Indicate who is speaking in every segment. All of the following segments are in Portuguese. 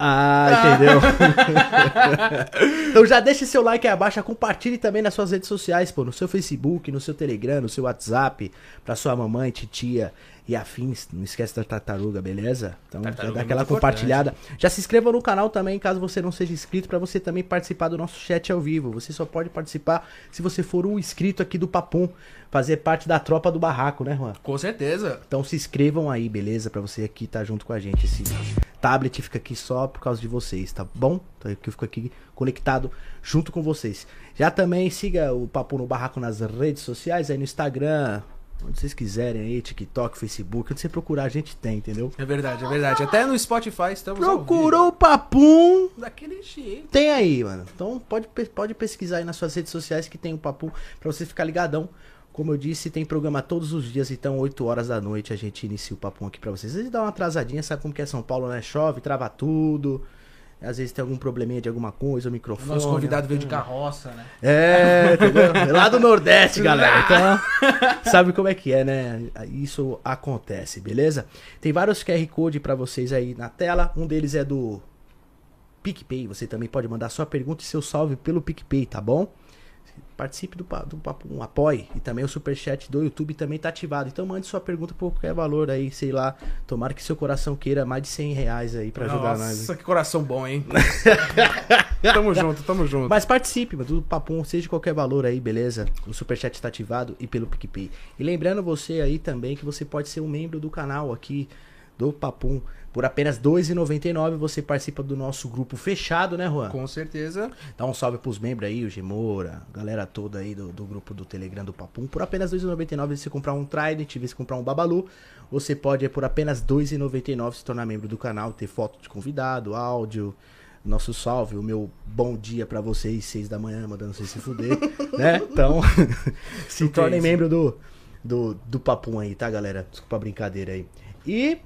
Speaker 1: Ah, entendeu? então já deixe seu like aí abaixo, compartilhe também nas suas redes sociais, pô, no seu Facebook, no seu Telegram, no seu WhatsApp, pra sua mamãe, titia e afins. Não esquece da tartaruga, beleza? Então já
Speaker 2: Tartaruga
Speaker 1: dá
Speaker 2: é
Speaker 1: aquela
Speaker 2: muito
Speaker 1: compartilhada. Já se inscreva no canal também, caso você não seja inscrito, pra você também participar do nosso chat ao vivo. Você só pode participar se você for um inscrito aqui do Papum, fazer parte da tropa do barraco, né, Juan?
Speaker 2: Com certeza.
Speaker 1: Então se inscrevam aí, beleza? Pra você aqui estar junto com a gente. Esse tablet fica aqui só por causa de vocês, tá bom? Então eu fico aqui conectado junto com vocês. Já também siga o Papo no Barraco nas redes sociais, aí no Instagram, onde vocês quiserem aí, TikTok, Facebook, onde você procurar a gente tem, entendeu?
Speaker 2: É verdade, é verdade. Até no Spotify estamos ao vivo.
Speaker 1: Procurou o Papum,
Speaker 2: Daquele jeito.
Speaker 1: tem aí, mano. Então pode, pe- pode pesquisar aí nas suas redes sociais que tem o Papo pra você ficar ligadão. Como eu disse, tem programa todos os dias, então 8 horas da noite a gente inicia o Papo aqui pra vocês. Às vezes dá uma atrasadinha, sabe como que é São Paulo, né? Chove, trava tudo. Às vezes tem algum probleminha de alguma coisa, o
Speaker 2: O
Speaker 1: microfone.
Speaker 2: nosso convidado veio de carroça, né?
Speaker 1: É, entendeu? É Lá do Nordeste, galera. Então, sabe como é que é, né? Isso acontece, beleza? Tem vários QR Code pra vocês aí na tela. Um deles é do PicPay. Você também pode mandar sua pergunta e seu salve pelo PicPay, tá bom? Participe do, pa- do papo, um apoie e também o superchat do YouTube também tá ativado. Então mande sua pergunta por qualquer valor aí, sei lá. Tomara que seu coração queira mais de 100 reais aí pra ajudar nós.
Speaker 2: Nossa, que coração bom, hein? tamo junto, tamo junto.
Speaker 1: Mas participe mano, do Papum, seja de qualquer valor aí, beleza? O Superchat está ativado e pelo PicPay. E lembrando você aí também que você pode ser um membro do canal aqui do Papum. Por apenas R$ 2,99 você participa do nosso grupo fechado, né, Juan?
Speaker 2: Com certeza.
Speaker 1: Dá um salve pros membros aí, o Gimora, a galera toda aí do, do grupo do Telegram do Papum. Por apenas R$ 2,99 você comprar um Trident, você comprar um Babalu, você pode é, por apenas R$ 2,99 se tornar membro do canal, ter foto de convidado, áudio, nosso salve, o meu bom dia pra vocês, seis da manhã, mandando vocês se fuder, né? Então, se
Speaker 2: Tudo
Speaker 1: tornem
Speaker 2: isso.
Speaker 1: membro do, do, do Papum aí, tá, galera? Desculpa a brincadeira aí. E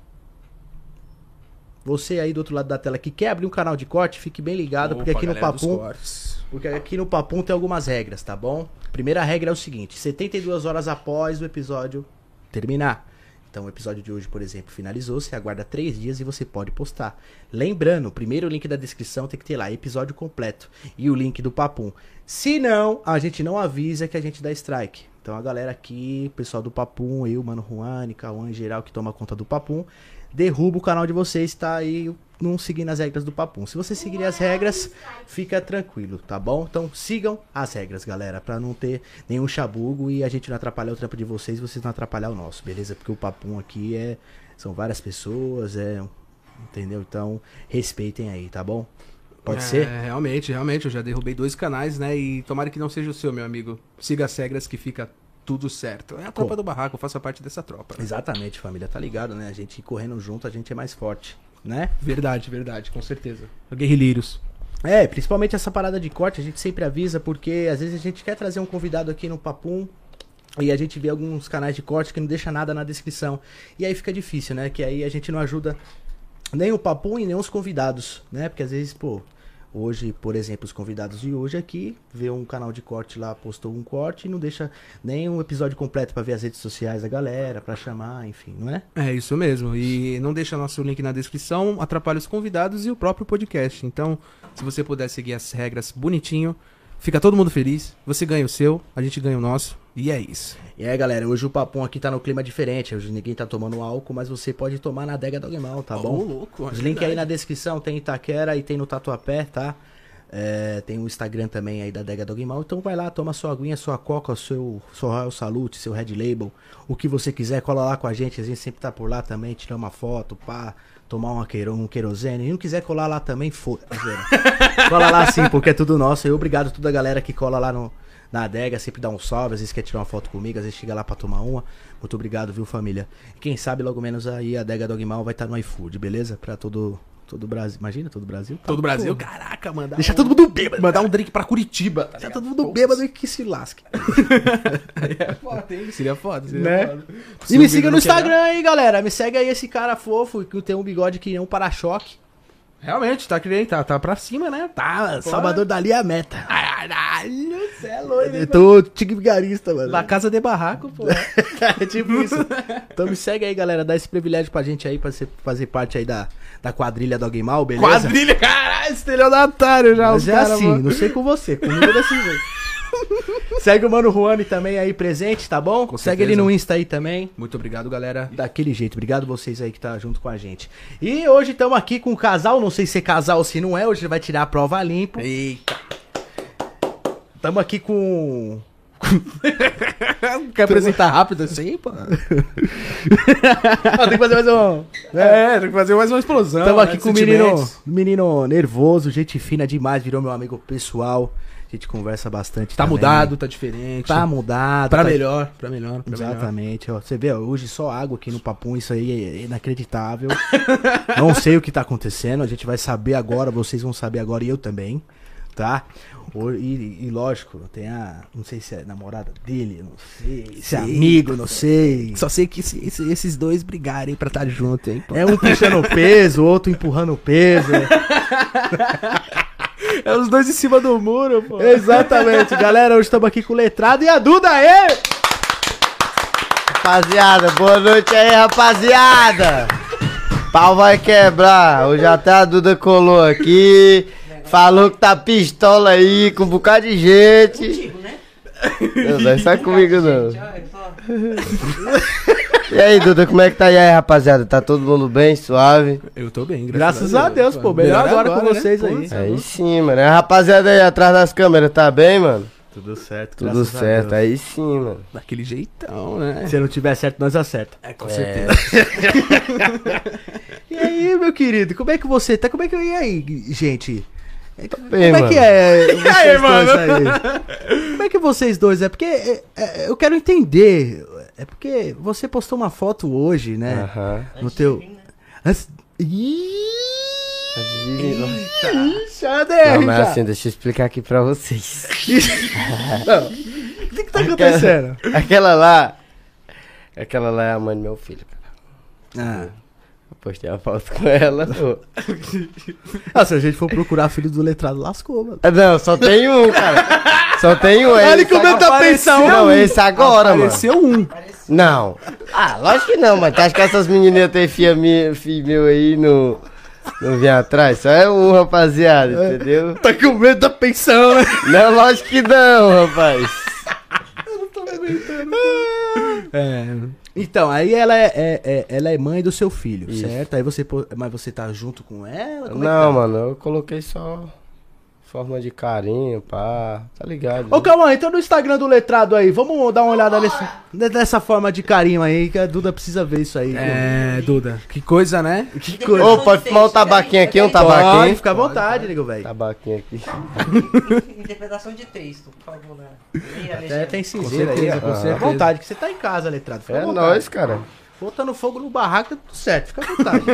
Speaker 1: você aí do outro lado da tela que quer abrir um canal de corte, fique bem ligado, porque
Speaker 2: Opa,
Speaker 1: aqui no
Speaker 2: galera dos
Speaker 1: Papum...
Speaker 2: cortes.
Speaker 1: Porque aqui no Papum tem algumas regras, tá bom? Primeira regra é o seguinte: 72 horas após o episódio terminar. Então, o episódio de hoje, por exemplo, finalizou. Você aguarda três dias e você pode postar. Lembrando, o primeiro link da descrição tem que ter lá episódio completo e o link do Papum. Se não, a gente não avisa que a gente dá strike. Então, a galera aqui, o pessoal do Papum, eu, Mano Juane, Cauã em geral, que toma conta do Papum, derruba o canal de vocês, tá aí não seguindo as regras do Papum. Se você seguir as regras, fica tranquilo, tá bom? Então sigam as regras, galera, pra não ter nenhum chabugo e a gente não atrapalhar o trampo de vocês e vocês não atrapalhar o nosso, beleza? Porque o Papum aqui é. São várias pessoas, é. Entendeu? Então, respeitem aí, tá bom? Pode
Speaker 2: É,
Speaker 1: ser?
Speaker 2: Realmente, realmente. Eu já derrubei dois canais, né? E tomara que não seja o seu, meu amigo. Siga as regras que fica tudo certo. É a tropa
Speaker 1: Com-
Speaker 2: do barraco, eu faço parte dessa tropa. né?
Speaker 1: Exatamente, família, tá ligado, né? A gente correndo junto, a gente é mais forte, né?
Speaker 2: Verdade, verdade, com certeza. Guerrilheiros.
Speaker 1: É, principalmente essa parada de corte, a gente sempre avisa, porque às vezes a gente quer trazer um convidado aqui no Papum e a gente vê alguns canais de corte que não deixa nada na descrição. E aí fica difícil, né? Que aí a gente não ajuda nem o Papum e nem os convidados, né? Porque às vezes, pô, hoje, por exemplo, os convidados de hoje aqui vê um canal de corte lá, postou um corte e não deixa nem um episódio completo pra ver as redes sociais da galera, pra chamar, enfim, não é?
Speaker 2: É isso mesmo. E não deixa nosso link na descrição, atrapalha os convidados e o próprio podcast. Então, se você puder seguir as regras bonitinho, fica todo mundo feliz. Você ganha o seu, a gente ganha o nosso. E é isso.
Speaker 1: E aí, galera, hoje o Papum aqui tá no clima diferente. Hoje ninguém tá tomando álcool, mas você pode tomar na adega do Animal, tá bom?
Speaker 2: louco.
Speaker 1: Os links aí na descrição, tem em Itaquera e tem no Tatuapé, tá? É, tem o Instagram também aí da Dega Dogmal. Então vai lá, toma sua aguinha, sua coca, seu, seu Royal Salute, seu Red Label, o que você quiser, cola lá com a gente. A gente sempre tá por lá também, tirar uma foto, pá, tomar uma queiro, um querosene. E não quiser colar lá também, foda Cola lá sim, porque é tudo nosso. E obrigado a toda a galera que cola lá no, na adega, sempre dá um salve, às vezes quer tirar uma foto comigo, às vezes chega lá pra tomar uma. Muito obrigado, viu, família? E quem sabe logo menos aí a adega Dogmal vai estar no iFood, beleza? Pra todo, todo o Brasil. Imagina, todo o Brasil? tá-
Speaker 2: Todo o Brasil. Caraca, mandar.
Speaker 1: Deixa
Speaker 2: um-
Speaker 1: todo mundo bêbado.
Speaker 2: Mandar um drink pra Curitiba. Tá
Speaker 1: Tá
Speaker 2: ligado?
Speaker 1: todo mundo
Speaker 2: Pô,
Speaker 1: bêbado e que se lasque.
Speaker 2: Seria é foda, hein? Seria foda, seria
Speaker 1: Né?
Speaker 2: foda. Se
Speaker 1: E
Speaker 2: o
Speaker 1: me
Speaker 2: Big
Speaker 1: siga
Speaker 2: não
Speaker 1: no
Speaker 2: quebrar-
Speaker 1: Instagram aí, galera. Me segue aí esse cara fofo que tem um bigode que é um para-choque.
Speaker 2: Realmente, tá que nem tá, tá pra cima, né? Tá,
Speaker 1: Salvador Dali é a meta.
Speaker 2: Caralho, você é loiro, hein,
Speaker 1: Eu tô tigrigarista, mano.
Speaker 2: La Casa de Barraco, pô.
Speaker 1: É tipo isso. Então me segue aí, galera. Dá esse privilégio pra gente aí, pra você fazer parte aí da, da quadrilha do Alguém Mal, beleza?
Speaker 2: Quadrilha, caralho, estelionatário um já.
Speaker 1: Mas
Speaker 2: os
Speaker 1: é
Speaker 2: cara,
Speaker 1: assim,
Speaker 2: mano.
Speaker 1: não sei com você, comigo é desse jeito. Segue o Mano Juane também aí presente, tá bom?
Speaker 2: Com
Speaker 1: Segue
Speaker 2: certeza.
Speaker 1: ele no Insta aí também.
Speaker 2: Muito obrigado, galera.
Speaker 1: Daquele jeito, obrigado vocês aí que tá junto com a gente. E hoje estamos aqui com um casal, não sei se é casal ou se não é, hoje ele vai tirar a prova a
Speaker 2: Tipo,
Speaker 1: limpo.
Speaker 2: Eita.
Speaker 1: Estamos aqui com.
Speaker 2: Quer apresentar rápido assim, pô?
Speaker 1: Ah, tem que fazer mais um.
Speaker 2: É, tem que fazer mais uma explosão.
Speaker 1: Estamos
Speaker 2: né,
Speaker 1: aqui
Speaker 2: de
Speaker 1: com o menino,
Speaker 2: sentimentos.
Speaker 1: menino nervoso, gente fina demais, virou meu amigo pessoal. A gente conversa bastante.
Speaker 2: Tá
Speaker 1: também.
Speaker 2: mudado, tá diferente.
Speaker 1: Tá mudado.
Speaker 2: Pra
Speaker 1: tá-
Speaker 2: melhor, pra melhor, pra melhor.
Speaker 1: Exatamente, ó. Você vê, ó, hoje só água aqui no papum, isso aí é inacreditável. Não sei o que tá acontecendo, a gente vai saber agora, vocês vão saber agora e eu também, tá? O- E, e lógico, tem a. Não sei se é namorada dele, não sei. Se é
Speaker 2: Sim.
Speaker 1: amigo, não sei.
Speaker 2: Só sei que esse- esse- esses dois brigarem pra estar junto, hein, pô.
Speaker 1: É um puxando peso, outro empurrando peso. né?
Speaker 2: É os dois em cima do muro, pô.
Speaker 1: Exatamente, galera. Hoje estamos aqui com o Letrado e a Duda aí!
Speaker 3: Rapaziada, boa noite aí, rapaziada! Pau vai quebrar. Hoje até a Duda colou aqui. Falou que tá pistola aí, com um bocado de gente. Não, não é só comigo não. E aí, Duda, como é que tá aí, rapaziada? Tá todo mundo bem, suave?
Speaker 2: Eu tô bem,
Speaker 1: Graças a Deus, pô. Melhor agora com
Speaker 2: né?
Speaker 1: vocês
Speaker 2: Pô,
Speaker 1: aí.
Speaker 2: cê é
Speaker 3: Aí
Speaker 2: louco.
Speaker 3: sim, mano. E A rapaziada aí atrás das câmeras, tá bem, mano?
Speaker 1: Tudo certo,
Speaker 3: Tudo certo, aí sim, mano.
Speaker 2: É, Daquele jeitão, né?
Speaker 1: Se não tiver certo, nós acerta.
Speaker 2: É, com
Speaker 3: É,
Speaker 1: E aí, meu querido, como é que você tá? Como é que. E aí, gente?
Speaker 3: bem,
Speaker 1: como é que
Speaker 3: mano.
Speaker 1: é? vocês
Speaker 2: aí, mano?
Speaker 1: dois aí? Como é que vocês dois é? Porque é, é, eu quero entender. É porque você postou uma foto hoje, né?
Speaker 3: Aham.
Speaker 1: No teu. Antes- Ih! Xander,
Speaker 3: Não, mas
Speaker 1: é já.
Speaker 3: assim, deixa eu explicar aqui pra vocês.
Speaker 1: O que, que
Speaker 3: é
Speaker 1: tá acontecendo?
Speaker 3: Aquela lá. Aquela lá é a mãe do meu filho, cara.
Speaker 1: Ah.
Speaker 3: Eu postei a foto com ela. pô.
Speaker 1: Ah, se a gente for procurar filho do letrado, lascou, mano.
Speaker 3: Ah, Não, só tem um, cara. Só tem um. é
Speaker 1: Olha
Speaker 3: esse
Speaker 1: como eu tô
Speaker 3: agora.
Speaker 1: pensando.
Speaker 3: Não, é esse agora,
Speaker 2: Apareceu um.
Speaker 3: mano. Não. Ah, lógico que não, mano. Tu acha que essas menininhas têm filho meu, filho meu aí no. Não vem atrás? Só é um, rapaziada, entendeu?
Speaker 1: Tá com medo da pensão, né?
Speaker 3: Não, lógico que não, rapaz.
Speaker 2: É.
Speaker 1: Então, aí ela é, é- é- ela é mãe do seu filho,
Speaker 3: Isso.
Speaker 1: certo? Aí você. pô- Mas você tá junto com ela? Como é que
Speaker 3: Não, mano, eu coloquei só forma de carinho, pá. Tá ligado?
Speaker 1: Ô, Calma, entra no Instagram do letrado aí. Vamos dar uma olhada nessa, nessa forma de carinho aí, que a Duda precisa ver isso aí.
Speaker 2: É, Duda. Que coisa, né?
Speaker 1: que
Speaker 3: Ô,
Speaker 1: coisa.
Speaker 3: pode fumar um tabaquinho aqui, um
Speaker 2: tá
Speaker 1: Pode,
Speaker 3: tabaquinho?
Speaker 1: fica à vontade, nego, velho.
Speaker 3: Tabaquinho aqui.
Speaker 4: Interpretação de texto, por favor, né? Leia,
Speaker 1: Até
Speaker 4: Alexandre.
Speaker 1: É, tem cinzeira aí.
Speaker 2: certeza,
Speaker 1: ó.
Speaker 2: com
Speaker 1: Fica à
Speaker 2: certeza.
Speaker 1: vontade, que você tá em casa, letrado. Fica à
Speaker 3: É
Speaker 1: vontade.
Speaker 3: nóis, cara.
Speaker 1: Botando fogo no barraco, tá tudo certo. Fica à vontade.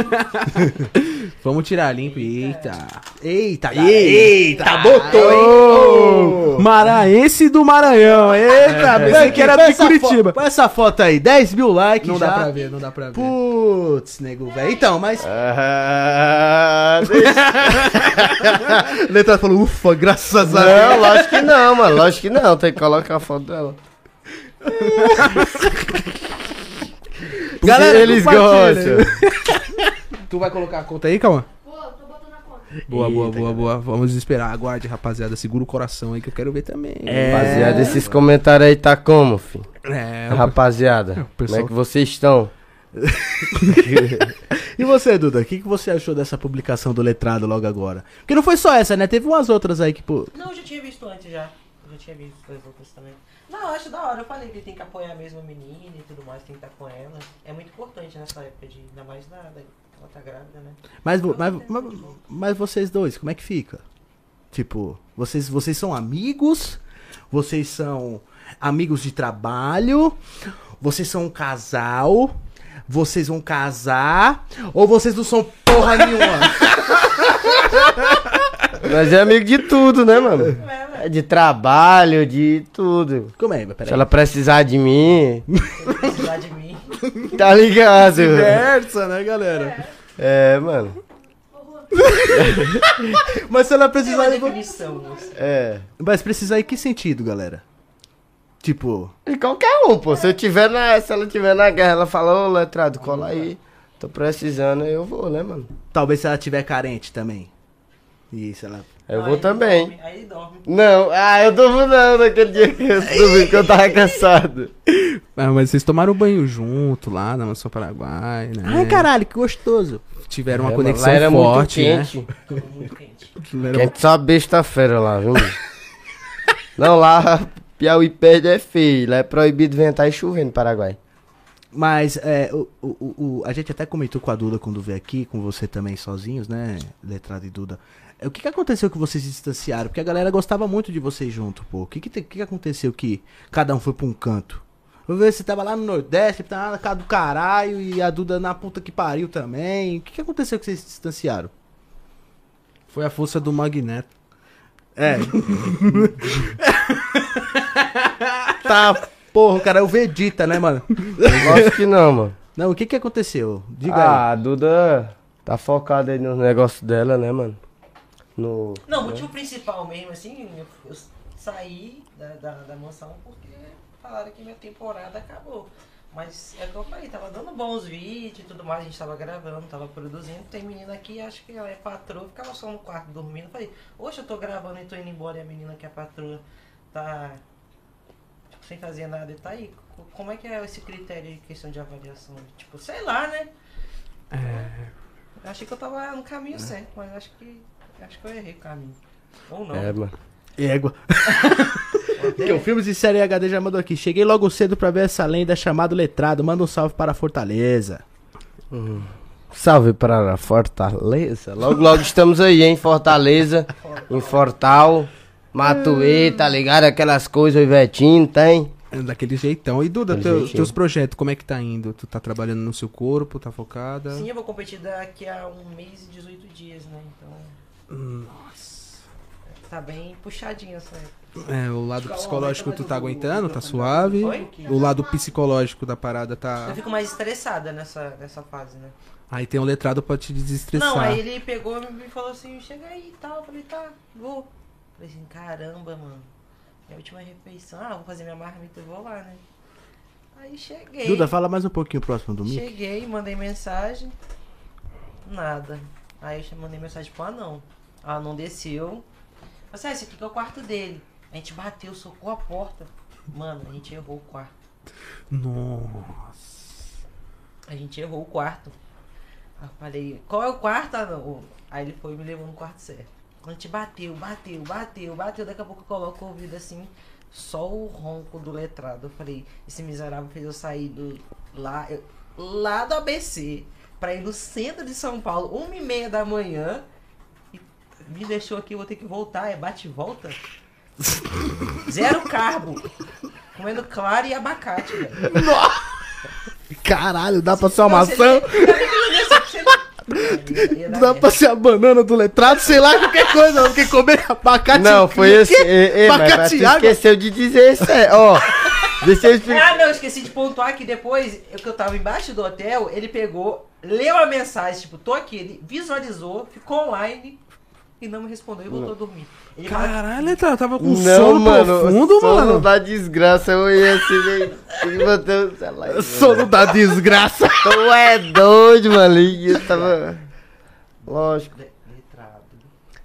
Speaker 2: Vamos tirar limpo. Eita.
Speaker 1: Eita, Tá Eita, botou,
Speaker 2: Ô, Maraense do Maranhão. Eita, pensei que era de Curitiba.
Speaker 1: Põe essa foto aí, 10 mil likes
Speaker 2: Não
Speaker 1: já.
Speaker 2: dá pra ver, não dá pra ver.
Speaker 1: Putz, nego, velho. Então, mas.
Speaker 3: Ah,
Speaker 1: Letra falou, ufa, graças a Deus.
Speaker 3: não, lógico que não, mano. Lógico que não. Tem que colocar a foto dela. Porque
Speaker 1: Galera,
Speaker 3: eles
Speaker 1: compartilha.
Speaker 3: gostam.
Speaker 2: Tu vai colocar a conta aí, calma?
Speaker 5: Pô, tô botando a conta.
Speaker 2: Boa, boa,
Speaker 1: Eita,
Speaker 2: boa, boa. Vamos esperar. Aguarde, rapaziada. Segura o coração aí que eu quero ver também.
Speaker 1: É.
Speaker 3: Rapaziada, esses comentários aí tá como, filho?
Speaker 2: É,
Speaker 3: Rapaziada,
Speaker 2: o pessoal-
Speaker 3: como é que vocês estão?
Speaker 1: E você, Duda, o que, que você achou dessa publicação do letrado logo agora? Porque não foi só essa, né? Teve umas outras aí que, pô.
Speaker 4: Não, eu já tinha visto antes já. Eu já tinha visto as outras também. Não, eu acho da hora. Eu falei que tem que apoiar mesmo a menina e tudo mais, tem que estar com ela. É muito importante nessa época de ainda mais nada. Ela tá grávida, né?
Speaker 1: Mas, vo- mas, mas, mas vocês dois, como é que fica? Tipo, vocês, vocês são amigos? Vocês são amigos de trabalho? Vocês são um casal? Vocês vão casar? Ou vocês não são porra nenhuma?
Speaker 3: Nós é amigo de tudo, né, mano? É de trabalho, de tudo.
Speaker 1: Como é?
Speaker 3: Se
Speaker 1: Peraí.
Speaker 3: ela precisar de mim,
Speaker 4: Precisar de mim.
Speaker 3: tá ligado?
Speaker 2: Diversa, né, galera?
Speaker 3: É, mano.
Speaker 5: Ô, Juan,
Speaker 1: Mas se ela
Speaker 4: Tem uma
Speaker 1: precisar.
Speaker 4: definição, né? moço.
Speaker 3: É.
Speaker 1: Mas precisar em que sentido, galera? Tipo.
Speaker 3: E qualquer um, pô. Se eu tiver na. Se ela tiver na guerra, ela fala, ô letrado, cola aí. Tô precisando, eu vou, né, mano?
Speaker 1: Talvez se ela tiver carente também. E se ela.
Speaker 3: Eu
Speaker 4: Aí
Speaker 3: vou
Speaker 4: ele
Speaker 3: também.
Speaker 4: dorme, Aí ele dorme.
Speaker 3: Não, ah, eu durmo não naquele dia que eu subi, que eu tava cansado.
Speaker 2: Ah, mas vocês tomaram banho junto lá na Mansão Paraguai, né?
Speaker 1: Ai, caralho, que gostoso.
Speaker 2: Tiveram
Speaker 3: É,
Speaker 2: uma
Speaker 3: mano,
Speaker 2: conexão
Speaker 3: lá era
Speaker 2: forte, né?
Speaker 3: muito quente.
Speaker 4: Ficou muito quente.
Speaker 2: Tiveram-
Speaker 3: Quente só besta-feira lá, viu? não, lá Piauí perde é feio. Lá é proibido ventar e chover no Paraguai.
Speaker 1: Mas é, o, o- o- o- a gente até comentou com a Duda quando veio aqui, com você também sozinhos, né? Letrado e Duda. É, O que, que aconteceu que vocês se distanciaram? Porque a galera gostava muito de vocês junto, pô. O que, que, te- que que aconteceu que cada um foi pra um canto? Eu vejo que Você tava lá no Nordeste, tava na casa do caralho, e a Duda na puta que pariu também. O que, que aconteceu que vocês se distanciaram?
Speaker 2: Foi a força do magneto.
Speaker 1: É. tá, porra, cara, é o Vegeta, né, mano?
Speaker 3: Eu gosto que não, mano.
Speaker 1: Não, o que que aconteceu? Diga aí.
Speaker 3: Ah, a Duda tá focada aí no negócio dela, né, mano? No.
Speaker 4: Não, o motivo principal mesmo, assim, eu, eu saí da, da, da mansão porque falaram que minha temporada acabou. Mas é o que eu falei, tava dando bons vídeos e tudo mais, a gente tava gravando, tava produzindo. Tem menina aqui, acho que ela é patroa, ficava só no quarto dormindo. Eu Falei, hoje eu tô gravando e tô indo embora e a menina que é patroa tá tipo, sem fazer nada e tá aí. Co- Como é que é esse critério de questão de avaliação? Tipo, sei lá, né? Eu achei que eu tava no caminho certo, mas acho que. Acho que eu errei o caminho. Ou não.
Speaker 3: É, mano.
Speaker 1: Égua. Que o filmes e série HD já mandou aqui. Cheguei logo cedo pra ver essa lenda chamada Letrado. Manda um salve para Fortaleza.
Speaker 3: Salve para Fortaleza. Logo, logo estamos aí, hein? Fortaleza, em Fortal, Matuê, tá ligado? Aquelas coisas, o Ivetinho tá, tem.
Speaker 2: É, Daquele jeitão. E Duda,
Speaker 3: Daquele
Speaker 2: teu-
Speaker 3: jeitinho.
Speaker 2: teus projetos, como é que tá indo? Tu tá trabalhando no seu corpo, tá focada?
Speaker 4: Sim, eu vou competir daqui a um mês e 18 dias, né? Então
Speaker 2: Nossa.
Speaker 4: tá bem puxadinho essa época.
Speaker 2: É, o lado
Speaker 4: Fica um
Speaker 2: psicológico
Speaker 4: momento,
Speaker 2: tu tá
Speaker 4: mas eu vou-
Speaker 2: aguentando, tá
Speaker 4: vou-
Speaker 2: suave.
Speaker 4: Oi?
Speaker 2: O lado psicológico da parada tá.
Speaker 4: Eu fico mais estressada nessa, nessa fase, né?
Speaker 2: Aí tem um letrado pra te desestressar.
Speaker 4: Não, aí ele pegou e me falou assim, chega aí e tal. Eu falei, tá, vou. Eu falei assim, caramba, mano. Minha última refeição. Ah, vou fazer minha marmita e vou lá, né? Aí cheguei.
Speaker 1: Duda, fala mais um pouquinho próximo do mim.
Speaker 4: Cheguei, mandei mensagem. Nada. Aí eu che- mandei mensagem pro anão. O anão desceu. Mas ah, esse aqui que é o quarto dele. A gente bateu, socou a porta. Mano, a gente errou o quarto.
Speaker 2: Nossa.
Speaker 4: A gente errou o quarto. Aí eu falei, qual é o quarto, anão? O- Aí ele foi e me levou no quarto certo. A gente bateu, bateu, bateu, bateu. Daqui a pouco eu coloco o ouvido assim, só o ronco do letrado. Eu falei, esse miserável fez eu sair do lá, eu- lá do ABC pra ir no centro de São Paulo, uma e meia da manhã. E me deixou aqui, eu vou ter que voltar. É bate e volta? Zero carbo. Comendo claro e abacate, velho.
Speaker 1: Caralho, dá pra ser uma
Speaker 4: Não, se
Speaker 1: maçã?
Speaker 4: assim, ele- Ia dar
Speaker 1: Dá
Speaker 4: merda.
Speaker 1: pra ser a banana do letrado? Sei lá, qualquer coisa. Porque comer abacate.
Speaker 3: Não, foi esse.
Speaker 1: Que?
Speaker 3: Ei, ei, mas, mas tu
Speaker 1: Pacateado.
Speaker 3: esqueceu de dizer isso, é. Ó, deixa eu explicar.
Speaker 4: Ah, não, esqueci de pontuar que depois eu- que eu tava embaixo do hotel, ele pegou, leu a mensagem, tipo, tô aqui, ele visualizou, ficou online e não me respondeu e voltou a dormir. Ele fala-
Speaker 2: Caralho, letrado, tava com
Speaker 3: Não,
Speaker 2: sono
Speaker 3: mano,
Speaker 2: profundo,
Speaker 3: o sono
Speaker 2: mano.
Speaker 3: da desgraça, eu ia assim, se ver. se manter o celular. aí,
Speaker 1: Sono da desgraça.
Speaker 3: mano. Tu é doido, mano. E eu tava. Lógico.
Speaker 4: Le- Letrado.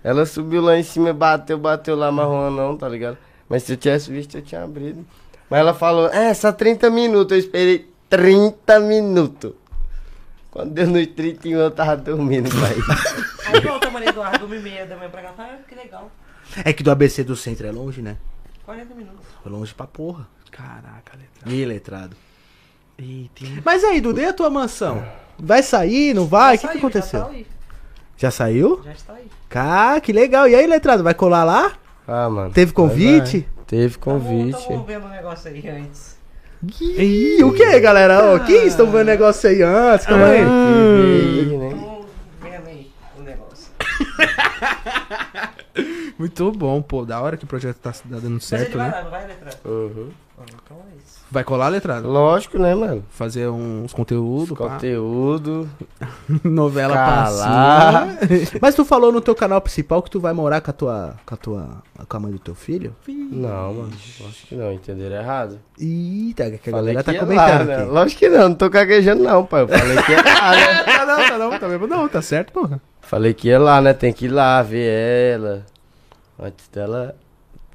Speaker 3: Ela subiu lá em cima, bateu, bateu lá, mas Juan não, tá ligado? Mas se eu tivesse visto, eu tinha abrido. Mas ela falou, é, só 30 minutos. Eu esperei 30 minutos. Quando deu nos 31, eu tava dormindo, pai.
Speaker 4: Aí volta a Maria Eduardo, uma e meia da manhã pra cá, fala, ah, que legal,
Speaker 1: É que do ABC do centro é longe, né?
Speaker 4: 40 minutos.
Speaker 1: É longe pra porra.
Speaker 2: Caraca, letrado.
Speaker 1: Ih, letrado.
Speaker 2: Eita,
Speaker 1: Mas aí, Duda, e a tua mansão? Vai sair, não vai? Ah, O que,
Speaker 4: É. Já
Speaker 1: que
Speaker 4: saiu,
Speaker 1: aconteceu?
Speaker 4: Já, tá aí,
Speaker 1: Já saiu?
Speaker 4: já está aí.
Speaker 1: Cá, Ah, que legal. E aí, letrado, vai colar lá?
Speaker 3: Ah, mano.
Speaker 1: Teve convite?
Speaker 3: Vai, vai. Teve convite.
Speaker 4: Tamo, tamo vendo o negócio aí antes.
Speaker 1: Ih, o que, galera? O que estão vendo negócio aí antes? Calma aí. Hum.
Speaker 3: Ih, né?
Speaker 4: Tamo vendo aí o negócio.
Speaker 2: Muito bom, pô. Da hora que o projeto tá se- tá dando
Speaker 4: Mas ele
Speaker 2: certo,
Speaker 4: vai
Speaker 2: né?
Speaker 4: lá, não vai, Letrado?
Speaker 3: Uhum.
Speaker 4: Ah, Então é isso.
Speaker 2: Vai colar, letrado?
Speaker 3: Lógico, né, mano?
Speaker 2: Fazer uns conteúdos, pá.
Speaker 3: Conteúdo.
Speaker 2: novela
Speaker 3: Calar.
Speaker 2: pra cima.
Speaker 1: Mas tu falou no teu canal principal que tu vai morar com a tua. com a tua. com a mãe do teu filho?
Speaker 3: Não, mano. Acho que não, entenderam errado.
Speaker 1: Eita, que a
Speaker 3: Falei
Speaker 1: galera
Speaker 3: que
Speaker 1: tá
Speaker 3: ia
Speaker 1: comentando
Speaker 3: lá, né?
Speaker 1: aqui.
Speaker 3: Lógico que não, não tô caguejando não, pai. Eu falei que ia lá, né?
Speaker 2: Tá não, tá não, tá mesmo. Não, tá certo, porra.
Speaker 3: Falei que ia lá, né? Tem que ir lá ver ela. Antes dela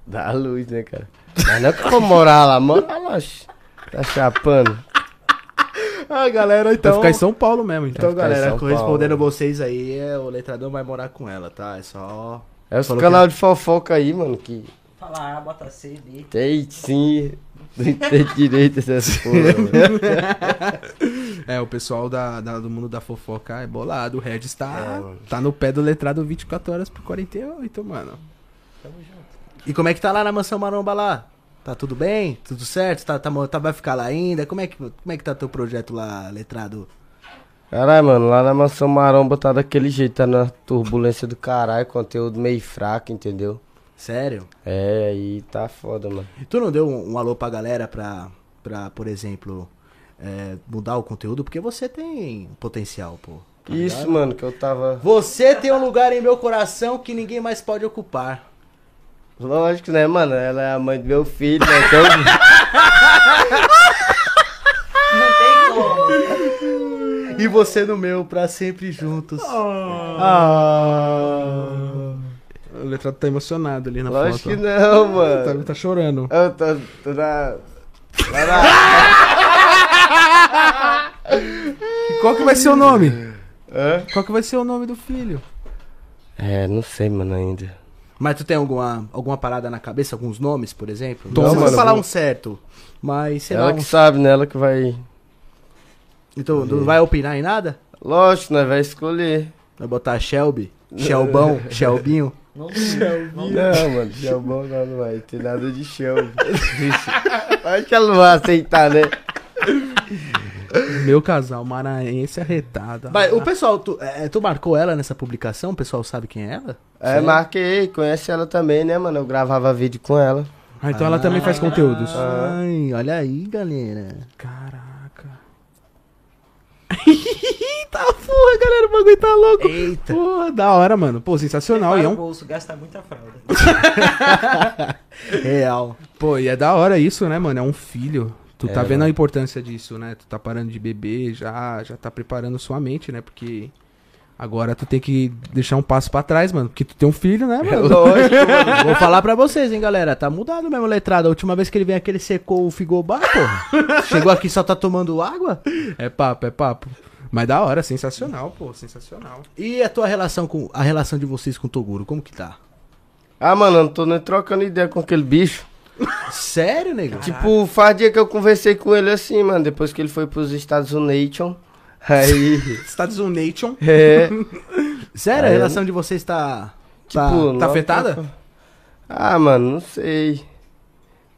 Speaker 3: dar a luz, né, cara? Mas não que eu vou morar lá, morar lá. oxe. Tá chapando.
Speaker 1: Ah, galera,
Speaker 2: Então, ficar em São Paulo mesmo,
Speaker 1: Então,
Speaker 2: então.
Speaker 3: ficar em
Speaker 1: galera,
Speaker 3: São
Speaker 1: correspondendo
Speaker 3: Paulo.
Speaker 1: vocês aí, é, o letrador vai morar com ela, tá? É só.
Speaker 3: É os
Speaker 1: Falou
Speaker 3: canal de fofoca aí, mano, que
Speaker 4: Fala A, bota C, D.
Speaker 3: tem sim. Não tem direito essas porra, mano.
Speaker 2: É, o pessoal da, da- do mundo da fofoca é bolado. O Red
Speaker 3: É,
Speaker 2: está
Speaker 3: mano.
Speaker 2: tá no pé do letrado 24 horas por 48, mano.
Speaker 1: E como é que tá lá na mansão maromba lá? Tá tudo bem? Tudo certo? Tá, tá, mo- tá- vai ficar lá ainda? Como é, que, como é que tá teu projeto lá, letrado?
Speaker 3: Caralho, mano, lá na Mansão Maromba tá daquele jeito, tá na turbulência do caralho, conteúdo meio fraco, entendeu?
Speaker 1: Sério?
Speaker 3: É, aí tá foda, mano.
Speaker 1: Tu não deu um, um alô pra galera pra, pra por exemplo, é, mudar o conteúdo? Porque você tem potencial, pô. tá
Speaker 3: Isso,
Speaker 1: ligado?
Speaker 3: mano, que eu tava.
Speaker 1: Você tem um lugar em meu coração que ninguém mais pode ocupar.
Speaker 3: Lógico, né, mano? Ela é a mãe do meu filho, né? Então,
Speaker 4: Não tem como.
Speaker 1: E você no meu, pra sempre juntos. Ah.
Speaker 2: O letrado tá emocionado ali na
Speaker 3: lógico
Speaker 2: foto.
Speaker 3: que não,
Speaker 2: Tá,
Speaker 3: mano.
Speaker 2: tá chorando.
Speaker 3: Eu tô, tô na. lá
Speaker 2: E qual que vai ser o nome?
Speaker 3: na- Hã?
Speaker 2: Qual que vai ser o nome do filho?
Speaker 3: É, não sei, mano, ainda.
Speaker 1: Mas tu tem alguma, alguma parada na cabeça, alguns nomes, por exemplo?
Speaker 2: Não,
Speaker 1: Não,
Speaker 2: mano,
Speaker 1: vou falar
Speaker 3: vou-
Speaker 1: um certo. Mas sei
Speaker 3: ela
Speaker 1: lá.
Speaker 3: que
Speaker 1: um-
Speaker 3: sabe, né? Ela que vai.
Speaker 1: Então, não vai opinar em nada?
Speaker 3: Lógico, né? Vai escolher.
Speaker 1: Vai botar Shelby, Shelbão, Shelbinho.
Speaker 4: Não tem. Não tem.
Speaker 3: Não, mano, Xambão não, não vai ter nada de chão. Acho que ela não vai aceitar, né?
Speaker 2: Meu casal, maranhense arretado.
Speaker 1: Mas o pessoal, tu, é, tu marcou ela nessa publicação? O pessoal sabe quem é ela?
Speaker 3: É, marquei, conhece ela também, né, mano? Eu gravava vídeo com ela.
Speaker 2: Ah, então ela também faz conteúdos.
Speaker 3: Ah.
Speaker 1: Ai, olha aí, galera.
Speaker 2: Caraca. Eita Tá, porra, galera, o bagulho tá louco.
Speaker 1: Eita.
Speaker 2: Porra, da hora, mano. Pô, sensacional. E
Speaker 4: Prepara
Speaker 2: é
Speaker 4: o
Speaker 2: um...
Speaker 4: bolso, gasta muita fralda.
Speaker 1: Real.
Speaker 2: Pô, e é da hora isso, né, mano? É um filho. Tu
Speaker 3: É,
Speaker 2: tá vendo
Speaker 3: mano.
Speaker 2: a importância disso, né? Tu tá parando de beber, já, já tá preparando sua mente, né? Porque agora tu tem que deixar um passo pra trás, mano. Porque tu tem um filho, né,
Speaker 3: É
Speaker 2: mano?
Speaker 3: lógico, mano.
Speaker 1: Vou falar pra vocês, hein, galera. Tá mudado mesmo o letrado. A última vez que ele veio aqui, ele secou o Figobá, porra. Chegou aqui só tá tomando água?
Speaker 2: É papo, é papo. Mas da hora, sensacional, pô, sensacional.
Speaker 1: E a tua relação com. A relação de vocês com o Toguro, como que tá?
Speaker 3: Ah, mano, eu não tô nem trocando ideia com aquele bicho.
Speaker 1: Sério, nego? Tipo,
Speaker 3: Tipo, faz dia que eu conversei com ele assim, mano, depois que ele foi pros Estados Unidos. Aí.
Speaker 2: Estados Unidos Nation.
Speaker 3: É.
Speaker 1: sério, a
Speaker 3: Aí,
Speaker 1: relação de vocês tá. tá-
Speaker 3: Tipo,
Speaker 2: Tá
Speaker 3: Não,
Speaker 2: afetada?
Speaker 3: Ah, mano, não sei.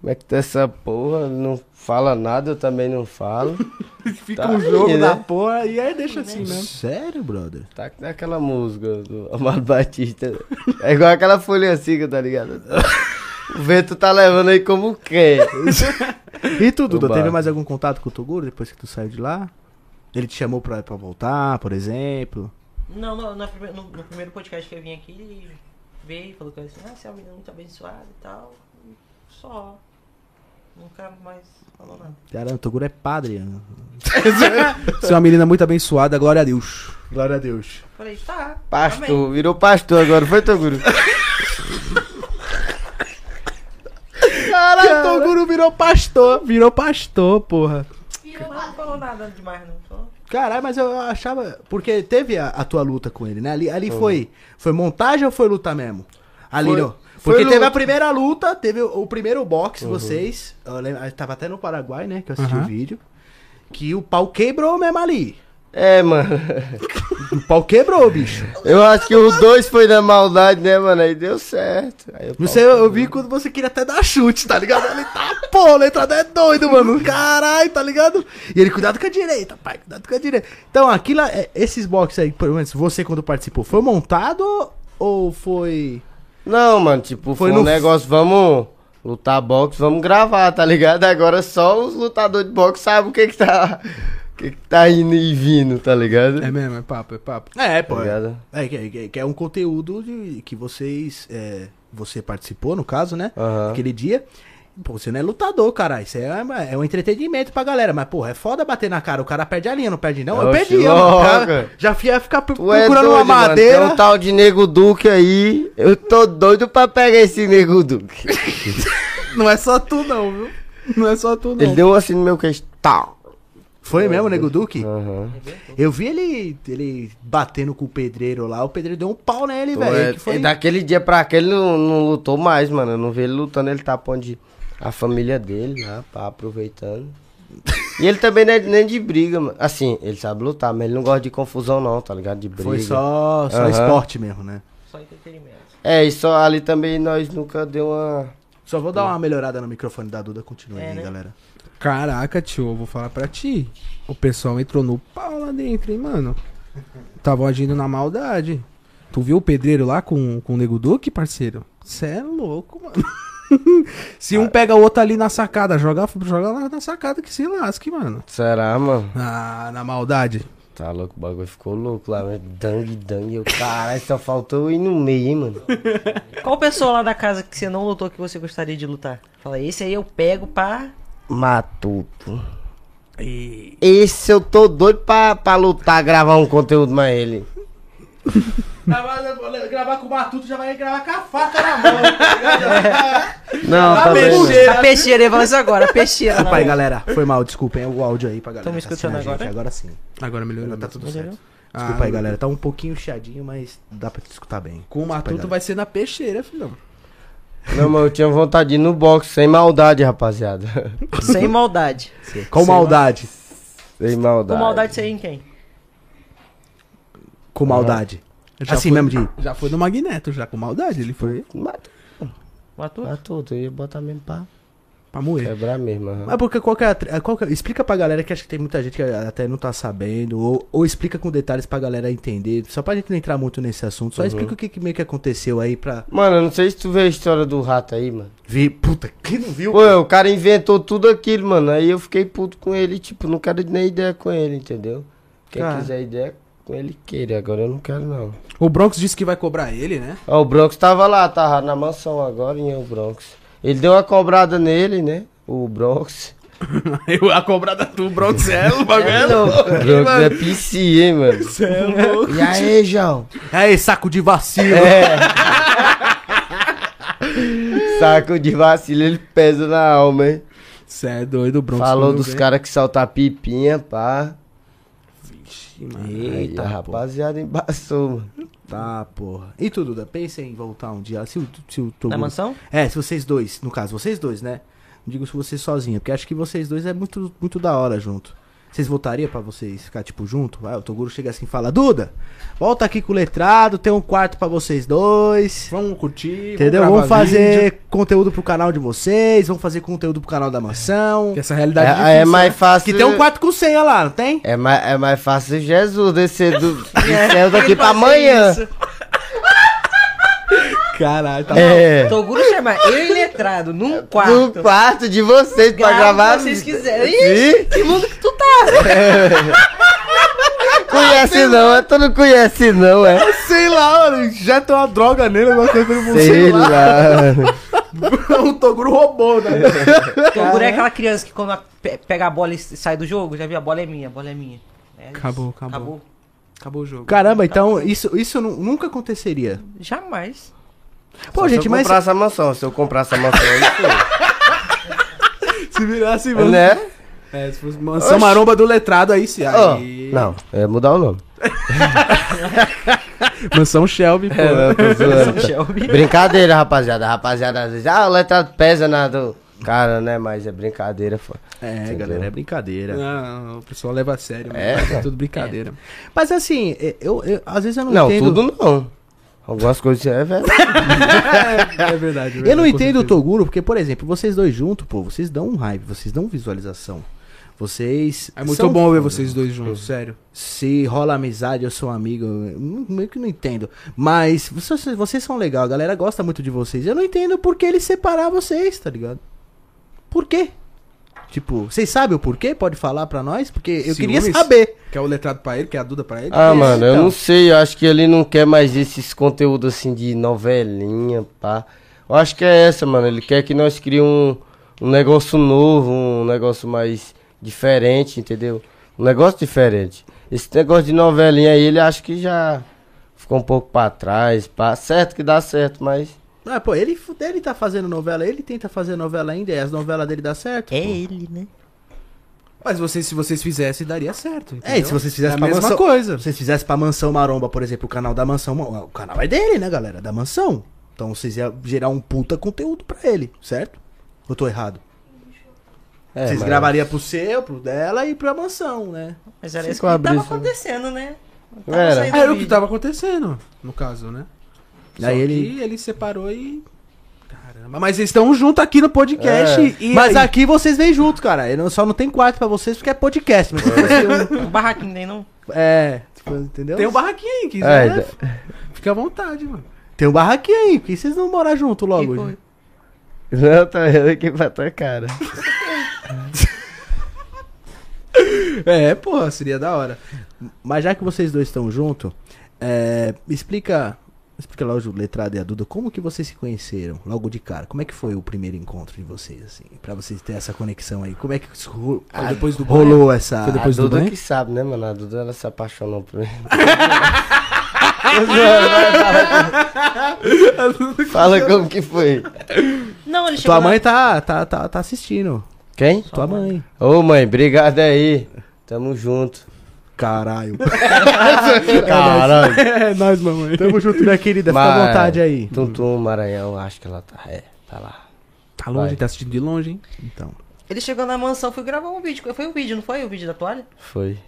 Speaker 3: Como é que tá essa porra? Ele Não fala nada, eu também não falo.
Speaker 2: Fica
Speaker 3: Tá
Speaker 2: um
Speaker 3: aí,
Speaker 2: jogo
Speaker 3: né?
Speaker 2: da porra e aí deixa assim, né?
Speaker 1: Sério, brother?
Speaker 3: Tá que nem aquela música do Amado Batista. É igual aquela folha seca, tá ligado? O vento tá levando aí como quer.
Speaker 1: E tu, Duda,
Speaker 3: Oba.
Speaker 1: teve mais algum contato com o Toguro depois que tu saiu de lá? Ele te chamou pra, pra voltar, por exemplo?
Speaker 4: Não, não, na prime- no, no primeiro podcast que eu vim aqui, ele veio e falou que eu assim, ah, você é um menino muito abençoado e tal. E Só. Nunca mais falou nada.
Speaker 1: Caramba, o Toguro é padre. né?
Speaker 2: Você é uma menina muito abençoada, glória a Deus.
Speaker 1: Glória a Deus.
Speaker 4: Falei, tá. amém.
Speaker 3: Pastor, virou pastor agora, foi, Toguro?
Speaker 1: Caralho, o Toguro virou pastor.
Speaker 2: Virou pastor, porra.
Speaker 4: E ela não falou nada demais, não. Falou.
Speaker 1: Caralho, mas eu achava. Porque teve a, a tua luta com ele, né? Ali, ali foi. Foi montagem ou foi luta mesmo? Ali
Speaker 3: Foi-
Speaker 1: não.
Speaker 3: foi
Speaker 1: Porque teve
Speaker 3: luta. Uhum.
Speaker 1: a primeira luta, teve o, o primeiro box, vocês. Eu lembro, eu tava até no Paraguai, né? Que eu assisti
Speaker 2: Aham.
Speaker 1: o vídeo. Que o pau quebrou mesmo ali.
Speaker 3: É, mano.
Speaker 1: O pau quebrou, bicho.
Speaker 3: Eu acho que o dois foi na maldade, né, mano? Aí deu certo. Aí eu
Speaker 1: Não sei, eu, eu vi quando você queria até dar chute, tá ligado? Ele tá, pô, o letrado é doido, mano. Caralho, tá ligado? E ele, cuidado com a direita, pai, cuidado com a direita. Então, aquilo, é- esses boxes aí, pelo menos você quando participou, foi montado ou foi.
Speaker 3: Não, mano, tipo,
Speaker 1: Foi
Speaker 3: foi,
Speaker 1: no
Speaker 3: um
Speaker 1: f-
Speaker 3: negócio, vamos Lutar boxe, vamos gravar, tá ligado? Agora só os lutadores de boxe sabem o que que tá... O que que tá indo e vindo, tá ligado?
Speaker 2: É mesmo, é papo, é papo.
Speaker 1: É, pô.
Speaker 3: Tá ligado?
Speaker 1: É, que, que- que é um conteúdo de- que vocês. é, você participou, no caso, né?
Speaker 3: Aham.
Speaker 1: Aquele dia. Pô, você não é lutador, caralho. Isso é, é um entretenimento pra galera. Mas, porra, é foda bater na cara. O cara perde a linha, não perde, não. Eu
Speaker 3: Oxe,
Speaker 1: perdi, eu, mano.
Speaker 3: louco.
Speaker 1: Cara, Já fui- ia ficar
Speaker 3: Tu é
Speaker 1: procurando uma
Speaker 3: doido, mano.
Speaker 1: madeira.
Speaker 3: Tem um tal de Nego Duque aí. Eu tô doido pra pegar esse Nego Duque. tá-
Speaker 2: Não é só tu, não, viu? Não é só tu, não.
Speaker 3: Ele deu assim no meu queixo. Tá.
Speaker 1: Foi mesmo, Nego Duque?
Speaker 3: Aham.
Speaker 1: Eu vi ele, ele batendo com o pedreiro lá. O pedreiro deu um pau nele,
Speaker 3: Tu
Speaker 1: velho.
Speaker 3: é-
Speaker 1: que foi-
Speaker 3: e Daquele dia pra cá ele não, não lutou mais, mano. Eu não vi ele lutando, ele tá pra onde a família dele, né? Pá, aproveitando. E ele também não é nem de briga, mano. Assim, ele sabe lutar, mas ele não gosta de confusão, não, tá ligado? De briga.
Speaker 1: Foi só, só
Speaker 3: Aham.
Speaker 1: esporte mesmo, né?
Speaker 4: Só entretenimento. assim.
Speaker 3: É, e só ali também nós nunca deu uma.
Speaker 1: Só vou dar uma melhorada no microfone da Duda. Continua
Speaker 4: É,
Speaker 1: aí,
Speaker 4: né?
Speaker 1: galera.
Speaker 2: Caraca, tio, eu vou falar pra ti. O pessoal entrou no pau lá dentro, hein, mano. Tava agindo na maldade. Tu viu o pedreiro lá com, com o Nego Duque, parceiro? Cê é louco, mano. se um pega o outro ali na sacada, joga, joga lá na sacada que se lasque, mano.
Speaker 3: Será, mano?
Speaker 2: Ah, na maldade.
Speaker 3: Tá louco, o bagulho ficou louco lá, mano. Dang, dang. Eu, caralho, só faltou eu ir no meio, hein, mano.
Speaker 4: Qual pessoa lá da casa que você não lutou que você gostaria de lutar? Fala, esse aí eu pego pra.
Speaker 3: Matuto. Esse eu tô doido pra, pra lutar, gravar um conteúdo mais ele.
Speaker 1: Gravar com o Matuto já vai gravar com a faca na mão, tá
Speaker 3: Não,
Speaker 1: Tá
Speaker 3: também não.
Speaker 1: mexendo.
Speaker 4: A peixeira, ele falou isso agora, a peixeira.
Speaker 1: Desculpa aí,
Speaker 4: não.
Speaker 1: galera. Foi mal, desculpem o áudio aí pra galera.
Speaker 4: Tão me
Speaker 1: Tá sem
Speaker 4: escutando
Speaker 1: a gente,
Speaker 4: agora?
Speaker 1: Agora sim.
Speaker 2: Agora melhorou.
Speaker 1: Agora tá
Speaker 2: mesmo.
Speaker 1: tudo
Speaker 4: Entendeu?
Speaker 1: certo. Desculpa
Speaker 2: Ah,
Speaker 1: aí, galera. Tá um pouquinho chiadinho, mas dá pra te escutar bem.
Speaker 2: Com o Matuto vai ser na peixeira, filhão.
Speaker 3: Não, mas eu tinha vontade de ir no box, sem maldade, rapaziada.
Speaker 4: Sem maldade.
Speaker 1: ser. Com maldade.
Speaker 3: Sem maldade.
Speaker 4: Com maldade seria em quem?
Speaker 1: Com maldade.
Speaker 2: Já
Speaker 1: assim
Speaker 2: foi-
Speaker 1: mesmo de.
Speaker 2: Já foi no Magneto, já com maldade. Ele foi
Speaker 3: Mata,
Speaker 4: Matuto?
Speaker 3: mata tudo, eu ia botar mesmo pra
Speaker 2: pra moer.
Speaker 3: quebrar mesmo. aham.
Speaker 1: Mas porque qual que é a tra- qual que é- Explica pra galera que acho que tem muita gente que até não tá sabendo. Ou, ou explica com detalhes pra galera entender. Só pra gente não entrar muito nesse assunto. Só explica o que, que meio que aconteceu aí pra.
Speaker 3: Mano, eu não sei se tu vê a história do rato aí, mano.
Speaker 1: Ver. Puta, quem não viu?
Speaker 3: Pô, o cara inventou tudo aquilo, mano. Aí eu fiquei puto com ele, tipo, não quero nem ideia com ele, entendeu? Quem
Speaker 1: Cara.
Speaker 3: quiser ideia com ele, queira. Agora eu não quero, não.
Speaker 2: O Bronx disse que vai cobrar ele, né?
Speaker 3: Ó, o Bronx tava lá, tava na mansão agora em El Bronx. Ele deu uma cobrada nele, né? O Bronx.
Speaker 2: Eu, a cobrada do Bronx é o bagulho é
Speaker 3: O Bronx é PC, hein, mano? E aí, João?
Speaker 2: É
Speaker 1: Aí, saco de vacilo.
Speaker 3: É. Saco de vacilo, ele pesa na alma, hein?
Speaker 2: Cê é doido, o Bronx.
Speaker 3: Falou
Speaker 2: quando
Speaker 3: dos
Speaker 2: vem-
Speaker 3: caras que saltam pipinha, pá.
Speaker 2: Vixe, mano.
Speaker 3: Eita,
Speaker 1: Eita,
Speaker 3: aí, a
Speaker 1: pô.
Speaker 3: rapaziada embaçou, mano.
Speaker 1: Tá, porra. E tu, Duda, pensa em voltar um dia. Se o, se o Toguro-
Speaker 4: Na mansão?
Speaker 1: É, se vocês dois, no caso, vocês dois, né? Não digo se você sozinha, porque acho que vocês dois é muito, muito da hora junto. Vocês voltariam pra vocês ficar, tipo, junto? Ah, o Toguro chega assim e fala, Duda, volta aqui com o letrado, tem um quarto pra vocês dois.
Speaker 2: Vamos curtir.
Speaker 1: Entendeu?
Speaker 2: gravar
Speaker 1: Vamos
Speaker 2: vídeo.
Speaker 1: fazer conteúdo pro canal de vocês, vamos fazer conteúdo pro canal da mansão.
Speaker 2: Que Essa realidade
Speaker 3: É, é
Speaker 2: difícil,
Speaker 3: mais
Speaker 2: né?
Speaker 3: fácil.
Speaker 1: Que tem um quarto com senha lá, não tem?
Speaker 3: É mais, é mais fácil Jesus descer do, do céu daqui pra amanhã.
Speaker 1: Caralho, tá
Speaker 3: É.
Speaker 4: Toguro chama eu e letrado num
Speaker 3: No
Speaker 4: quarto.
Speaker 3: quarto de vocês pra
Speaker 4: Grava
Speaker 3: gravar.
Speaker 4: se vocês quiserem.
Speaker 3: Ih,
Speaker 4: Que mundo que tu tá?
Speaker 3: Conhece não, é? tu não conhece não, é?
Speaker 1: Sei lá, mano, já tem uma droga nele, alguma coisa
Speaker 2: um
Speaker 1: no
Speaker 3: Sei lá.
Speaker 1: o Toguro roubou, né?
Speaker 4: Toguro é aquela criança que quando a- pe- pega a bola e sai do jogo, já viu? A bola é minha, a bola é minha. É isso.
Speaker 2: Acabou, acabou. Acabou o jogo.
Speaker 1: Caramba, então isso, isso nu- nunca aconteceria.
Speaker 4: Jamais.
Speaker 1: Pô,
Speaker 3: Só se
Speaker 1: gente,
Speaker 3: eu
Speaker 1: mas.
Speaker 3: comprar essa mansão, se eu comprar essa mansão, eu
Speaker 2: Se virasse,
Speaker 3: não sei.
Speaker 2: mano.
Speaker 3: né?
Speaker 2: É, se fosse mansão
Speaker 3: Oxi.
Speaker 2: maromba do letrado aí, se.
Speaker 3: Ó,
Speaker 2: Aí.
Speaker 3: não, é mudar o nome.
Speaker 2: Mansão Shelby, pô.
Speaker 3: É, não, tô zoando,
Speaker 1: um
Speaker 3: tá?
Speaker 4: Shelby.
Speaker 3: Brincadeira, rapaziada. Rapaziada, às vezes, ah, o letrado pesa na do. Cara, né? Mas é brincadeira, pô.
Speaker 1: É,
Speaker 3: Entendeu?
Speaker 1: galera, é brincadeira.
Speaker 2: Não, não, o pessoal leva a sério. mano.
Speaker 3: É,
Speaker 2: É tudo brincadeira.
Speaker 1: Mas assim, é, eu, eu- às vezes eu não,
Speaker 3: Não,
Speaker 1: entendo.
Speaker 3: tudo não. Algumas coisas é velho.
Speaker 2: É, é verdade.
Speaker 1: Eu não
Speaker 2: com
Speaker 1: entendo o
Speaker 2: certeza.
Speaker 1: Toguro, porque, por exemplo, vocês dois juntos, pô, vocês dão um hype, vocês dão visualização. Vocês.
Speaker 2: É muito
Speaker 1: são-
Speaker 2: bom ver vocês dois juntos, sério.
Speaker 1: Se rola amizade, eu sou um amigo. eu Meio que não entendo. Mas vocês, vocês são legal, a galera gosta muito de vocês. Eu não entendo por que eles separar vocês, tá ligado? Por quê? Tipo, vocês sabem o porquê? Pode falar pra nós? Porque eu queria
Speaker 2: Ciúmes?
Speaker 1: saber.
Speaker 2: Quer o letrado pra ele, quer a Duda pra ele?
Speaker 3: Ah,
Speaker 1: Isso,
Speaker 3: mano, eu
Speaker 1: então.
Speaker 3: não sei. Eu acho que ele não quer mais esses conteúdos assim de novelinha, pá. Eu acho que é essa, mano. Ele quer que nós criemos um, um negócio novo, um negócio mais diferente, entendeu? Um negócio diferente. Esse negócio de novelinha aí, ele acha que já ficou um pouco pra trás, pá. Certo que dá certo, mas.
Speaker 1: Ah, pô, ele, fu- ele tá fazendo novela, ele tenta fazer novela ainda, e as novelas dele dá certo? É, pô.
Speaker 4: ele, né?
Speaker 2: Mas vocês, se vocês fizessem, daria certo. Entendeu?
Speaker 1: É, e se vocês fizessem
Speaker 2: é a
Speaker 1: pra
Speaker 2: mesma
Speaker 1: mansão-
Speaker 2: coisa.
Speaker 1: Se vocês fizessem pra Mansão Maromba, por exemplo, o canal da Mansão. Ma- O canal é dele, né, galera? Da Mansão. Então vocês iam gerar um puta conteúdo pra ele, certo? Eu tô errado.
Speaker 3: É,
Speaker 1: vocês
Speaker 3: mas-
Speaker 1: gravariam pro seu, pro dela e pra Mansão, né?
Speaker 4: Mas era
Speaker 3: Sim,
Speaker 4: isso
Speaker 3: com
Speaker 4: que
Speaker 3: a
Speaker 4: tava
Speaker 3: brisa, né?
Speaker 4: acontecendo, né? Não
Speaker 3: Era.
Speaker 4: saindo
Speaker 2: Era o que
Speaker 4: vídeo.
Speaker 2: tava acontecendo, no caso, né? Só
Speaker 1: Aí
Speaker 2: que
Speaker 1: ele-
Speaker 2: ele separou e. Caramba, mas eles estão juntos aqui no podcast.
Speaker 3: É.
Speaker 2: E
Speaker 1: Mas
Speaker 2: aí?
Speaker 1: aqui vocês vêm juntos, cara. Eu não- só não tem quarto pra vocês porque é podcast. Mas se fosse
Speaker 4: Um barraquinho daí não.
Speaker 1: um- é, tipo, entendeu?
Speaker 2: tem um barraquinho aí, quem
Speaker 3: É,
Speaker 2: quiser. Fica à vontade, mano.
Speaker 1: Tem um barraquinho aí. Por que vocês não morar junto logo?
Speaker 4: Ficou-
Speaker 1: gente?
Speaker 3: Não, tá vendo aqui pra tua cara.
Speaker 2: É, porra, seria da hora.
Speaker 1: Mas já que vocês dois estão juntos, é, explica, explica lá o Letrado e a Duda, como que vocês se conheceram logo de cara? Como é que foi o primeiro encontro de vocês, assim? Pra vocês terem essa conexão aí. Como é que isso ro-
Speaker 2: Ah, Foi depois do
Speaker 1: rolou essa...
Speaker 2: Foi
Speaker 3: Depois
Speaker 2: Depois
Speaker 3: a
Speaker 2: do
Speaker 3: Ah, Duda
Speaker 2: banho?
Speaker 3: que sabe, né, mano? A Duda ela se apaixonou por mim. Tô zoando, vai, fala. Fala como que foi.
Speaker 4: Não, ele chegou.
Speaker 1: Tua
Speaker 4: na-
Speaker 1: mãe tá, tá, tá, tá assistindo.
Speaker 3: Quem?
Speaker 1: Tua mãe.
Speaker 3: Ô mãe, obrigado aí. Tamo junto.
Speaker 1: Caralho.
Speaker 3: Caralho.
Speaker 2: É, nós, mamãe.
Speaker 1: Tamo junto, minha querida. Fica à
Speaker 3: Mas-
Speaker 1: vontade aí.
Speaker 3: Tuntum, Maranhão, acho que ela tá. É, tá lá.
Speaker 2: Tá longe,
Speaker 3: Vai.
Speaker 2: tá assistindo de longe, hein?
Speaker 1: Então,
Speaker 4: Ele chegou na mansão, fui gravar um vídeo. Foi o vídeo, não foi? O vídeo da toalha?
Speaker 3: Foi.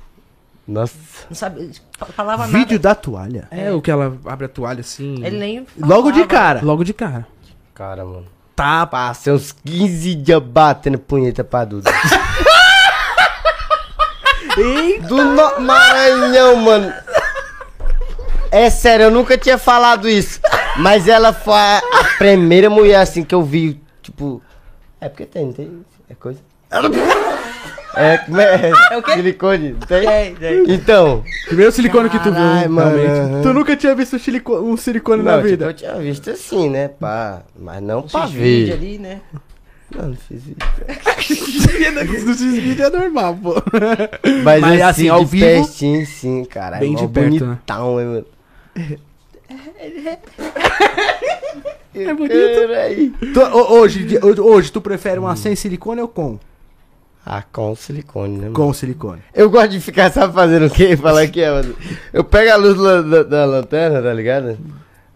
Speaker 3: Nossa.
Speaker 4: Não sabe. fa- Falava
Speaker 1: vídeo
Speaker 4: nada.
Speaker 1: da toalha.
Speaker 2: É, o que ela abre a toalha assim.
Speaker 4: Ele nem. Falava.
Speaker 1: Logo de cara.
Speaker 2: Logo de cara.
Speaker 3: Cara, mano.
Speaker 1: Tá,
Speaker 3: Passei uns 15 dias batendo punheta pra Duda. Do no... Maranhão, mano. É sério, eu nunca tinha falado isso. Mas ela foi a a primeira mulher assim que eu vi, tipo. É porque tem, não tem. É coisa. É, como é?
Speaker 4: É o quê?
Speaker 3: Silicone, não tem?
Speaker 4: É, é.
Speaker 3: Então.
Speaker 2: Primeiro silicone que tu
Speaker 3: Caralho,
Speaker 2: viu,
Speaker 3: mano.
Speaker 2: realmente.
Speaker 1: Tu nunca tinha visto silico- um silicone
Speaker 3: Não,
Speaker 1: na
Speaker 3: tipo,
Speaker 1: vida?
Speaker 3: eu tinha visto assim, né? Pá, mas não pra
Speaker 4: Esses vídeos
Speaker 3: ver.
Speaker 4: ali, né?
Speaker 3: Não, não fiz isso.
Speaker 1: No vídeo é normal, pô.
Speaker 3: Mas,
Speaker 2: Mas, assim,
Speaker 3: assim,
Speaker 2: ao
Speaker 3: ao
Speaker 2: vivo-
Speaker 3: Pertinho, sim, cara.
Speaker 2: Bem
Speaker 3: é mó
Speaker 2: de perto, né?
Speaker 3: bonitão, né? mano?
Speaker 2: É bonito.
Speaker 3: Peraí.
Speaker 1: Tu- ho- hoje, de- hoje, hoje, tu prefere uma sem silicone ou com?
Speaker 3: Ah, com silicone, né? mano?
Speaker 1: Com silicone.
Speaker 3: Eu gosto de ficar, sabe, fazendo o quê? Falar que é, mano. Eu pego a luz da, da- da lanterna, tá ligado?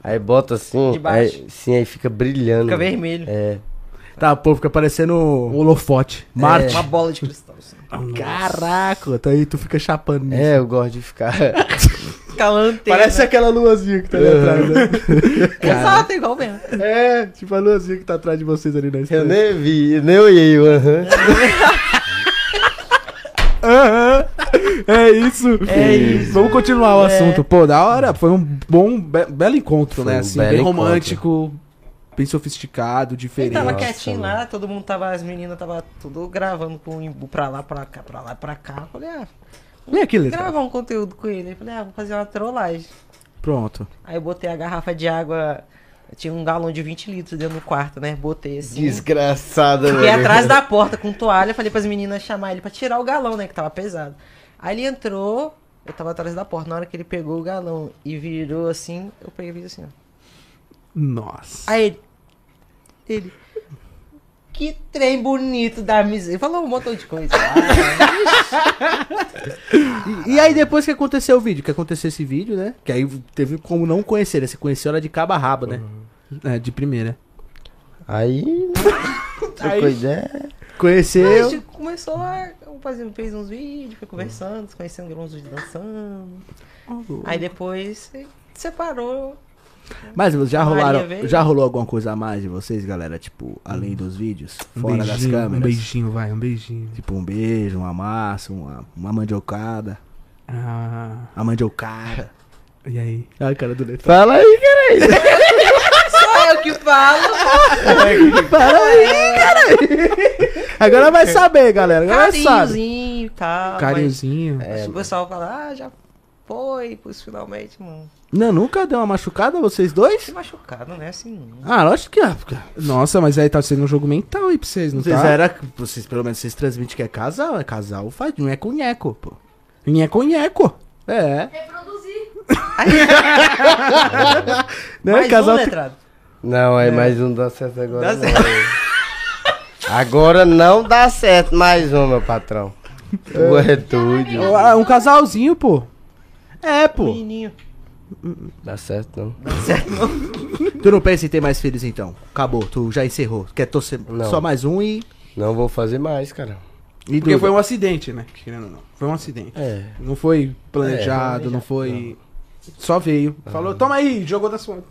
Speaker 3: Aí bota assim.
Speaker 4: De baixo.
Speaker 3: Aí, sim, aí fica brilhando.
Speaker 4: Fica vermelho.
Speaker 3: É.
Speaker 1: Tá, pô, fica
Speaker 2: O
Speaker 1: parecendo um
Speaker 2: holofote.
Speaker 1: Marte.
Speaker 4: Uma bola de cristal. assim.
Speaker 1: É. Caraca, tá aí tu fica chapando nisso.
Speaker 3: É, eu gosto de ficar.
Speaker 4: Fica lanterna.
Speaker 1: É. Parece aquela luazinha que tá ali atrás, né?
Speaker 4: Exato, igual mesmo.
Speaker 1: É, tipo a luazinha que tá atrás de vocês ali na
Speaker 3: eu
Speaker 1: estante.
Speaker 3: nem vi, eu nem olhei, aham.
Speaker 2: Aham. É isso.
Speaker 4: É isso.
Speaker 2: Vamos continuar o
Speaker 4: É.
Speaker 2: assunto. Pô, da hora. Foi um bom, be- belo encontro,
Speaker 3: Foi
Speaker 2: né?
Speaker 3: um
Speaker 2: Assim,
Speaker 3: belo
Speaker 2: bem
Speaker 3: encontro.
Speaker 2: romântico, bem sofisticado,
Speaker 4: Ele
Speaker 2: diferente.
Speaker 4: tava
Speaker 3: Nossa,
Speaker 4: quietinho
Speaker 3: mano.
Speaker 4: lá, todo mundo tava, as meninas tava tudo gravando com o Imbu pra lá, pra cá, pra lá, pra cá. Eu falei, ah,
Speaker 2: Vem aqui, Letra.
Speaker 4: gravar um conteúdo com ele. Eu falei, ah, vou fazer uma trollagem.
Speaker 1: Pronto.
Speaker 4: Aí eu botei a garrafa de água, eu tinha um galão de 20 litros dentro do quarto, né? Botei assim.
Speaker 3: Desgraçada,
Speaker 4: Fiquei
Speaker 3: mano.
Speaker 4: atrás da porta com toalha, falei pras meninas chamar ele pra tirar o galão, né? Que tava pesado. Aí ele entrou, eu tava atrás da porta. Na hora que ele pegou o galão e virou assim, eu peguei e fiz assim, ó.
Speaker 2: Nossa.
Speaker 4: Aí ele. Ele. Que trem bonito da miséria. Ele falou um montão de coisa.
Speaker 1: E, e aí depois que aconteceu o vídeo, que aconteceu esse vídeo, né? Que aí teve como não conhecer, né? Você conheceu ela de cabo a rabo, né?
Speaker 2: É, de primeira.
Speaker 3: Aí. né? Trocou ideia.
Speaker 4: Aí a
Speaker 1: Conheceu.
Speaker 4: gente começou a fazer, fez uns vídeos, foi conversando, se conhecendo uns dançando. Aí depois se separou.
Speaker 1: Mas já
Speaker 4: Maria
Speaker 1: rolaram,
Speaker 4: veio.
Speaker 1: já rolou alguma coisa a mais de vocês, galera? Tipo, além dos vídeos,
Speaker 2: Um
Speaker 1: fora
Speaker 2: beijinho,
Speaker 1: das câmeras.
Speaker 2: Um beijinho, vai, um beijinho.
Speaker 1: Tipo, um beijo, uma massa, uma, uma mandiocada.
Speaker 2: Ah,
Speaker 1: A mandiocada.
Speaker 2: e aí?
Speaker 1: Ai, cara do letra.
Speaker 3: Fala aí, caralho.
Speaker 4: Só eu que falo.
Speaker 1: Para aí, cara. Agora vai saber, galera. Agora sabe.
Speaker 4: um Carinhozinho e tal. Carinhozinho.
Speaker 2: Carinhozinho.
Speaker 1: é,
Speaker 4: o pessoal fala, ah, já foi, pois finalmente, mano.
Speaker 1: Não, nunca deu uma machucada vocês dois?
Speaker 4: Se machucado, né? Assim, não.
Speaker 1: Ah, lógico que. ah,
Speaker 2: é, Nossa, mas aí tá sendo um jogo mental aí pra vocês, não
Speaker 1: Vocês
Speaker 2: tá?
Speaker 1: era, vocês pelo menos vocês transmitem que é casal, é casal, faz, não é cunheco, pô.
Speaker 2: Nheco, nheco.
Speaker 1: É.
Speaker 5: Reproduzir.
Speaker 1: Não,
Speaker 4: Mais
Speaker 1: Né? É, casal
Speaker 4: um
Speaker 1: tem-
Speaker 4: letrado.
Speaker 3: Não, aí mais um dá certo agora. não. Agora não dá certo mais um, meu patrão. É. Tudo.
Speaker 2: Ah, um casalzinho, pô.
Speaker 1: É, pô.
Speaker 4: Menininho.
Speaker 3: Dá certo não.
Speaker 1: Tu não pensa em ter mais filhos então? Acabou, tu já encerrou. Quer torcer
Speaker 3: Não.
Speaker 1: só mais um e.
Speaker 3: Não vou fazer mais, cara.
Speaker 1: e
Speaker 2: Porque
Speaker 1: Duda?
Speaker 2: foi um acidente, né? Querendo ou não. Foi um acidente.
Speaker 3: É.
Speaker 2: Não foi planejado, não É. foi. Só veio. Falou, toma aí, jogou da sua.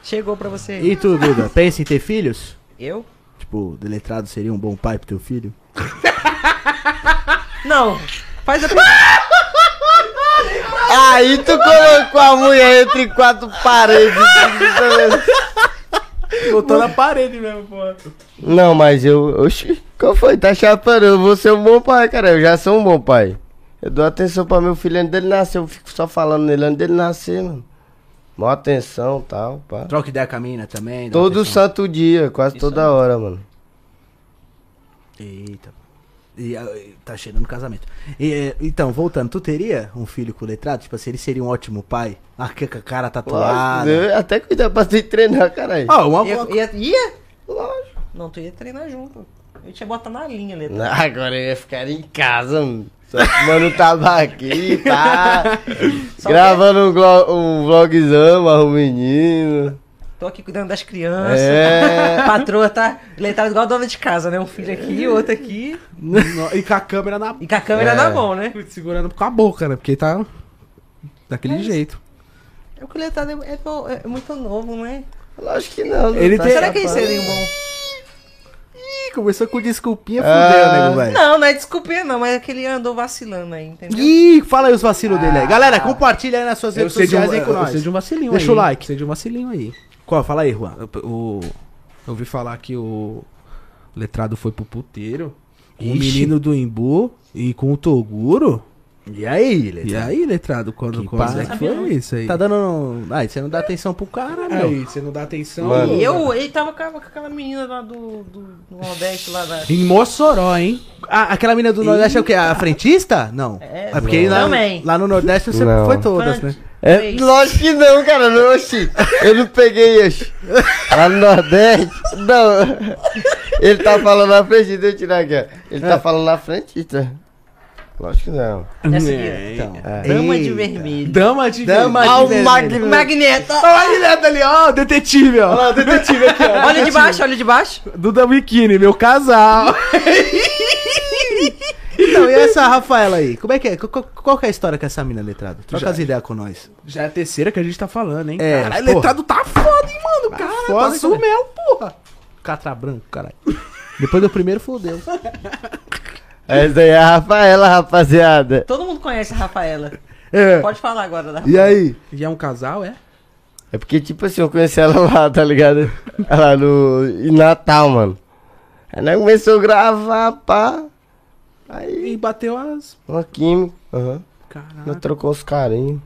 Speaker 4: Chegou pra você.
Speaker 1: E tu, Duda? Pensa em ter filhos?
Speaker 4: Eu?
Speaker 1: Tipo, deletrado seria um bom pai pro teu filho?
Speaker 4: Não. Faz a pergunta.
Speaker 3: Aí tu colocou a mulher entre quatro paredes.
Speaker 2: Botou na parede mesmo, pô.
Speaker 3: Não, mas eu. Oxi, qual foi? Tá chaparando. Eu vou ser um bom pai, cara. Eu já sou um bom pai. Eu dou atenção pra meu filho antes dele nascer. Eu fico só falando nele antes dele nascer, mano. Mó atenção tal, pá.
Speaker 1: Troca ideia com a mina também. dá uma
Speaker 3: Todo
Speaker 1: atenção.
Speaker 3: santo dia, quase toda hora, mano.
Speaker 1: Eita. E, ah, e tá cheirando casamento. E, eh, então, voltando, tu teria um filho com letrado? Tipo assim, ele seria um ótimo pai? Ah, que- com a cara tatuada.
Speaker 2: né?
Speaker 3: Eu Né? até cuidar pra te treinar, caralho.
Speaker 2: Ah,
Speaker 1: Ó, uma,
Speaker 2: é-
Speaker 1: uma,
Speaker 4: Eu, ia, ia?
Speaker 3: Lógico.
Speaker 4: Não, tu ia treinar junto. Eu tinha botado na linha, letra.
Speaker 3: Não, agora eu ia ficar em casa, mano. Só fumando tabaquinho, pá.
Speaker 4: Só
Speaker 3: Gravando um, glo- um vlogzão, mas o menino.
Speaker 4: Tô aqui cuidando das crianças.
Speaker 3: É.
Speaker 4: Patroa tá leitada igual a dona de casa, né? Um filho aqui, outro aqui.
Speaker 2: No- e com a câmera na.
Speaker 4: E com a câmera
Speaker 3: É.
Speaker 4: na mão, né?
Speaker 2: Segurando com a boca, né? Porque tá. Daquele jeito.
Speaker 4: É porque o letrado é, é bo- é muito novo, né?
Speaker 3: Lógico que não. não
Speaker 2: Ele
Speaker 3: tá
Speaker 2: tem-
Speaker 4: Será que ele
Speaker 3: chapado.
Speaker 4: seria um bom?
Speaker 1: Ih, começou com desculpinha,
Speaker 3: Ah.
Speaker 1: fudeu, nego, velho.
Speaker 4: Não, não é desculpinha, não, mas é que ele andou vacilando aí, entendeu?
Speaker 1: Ih, fala aí os vacilos dele aí. Galera, compartilha aí nas suas redes sociais aí com
Speaker 2: Ah. eu
Speaker 1: nós.
Speaker 2: sei de um vacilinho
Speaker 1: Deixa
Speaker 2: aí.
Speaker 1: o like.
Speaker 2: Sei de um vacilinho aí.
Speaker 1: Qual? Fala aí, Juan.
Speaker 2: O, eu ouvi falar que o letrado foi pro puteiro. com O
Speaker 1: Ixi.
Speaker 2: menino do Imbu e com o Toguro.
Speaker 1: E aí,
Speaker 2: E
Speaker 1: letrado?
Speaker 2: aí, letrado, quando,
Speaker 1: Que
Speaker 2: quando
Speaker 1: pá-
Speaker 2: é que foi isso aí?
Speaker 1: Tá dando. um- Ai, você não dá atenção pro cara, meu.
Speaker 2: Aí, você não dá atenção.
Speaker 3: Mano.
Speaker 4: E eu, ele tava com a- com aquela menina lá do, do, do Nordeste lá da.
Speaker 2: Em Mossoró, hein?
Speaker 1: Ah, aquela mina do Nordeste é o quê? A frentista? Não.
Speaker 4: É,
Speaker 1: porque aí lá,
Speaker 4: também.
Speaker 1: lá no Nordeste você
Speaker 3: Não.
Speaker 1: foi todas, né?
Speaker 3: É, lógico que não, cara. Não, oxi. Eu não peguei esse. Lá no Nordeste. Não. Ele tá falando na frente, deixa eu tirar aqui. ó. Ele tá falando na frente, tá? Lógico que não.
Speaker 4: Essa aqui,
Speaker 2: É,
Speaker 1: Então.
Speaker 3: É.
Speaker 4: Dama de
Speaker 1: Eita.
Speaker 4: vermelho.
Speaker 2: Dama de
Speaker 1: Dama
Speaker 3: Ah, o
Speaker 1: de
Speaker 3: Magno.
Speaker 4: Magneto.
Speaker 2: Olha ali, ó, o detetive, ó. Olha lá, o detetive aqui, ó.
Speaker 4: Olha de baixo, olha de baixo.
Speaker 2: Do da biquíni, meu casal.
Speaker 1: Então, e essa Rafaela aí? Como é que é? Qu- qu- Qual, que é a história com essa mina, letrado? Troca
Speaker 2: Já.
Speaker 1: as ideias com nós.
Speaker 2: Já é a terceira que a gente tá falando, hein?
Speaker 1: É,
Speaker 2: Caralho,
Speaker 1: porra.
Speaker 2: letrado tá foda, né? hein, mano? Cara,
Speaker 1: foda,
Speaker 2: passou
Speaker 1: cara.
Speaker 2: mel, porra.
Speaker 1: Catra branco, caralho. Depois do primeiro, fodeu.
Speaker 3: Essa daí é a Rafaela, rapaziada.
Speaker 4: Todo mundo conhece a Rafaela.
Speaker 1: É.
Speaker 4: Pode falar agora da Rafaela.
Speaker 1: E aí?
Speaker 2: E é um casal, é?
Speaker 3: É porque, tipo assim, eu conheci ela lá, tá ligado? Lá no. Em Natal, mano. Aí nós começou a gravar, pá. Aí.
Speaker 2: E bateu as.
Speaker 3: Uma química. Aham. Nós
Speaker 2: Caralho.
Speaker 3: trocou os carinhos.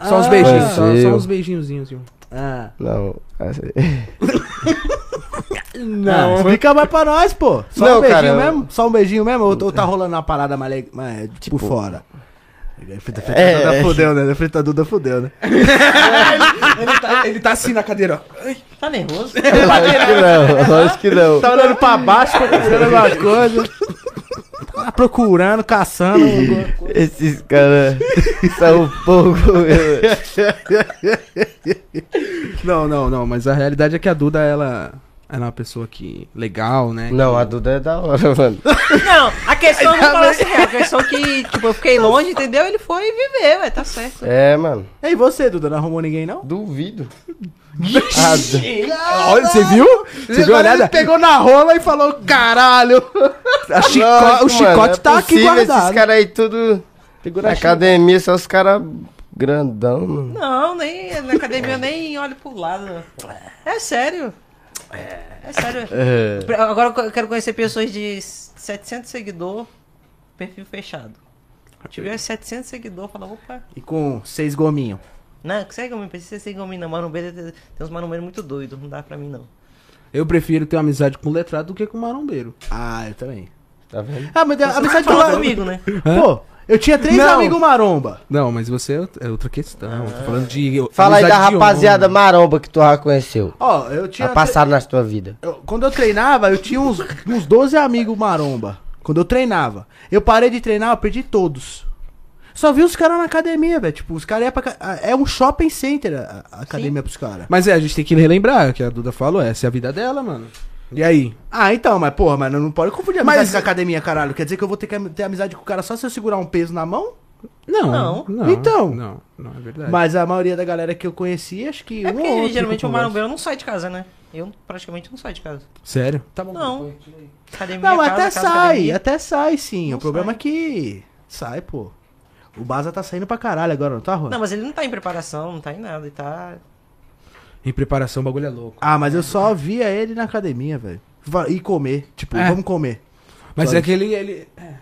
Speaker 2: Só uns beijinhos, só,
Speaker 3: Conheceu.
Speaker 2: só uns beijinhozinhos, viu?
Speaker 1: Ah.
Speaker 3: Não. essa-
Speaker 1: Não, Ah, explica mais pra nós, pô. Só
Speaker 3: Não,
Speaker 1: um beijinho
Speaker 3: cara, eu-
Speaker 1: mesmo? Só um beijinho mesmo? Ou, ou tá rolando uma parada mais, le- mais tipo, fora? Frita, frita
Speaker 3: É.
Speaker 1: Duda fudeu, né? Frita Duda fudeu, né?
Speaker 2: Ele tá, ele tá assim na cadeira, ó.
Speaker 4: Tá nervoso?
Speaker 3: Lógico que não, lógico que não.
Speaker 1: Tá olhando pra baixo, procurando alguma coisa. Tá procurando, caçando. alguma coisa.
Speaker 3: Esses caras são um pouco.
Speaker 2: Não, não, não, mas a realidade é que a Duda, ela. Ela é uma pessoa que legal, né?
Speaker 3: Não,
Speaker 2: que...
Speaker 3: a Duda é da hora, mano.
Speaker 4: Não, a questão não falou assim, a questão que, tipo, eu fiquei longe, entendeu? Ele foi viver, ué, tá certo.
Speaker 3: É, mano.
Speaker 1: E você, Duda, não arrumou ninguém, não?
Speaker 3: Duvido. A Du-
Speaker 2: Olha, você viu? Você viu a
Speaker 3: Agora ele
Speaker 2: olhada?
Speaker 3: pegou na rola e falou, caralho.
Speaker 2: A chico-
Speaker 3: Lógico,
Speaker 2: o chicote
Speaker 3: mano, é
Speaker 2: tá aqui
Speaker 3: possível,
Speaker 2: guardado.
Speaker 3: Esses caras aí tudo... Na academia, só os caras grandão, mano.
Speaker 4: Não, nem na academia eu nem olho pro lado. É sério. É sério. Pra- Agora eu quero conhecer pessoas de 700 seguidor, perfil fechado. Tiver 700 seguidor, fala, opa.
Speaker 1: E com seis gominhos.
Speaker 4: Não, consegue me precisa ser gominho, não. Mano, B, tem tem uns maromeiros muito doidos, não dá pra mim não.
Speaker 2: Eu prefiro ter uma amizade com letrado do que com marombeiro.
Speaker 1: Ah, eu também.
Speaker 3: Tá vendo?
Speaker 1: Ah, mas a amizade do
Speaker 4: Fala
Speaker 1: lado.
Speaker 4: comigo, né?
Speaker 1: Pô, eu tinha três
Speaker 2: Não.
Speaker 1: amigos maromba.
Speaker 2: Não, mas você é out- é outra questão. Tô falando de.
Speaker 3: Fala aí da
Speaker 2: amizade de
Speaker 3: rapaziada
Speaker 2: homem.
Speaker 3: maromba que tu já conheceu.
Speaker 1: Ó, eu tinha.
Speaker 3: Já passaram na tua vida.
Speaker 1: eu- quando eu treinava, eu tinha uns, uns 12 amigos maromba. Quando eu treinava. Eu parei de treinar, eu perdi todos. Só vi os caras na academia, velho. Tipo, os caras é pra. ca- É um shopping center a, a academia pros caras.
Speaker 2: Mas é, a gente tem que relembrar que a Duda falou, essa é a vida dela, mano. E é- aí?
Speaker 1: Ah, então, mas porra, mas não pode confundir amizade
Speaker 2: Mas-
Speaker 1: com academia, caralho. Quer dizer que eu vou ter que am- ter amizade com o cara só se eu segurar um peso na mão?
Speaker 2: Não.
Speaker 4: Não.
Speaker 1: Então.
Speaker 2: Não, não é verdade.
Speaker 1: Mas a maioria da galera que eu conheci, acho que
Speaker 4: É
Speaker 1: um ou outro
Speaker 4: porque
Speaker 1: que
Speaker 4: geralmente
Speaker 1: eu
Speaker 4: o
Speaker 1: converso.
Speaker 4: marombeiro não sai de casa, né? Eu praticamente não saio de casa.
Speaker 2: Sério? Tá bom.
Speaker 4: Não. Academia,
Speaker 1: Não,
Speaker 4: casa,
Speaker 1: até
Speaker 4: casa,
Speaker 1: sai, é
Speaker 4: academia.
Speaker 1: até sai sim.
Speaker 4: Não
Speaker 1: o problema
Speaker 4: sai.
Speaker 1: é que sai, pô. O Baza tá saindo pra caralho agora, não tá, Juan?
Speaker 4: Não, mas ele não tá em preparação, não tá em nada, ele tá.
Speaker 2: Em preparação, o bagulho é louco.
Speaker 1: Ah, mas eu só via ele na academia, velho. Va- E comer, tipo,
Speaker 2: É.
Speaker 1: vamos comer.
Speaker 2: Mas
Speaker 1: Claro.
Speaker 2: é que ele. ele- é.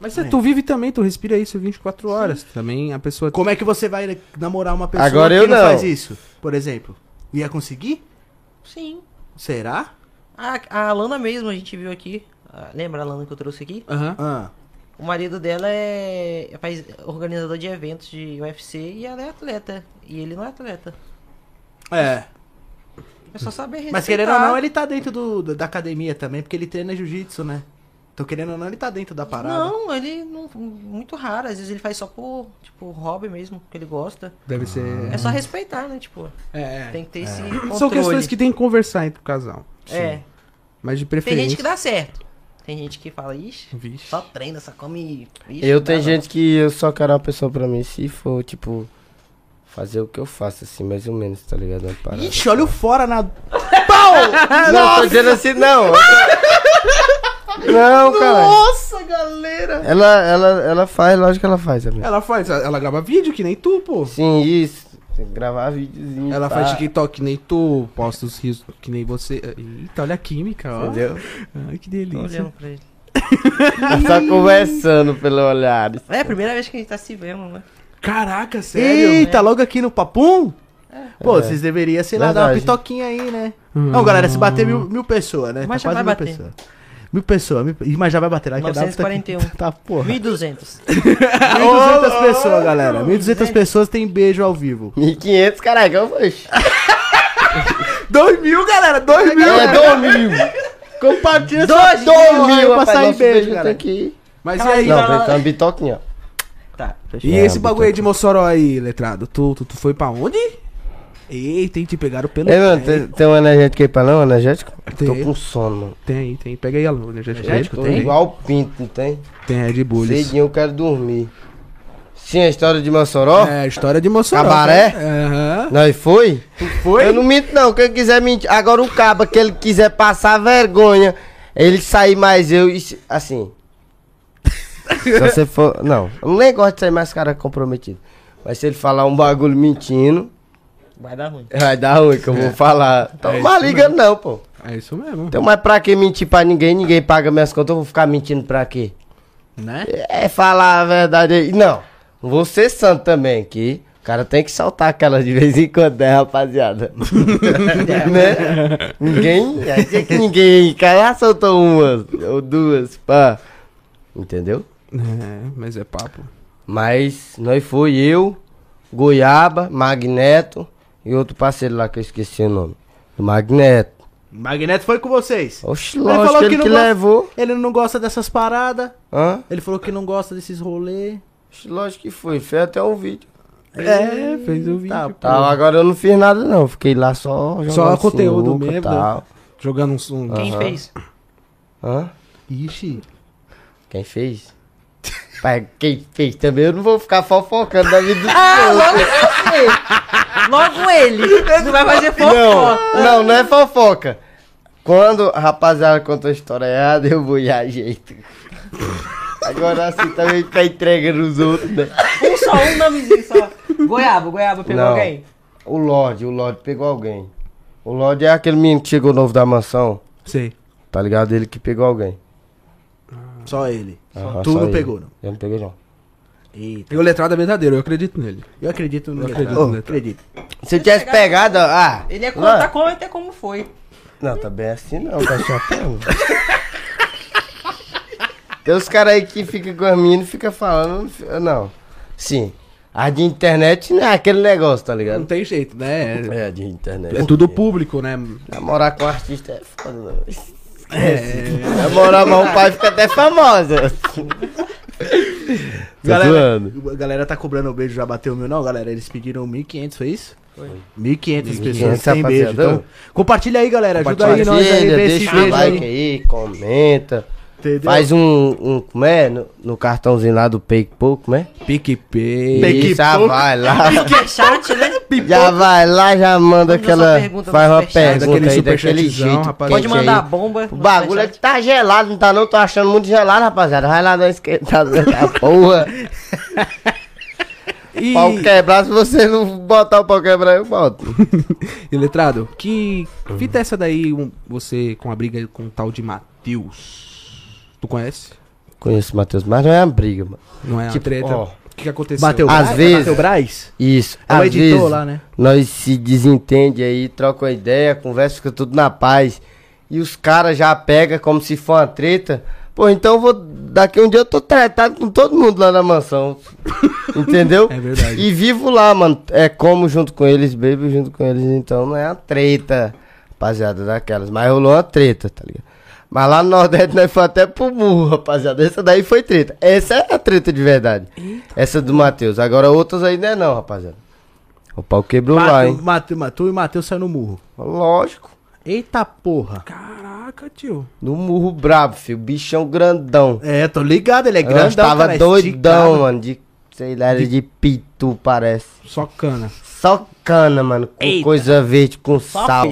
Speaker 2: Mas você, tu vive também, tu respira isso 24 horas. Também a pessoa.
Speaker 1: Como é que você vai namorar uma pessoa
Speaker 3: Agora
Speaker 1: que
Speaker 3: eu não.
Speaker 1: faz isso? Por exemplo, ia conseguir?
Speaker 4: Sim.
Speaker 1: Será?
Speaker 4: A, a Alana mesmo, a gente viu aqui. Ah, Lembra a Alana que eu trouxe aqui?
Speaker 2: Aham.
Speaker 1: Ah,
Speaker 4: O marido dela é, é faz- organizador de eventos de UFC e ela é atleta. E ele não é atleta.
Speaker 1: é.
Speaker 4: É só saber respeitar.
Speaker 1: Mas querendo ou não, ele tá dentro do, do- da academia também, porque ele treina jiu-jitsu, né? Então, querendo ou não, ele tá dentro da parada.
Speaker 4: Não, ele não, muito raro. Às vezes ele faz só por, tipo, hobby mesmo, que ele gosta.
Speaker 2: Deve ser.
Speaker 4: É
Speaker 1: Uhum.
Speaker 4: só respeitar, né? Tipo,
Speaker 2: É, é.
Speaker 4: tem que ter esse controle.
Speaker 2: São questões que tem que conversar entre o casal.
Speaker 4: É.
Speaker 2: Mas de
Speaker 4: Tem
Speaker 2: preferência.
Speaker 4: gente que dá certo. Tem gente que fala, ixi,
Speaker 2: Vixe.
Speaker 4: só treina, só come. tá Ixi,
Speaker 3: Eu
Speaker 4: não dá
Speaker 3: tenho
Speaker 4: não."
Speaker 3: gente que eu só quero uma pessoa pra mim se for, tipo, fazer o que eu faço, assim, mais ou menos, tá ligado? Uma parada.
Speaker 1: Ixi, olha o fora na.
Speaker 3: não, tô dizendo assim, não. não, cara.
Speaker 1: Nossa, galera!
Speaker 3: Ela, ela, ela faz, lógico que ela faz, amigo.
Speaker 2: Ela faz, ela grava vídeo que nem tu, pô.
Speaker 3: Sim, isso. Tem que gravar videozinho.
Speaker 2: Ela
Speaker 3: pá.
Speaker 2: faz TikTok que nem tu, posta os rios que nem você. Eita, olha a química, ó.
Speaker 3: Entendeu?
Speaker 2: Ai, que
Speaker 4: Tô
Speaker 2: delícia.
Speaker 4: olhando pra ele.
Speaker 3: Ela tá conversando pelo olhar.
Speaker 4: É a primeira vez que a gente tá se vendo, né?
Speaker 2: Caraca, sério?
Speaker 1: Eita, logo aqui no papum? Pô, vocês deveriam, sei lá, dar uma
Speaker 3: Verdade.
Speaker 1: pitoquinha aí, né?
Speaker 2: Hum.
Speaker 1: Não, galera, se bater mil, mil pessoas, né?
Speaker 4: Mas
Speaker 1: tá quase
Speaker 4: já vai
Speaker 1: mil
Speaker 4: bater.
Speaker 1: pessoas. Mil pessoas, mil... Ih, mas já vai bater. Lá que dá uma pitoquinha.
Speaker 4: 941.
Speaker 1: Tá, porra.
Speaker 4: 1200.
Speaker 1: 1.200 pessoas, galera. 1.200 pessoas tem beijo ao vivo.
Speaker 3: 1500, caralho, poxa.
Speaker 1: 2 mil, galera, 2 mil.
Speaker 3: É, dormiu.
Speaker 1: Compartilha
Speaker 3: Dois mil,
Speaker 1: pra
Speaker 3: rapaz,
Speaker 1: sair
Speaker 3: nosso
Speaker 1: beijo,
Speaker 3: tem
Speaker 1: cara.
Speaker 3: que ir.
Speaker 2: Mas e
Speaker 4: Calma
Speaker 2: aí?
Speaker 4: aí,
Speaker 3: Não,
Speaker 4: Ela-
Speaker 3: tem que ter uma bitoquinha, ó.
Speaker 4: Tá, fechou.
Speaker 2: E
Speaker 3: É,
Speaker 2: esse bagulho aí
Speaker 3: bitoca.
Speaker 2: de Mossoró aí, letrado? Tu, tu, tu foi pra onde? Eita, hein, te pegaram pelo.
Speaker 3: Ei, É, mano,
Speaker 2: pé.
Speaker 3: tem, tem um energético aí pra não, energético?
Speaker 2: Tem.
Speaker 3: Tô com sono, mano.
Speaker 2: tem, tem. Pega aí a lona, já já.
Speaker 1: Energético,
Speaker 3: Tô
Speaker 1: tem?
Speaker 3: igual o pinto, não tem?
Speaker 2: Tem Red Bull.
Speaker 3: Cedinho eu quero dormir. Sim, a história de Mossoró?
Speaker 2: É, história de Mossoró.
Speaker 3: Cabaré?
Speaker 2: tá? Aham.
Speaker 3: Nós foi?
Speaker 2: Foi?
Speaker 3: Eu não minto, não. Quem quiser mentir. Agora o caba que ele quiser passar vergonha, ele sair mais eu e. se- Assim. se você for. Não, eu nem gosto de sair mais cara comprometido. Mas se ele falar um bagulho mentindo,
Speaker 4: Vai dar ruim.
Speaker 3: vai dar ruim que eu vou falar. Então
Speaker 2: É
Speaker 3: não
Speaker 2: isso
Speaker 3: vai ligando, não, pô.
Speaker 2: É isso mesmo.
Speaker 3: Então, mas pra que mentir pra ninguém? Ninguém paga minhas contas, eu vou ficar mentindo pra quê?
Speaker 1: Né?
Speaker 3: É falar a verdade aí. Não, não vou ser santo também, que o cara tem que soltar aquela de vez em quando, né, rapaziada? né? Ninguém. Achei que ninguém. Cara, soltou umas ou duas, pá. Entendeu?
Speaker 2: É, mas é papo.
Speaker 3: Mas nós foi eu, Goiaba, Magneto e outro parceiro lá que eu esqueci o nome. Do Magneto.
Speaker 1: Magneto foi com vocês.
Speaker 3: Oxe,
Speaker 1: Ele
Speaker 3: lógico,
Speaker 1: falou
Speaker 3: ele
Speaker 1: que
Speaker 3: que,
Speaker 1: não gosta-
Speaker 3: levou.
Speaker 1: Ele não gosta dessas paradas.
Speaker 3: Hã?
Speaker 1: Ele falou que não gosta desses rolês.
Speaker 3: Oxe, lógico que foi. Fez até um vídeo.
Speaker 2: É, fez o vídeo.
Speaker 3: Tá, agora eu não fiz nada não, fiquei lá só jogando
Speaker 2: Só conteúdo
Speaker 3: sinuca e
Speaker 2: mesmo,
Speaker 3: tal.
Speaker 2: né? Jogando um. um...
Speaker 4: Quem
Speaker 3: Aham.
Speaker 4: fez?
Speaker 3: Hã?
Speaker 2: Ixi.
Speaker 3: Quem fez? Pai, quem fez também, eu não vou ficar fofocando da vida do
Speaker 4: Ah,
Speaker 3: outro.
Speaker 4: logo você! Logo ele! Não vai fazer fofoca!
Speaker 3: Não, não, não é fofoca. Quando a rapaziada conta a história errada, eu vou e ajeito. Agora assim também fica entregando os outros, né?
Speaker 4: Um só, um nomezinho só. Goiaba, goiaba, pegou
Speaker 3: Não.
Speaker 4: alguém?
Speaker 3: O Lorde, o Lorde pegou alguém. O Lorde é aquele menino que chegou novo da mansão,
Speaker 2: Sei.
Speaker 3: tá ligado? Ele que pegou alguém.
Speaker 1: Só ele.
Speaker 3: Aham,
Speaker 1: tu
Speaker 3: só
Speaker 1: não
Speaker 3: ele.
Speaker 1: pegou, não.
Speaker 3: Eu não peguei, não.
Speaker 1: Eita.
Speaker 2: E o letrado é verdadeiro, eu acredito nele.
Speaker 1: Eu acredito no
Speaker 2: Eu acredito
Speaker 1: letrado. Eu
Speaker 2: no letrado.
Speaker 1: acredito.
Speaker 3: Se eu tivesse pegado, ah.
Speaker 4: Ele é ia
Speaker 3: Lorde-
Speaker 4: contar como, até como foi.
Speaker 3: Não, tá bem assim não, tá chapéu. Tem os caras aí que ficam com a mina e ficam falando. Não. Sim. A de internet não é aquele negócio, tá
Speaker 2: Não
Speaker 3: ligado?
Speaker 2: tem jeito, né? É,
Speaker 3: É, a de internet.
Speaker 2: é tudo público, né?
Speaker 3: Namorar com artista é foda, não. É. Namorar com o pai fica até famosa. Tá zoando.
Speaker 1: a galera tá cobrando o beijo, já bateu o meu, não, galera. Eles pediram 1.500, foi isso? Foi. 1.500 pessoas
Speaker 3: 1.500,
Speaker 1: sem beijo.
Speaker 3: rapaziada.
Speaker 1: Então, compartilha aí, galera. Ajuda aí
Speaker 3: Compartilha,
Speaker 1: nós aí, vê esse
Speaker 3: deixa o
Speaker 1: beijo aí.
Speaker 3: like aí, comenta.
Speaker 1: Entendeu?
Speaker 3: Faz um, um como é? No, no cartãozinho lá do PicPool, como é?
Speaker 2: PicPay.
Speaker 1: Pique
Speaker 3: E já
Speaker 1: pouco.
Speaker 3: vai lá.
Speaker 4: Que chat, né?
Speaker 3: Já vai lá, já manda
Speaker 4: Manda
Speaker 3: aquela.
Speaker 4: sua pergunta
Speaker 3: faz
Speaker 4: no
Speaker 3: uma
Speaker 4: superchat.
Speaker 3: pergunta
Speaker 2: Daquele
Speaker 3: aí daquele
Speaker 2: superchatzão,
Speaker 3: jeito.
Speaker 2: rapaz.
Speaker 3: quente
Speaker 4: Pode mandar a
Speaker 3: aí.
Speaker 4: bomba.
Speaker 3: O bagulho é que tá gelado, não tá não? Tô achando muito gelado, rapaziada. Vai lá dar uma esquentada da porra.
Speaker 2: E,
Speaker 3: Pau quebrar, se você não botar o pau quebrar, eu boto.
Speaker 2: e letrado, que fita é essa daí, um- você com a briga com o tal de Matheus? Tu conhece?
Speaker 3: Conheço o Matheus, mas não é uma briga, mano.
Speaker 2: Não é a
Speaker 3: Tipo,
Speaker 2: treta?
Speaker 3: ó.
Speaker 2: O que, que aconteceu? Ah,
Speaker 1: Bateu
Speaker 3: Às vezes-
Speaker 1: Bateu Braz?
Speaker 3: Isso.
Speaker 1: É o
Speaker 3: Às
Speaker 1: editor
Speaker 3: vezes,
Speaker 1: lá, né?
Speaker 3: Nós se desentende aí, troca uma ideia, conversa, fica tudo na paz. E os caras já pegam como se for uma treta. Pô, então eu vou. Daqui um dia eu tô tratado com todo mundo lá na mansão. Entendeu?
Speaker 2: É verdade.
Speaker 3: E vivo lá, mano. É como junto com eles, bebo junto com eles, então não é uma treta, rapaziada, daquelas. Mas rolou uma treta, tá ligado? Mas lá no Nordeste nós foi até pro murro, rapaziada. Essa daí foi treta. Essa é a treta de verdade. Essa do Matheus. Agora outras ainda é não, rapaziada. O pau quebrou lá, hein?
Speaker 1: Bateu, Mate- Ma- tu e o Matheus saiu no murro.
Speaker 3: Lógico.
Speaker 1: Eita porra.
Speaker 2: Caraca, tio.
Speaker 3: No murro brabo, filho. Bichão grandão.
Speaker 1: É, tô ligado, ele é
Speaker 3: grandão
Speaker 1: grandão,
Speaker 3: Nós tava
Speaker 1: cara,
Speaker 3: doidão,
Speaker 1: esticado.
Speaker 3: mano. De, sei lá, era de pitu, parece.
Speaker 2: Só cana.
Speaker 3: Só cana, mano. Com
Speaker 4: Eita.
Speaker 3: coisa verde, com sal.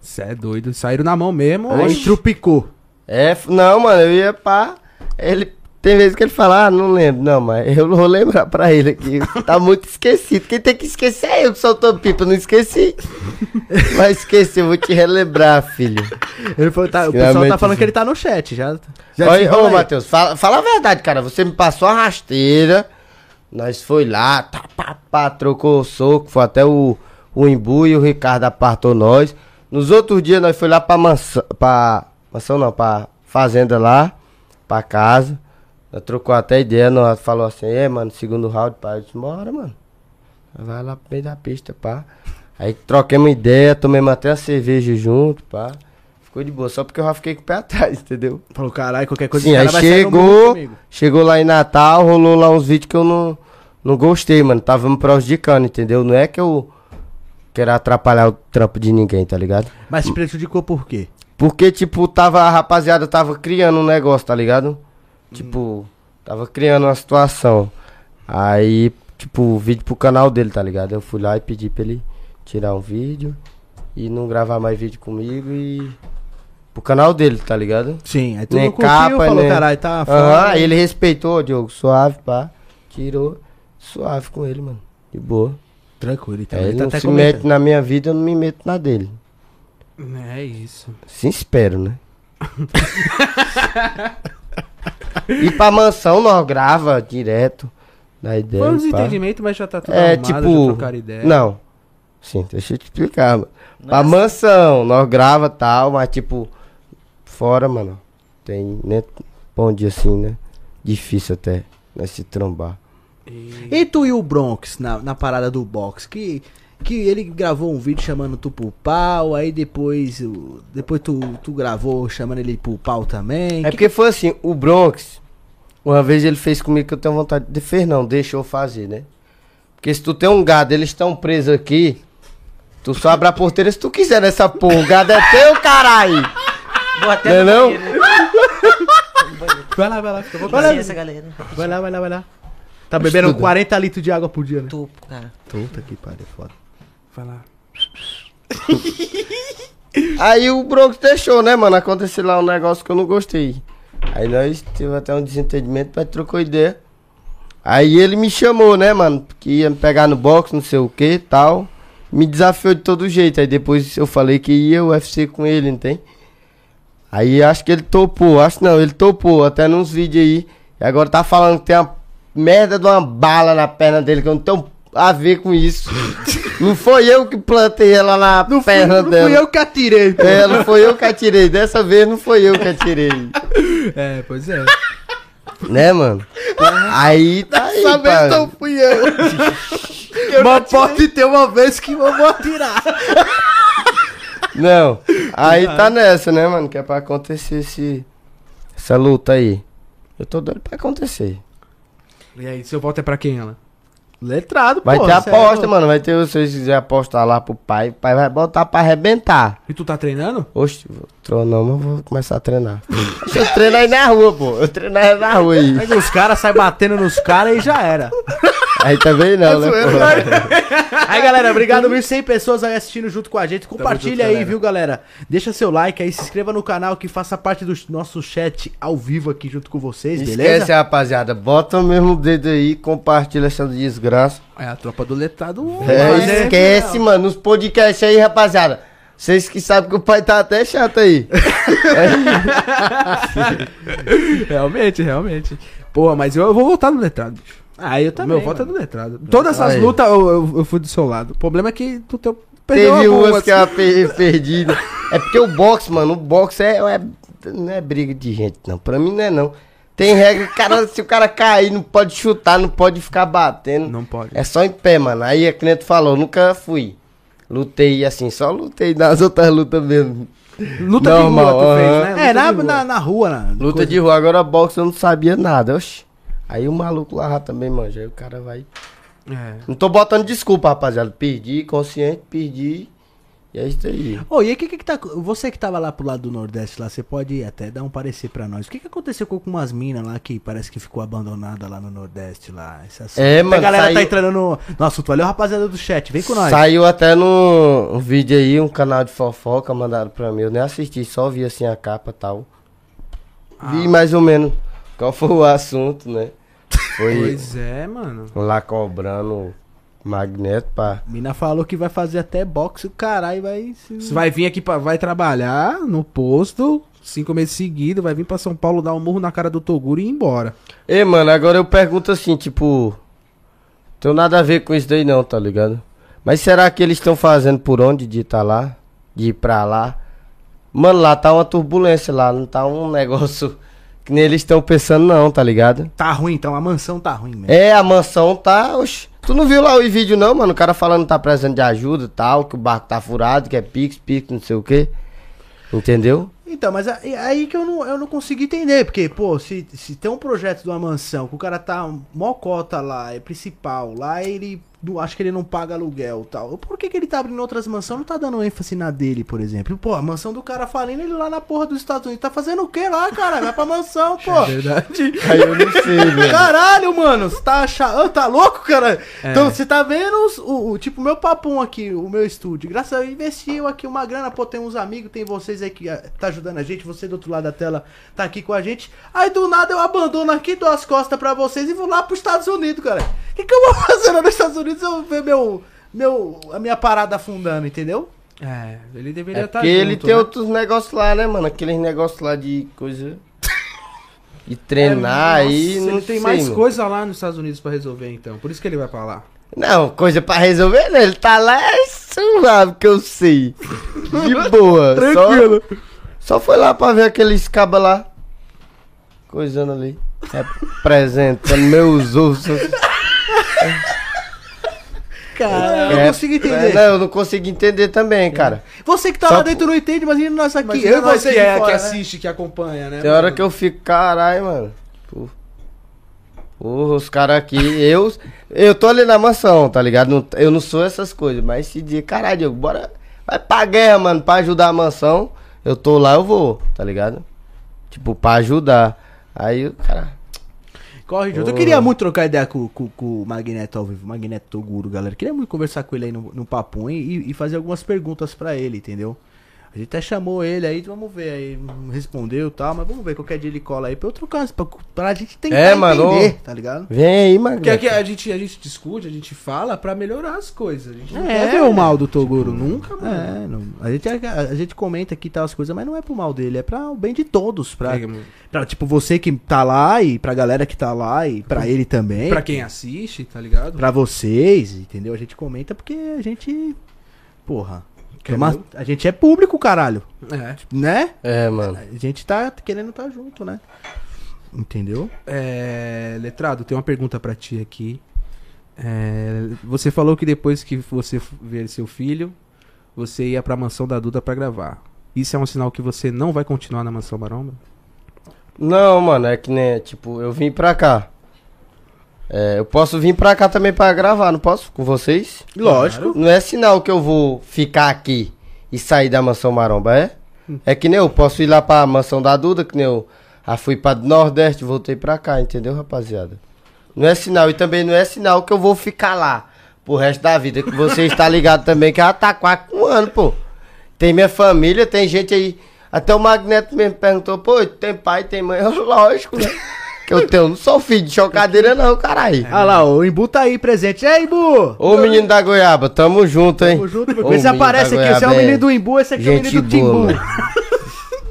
Speaker 2: Cê é doido. Saíram na mão mesmo.
Speaker 1: Aí trupicou.
Speaker 3: É, f- não, mano, eu ia pra. Ele. Tem vezes que ele fala, ah, não lembro. Não, mas eu não vou lembrar pra ele aqui. Tá muito esquecido. Quem tem que esquecer é eu que soltou pipa, não esqueci. Vai esquecer, eu vou te relembrar, filho.
Speaker 1: Ele falou, tá- o
Speaker 3: Realmente,
Speaker 1: pessoal tá falando
Speaker 3: sim.
Speaker 1: que ele tá no chat, já. já
Speaker 3: Olha,
Speaker 1: desenrola
Speaker 3: ô,
Speaker 1: aí.
Speaker 3: Matheus, fala, fala a verdade, cara. Você me passou a rasteira. Nós foi lá, tá, pá, pá, trocou o soco. Foi até o, o Imbu e o Ricardo apartou nós. Nos outros dias, nós foi lá pra mansão. Pra, mansão não, pra fazenda lá, pra casa. Nós trocou até ideia. Nós falou assim: é, mano, segundo round, pai. Eu disse: bora, mano. Vai lá pro meio da pista, pá. Aí troquemos ideia, tomemos até uma cerveja junto, pá. Ficou de boa, só porque eu já fiquei com o pé atrás, entendeu?
Speaker 1: Falou, caralho, qualquer coisa
Speaker 3: Sim,
Speaker 1: esse
Speaker 3: aí
Speaker 1: cara vai sair no murro
Speaker 3: chegou,
Speaker 1: comigo.
Speaker 3: chegou lá em Natal, rolou lá uns vídeos que eu não, não gostei, mano. Tava me prejudicando, entendeu? Não é que eu quero atrapalhar o trampo de ninguém, tá ligado?
Speaker 1: Mas se prejudicou por quê?
Speaker 3: Porque, tipo, tava, a rapaziada tava criando um negócio, tá ligado? Tipo, tava criando uma situação. Aí, tipo, o vídeo pro canal dele, tá ligado? Eu fui lá e pedi pra ele tirar um vídeo e não gravar mais vídeo comigo e. pro canal dele, tá ligado?
Speaker 1: Sim, aí tu
Speaker 3: Nem
Speaker 1: não curtiu,
Speaker 3: Né, capa,
Speaker 1: falou,
Speaker 3: nem-
Speaker 1: caralho, tá
Speaker 3: Aham,
Speaker 1: foda.
Speaker 3: aí ele respeitou, Diogo, suave, pá. Tirou, suave com ele, mano. De boa.
Speaker 1: Tranquilo, então.
Speaker 3: É, ele
Speaker 1: tá
Speaker 3: não
Speaker 1: até
Speaker 3: se
Speaker 1: comentando.
Speaker 3: mete na minha vida, eu não me meto na dele.
Speaker 2: É isso.
Speaker 3: Sincero, né? e pra mansão nós grava direto. Da ideia.
Speaker 2: Foi um
Speaker 3: pá.
Speaker 2: desentendimento, mas já tá tudo
Speaker 3: É,
Speaker 2: arrumado, já
Speaker 3: tipo.
Speaker 2: trocaram ideia.
Speaker 3: Não. Sim, deixa eu te explicar, mano. Pra mansão, nós grava tal, mas tipo, fora, mano. Tem, né? Bom dia assim, né? Difícil até, né? Se trombar.
Speaker 1: E tu e o Bronx na, na parada do box? Que, que ele gravou um vídeo chamando tu pro pau, aí depois, o- depois tu, tu gravou chamando ele pro pau também.
Speaker 3: É porque foi assim, o Bronx, uma vez ele fez comigo que eu tenho vontade de fez não, deixou eu fazer, né? Porque se tu tem um gado, eles estão presos aqui, Tu só abre a porteira se tu quiser nessa porra. O gado é teu, caralho.
Speaker 4: Vou até
Speaker 3: Não é
Speaker 4: no
Speaker 3: não?
Speaker 4: banheiro.
Speaker 2: Vai lá, vai lá. Fica à vontade.
Speaker 4: Olha essa galera.
Speaker 1: Vai lá, vai lá, vai lá. Tá bebendo
Speaker 3: Estuda.
Speaker 1: 40 litros de água por dia, né?
Speaker 4: Tupo, cara.
Speaker 1: Puta que pariu, foda.
Speaker 2: Vai lá.
Speaker 3: Aí o Bronx deixou, né, mano? Aconteceu lá um negócio que eu não gostei. Aí nós tivemos até um desentendimento, mas trocou ideia. Aí ele me chamou, né, mano? Que ia me pegar no box, não sei o que tal. Me desafiou de todo jeito. Aí depois eu falei que ia UFC com ele, não tem? Aí acho que ele topou, acho não, ele topou, até nos vídeos aí. E agora tá falando que tem uma merda de uma bala na perna dele, que eu não tenho a ver com isso. não foi eu que plantei ela na perna dela.
Speaker 2: que atirei.
Speaker 3: É, não foi eu que atirei. Dessa vez não foi eu que atirei.
Speaker 2: É, pois é.
Speaker 3: Né, mano? Aí tá aí, pai.
Speaker 1: é
Speaker 2: fui eu.
Speaker 3: Mas pode-
Speaker 2: ter uma vez que eu vou atirar.
Speaker 3: Não. Aí tá nessa, né, mano? Que é pra acontecer esse... essa luta aí. Eu tô doido pra acontecer.
Speaker 2: E aí, seu voto é pra quem, ela?
Speaker 1: Letrado,
Speaker 3: Vai
Speaker 1: pô.
Speaker 3: ter
Speaker 1: cê é
Speaker 3: aposta,
Speaker 1: louco.
Speaker 3: mano. Vai ter, se vocês quiserem apostar lá pro pai, o pai vai botar pra arrebentar.
Speaker 2: E tu tá treinando?
Speaker 3: Oxe, vou- tro- não, mas vou começar a treinar. Oxe, eu treino aí na rua, pô. Eu treino aí na rua aí.
Speaker 1: Pega os caras, sai batendo nos caras e já era.
Speaker 3: Aí também
Speaker 1: É
Speaker 3: não, né, pô?
Speaker 1: Aí, galera, obrigado. 1.100 pessoas aí assistindo junto com a gente. Compartilha
Speaker 2: junto,
Speaker 1: aí,
Speaker 2: galera.
Speaker 1: viu, galera? Deixa seu like aí, se inscreva no canal que faça parte do nosso chat ao vivo aqui junto com vocês,
Speaker 3: Esquece,
Speaker 1: beleza?
Speaker 3: rapaziada. Bota mesmo o dedo aí, compartilha essa desgraça.
Speaker 2: É a tropa do letrado.
Speaker 3: É,
Speaker 2: Mas é-
Speaker 3: esquece, mano. Os podcasts aí, rapaziada. Vocês que sabem que o pai tá até chato aí.
Speaker 2: Realmente, realmente. Porra, mas eu, eu vou votar no letrado, bicho.
Speaker 1: Ah, eu
Speaker 2: O
Speaker 1: também.
Speaker 2: meu voto é do letrado. Todas essas
Speaker 3: Aí.
Speaker 2: lutas eu, eu, eu fui do seu lado. O problema é que tu teu,
Speaker 3: Teve
Speaker 2: algumas.
Speaker 3: umas que eu per perdida. É porque o boxe, mano, o boxe é, é- não é briga de gente, não. Pra mim não é, não. Tem regra, que, cara, se o cara cair, não pode chutar, não pode ficar batendo.
Speaker 2: assim. Não pode.
Speaker 3: É só em pé, mano. Aí a cliente falou, nunca fui. Lutei assim, só lutei nas outras lutas mesmo.
Speaker 2: Luta de
Speaker 3: Normal,
Speaker 2: rua tu fez,
Speaker 3: aham.
Speaker 2: né? Luta
Speaker 1: É, na,
Speaker 2: de rua.
Speaker 1: na, na rua, na
Speaker 3: Luta
Speaker 1: coisa.
Speaker 3: de rua, agora boxe eu não sabia nada, oxi. Aí o maluco lá também manja, aí o cara vai.
Speaker 2: É.
Speaker 3: Não tô botando desculpa, rapaziada. Perdi, consciente, perdi. E é isso aí.
Speaker 1: Ô, e aí, que que que tá. Você que tava lá pro lado do Nordeste lá, você pode até dar um parecer pra nós. O que que aconteceu com umas minas lá que parece que ficou abandonada lá no Nordeste lá? Esse assunto.
Speaker 3: É,
Speaker 1: A
Speaker 3: mano,
Speaker 1: galera tá
Speaker 3: saiu-
Speaker 1: entrando no, no assunto. Valeu, rapaziada do chat. Vem com nós.
Speaker 3: Saiu até no um vídeo aí, um canal de fofoca, mandaram pra mim. Eu nem assisti, só vi assim a capa e tal.
Speaker 1: Ah.
Speaker 3: Vi mais ou menos qual foi o assunto, né? Foi
Speaker 2: Pois é, mano.
Speaker 3: lá cobrando magneto pra.
Speaker 1: Mina falou que vai fazer até boxe, o caralho vai. se-
Speaker 2: Você vai vir aqui, pra, vai trabalhar no posto, cinco meses seguidos, vai vir pra São Paulo dar um murro na cara do Toguro e ir embora.
Speaker 3: Ei, mano, agora eu pergunto assim, tipo. Tem nada a ver com isso daí não, tá ligado? Mas será que eles estão fazendo por onde de tá lá? De ir pra lá? Mano, lá tá uma turbulência lá, não tá um negócio que nem eles estão pensando não, tá ligado?
Speaker 1: Tá ruim, então. A mansão tá ruim mesmo.
Speaker 3: É, a mansão tá. oxi. Tu não viu lá o vídeo, não, mano? O cara falando que tá precisando de ajuda e tal, que o barco tá furado, que é pix, pix, não sei o quê. Entendeu?
Speaker 1: Então, mas aí- aí que eu não, eu não consegui entender, porque, pô, se, se tem um projeto de uma mansão que o cara tá mó cota lá, é principal, lá ele. não- Acho que ele não paga aluguel e tal. Por que, que ele tá abrindo outras mansões não tá dando ênfase na dele, por exemplo? Pô, a mansão do cara falindo, ele lá na porra dos Estados Unidos. Tá fazendo o que lá, cara? Vai pra mansão, pô.
Speaker 2: Verdade.
Speaker 3: Aí eu não sei, velho.
Speaker 1: Caralho, mano, você tá achando. Tá louco, cara?
Speaker 3: É.
Speaker 1: Então, você tá vendo os- o, o tipo, meu papum aqui, o meu estúdio. Graças a Deus, investiu aqui uma grana, pô, tem uns amigos, tem vocês aí que ah, tá ajudando a gente, você do outro lado da tela tá aqui com a gente. Aí do nada eu abandono aqui, dou as costas pra vocês e vou lá pros Estados Unidos, cara. O que, que eu vou fazer lá nos Estados Unidos? Eu ver meu. Meu, a minha parada afundando, entendeu?
Speaker 2: É, ele deveria
Speaker 3: É
Speaker 2: estar
Speaker 3: porque ele
Speaker 2: junto,
Speaker 3: tem
Speaker 2: né?
Speaker 3: outros negócios lá, né, mano? Aqueles negócios lá de coisa. E treinar aí.
Speaker 2: É, Nossa,
Speaker 3: não
Speaker 2: ele tem
Speaker 3: sei,
Speaker 2: mais
Speaker 3: mano.
Speaker 2: coisa lá nos Estados Unidos pra resolver, então. Por isso que ele vai pra lá.
Speaker 3: Não, coisa pra resolver, né? Ele tá lá, é suave que eu sei. De boa. Tranquilo. Só, foi lá pra ver aqueles cabas lá. Coisando ali. Representando meus ossos.
Speaker 1: Cara, Ah, eu não
Speaker 3: É,
Speaker 1: consigo
Speaker 3: é,
Speaker 1: entender.
Speaker 3: não, eu não consigo entender também, cara.
Speaker 1: Você que tá
Speaker 3: Só
Speaker 1: lá
Speaker 3: p-
Speaker 1: dentro não entende, imagina nós aqui.
Speaker 2: Imagina
Speaker 1: eu e você
Speaker 2: que,
Speaker 1: de
Speaker 2: é,
Speaker 1: fora,
Speaker 2: que
Speaker 1: né?
Speaker 2: assiste, que acompanha, né?
Speaker 3: Tem hora
Speaker 2: mano?
Speaker 3: que eu fico, caralho, mano. Pô, Porra, os caras aqui, eu. Eu tô ali na mansão, tá ligado? Não- eu não sou essas coisas, mas esse dia, caralho, Diogo, bora. Vai pra guerra, mano, pra ajudar a mansão. Eu tô lá, eu vou, tá ligado? Tipo, pra ajudar. Aí o cara.
Speaker 1: Corre junto. Eu queria muito trocar ideia com, com- com o Magneto ao vivo, Magneto Guru, galera. Queria muito conversar com ele aí no, no papo e, e fazer algumas perguntas pra ele, entendeu? A gente até chamou ele aí, vamos ver aí, não respondeu e tal, mas vamos ver, qualquer dia ele cola aí pra eu trocar, umas- pra, pra gente tentar
Speaker 3: É, mano,
Speaker 1: entender,
Speaker 3: ô.
Speaker 1: tá ligado?
Speaker 3: Vem aí, mano.
Speaker 2: Porque aqui a gente, a gente discute, a gente fala pra melhorar as coisas. A gente não
Speaker 1: É.
Speaker 2: quer ver né? o mal do Toguro nunca, mano.
Speaker 1: É, não- a, gente, a, a gente comenta aqui tal as coisas, mas não é pro mal dele, é pra o bem de todos, pra,
Speaker 2: É, mano.
Speaker 1: pra tipo você que tá lá e pra galera que tá lá e pra ele também.
Speaker 2: Pra quem assiste, tá ligado?
Speaker 1: Pra vocês, entendeu? A gente comenta porque a gente. Porra.
Speaker 2: Quer
Speaker 1: é uma-
Speaker 2: ver?
Speaker 1: a gente é público, caralho.
Speaker 2: É.
Speaker 1: Né?
Speaker 3: É, mano.
Speaker 1: A gente tá querendo estar junto, né? Entendeu?
Speaker 2: É, Letrado, tem uma pergunta pra ti aqui. É, você falou que depois que você f- ver seu filho, você ia pra mansão da Duda pra gravar. Isso é um sinal que você não vai continuar na mansão Maromba?
Speaker 3: Não, mano, é que nem, tipo, eu vim pra cá. É, eu posso vir pra cá também pra gravar, não posso? Com vocês?
Speaker 1: Lógico.
Speaker 3: Não é sinal que eu vou ficar aqui e sair da mansão maromba, é? É que nem eu posso ir lá pra mansão da Duda, que nem eu. Ah, fui pra Nordeste, voltei pra cá, entendeu, rapaziada? Não é sinal, e também não é sinal que eu vou ficar lá pro resto da vida, que você está ligado também, que ela tá quase com um ano, pô. Tem minha família, tem gente aí. Até o Magneto mesmo perguntou, pô, tem pai, tem mãe? Eu, Lógico, né? Que eu tenho, não sou filho de chocadeira, não, caralho.
Speaker 1: Olha lá, o Imbu tá aí presente. E aí, Imbu?
Speaker 3: Ô menino da goiaba, tamo junto, hein?
Speaker 1: Tamo junto, meu
Speaker 3: Ô,
Speaker 1: Esse
Speaker 3: menino
Speaker 1: aparece
Speaker 3: da
Speaker 1: aqui, esse é o
Speaker 3: goiaba,
Speaker 1: menino do Imbu, esse aqui é o
Speaker 3: Gente
Speaker 1: menino do
Speaker 3: boa,
Speaker 1: Timbu.
Speaker 3: mano.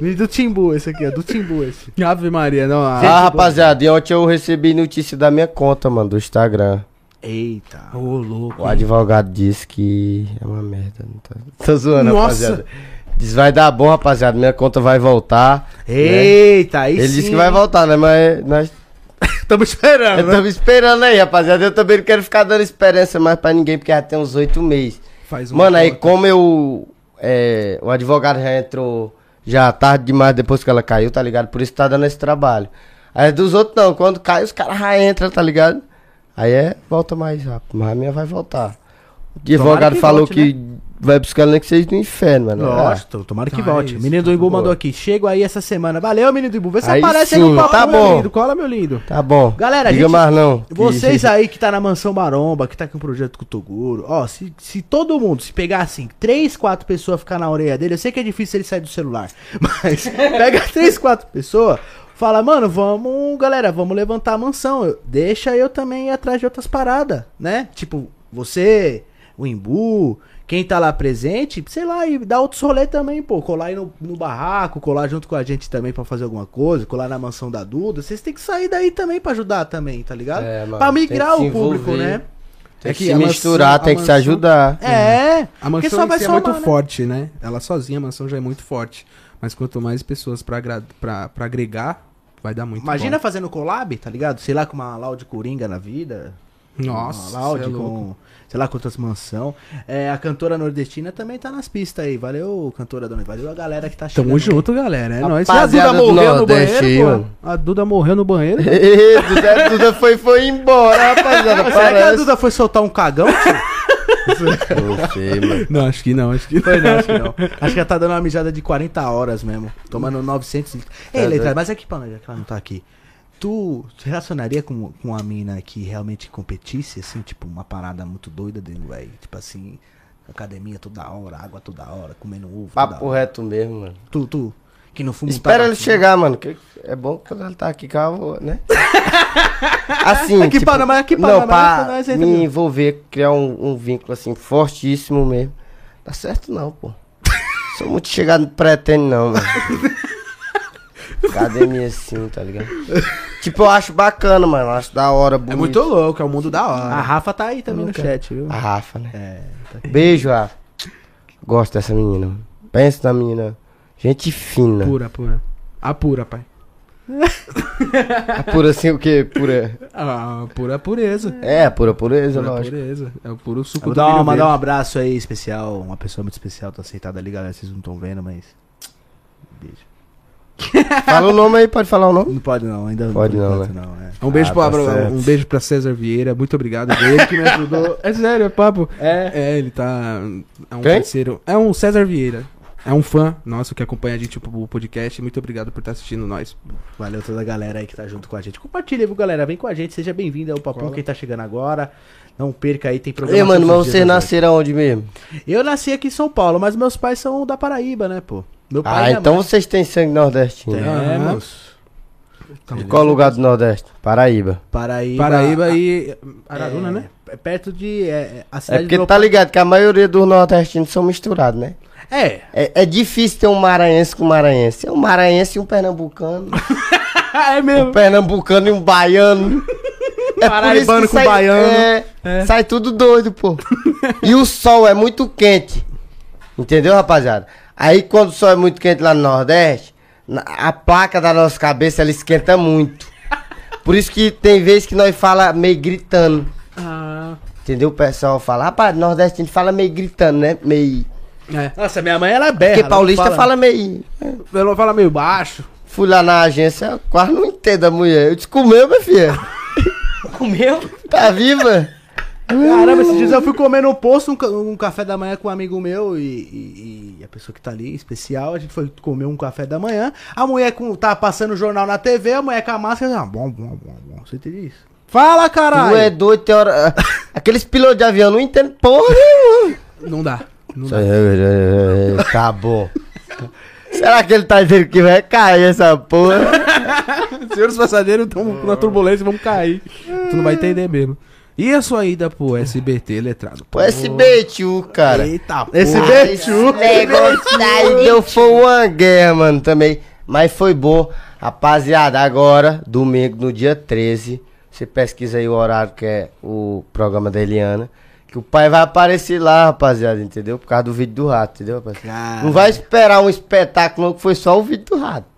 Speaker 1: menino do Timbu, esse aqui, é do Timbu esse.
Speaker 2: Ave Maria, não.
Speaker 3: Ah,
Speaker 2: A...
Speaker 3: Gente rapaziada, e ontem eu recebi notícia da minha conta, mano, do Instagram.
Speaker 1: Eita.
Speaker 2: Ô, louco.
Speaker 3: O advogado disse que é uma merda, não tá? Tô zoando,
Speaker 2: Nossa.
Speaker 3: rapaziada. Diz vai dar bom, rapaziada, minha conta vai voltar. né?
Speaker 1: Eita, aí
Speaker 3: Ele
Speaker 1: sim.
Speaker 3: disse que vai voltar, né? Mas nós
Speaker 1: Tamo esperando, né?
Speaker 3: estamos esperando aí, rapaziada. Eu também não quero ficar dando esperança mais pra ninguém, porque já tem uns oito meses.
Speaker 1: um
Speaker 2: Faz um uma
Speaker 3: Mano, aí
Speaker 2: cota.
Speaker 3: como eu. é, o advogado já entrou já tarde demais depois que ela caiu, tá ligado? Por isso tá dando esse trabalho. Aí dos outros não, quando cai os caras já entram, tá ligado? Aí é, volta mais rápido, mas a minha vai voltar. O advogado
Speaker 1: que
Speaker 3: falou
Speaker 1: volte, né?
Speaker 3: que vai buscar ela nem que seja do inferno, mano.
Speaker 1: Lógico, to- tomara que
Speaker 3: Tá,
Speaker 2: Então é
Speaker 1: volte.
Speaker 2: isso,
Speaker 1: menino do Imbu
Speaker 3: boa.
Speaker 1: mandou aqui. Chego aí essa semana. Valeu, menino do Imbu. Vê se
Speaker 3: Aí
Speaker 1: aparece aí
Speaker 3: sim,
Speaker 1: no papo,
Speaker 3: tá
Speaker 1: meu
Speaker 3: bom.
Speaker 1: lindo. Cola, meu lindo.
Speaker 3: É. Tá bom.
Speaker 1: Galera,
Speaker 3: Diga
Speaker 1: gente-
Speaker 3: mais não. que- é
Speaker 1: Vocês aí que tá na Mansão Maromba, que tá com um projeto com o Toguro, ó, se, se todo mundo, se pegar assim, três, quatro pessoas ficar na orelha dele, eu sei que é difícil ele sair do celular, mas pega três, quatro pessoas, fala, mano, vamos, galera, vamos levantar a mansão, eu- deixa eu também ir atrás de outras paradas, né? Tipo, você, o Imbu, quem tá lá presente, sei lá, e dá outros rolê também, pô. Colar aí no, no barraco, colar junto com a gente também pra fazer alguma coisa, colar na mansão da Duda. Vocês têm que sair daí também pra ajudar também, tá ligado?
Speaker 3: É, mano,
Speaker 1: pra
Speaker 3: tem que
Speaker 1: migrar
Speaker 3: se
Speaker 1: o público,
Speaker 3: envolver.
Speaker 1: né?
Speaker 3: Tem
Speaker 2: É
Speaker 3: que
Speaker 2: que
Speaker 3: se
Speaker 2: a mansão-
Speaker 3: misturar, tem
Speaker 2: a
Speaker 3: que se
Speaker 2: mansão-
Speaker 3: ajudar.
Speaker 1: É.
Speaker 2: A
Speaker 1: porque
Speaker 2: mansão
Speaker 1: só
Speaker 2: em
Speaker 1: vai
Speaker 2: si é
Speaker 1: somar,
Speaker 2: muito
Speaker 1: né?
Speaker 2: forte, né? Ela sozinha, a mansão já é muito forte. Mas quanto mais pessoas pra, agra- pra, pra agregar, vai dar muito
Speaker 1: Imagina
Speaker 2: bom.
Speaker 1: fazendo collab, tá ligado? Sei lá, com uma Loud Coringa na vida.
Speaker 2: Nossa,
Speaker 1: Uma Loud
Speaker 2: cê é louco.
Speaker 1: com, sei lá, com outras mansão. É, a cantora nordestina também tá nas pistas aí. Valeu, cantora dona. Valeu a galera que tá chegando.
Speaker 2: Tamo junto, galera. É nóis. E a
Speaker 3: Rapaziada
Speaker 2: Duda
Speaker 3: do
Speaker 2: morreu no
Speaker 3: Nordeste
Speaker 2: banheiro,
Speaker 3: aí,
Speaker 2: pô.
Speaker 3: mano.
Speaker 2: A Duda morreu no banheiro.
Speaker 3: Ê, Duda, Duda foi, foi embora, rapaziada.
Speaker 1: Será que a
Speaker 3: Parece.
Speaker 1: Duda foi soltar um cagão?
Speaker 3: Não sei, mano.
Speaker 2: Não, acho que não, acho que
Speaker 1: Foi não, acho que não. Acho que ela tá dando uma mijada de 40 horas mesmo. Tomando 900 litros. Ei,
Speaker 3: Tá
Speaker 1: Letra,
Speaker 3: doido.
Speaker 1: mas aqui, Pana, já que ela não tá aqui. Tu se relacionaria com, com uma mina que realmente competisse, assim, tipo, uma parada muito doida dentro, velho? Tipo assim, academia toda hora, água toda hora, comendo ovo. toda
Speaker 3: Papo
Speaker 1: hora.
Speaker 3: reto mesmo, mano.
Speaker 1: Tu, tu, que não fuma um
Speaker 3: Espera ele
Speaker 1: tabaquinho.
Speaker 3: chegar, mano. que é bom que quando ele tá aqui, calma, né? Assim,
Speaker 2: Tipo,
Speaker 1: Aqui para, mas aqui é para,
Speaker 3: não,
Speaker 1: mas
Speaker 3: pra
Speaker 1: nós entra
Speaker 3: me
Speaker 1: mesmo.
Speaker 3: envolver, criar um, um vínculo, assim, fortíssimo mesmo. Tá certo não, pô. Sou muito chegado, não pretende não, mano. Academia assim, tá ligado? Tipo, eu acho bacana, mano. Acho da hora, bonito.
Speaker 2: É muito louco, é o mundo da
Speaker 1: A
Speaker 2: hora.
Speaker 1: Rafa tá aí também no
Speaker 3: Nunca.
Speaker 1: chat, viu?
Speaker 3: A Rafa, né?
Speaker 2: É.
Speaker 3: Beijo, Rafa. Gosto dessa menina. mano. Pensa na menina. Gente fina.
Speaker 2: Pura, pura. A pura, pai.
Speaker 3: A Pura assim o quê? Pura...
Speaker 2: A Ah, pura pureza.
Speaker 3: É, pura pureza,
Speaker 2: Pura
Speaker 3: lógico.
Speaker 2: pureza. É o puro
Speaker 1: Eu
Speaker 2: suco
Speaker 1: Vou
Speaker 2: do
Speaker 1: dar uma,
Speaker 2: milho
Speaker 1: mandar um
Speaker 2: verde.
Speaker 1: abraço aí especial, uma pessoa muito especial, tá sentada ali, galera, vocês não estão vendo, mas... Beijo.
Speaker 3: Fala o nome aí, pode falar o nome?
Speaker 1: Não pode não, ainda
Speaker 3: Pode
Speaker 1: por
Speaker 3: não,
Speaker 1: enquanto não, é.
Speaker 2: Um beijo,
Speaker 3: Ah,
Speaker 2: pra,
Speaker 3: tá certo.
Speaker 2: um beijo pra César Vieira, muito obrigado. foi Ele que me ajudou. É sério, é papo. É, ele tá. É um
Speaker 3: Quem?
Speaker 2: parceiro. É um César Vieira. É um fã nosso que acompanha a gente pro podcast. Muito obrigado por estar assistindo nós.
Speaker 1: Valeu toda a galera aí que tá junto com a gente. Compartilha, viu, galera? Vem com a gente, seja bem-vindo ao Papão, quem tá chegando agora. Não perca aí, tem programa.
Speaker 3: Ei, mano,
Speaker 1: todos
Speaker 3: mas
Speaker 1: os dias
Speaker 3: vocês
Speaker 1: às oito.
Speaker 3: nasceram onde mesmo?
Speaker 1: Eu nasci aqui em São Paulo, mas meus pais são da Paraíba, né, pô? Meu pai
Speaker 3: Ah,
Speaker 1: e minha
Speaker 3: então
Speaker 1: mãe-
Speaker 3: vocês têm sangue nordestino.
Speaker 1: É,
Speaker 2: Aham.
Speaker 1: moço.
Speaker 3: De Qual lugar do Nordeste? Paraíba. É
Speaker 1: Paraíba.
Speaker 2: Paraíba e Araruna,
Speaker 1: é,
Speaker 2: né?
Speaker 1: é Perto de. É, é, a
Speaker 3: É
Speaker 1: cidade do
Speaker 3: porque
Speaker 1: meu
Speaker 3: tá
Speaker 1: pai-
Speaker 3: ligado que a maioria dos nordestinos são misturados, né?
Speaker 1: É.
Speaker 3: É, é difícil ter um maranhense com um maranhense. É um maranhense e um pernambucano.
Speaker 1: é
Speaker 3: Um
Speaker 1: mesmo.
Speaker 3: pernambucano e um baiano. É
Speaker 2: Paraibano com baiano.
Speaker 3: É,
Speaker 2: É.
Speaker 3: Sai tudo doido, pô. e o sol é muito quente. Entendeu, rapaziada? Aí quando o sol é muito quente lá no Nordeste, na- a placa da nossa cabeça ela esquenta muito. Por isso que tem vezes que nós fala meio gritando.
Speaker 2: Ah.
Speaker 3: Entendeu? O pessoal fala, rapaz, nordestino fala meio gritando, né? Meio.
Speaker 2: É.
Speaker 1: Nossa, minha mãe ela é berra.
Speaker 3: Porque
Speaker 1: ela não
Speaker 3: paulista fala... meio. né?
Speaker 2: Ela fala meio baixo.
Speaker 3: Fui lá na agência, eu quase não entendo a mulher. Eu disse, comeu, minha filha?
Speaker 4: Comeu?
Speaker 3: Tá viva?
Speaker 1: Caramba, esses dias eu fui comer no posto um, ca- um café da manhã com um amigo meu e, e- e a pessoa que tá ali, especial, a gente foi comer um café da manhã. A mulher com, tá passando o jornal na TV, a mulher com a máscara, ah, bom, bom, bom, bom. Você entende isso? Fala, caralho!
Speaker 3: Tu é doido, tem hora. Aqueles pilotos de avião não entendem porra nenhuma.
Speaker 2: Não dá. Não dá.
Speaker 3: Tá bom. Será que ele tá dizendo que vai cair essa porra?
Speaker 2: Senhores passageiros estão na turbulência, vamos cair. Tu não vai entender mesmo. E a sua ida pro SBT letrado?
Speaker 3: Pô, esse BTU, cara.
Speaker 1: Eita,
Speaker 2: Esse
Speaker 1: porra.
Speaker 2: beijo-
Speaker 3: Esse negócio tá aí deu foi uma guerra, mano, também. Mas foi bom. Rapaziada, agora, domingo, no dia 13, você pesquisa aí o horário que é o programa da Eliana. Que o pai vai aparecer lá, rapaziada, entendeu? Por causa do vídeo do rato, entendeu, rapaziada?
Speaker 1: Cara.
Speaker 3: Não vai esperar um espetáculo que foi só o vídeo do rato.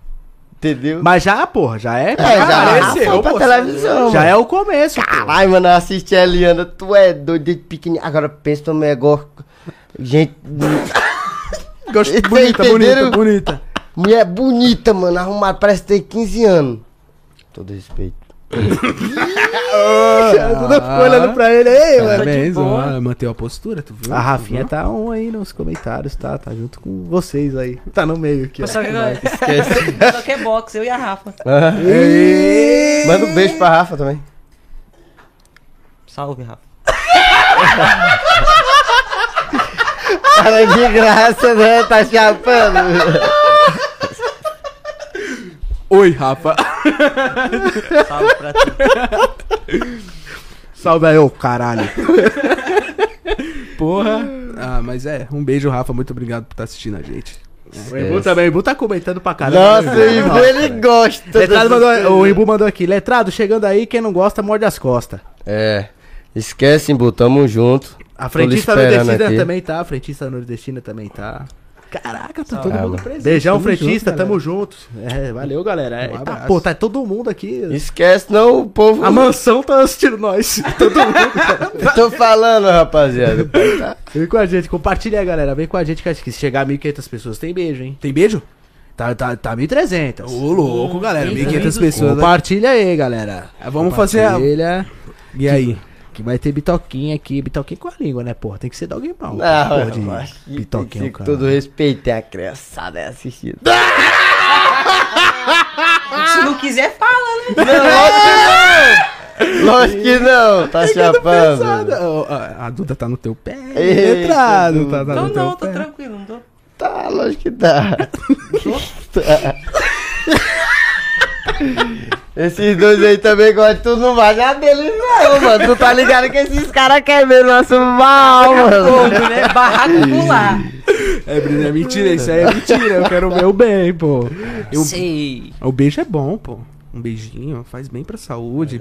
Speaker 3: Entendeu?
Speaker 1: Mas já, porra, já é.
Speaker 3: É, já
Speaker 2: apareceu,
Speaker 3: foi pra
Speaker 2: pô,
Speaker 3: televisão.
Speaker 1: já
Speaker 3: mano.
Speaker 1: é o começo. pô.
Speaker 3: Caralho, mano, eu assisti a Eliana, tu é doido desde pequenininho. Agora pensa no negócio. Gente,
Speaker 2: Gosto-
Speaker 3: Vocês
Speaker 2: Bonita, bonita,
Speaker 3: entenderam?
Speaker 2: bonita.
Speaker 3: mulher bonita, mano, arrumada, parece ter 15 anos. Todo respeito.
Speaker 1: Eu não fico olhando pra ele aí,
Speaker 2: É,
Speaker 1: mano.
Speaker 2: mesmo,
Speaker 4: boa.
Speaker 2: ó, manteu a postura, tu viu?
Speaker 1: Tá A Rafinha tá um aí nos comentários, tá? Tá junto com vocês aí. Tá no meio aqui. ó.
Speaker 4: Só que agora. Só que é boxe, eu e a Rafa.
Speaker 3: Manda um beijo pra Rafa também.
Speaker 4: Salve, Rafa.
Speaker 3: Cara, de Ah, graça, né? Tá chapando.
Speaker 2: Oi, Rafa.
Speaker 4: Salve pra tu.
Speaker 1: Salve aí, ô caralho.
Speaker 2: Porra. Ah, mas é, um beijo, Rafa. Muito obrigado por estar assistindo a gente.
Speaker 1: O Imbu também, o Imbu tá comentando pra caramba.
Speaker 3: né? Nossa, o Ivo, ele gosta.
Speaker 2: tá
Speaker 1: Letrado
Speaker 3: dessas
Speaker 1: mandou, o Imbu mandou aqui. Letrado, chegando aí, quem não gosta, morde as costas.
Speaker 3: É. Esquece, Imbu, tamo junto.
Speaker 1: A
Speaker 3: Tô lhe
Speaker 1: frentista
Speaker 3: esperando
Speaker 1: nordestina
Speaker 3: aqui.
Speaker 1: também tá, a frentista nordestina também tá.
Speaker 2: Caraca, tá
Speaker 3: Salve.
Speaker 2: presente.
Speaker 1: Beijão,
Speaker 2: Tamo
Speaker 1: frentista,
Speaker 2: junto,
Speaker 1: tamo junto. É, valeu, galera. É,
Speaker 2: Um
Speaker 1: tá,
Speaker 2: abraço.
Speaker 1: pô, tá todo mundo aqui.
Speaker 3: Esquece, não, o povo.
Speaker 1: A mansão tá assistindo nós. Todo mundo.
Speaker 3: Eu tô falando, rapaziada. Tá.
Speaker 1: Vem com a gente, compartilha aí, galera. Vem com a gente, que acho que se chegar a 1.500 pessoas tem beijo, hein?
Speaker 2: Tem beijo?
Speaker 1: Tá, tá, tá 1.300.
Speaker 2: Ô, louco, galera. 1.500 pessoas. né?
Speaker 1: Compartilha aí, galera.
Speaker 2: Ah, Vamos fazer a...
Speaker 1: Compartilha.
Speaker 2: E aí?
Speaker 1: Que vai ter bitoquinha aqui, bitoquinha com a língua, né, porra? Tem que ser dog mal.
Speaker 3: Não,
Speaker 1: porra,
Speaker 3: eu
Speaker 1: de
Speaker 3: acho que tem
Speaker 1: bitoquinha,
Speaker 3: que,
Speaker 1: cara.
Speaker 3: todo respeito é a criançada é assistida.
Speaker 4: Se não quiser, fala, né?
Speaker 3: Lógico que não, tá chapando.
Speaker 2: Pesada. Ô, A a Duda tá no teu pé.
Speaker 3: Eita,
Speaker 2: Letrado, tá, tá
Speaker 4: Então
Speaker 2: no teu
Speaker 4: não, tô
Speaker 2: pé.
Speaker 4: tranquilo, não tô.
Speaker 3: Tá, lógico que dá. Esses dois aí também gostam, tu não vai na deles não, mano. Tu tá ligado que esses caras querem ver nosso mal, mano.
Speaker 4: Fogo, né? Barraco pular.
Speaker 2: É, Brisa, é mentira, isso aí é mentira. Eu quero o meu bem, pô. Eu-
Speaker 4: Sei.
Speaker 2: O beijo é bom, pô. Um beijinho faz bem pra saúde.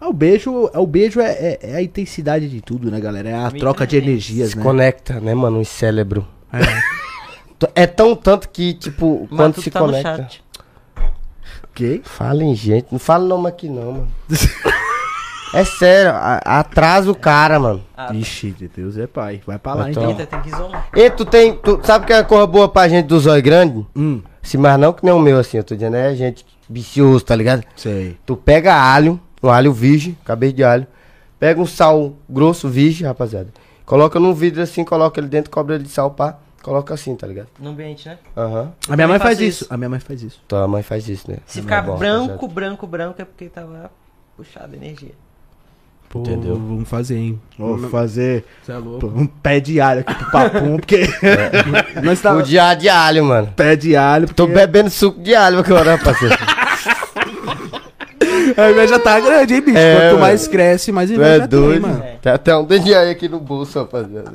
Speaker 1: Ah, o beijo, ah, o beijo é, é- é a intensidade de tudo, né, galera? É a troca de energias, né?
Speaker 3: Conecta, né, mano, o cérebro.
Speaker 2: É.
Speaker 3: É tão tanto que, tipo,
Speaker 4: Mas
Speaker 3: quando
Speaker 4: tu
Speaker 3: se
Speaker 4: tá no
Speaker 3: conecta.
Speaker 4: chat.
Speaker 1: Ok?
Speaker 3: Fala em gente, não fala nome aqui não, mano. é sério, a- atrasa o cara, mano.
Speaker 4: Ah,
Speaker 1: Ixi, de Deus é pai. Vai pra lá,
Speaker 3: Então.
Speaker 1: então.
Speaker 4: Eita, tem que isolar.
Speaker 3: E tu tem. Tu, sabe que é uma coisa boa pra gente do Zóio Grande?
Speaker 1: Hum.
Speaker 3: Se mais não que nem o meu, assim, eu tô dizendo, é gente vicioso, tá ligado?
Speaker 1: Sei.
Speaker 3: Tu pega alho, um alho virgem, cabeça de alho, pega um sal grosso virgem, rapaziada. Coloca num vidro assim, coloca ele dentro, cobre ele de sal, pá, coloca assim, tá ligado?
Speaker 4: No ambiente, né?
Speaker 3: Aham.
Speaker 1: A minha
Speaker 4: também
Speaker 1: mãe faz
Speaker 4: faço
Speaker 1: isso.
Speaker 4: isso.
Speaker 1: A minha mãe faz isso.
Speaker 3: Tua mãe faz isso, né?
Speaker 4: Se
Speaker 3: Não é
Speaker 4: ficar
Speaker 3: bom,
Speaker 4: branco,
Speaker 3: rapaziada.
Speaker 4: branco, branco, é porque tava puxado a energia.
Speaker 2: Pô,
Speaker 1: Entendeu.
Speaker 2: Vamos fazer, hein?
Speaker 1: Vou fazer
Speaker 2: Você é louco.
Speaker 1: um pé de alho aqui pro papum, porque. Nós
Speaker 3: O
Speaker 4: tá-
Speaker 1: tava.
Speaker 3: dia É. de alho, mano.
Speaker 1: Pé de alho,
Speaker 3: Tô
Speaker 1: porque.
Speaker 3: bebendo suco de alho agora, rapaziada.
Speaker 2: A inveja tá grande, hein, bicho?
Speaker 3: É,
Speaker 2: Quanto
Speaker 3: mano.
Speaker 2: mais cresce, mais
Speaker 3: Tu
Speaker 2: inveja
Speaker 3: é
Speaker 2: tem,
Speaker 3: doido?
Speaker 2: mano.
Speaker 4: É.
Speaker 3: Tem até um DJI aqui no bolso, rapaziada.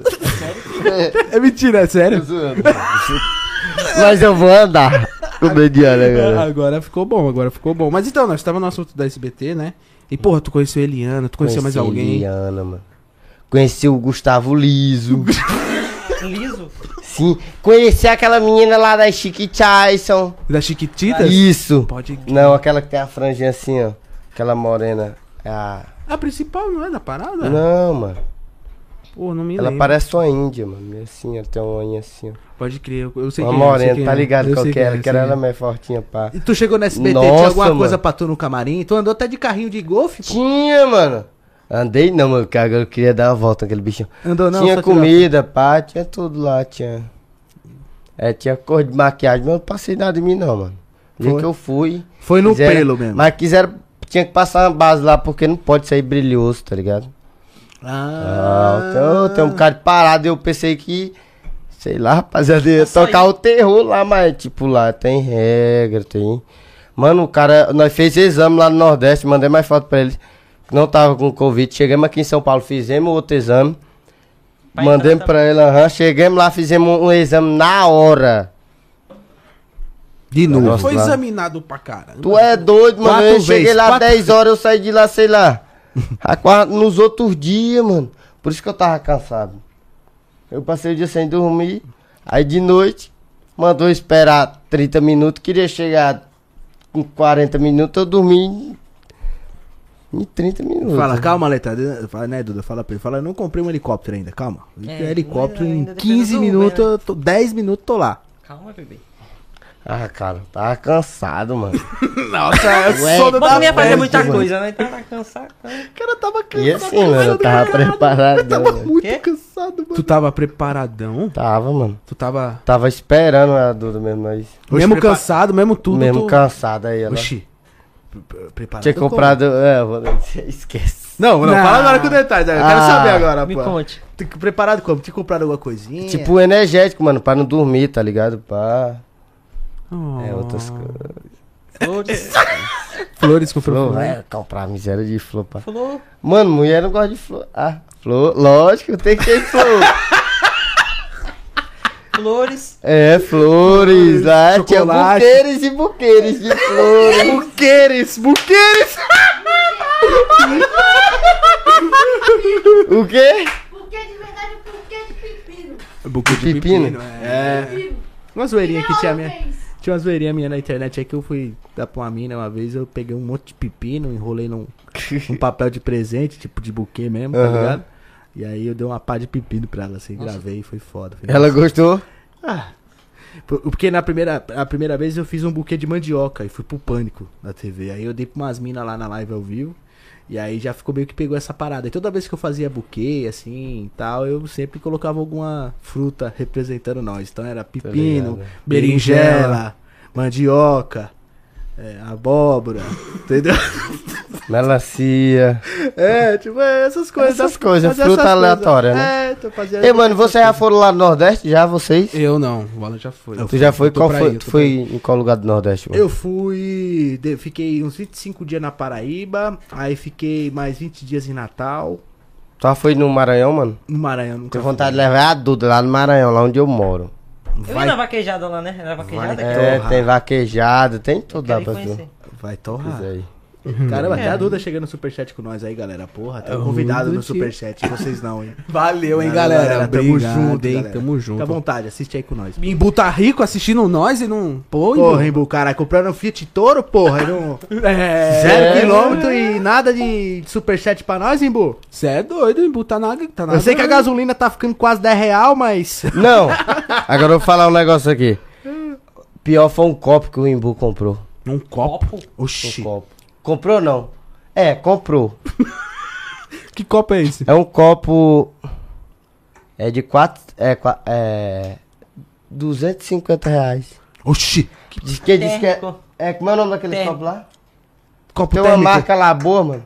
Speaker 2: É mentira, é
Speaker 3: Tô
Speaker 2: sério.
Speaker 3: zoando. Mas eu vou andar né, com o DJI agora.
Speaker 2: É, Agora ficou bom, agora ficou bom. Mas então, nós tava no assunto da SBT, né? E, porra, tu conheceu a Eliana, tu conheceu mais
Speaker 3: Conheci
Speaker 2: alguém.
Speaker 3: Eliana, mano. Conheci o Gustavo Liso.
Speaker 4: Liso.
Speaker 3: Sim. Conheci aquela menina lá da Chique Tyson.
Speaker 2: Da Chiquititas?
Speaker 3: Isso.
Speaker 2: Pode crer.
Speaker 3: Não, aquela que tem a franjinha assim, ó. Aquela morena. Ah.
Speaker 2: A principal não é da parada?
Speaker 3: Não, mano.
Speaker 2: Pô, não me
Speaker 3: Ela
Speaker 2: lembro.
Speaker 3: parece uma índia, mano. Meio Assim, ela tem uma unha assim, ó.
Speaker 2: Pode crer, eu, eu sei
Speaker 3: Uma
Speaker 2: quem é, eu sei
Speaker 3: morena,
Speaker 2: quem
Speaker 3: tá
Speaker 2: é.
Speaker 3: ligado
Speaker 2: Eu
Speaker 3: qual
Speaker 2: sei
Speaker 3: que
Speaker 2: quem
Speaker 3: era?
Speaker 2: eu
Speaker 3: Que
Speaker 2: sei
Speaker 3: era
Speaker 2: quem
Speaker 3: ela
Speaker 2: é.
Speaker 3: mais fortinha, pá.
Speaker 1: E tu chegou na SBT, tinha
Speaker 3: Nossa,
Speaker 1: alguma
Speaker 3: mano.
Speaker 1: coisa pra tu no camarim? Tu andou até de carrinho de golfe? pô.
Speaker 3: Tinha, mano. Andei não, mano, que agora eu queria dar uma volta naquele bichão.
Speaker 1: Andou não?
Speaker 3: tinha
Speaker 1: só tirou-
Speaker 3: comida, pá, tinha tudo lá, tinha. É, tinha cor de maquiagem, mas eu não passei nada em mim não, mano. O dia
Speaker 1: Foi?
Speaker 3: que eu fui.
Speaker 1: Foi no
Speaker 3: quiseram-
Speaker 1: pelo mesmo.
Speaker 3: Mas quiseram, tinha que passar uma base lá, porque não pode sair brilhoso, tá ligado? Ah, então tem um bocado de parado, eu pensei que. Sei lá, rapaziada, ia
Speaker 4: Açaí.
Speaker 3: tocar o terror lá, mas tipo, lá tem regra, tem. Mano, o cara, nós fez exame lá no Nordeste, mandei mais foto pra ele. Não tava com Covid. Chegamos aqui em São Paulo, fizemos outro exame.
Speaker 4: Pra
Speaker 3: mandamos
Speaker 4: entrar
Speaker 3: pra ele, aham. Chegamos lá, fizemos um exame na hora.
Speaker 1: De novo.
Speaker 3: Nossa,
Speaker 2: Foi
Speaker 3: lá.
Speaker 2: examinado pra caramba.
Speaker 3: Tu é doido, mano.
Speaker 1: Quatro
Speaker 3: eu cheguei
Speaker 1: vezes,
Speaker 3: lá
Speaker 1: quatro
Speaker 3: 10 horas, eu saí de lá, sei lá. a qua- nos outros dias, mano. Por isso que eu tava cansado. Eu passei o dia sem dormir. Aí de noite, mandou esperar 30 minutos. Queria chegar com 40 minutos, eu dormi em, em 30 minutos.
Speaker 1: Fala, calma, Letra. Fala, né, Duda? Fala pra ele. Fala, eu não comprei um helicóptero ainda, calma.
Speaker 4: É,
Speaker 1: helicóptero
Speaker 4: mas
Speaker 1: em
Speaker 4: ainda depende
Speaker 1: 15
Speaker 4: do
Speaker 1: minutos,
Speaker 4: Uber, né?
Speaker 1: eu tô, 10 minutos tô lá.
Speaker 4: Calma, bebê.
Speaker 3: Ah, cara, eu tava cansado, mano.
Speaker 2: Nossa, é
Speaker 3: Ué,
Speaker 2: sono
Speaker 4: Mas
Speaker 2: da
Speaker 4: não ia fazer
Speaker 2: peste,
Speaker 4: muita
Speaker 2: mano.
Speaker 4: coisa, né? Então tá cansado. Então...
Speaker 1: O cara tava cansado.
Speaker 3: E assim, mano, eu tava preparado. mano.
Speaker 1: muito
Speaker 4: Quê?
Speaker 1: cansado,
Speaker 2: Tu tava preparadão?
Speaker 3: Tava, mano.
Speaker 2: Tu tava
Speaker 3: Tava esperando a Duda mesmo, mas.
Speaker 2: mesmo
Speaker 1: prepara-
Speaker 2: cansado, mesmo tudo.
Speaker 3: mesmo
Speaker 2: tu...
Speaker 3: cansado aí, ela.
Speaker 1: Oxi. Pre- pre- Preparado.
Speaker 3: Tinha
Speaker 1: como?
Speaker 3: comprado. É, eu vou- esquece.
Speaker 1: Não, não,
Speaker 2: Não.
Speaker 1: fala agora com detalhes. né? Eu quero
Speaker 3: Ah,
Speaker 1: saber agora,
Speaker 4: Me
Speaker 1: pô.
Speaker 4: conte.
Speaker 1: Tem que- Preparado como? Tinha comprado alguma coisinha?
Speaker 3: Tipo
Speaker 2: é.
Speaker 3: energético, mano, pra não dormir, tá ligado? Pá.
Speaker 2: Oh,
Speaker 3: É outras coisas.
Speaker 4: Flores.
Speaker 2: Flores com
Speaker 3: Flor,
Speaker 2: flor.
Speaker 3: é, comprar miséria de flor, pá.
Speaker 4: Falou.
Speaker 3: Mano, mulher não gosta de flor. Ah, flor, lógico, tem que ter flor.
Speaker 4: Flores.
Speaker 3: É, flores, lá, tinha
Speaker 2: chocolate.
Speaker 3: buqueiros e buqueiros de flores.
Speaker 1: buqueires, buqueires!
Speaker 3: O quê?
Speaker 5: Porque de verdade, porque de pepino.
Speaker 2: Buco de
Speaker 3: Pepino.
Speaker 2: pepino. é.
Speaker 1: É. Uma zoeirinha que tinha
Speaker 5: Olha,
Speaker 1: minha.
Speaker 5: fez.
Speaker 1: Tinha umas zoeirinhas minha na internet aí que eu fui dar pra uma mina uma vez, eu peguei um monte de pepino, enrolei num, num papel de presente, tipo de buquê mesmo, tá
Speaker 3: Aham.
Speaker 1: ligado? E aí eu dei uma pá de pepino pra ela, assim, gravei e foi foda. Foi
Speaker 3: Ela gostou?
Speaker 1: Ah, por- porque na primeira, a primeira vez eu fiz um buquê de mandioca e fui pro pânico na TV. Aí eu dei pra umas minas lá na live ao vivo. E aí já ficou meio que pegou essa parada. E toda vez que eu fazia buquê, assim e tal, eu sempre colocava alguma fruta representando nós. Então era pepino,
Speaker 3: ligado.
Speaker 1: berinjela, mandioca, é, abóbora, entendeu?
Speaker 3: Melancia.
Speaker 1: É, tipo, é, essas coisas.
Speaker 3: Essas coisas,
Speaker 1: Mas essas
Speaker 3: fruta
Speaker 1: coisas.
Speaker 3: aleatória, né?
Speaker 1: É, então fazia.
Speaker 3: Ei, mano, vocês já foram lá no Nordeste? Já, vocês?
Speaker 2: Eu não, o Alan já foi.
Speaker 1: Eu
Speaker 3: Tu já foi?
Speaker 2: Eu tô
Speaker 3: Qual
Speaker 2: pra
Speaker 3: foi?
Speaker 2: ir, eu tô
Speaker 3: tu foi em qual lugar do Nordeste, mano?
Speaker 2: Uhum.
Speaker 1: Eu fui. de- fiquei uns 25 dias na Paraíba, aí fiquei mais 20 dias em Natal,
Speaker 3: Tu já foi no Maranhão, mano?
Speaker 1: no Maranhão. Nunca
Speaker 3: Tenho
Speaker 1: fui.
Speaker 3: vontade de
Speaker 2: né?
Speaker 3: levar a Duda lá no Maranhão, lá onde eu moro.
Speaker 4: Eu ia na
Speaker 1: Vai,
Speaker 4: vaquejada lá, né? Na vaquejada que
Speaker 3: É,
Speaker 1: torrar.
Speaker 3: tem vaquejada, tem
Speaker 4: eu
Speaker 3: tudo lá pra
Speaker 4: quero
Speaker 3: é.
Speaker 4: conhecer.
Speaker 3: tu.
Speaker 1: vai torrar.
Speaker 3: Isso aí.
Speaker 2: é.
Speaker 4: É.
Speaker 1: Caramba, até a Duda chegando no superchat com nós aí, galera. Porra, tem um
Speaker 2: Ô,
Speaker 1: convidado no
Speaker 2: Duda.
Speaker 1: superchat, vocês não, hein?
Speaker 2: Valeu, hein,
Speaker 1: Valeu,
Speaker 2: galera.
Speaker 1: Tamo
Speaker 2: Obrigado,
Speaker 1: junto,
Speaker 2: hein?
Speaker 1: galera. Tá
Speaker 2: Tamo junto.
Speaker 1: Fica à vontade, assiste aí com nós.
Speaker 2: Em Buta Rico assistindo nós e não. Pô,
Speaker 1: Porra,
Speaker 2: em
Speaker 1: hein, Bu, caralho, compraram um Fiat Toro, porra, e não...
Speaker 2: Bu- É.
Speaker 1: zero
Speaker 3: É.
Speaker 1: quilômetro e nada de superchat pra nós, hein, Bu?
Speaker 2: Você é doido, em Buta na... tá na.
Speaker 1: Eu sei que a gasolina tá ficando quase 10 real, mas...
Speaker 3: Não! Agora eu vou falar um negócio aqui. pior foi um copo que o Imbu comprou.
Speaker 2: Um copo? Oxi.
Speaker 3: Um copo. Comprou não? É, comprou.
Speaker 2: Que copo é esse?
Speaker 3: É um copo. É de quatro. É. qua- é 250 reais.
Speaker 2: Oxi.
Speaker 3: Diz que, diz que é,
Speaker 4: Térmico.
Speaker 3: é. Como é o nome daquele
Speaker 4: Térmico.
Speaker 3: copo lá?
Speaker 2: Copo
Speaker 3: Tem uma marca lá boa, mano.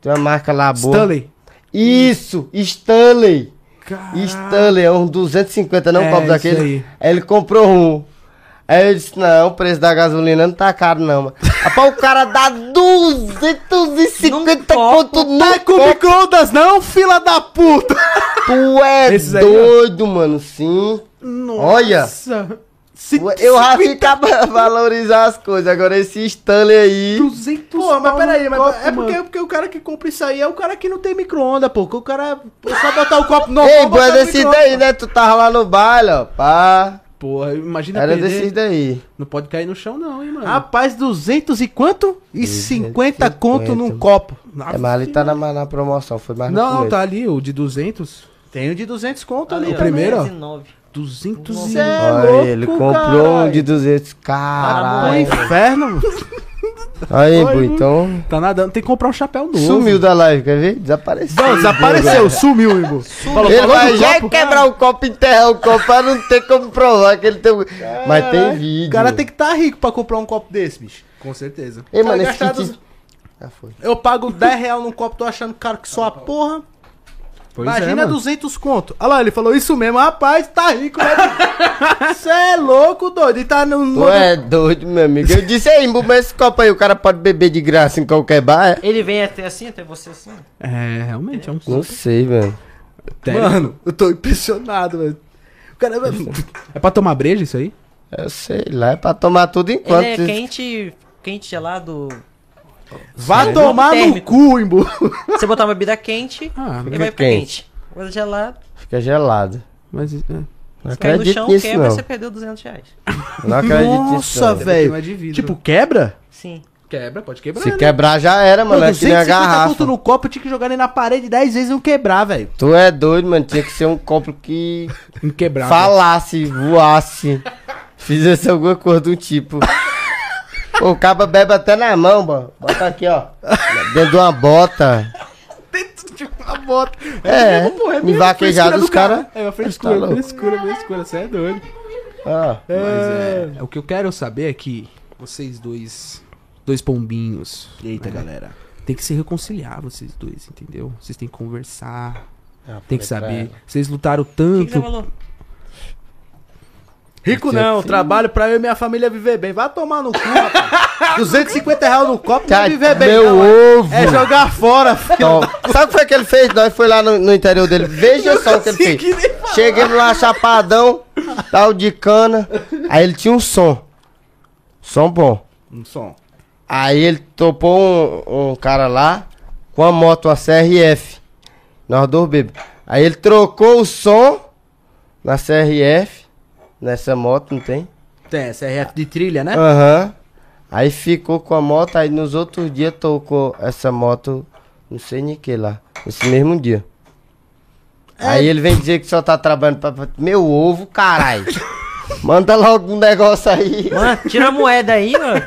Speaker 3: Tem uma marca lá boa.
Speaker 2: Stanley.
Speaker 3: Isso! Stanley!
Speaker 2: Caraca.
Speaker 3: Stanley, é um 250, não
Speaker 2: É,
Speaker 3: um copo
Speaker 2: isso
Speaker 3: daquele.
Speaker 2: aí.
Speaker 3: Aí. ele comprou um. Aí eu disse, não, o preço da gasolina não tá caro não, mano. Rapaz, o cara dá 250
Speaker 4: Num copo,
Speaker 3: conto no
Speaker 1: é
Speaker 2: Tá com
Speaker 3: copo.
Speaker 2: micro-ondas não, fila da puta!
Speaker 3: Tu é
Speaker 2: Esses aí, ó.
Speaker 3: doido, mano, sim. Olha.
Speaker 2: Se,
Speaker 3: Ué, Eu já ficava a valorizar as coisas. Agora esse Stanley aí...
Speaker 2: 200
Speaker 1: Pô, mas
Speaker 2: pau
Speaker 1: peraí,
Speaker 2: no
Speaker 1: mas
Speaker 2: copo,
Speaker 1: é porque,
Speaker 2: mano.
Speaker 1: porque o cara que compra isso aí é o cara que não tem micro-onda, pô. Que o cara. É só botar o copo normal.
Speaker 3: Ei,
Speaker 1: botar
Speaker 3: boa, é
Speaker 1: no
Speaker 3: desse
Speaker 1: micro-ondas.
Speaker 3: daí, né? Tu tava lá no baile, ó, pá.
Speaker 2: Porra, imagina
Speaker 3: Era
Speaker 2: perder.
Speaker 3: desses daí.
Speaker 2: Não pode cair no chão não, hein, mano.
Speaker 1: Rapaz, 200 e quanto? E 50 conto num
Speaker 3: 250.
Speaker 1: copo.
Speaker 3: É, mas ali tá na, na promoção, foi mais no
Speaker 2: Não, não,
Speaker 3: começo.
Speaker 2: tá ali, o de 200.
Speaker 1: Tem o de 200 conto
Speaker 2: o
Speaker 1: ali. ó.
Speaker 2: primeiro- ó.
Speaker 4: 19.
Speaker 2: 200
Speaker 1: Cê é
Speaker 3: Olha,
Speaker 1: louco,
Speaker 3: ele comprou um
Speaker 1: caralho.
Speaker 3: de 200.
Speaker 1: Ah,
Speaker 3: Caralho.
Speaker 1: inferno, mano.
Speaker 3: Aí,
Speaker 2: Foi,
Speaker 3: Bu,
Speaker 2: mano.
Speaker 3: então.
Speaker 2: Tá nadando, tem que comprar um chapéu novo.
Speaker 3: Sumiu da live, quer ver? Desapareceu.
Speaker 1: Não, desapareceu, sumiu, Igor. Falou,
Speaker 3: Ele
Speaker 1: falou
Speaker 3: vai
Speaker 1: do
Speaker 3: já
Speaker 1: copo,
Speaker 3: quebrar o copo e enterrar o copo pra não ter como provar que ele tem. um-" Mas tem
Speaker 1: Caralho,
Speaker 3: vídeo.
Speaker 1: O cara tem que estar tá rico pra comprar um copo desse, bicho.
Speaker 2: Com certeza.
Speaker 3: Ei, mano,
Speaker 1: cara
Speaker 3: esse
Speaker 1: gastado-
Speaker 3: kit. Já foi.
Speaker 1: Eu pago 10 real num copo, tô achando caro que só a porra.
Speaker 2: Tá Pois
Speaker 1: Imagina
Speaker 2: é, mano.
Speaker 1: 200 conto. Olha lá, ele falou isso mesmo. Rapaz, tá rico, né? Você é louco, doido. E tá no...
Speaker 3: Tu é doido, meu amigo. Eu disse aí, Bu, mas esse copo aí o cara pode beber de graça em qualquer bar? é?
Speaker 4: Ele vem até assim, até você assim.
Speaker 2: É, realmente, é um
Speaker 3: Não sei, velho.
Speaker 1: Mano, eu tô impressionado, velho. O cara...
Speaker 2: É pra tomar breja isso aí?
Speaker 3: Eu sei lá, é pra tomar tudo enquanto.
Speaker 4: Ele é
Speaker 3: vocês-
Speaker 4: quente, quente gelado.
Speaker 1: Vá
Speaker 4: Sério?
Speaker 1: tomar no
Speaker 4: Térmico.
Speaker 1: cu, Imbu.
Speaker 4: Você botar uma bebida quente,
Speaker 2: Ah,
Speaker 4: ele vai ficar
Speaker 3: quente.
Speaker 4: quente. Coisa gelada,
Speaker 3: Fica gelado.
Speaker 2: mas... é.
Speaker 3: Não
Speaker 4: cai tá no
Speaker 3: acredito
Speaker 4: chão,
Speaker 3: nisso,
Speaker 4: quebra,
Speaker 3: não.
Speaker 4: você perdeu 200 reais.
Speaker 3: Não acredito nisso.
Speaker 1: Nossa,
Speaker 3: não.
Speaker 1: velho.
Speaker 2: Não é de vidro.
Speaker 1: Tipo, quebra?
Speaker 4: Sim.
Speaker 2: Quebra, pode quebrar,
Speaker 3: Se
Speaker 2: né?
Speaker 3: quebrar já era, mano.
Speaker 1: Mano,
Speaker 3: É que nem a
Speaker 1: 250
Speaker 3: garrafa.
Speaker 1: conto tá no copo, eu tinha que jogar ele na parede 10 vezes e não quebrar, velho.
Speaker 3: Tu é doido, mano. Tinha que ser um copo que
Speaker 2: Quebrar.
Speaker 3: falasse, voasse, fizesse alguma coisa do tipo. Pô, o caba bebe até na mão, mano. Bota aqui, ó. Dentro de uma bota.
Speaker 1: A bota.
Speaker 3: É, me vaquejado os caras.
Speaker 2: É uma
Speaker 3: Tá
Speaker 2: frescura,
Speaker 3: louco.
Speaker 2: frescura, frescura. Você é doido.
Speaker 3: Ó,
Speaker 2: Mas é, o que eu quero saber é que vocês dois, dois pombinhos, né,
Speaker 1: Eita, galera.
Speaker 2: tem que se reconciliar vocês dois, entendeu? Vocês têm que conversar,
Speaker 3: Ah,
Speaker 2: tem que
Speaker 3: falei pra
Speaker 2: saber.
Speaker 3: ela.
Speaker 2: Vocês lutaram
Speaker 4: O que, que você
Speaker 2: tanto.
Speaker 4: falou?
Speaker 1: Rico não, trabalho pra eu e minha família viver bem. Vai tomar no cu, rapaz. 250 reais no copo não é
Speaker 3: Tá,
Speaker 1: viver bem,
Speaker 3: meu
Speaker 1: não, é.
Speaker 3: ovo.
Speaker 1: É jogar fora, filho.
Speaker 3: Ó, Então, sabe o que foi que ele fez? Nós foi lá no, no interior dele. Veja só o que ele
Speaker 1: consegui
Speaker 3: fez. Chegamos lá, chapadão, tal de cana. Aí ele tinha um som. Som bom.
Speaker 1: Um som.
Speaker 3: Aí ele topou um, um cara lá com a moto, uma CRF. Nós dois bebemos. Aí ele trocou o som na CRF. Nessa moto, não tem?
Speaker 1: Tem, CRF de trilha, né?
Speaker 3: Aham. Aí ficou com a moto, aí nos outros dias tocou essa moto, não sei nem que lá. Esse mesmo dia. Aí ele vem dizer que só tá trabalhando pra. pra- Meu ovo, caralho! Manda logo um negócio aí.
Speaker 4: Mano, tira a moeda aí, mano.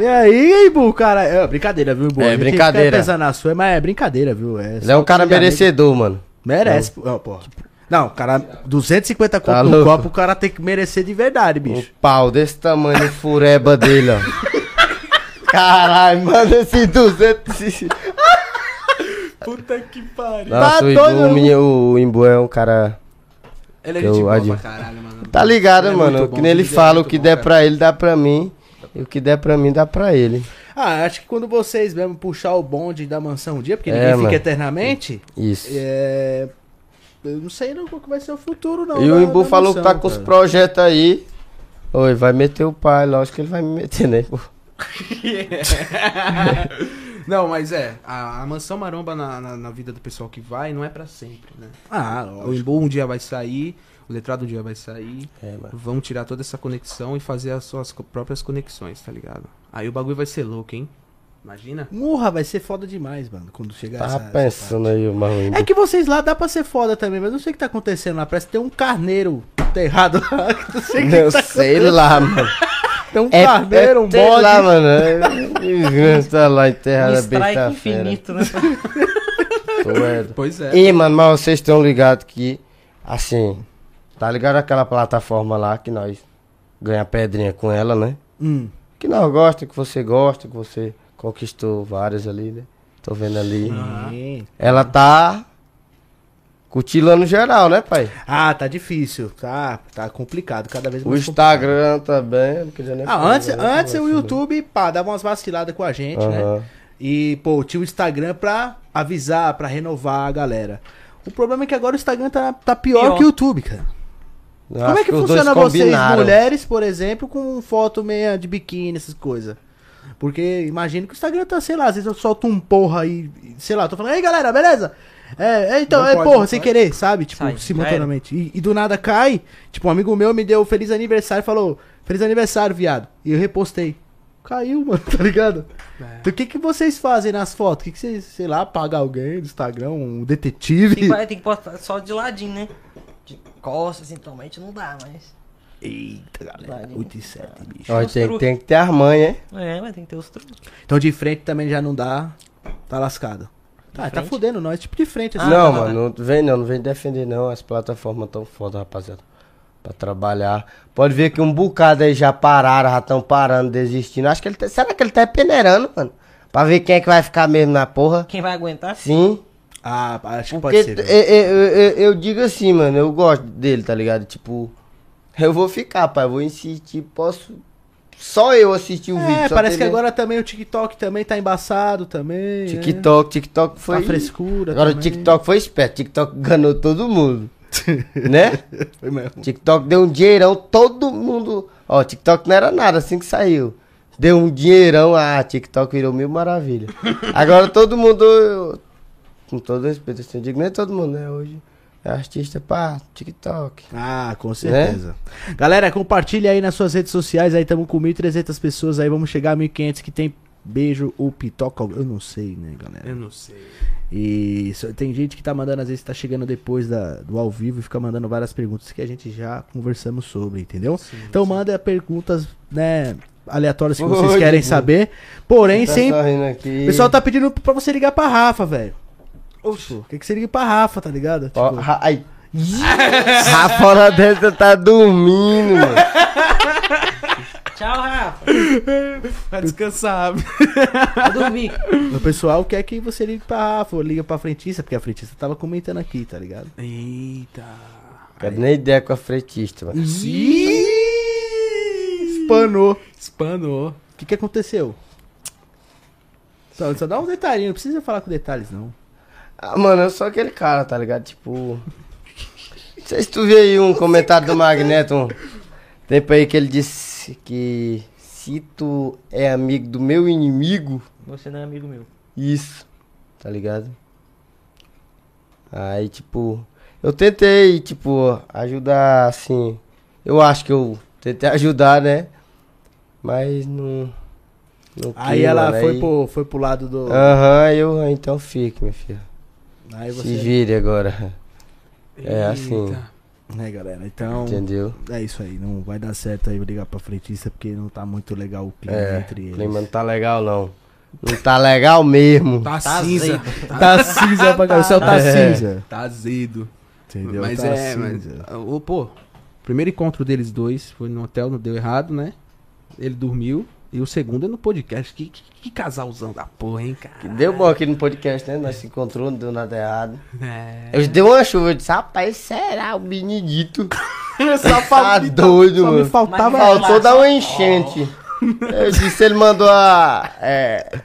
Speaker 1: E aí, Ibu, cara? É brincadeira, viu, Ibu?
Speaker 3: É,
Speaker 1: A gente
Speaker 3: brincadeira.
Speaker 1: fica pesando na sua, mas é brincadeira, viu? É,
Speaker 3: Ele é um cara
Speaker 1: família
Speaker 3: merecedor, mano.
Speaker 1: amiga. Merece, pô. Ó, porra. Não, cara, 250 conto
Speaker 3: Tá
Speaker 1: no
Speaker 3: louco.
Speaker 1: copo, o cara tem que merecer de verdade,
Speaker 3: Um
Speaker 1: bicho.
Speaker 3: pau desse tamanho, de fureba dele, ó. Caralho, manda esse 200. e-
Speaker 2: Puta que pariu.
Speaker 3: Nossa, o,
Speaker 1: doido,
Speaker 3: Imbu,
Speaker 1: né?
Speaker 3: o menino- o Imbu é um cara.
Speaker 2: Ele é
Speaker 3: Eu
Speaker 2: gente boa
Speaker 3: admiro.
Speaker 2: pra caralho, mano.
Speaker 3: Tá ligado,
Speaker 2: Ele é
Speaker 3: mano?
Speaker 2: muito bom,
Speaker 3: que nem ele
Speaker 2: ele é
Speaker 3: fala, o
Speaker 2: muito
Speaker 3: que
Speaker 2: bom,
Speaker 3: der
Speaker 2: cara.
Speaker 3: pra ele, dá pra mim. E o que der pra mim, dá pra ele.
Speaker 1: Ah, acho que quando vocês mesmo puxar o bonde da mansão um dia, porque
Speaker 3: É,
Speaker 1: ninguém
Speaker 3: mano.
Speaker 1: fica eternamente,
Speaker 3: Isso.
Speaker 1: é... Eu não sei não qual que vai ser o futuro, não.
Speaker 3: e o
Speaker 1: da-
Speaker 3: Imbu
Speaker 1: da
Speaker 3: falou que tá
Speaker 1: mansão,
Speaker 3: com os
Speaker 1: cara.
Speaker 3: projetos aí. Oi, vai meter o pai, lógico que ele vai me meter, né? pô?
Speaker 2: Não, mas é, a, a mansão maromba na, na- na vida do pessoal que vai não é pra sempre, né?
Speaker 1: Ah,
Speaker 2: O
Speaker 1: lógico.
Speaker 2: Imbu um dia vai sair, o Letrado um dia vai sair.
Speaker 3: É,
Speaker 1: Tá.
Speaker 3: mano.
Speaker 2: Vão tirar toda essa conexão e fazer as suas co- próprias conexões, tá ligado? Aí o bagulho vai ser louco, hein? Imagina.
Speaker 1: Murra, vai ser foda demais, mano, quando chegar
Speaker 3: Tava
Speaker 1: essa- essa
Speaker 3: Tá pensando aí, mano.
Speaker 1: É que vocês lá dá pra ser foda também, mas não sei o que tá acontecendo lá. Parece que tem um carneiro tá errado lá? Não sei o que
Speaker 3: Eu
Speaker 1: tá
Speaker 3: sei lá, mano.
Speaker 1: acontecendo. Tem um
Speaker 3: É,
Speaker 1: carneiro, um
Speaker 3: sei
Speaker 1: bode.
Speaker 3: lá, mano. É, tá lá em terra da besta
Speaker 4: Strike
Speaker 3: fera.
Speaker 4: infinito, né?
Speaker 3: Tô doido.
Speaker 2: Pois é.
Speaker 3: E, mano, mas vocês estão ligados que, assim, tá ligado aquela plataforma lá que nós ganha pedrinha com ela, né?
Speaker 2: Hum.
Speaker 3: Que nós gosta, que você gosta, que você conquistou várias ali, né? Tô vendo ali.
Speaker 1: Sim.
Speaker 3: Ela tá cutilando geral, né, pai?
Speaker 1: Ah, tá difícil. Tá, tá complicado. Cada vez
Speaker 3: O
Speaker 1: mais
Speaker 3: Instagram também, não queria nem
Speaker 1: complicado. Ah,
Speaker 3: falar,
Speaker 1: antes,
Speaker 3: né?
Speaker 1: antes o YouTube, pá, dava umas vaciladas com a gente, né?
Speaker 3: Aham.
Speaker 1: E, pô, tinha o Instagram pra avisar, pra renovar a galera. O problema é que agora o Instagram tá, tá pior,
Speaker 4: Pior.
Speaker 1: que o YouTube, cara.
Speaker 3: Eu
Speaker 1: Como
Speaker 3: acho
Speaker 1: é que,
Speaker 3: os dois
Speaker 1: funciona vocês,
Speaker 3: combinaram.
Speaker 1: mulheres, por exemplo, com foto meia de biquíni, essas coisas? Porque imagino que o Instagram tá, sei lá, às vezes eu solto um porra aí, sei lá, tô falando, ei galera, beleza? É, é, então,
Speaker 2: Não
Speaker 1: é
Speaker 2: pode,
Speaker 1: porra,
Speaker 2: não
Speaker 1: sem
Speaker 2: pode. é.
Speaker 1: querer, sabe? Tipo,
Speaker 4: Sai,
Speaker 1: simultaneamente. E, e do nada cai, tipo, um amigo meu me deu feliz aniversário e falou, feliz aniversário, viado. E eu repostei. Caiu, mano, tá ligado?
Speaker 2: É.
Speaker 1: Então o que, que vocês fazem nas fotos? O que, que vocês, sei lá, paga alguém do Instagram, um
Speaker 4: Tem que,
Speaker 1: detetive?
Speaker 4: vai- tem que postar só de ladinho, né? De costas, então, mas não dá, mas.
Speaker 1: Eita, galera,
Speaker 2: né?
Speaker 1: 8 e 7, bicho.
Speaker 3: Ó, tem, tem que ter as manhas, hein?
Speaker 4: É, mas tem que ter os truques.
Speaker 1: Então de frente também já não dá. Tá lascado. Tá, tá
Speaker 4: frente?
Speaker 1: fudendo nós, tipo de frente. assim.
Speaker 3: não,
Speaker 4: tá, tá,
Speaker 3: mano, não vem não, não vem defender não. As plataformas tão foda, rapaziada. Pra trabalhar. Pode ver que um bocado aí já pararam, já estão parando, desistindo. Acho que ele tá, Será que ele tá peneirando, mano? Pra ver quem é que vai ficar mesmo na porra.
Speaker 4: Quem vai aguentar?
Speaker 3: Sim.
Speaker 1: Ah, acho que
Speaker 3: Porque
Speaker 1: pode ser.
Speaker 3: eu,
Speaker 1: velho.
Speaker 3: eu- eu- eu digo assim, mano, eu gosto dele, tá ligado? Tipo, eu vou ficar, pai, eu vou insistir, posso. Só eu assistir o um vídeo.
Speaker 1: É,
Speaker 3: só
Speaker 1: parece que
Speaker 3: entendeu?
Speaker 1: agora também o TikTok também tá embaçado também. né?
Speaker 3: TikTok, TikTok foi.
Speaker 1: Tá frescura.
Speaker 3: Agora o
Speaker 1: também.
Speaker 3: TikTok foi esperto, TikTok enganou todo mundo. né?
Speaker 1: Foi mesmo.
Speaker 3: TikTok deu um dinheirão, todo mundo. Ó, TikTok não era nada assim que saiu. Deu um dinheirão, ah, TikTok virou mil maravilha. Agora todo mundo. eu- Com todo respeito, assim, eu digo, nem todo mundo, né? Hoje é artista pá, TikTok.
Speaker 1: Ah,
Speaker 3: É?
Speaker 1: com certeza. Galera, compartilha aí nas suas redes sociais. Aí tamo com 1.300 pessoas aí. Vamos chegar a 1.500 que tem beijo ou pitoca. Eu não sei, né, galera?
Speaker 2: Eu não sei.
Speaker 1: E só- tem gente que tá mandando, às vezes tá chegando depois da- do ao vivo e fica mandando várias perguntas que a gente já conversamos sobre, entendeu? então manda perguntas, né, aleatórias que vocês
Speaker 3: Oi,
Speaker 1: querem
Speaker 3: Dibu.
Speaker 1: saber. Porém,
Speaker 3: Tá
Speaker 1: sem.
Speaker 3: sorrindo aqui.
Speaker 1: O pessoal tá pedindo pra você ligar pra Rafa, velho. Oxo, quer que você ligue pra Rafa, tá ligado?
Speaker 3: Ó,
Speaker 1: Tipo,
Speaker 3: ra- ai. Rafa lá dentro tá dormindo, mano.
Speaker 4: Tchau, Rafa.
Speaker 2: Vai descansar.
Speaker 4: Vou dormir.
Speaker 1: Tipo, o pessoal quer que você ligue pra Rafa, ou liga pra frentista, porque a frentista tava comentando aqui, tá ligado?
Speaker 2: Eita.
Speaker 3: Quero nem ideia com a fretista, mano.
Speaker 1: Espanou.
Speaker 2: Espanou.
Speaker 1: O que, que aconteceu? Só, só dá um detalhinho, não precisa falar com detalhes, não.
Speaker 3: Ah, mano, eu sou aquele cara, tá ligado? Tipo. Não sei se tu viu aí um comentário do Magneto um tempo aí que ele disse que se tu é amigo do meu inimigo,
Speaker 4: Você não é amigo meu.
Speaker 3: isso, tá ligado? Aí, tipo, eu tentei, tipo, ajudar assim. Eu acho que eu tentei ajudar, né? Mas não. não
Speaker 1: Aí
Speaker 3: quis,
Speaker 1: ela
Speaker 3: mano,
Speaker 1: foi,
Speaker 3: aí-
Speaker 1: Pro, foi pro lado do.
Speaker 3: Aham, eu ah, então fique, minha filha.
Speaker 1: Aí
Speaker 3: Se
Speaker 1: você.
Speaker 3: vire agora. É assim.
Speaker 2: Eita.
Speaker 1: Né, galera? Então.
Speaker 3: Entendeu?
Speaker 1: É isso aí. Não vai dar certo aí eu ligar pra frentista porque não tá muito legal o clima
Speaker 3: É,
Speaker 1: entre
Speaker 3: o
Speaker 1: eles.
Speaker 3: clima não tá legal não. Não tá legal mesmo.
Speaker 2: Tá,
Speaker 4: Tá
Speaker 2: cinza.
Speaker 1: Tá
Speaker 2: Ah,
Speaker 1: cinza pra caralho. O céu tá
Speaker 3: É.
Speaker 1: cinza.
Speaker 2: Tá azedo.
Speaker 1: Entendeu?
Speaker 2: Mas
Speaker 1: tá
Speaker 2: é, mas. Ô, pô. Primeiro encontro deles dois foi no hotel, não deu errado, né? Ele dormiu. E o segundo é no podcast. Que, que, que casalzão da porra, hein, cara?
Speaker 3: Deu bom aqui no podcast, né? Nós se encontrou, não deu nada errado.
Speaker 2: É.
Speaker 3: Eu deu uma chuva, eu disse, rapaz, será o Benedito?
Speaker 1: Só
Speaker 3: Tá doido,
Speaker 1: Só me
Speaker 3: mano.
Speaker 1: faltava.
Speaker 2: é,
Speaker 4: Mas-
Speaker 3: Faltou dar uma enchente. Eu disse, ele mandou a... É,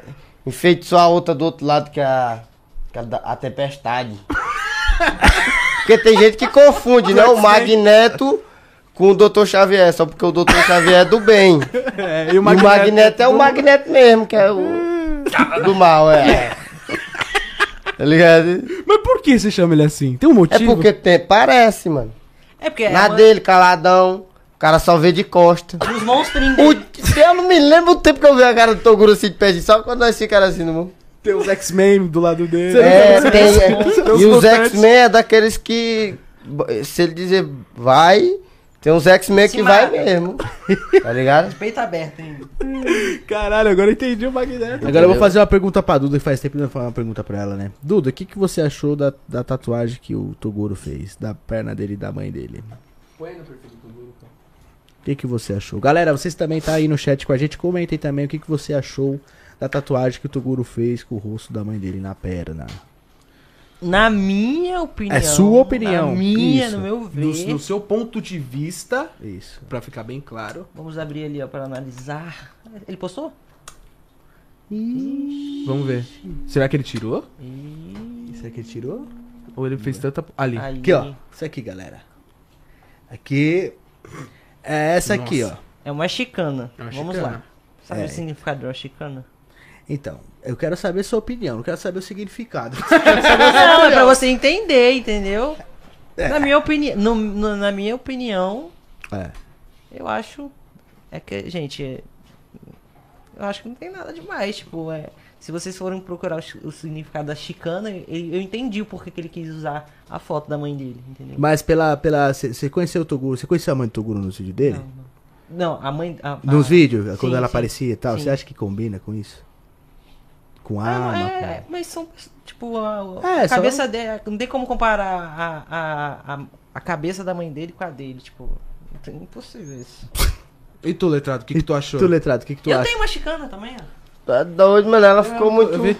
Speaker 3: enfeitiçar a outra do outro lado que é a... que é a da- a tempestade. Porque tem gente que confunde, né? O Magneto com o Dr. Xavier, só porque o Dr. Xavier é do bem.
Speaker 2: É, e
Speaker 3: O magneto, é o magneto mesmo, que é o.
Speaker 2: Ah.
Speaker 3: do mal, é. Tá ligado?
Speaker 2: Mas por que você chama ele assim? Tem um
Speaker 3: É
Speaker 2: motivo?
Speaker 3: porque tem, parece, mano.
Speaker 4: É porque é
Speaker 3: Na
Speaker 4: uma-
Speaker 3: dele, caladão. O cara só vê de costa.
Speaker 4: os monstrinhos
Speaker 3: O-
Speaker 4: dele.
Speaker 3: eu não me lembro o tempo que eu vi a cara do Toguro assim de perto, só quando nós ficamos assim no mundo.
Speaker 2: Tem os X-Men do lado dele.
Speaker 3: É, tem.
Speaker 2: Tem
Speaker 3: é.
Speaker 2: os
Speaker 3: E os
Speaker 2: mutantes.
Speaker 3: X-Men é daqueles que. Se ele dizer vai, Tem uns X-Men
Speaker 4: Se
Speaker 3: que vai
Speaker 4: mata.
Speaker 3: mesmo. Tá ligado?
Speaker 4: Peito aberto ainda.
Speaker 2: Caralho, agora eu entendi o Magneto.
Speaker 1: Agora eu vou fazer uma pergunta pra Duda, que faz tempo que eu não faço uma pergunta pra ela, né? Duda, o que, que você achou da, da tatuagem que o Toguro fez? Da perna dele e da mãe dele?
Speaker 2: Põe no perfil do Toguro, cara.
Speaker 1: O que, que você achou? Galera, vocês também tá aí no chat com a gente. Comentem também o que, que você achou da tatuagem que o Toguro fez com o rosto da mãe dele na perna.
Speaker 4: Na minha opinião.
Speaker 1: É sua opinião,
Speaker 4: Na minha,
Speaker 1: isso.
Speaker 4: no meu ver.
Speaker 2: Do, do seu ponto de vista,
Speaker 1: Isso.
Speaker 2: pra ficar bem claro.
Speaker 4: Vamos abrir ali, ó, pra analisar. Ele postou?
Speaker 2: Vamos ver. Será que ele tirou?
Speaker 4: Ih,
Speaker 2: é
Speaker 1: Isso aqui tirou?
Speaker 2: Ou ele fez tanta. Ali.
Speaker 4: aí.
Speaker 1: Aqui, ó. Isso aqui, galera. Aqui. É essa aqui, ó.
Speaker 2: Nossa.
Speaker 4: É uma chicana.
Speaker 2: É uma
Speaker 4: Vamos
Speaker 2: chicana.
Speaker 4: lá. Sabe
Speaker 1: É.
Speaker 4: o significado de uma chicana?
Speaker 1: Então, eu quero saber sua opinião, não quero saber o significado.
Speaker 4: Não, é pra você entender, entendeu? Na minha opinião, no- no- na minha opinião,
Speaker 1: é.
Speaker 4: eu acho é que, gente, é- eu acho que não tem nada demais, tipo, é, se vocês forem procurar o, chi- o significado da chicana, eu, eu entendi o porquê que ele quis usar a foto da mãe dele, entendeu?
Speaker 1: Mas pela. pela você conheceu o Toguro? Você conheceu a mãe do Toguro nos vídeos dele?
Speaker 4: Não, não. Não, a mãe a, a-
Speaker 1: Nos vídeos, quando
Speaker 4: sim,
Speaker 1: ela
Speaker 4: sim.
Speaker 1: aparecia e tal?
Speaker 4: Sim.
Speaker 1: Você acha que combina com isso? Com
Speaker 4: Ah,
Speaker 1: arma?
Speaker 4: é,
Speaker 1: com-
Speaker 4: é, mas são, tipo, a, a
Speaker 1: É, só-
Speaker 4: cabeça dele. Não tem como comparar a, a, a, a cabeça da mãe dele com a dele. Tipo, não tem- impossível isso.
Speaker 2: E tu, letrado, o que, que tu achou?
Speaker 1: Tu, letrado, o que, que tu
Speaker 4: eu
Speaker 1: acha?
Speaker 4: tenho uma chicana também, ó.
Speaker 3: Tá doido, mano. Ela ficou muito.
Speaker 2: Eu vi.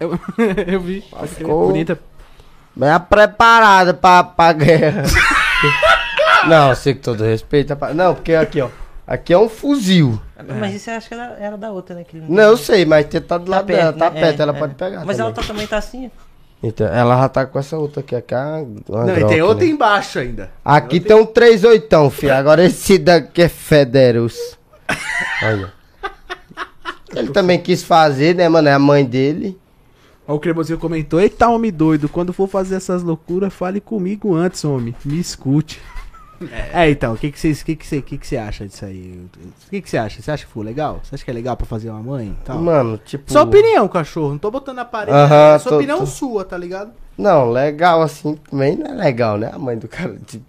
Speaker 2: Eu, eu vi.
Speaker 3: ficou-
Speaker 2: Bonita.
Speaker 1: Tá
Speaker 3: Mas é preparada pra, pra guerra. não, sei que todo respeito. é pra- Não, porque aqui, ó. Aqui é um fuzil.
Speaker 4: Mas isso eu acho que era, era da outra, né? Que ele
Speaker 3: Não, eu sei, mas tem- tá do lado dela, tá
Speaker 4: né?
Speaker 3: perto,
Speaker 4: É,
Speaker 3: ela
Speaker 4: é.
Speaker 3: pode pegar.
Speaker 4: Mas ela
Speaker 3: também.
Speaker 4: tá- também tá assim.
Speaker 3: Então, ela já tá com essa outra aqui, aqui é uma, uma
Speaker 1: Não, e
Speaker 3: Glock,
Speaker 1: tem
Speaker 3: né?
Speaker 1: outra embaixo ainda.
Speaker 3: Aqui tem um 38, filho. Agora esse daqui é Federus. Olha. Ele também quis fazer, né, mano? É a mãe dele.
Speaker 2: Ó, o Cremosinho comentou: Eita, homem doido, quando for fazer essas loucuras, fale comigo antes, homem. Me escute.
Speaker 1: É, então, o que que vocês, que que você, que que você acha disso aí? O que que você acha? Você acha que foi legal? Você acha que é legal pra fazer uma mãe? e Tal?
Speaker 3: Mano, tipo.
Speaker 1: Sua opinião, cachorro. Não tô botando na parede.
Speaker 3: Aham,
Speaker 1: é sua
Speaker 3: tô-
Speaker 1: opinião
Speaker 3: tô.
Speaker 1: sua, tá ligado?
Speaker 3: Não, legal assim também não é legal, né? A mãe do cara, tipo.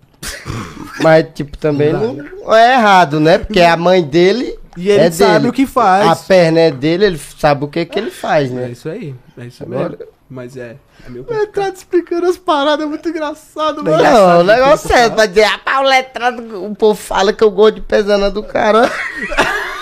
Speaker 3: Mas, tipo, também não é errado, né? Porque é a mãe dele.
Speaker 2: E ele
Speaker 3: é
Speaker 2: sabe o que faz.
Speaker 3: A perna é dele, ele sabe o que, que ele faz,
Speaker 2: É
Speaker 3: né?
Speaker 2: isso aí. É isso
Speaker 3: Agora-
Speaker 2: mesmo. Mas é. É meu
Speaker 1: Letrado tá explicando as paradas, é muito engraçado, mano.
Speaker 3: Não, o negócio é, pra dizer, ah, pá, o letrado, o povo fala que eu gosto de pesana do cara.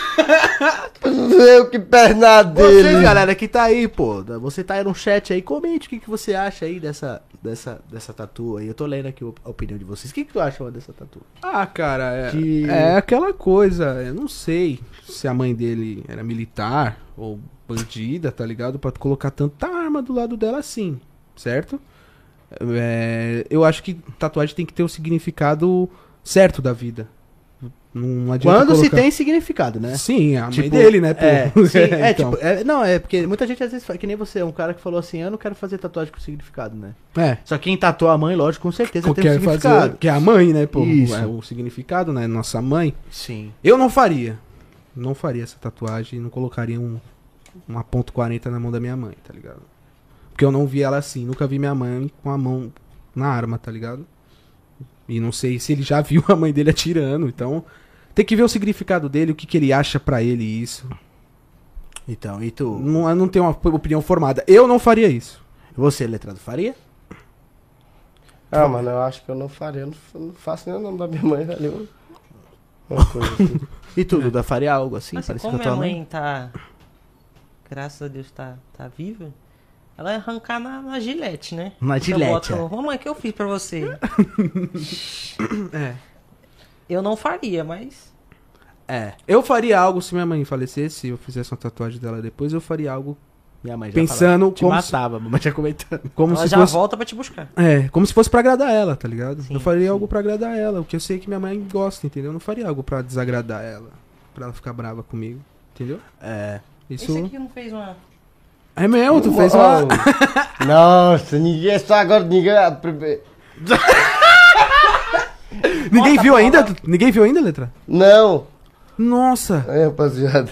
Speaker 3: Eu que perna dele.
Speaker 1: Você, galera, que tá aí, pô. da- Você tá aí no chat aí, comente o que, que você acha aí dessa, dessa, dessa tatu aí. Eu tô lendo aqui o- a opinião de vocês. O que, que tu acha mano, dessa tatu?
Speaker 2: Ah, cara, é,
Speaker 1: Que-
Speaker 2: é aquela coisa. Eu não sei se a mãe dele era militar ou bandida, tá ligado? Pra tu colocar tanta arma do lado dela assim, certo? É, eu acho que tatuagem tem que ter o significado certo da vida. Não adianta
Speaker 1: Quando se
Speaker 2: colocar- É.
Speaker 1: tem significado, né?
Speaker 2: Sim, a
Speaker 1: Tipo,
Speaker 2: mãe dele, né? pô?
Speaker 1: É, sim, é,
Speaker 2: então.
Speaker 1: tipo, é, não, é porque muita gente às vezes fala, que nem você, é um cara que falou assim, eu não quero fazer tatuagem com significado, né?
Speaker 2: É,
Speaker 1: Só quem tatuou a mãe, lógico, com certeza tem um
Speaker 2: qualquer
Speaker 1: significado.
Speaker 2: fazer. Que é a mãe, né? Pô,
Speaker 1: Isso.
Speaker 2: É o significado, né? Nossa mãe.
Speaker 1: Sim.
Speaker 2: Eu não faria. Não faria essa tatuagem, não colocaria um, uma ponto .40 na mão da minha mãe, tá ligado? Porque eu não vi ela assim, nunca vi minha mãe com a mão na arma, tá ligado? E não sei se ele já viu a mãe dele atirando, então tem que ver o significado dele, o que, que ele acha pra ele isso.
Speaker 1: Então, e tu?
Speaker 2: Não, eu não tenho uma opinião formada. Eu não faria isso.
Speaker 1: Você, letrado, faria?
Speaker 3: Ah, mano, eu acho que eu não faria. Eu não, fa- não faço nem o nome da minha mãe, valeu. Uma coisa assim.
Speaker 1: E
Speaker 2: É.
Speaker 1: tu, Duda, faria algo assim?
Speaker 4: Assim,
Speaker 1: parecido
Speaker 4: como
Speaker 1: com a
Speaker 4: minha
Speaker 1: tua
Speaker 4: mãe, tá. Graças a Deus tá, tá viva. Ela ia arrancar na, na gilete, né?
Speaker 1: Na
Speaker 4: Eu
Speaker 1: gilete,
Speaker 4: boto,
Speaker 1: é.
Speaker 4: Mamãe, o que eu fiz pra você?
Speaker 2: É.
Speaker 4: Eu não faria, mas.
Speaker 1: É,
Speaker 2: Eu faria algo se minha mãe falecesse, se eu fizesse uma tatuagem dela depois, eu faria algo
Speaker 1: minha mãe já
Speaker 2: Pensando
Speaker 1: falava. Te
Speaker 2: como se-
Speaker 1: matava, mamãe já comentando.
Speaker 2: como
Speaker 4: ela
Speaker 2: se
Speaker 4: já
Speaker 2: fosse
Speaker 4: volta pra te buscar.
Speaker 2: É, como se fosse pra agradar ela, tá ligado?
Speaker 4: Sim,
Speaker 2: eu faria
Speaker 4: sim.
Speaker 2: algo pra agradar ela, o que eu sei que minha mãe gosta, entendeu? Eu não faria algo pra desagradar ela, pra ela ficar brava comigo, entendeu?
Speaker 1: É.
Speaker 2: Isso.
Speaker 4: Esse aqui não fez uma.
Speaker 2: É mesmo, tu fez uma.
Speaker 3: Nossa, ninguém só agora, ninguém. a prime-
Speaker 2: Ninguém viu ainda? Tu- Ninguém viu ainda, letra?
Speaker 3: Não!
Speaker 2: Nossa!
Speaker 3: Aí, rapaziada.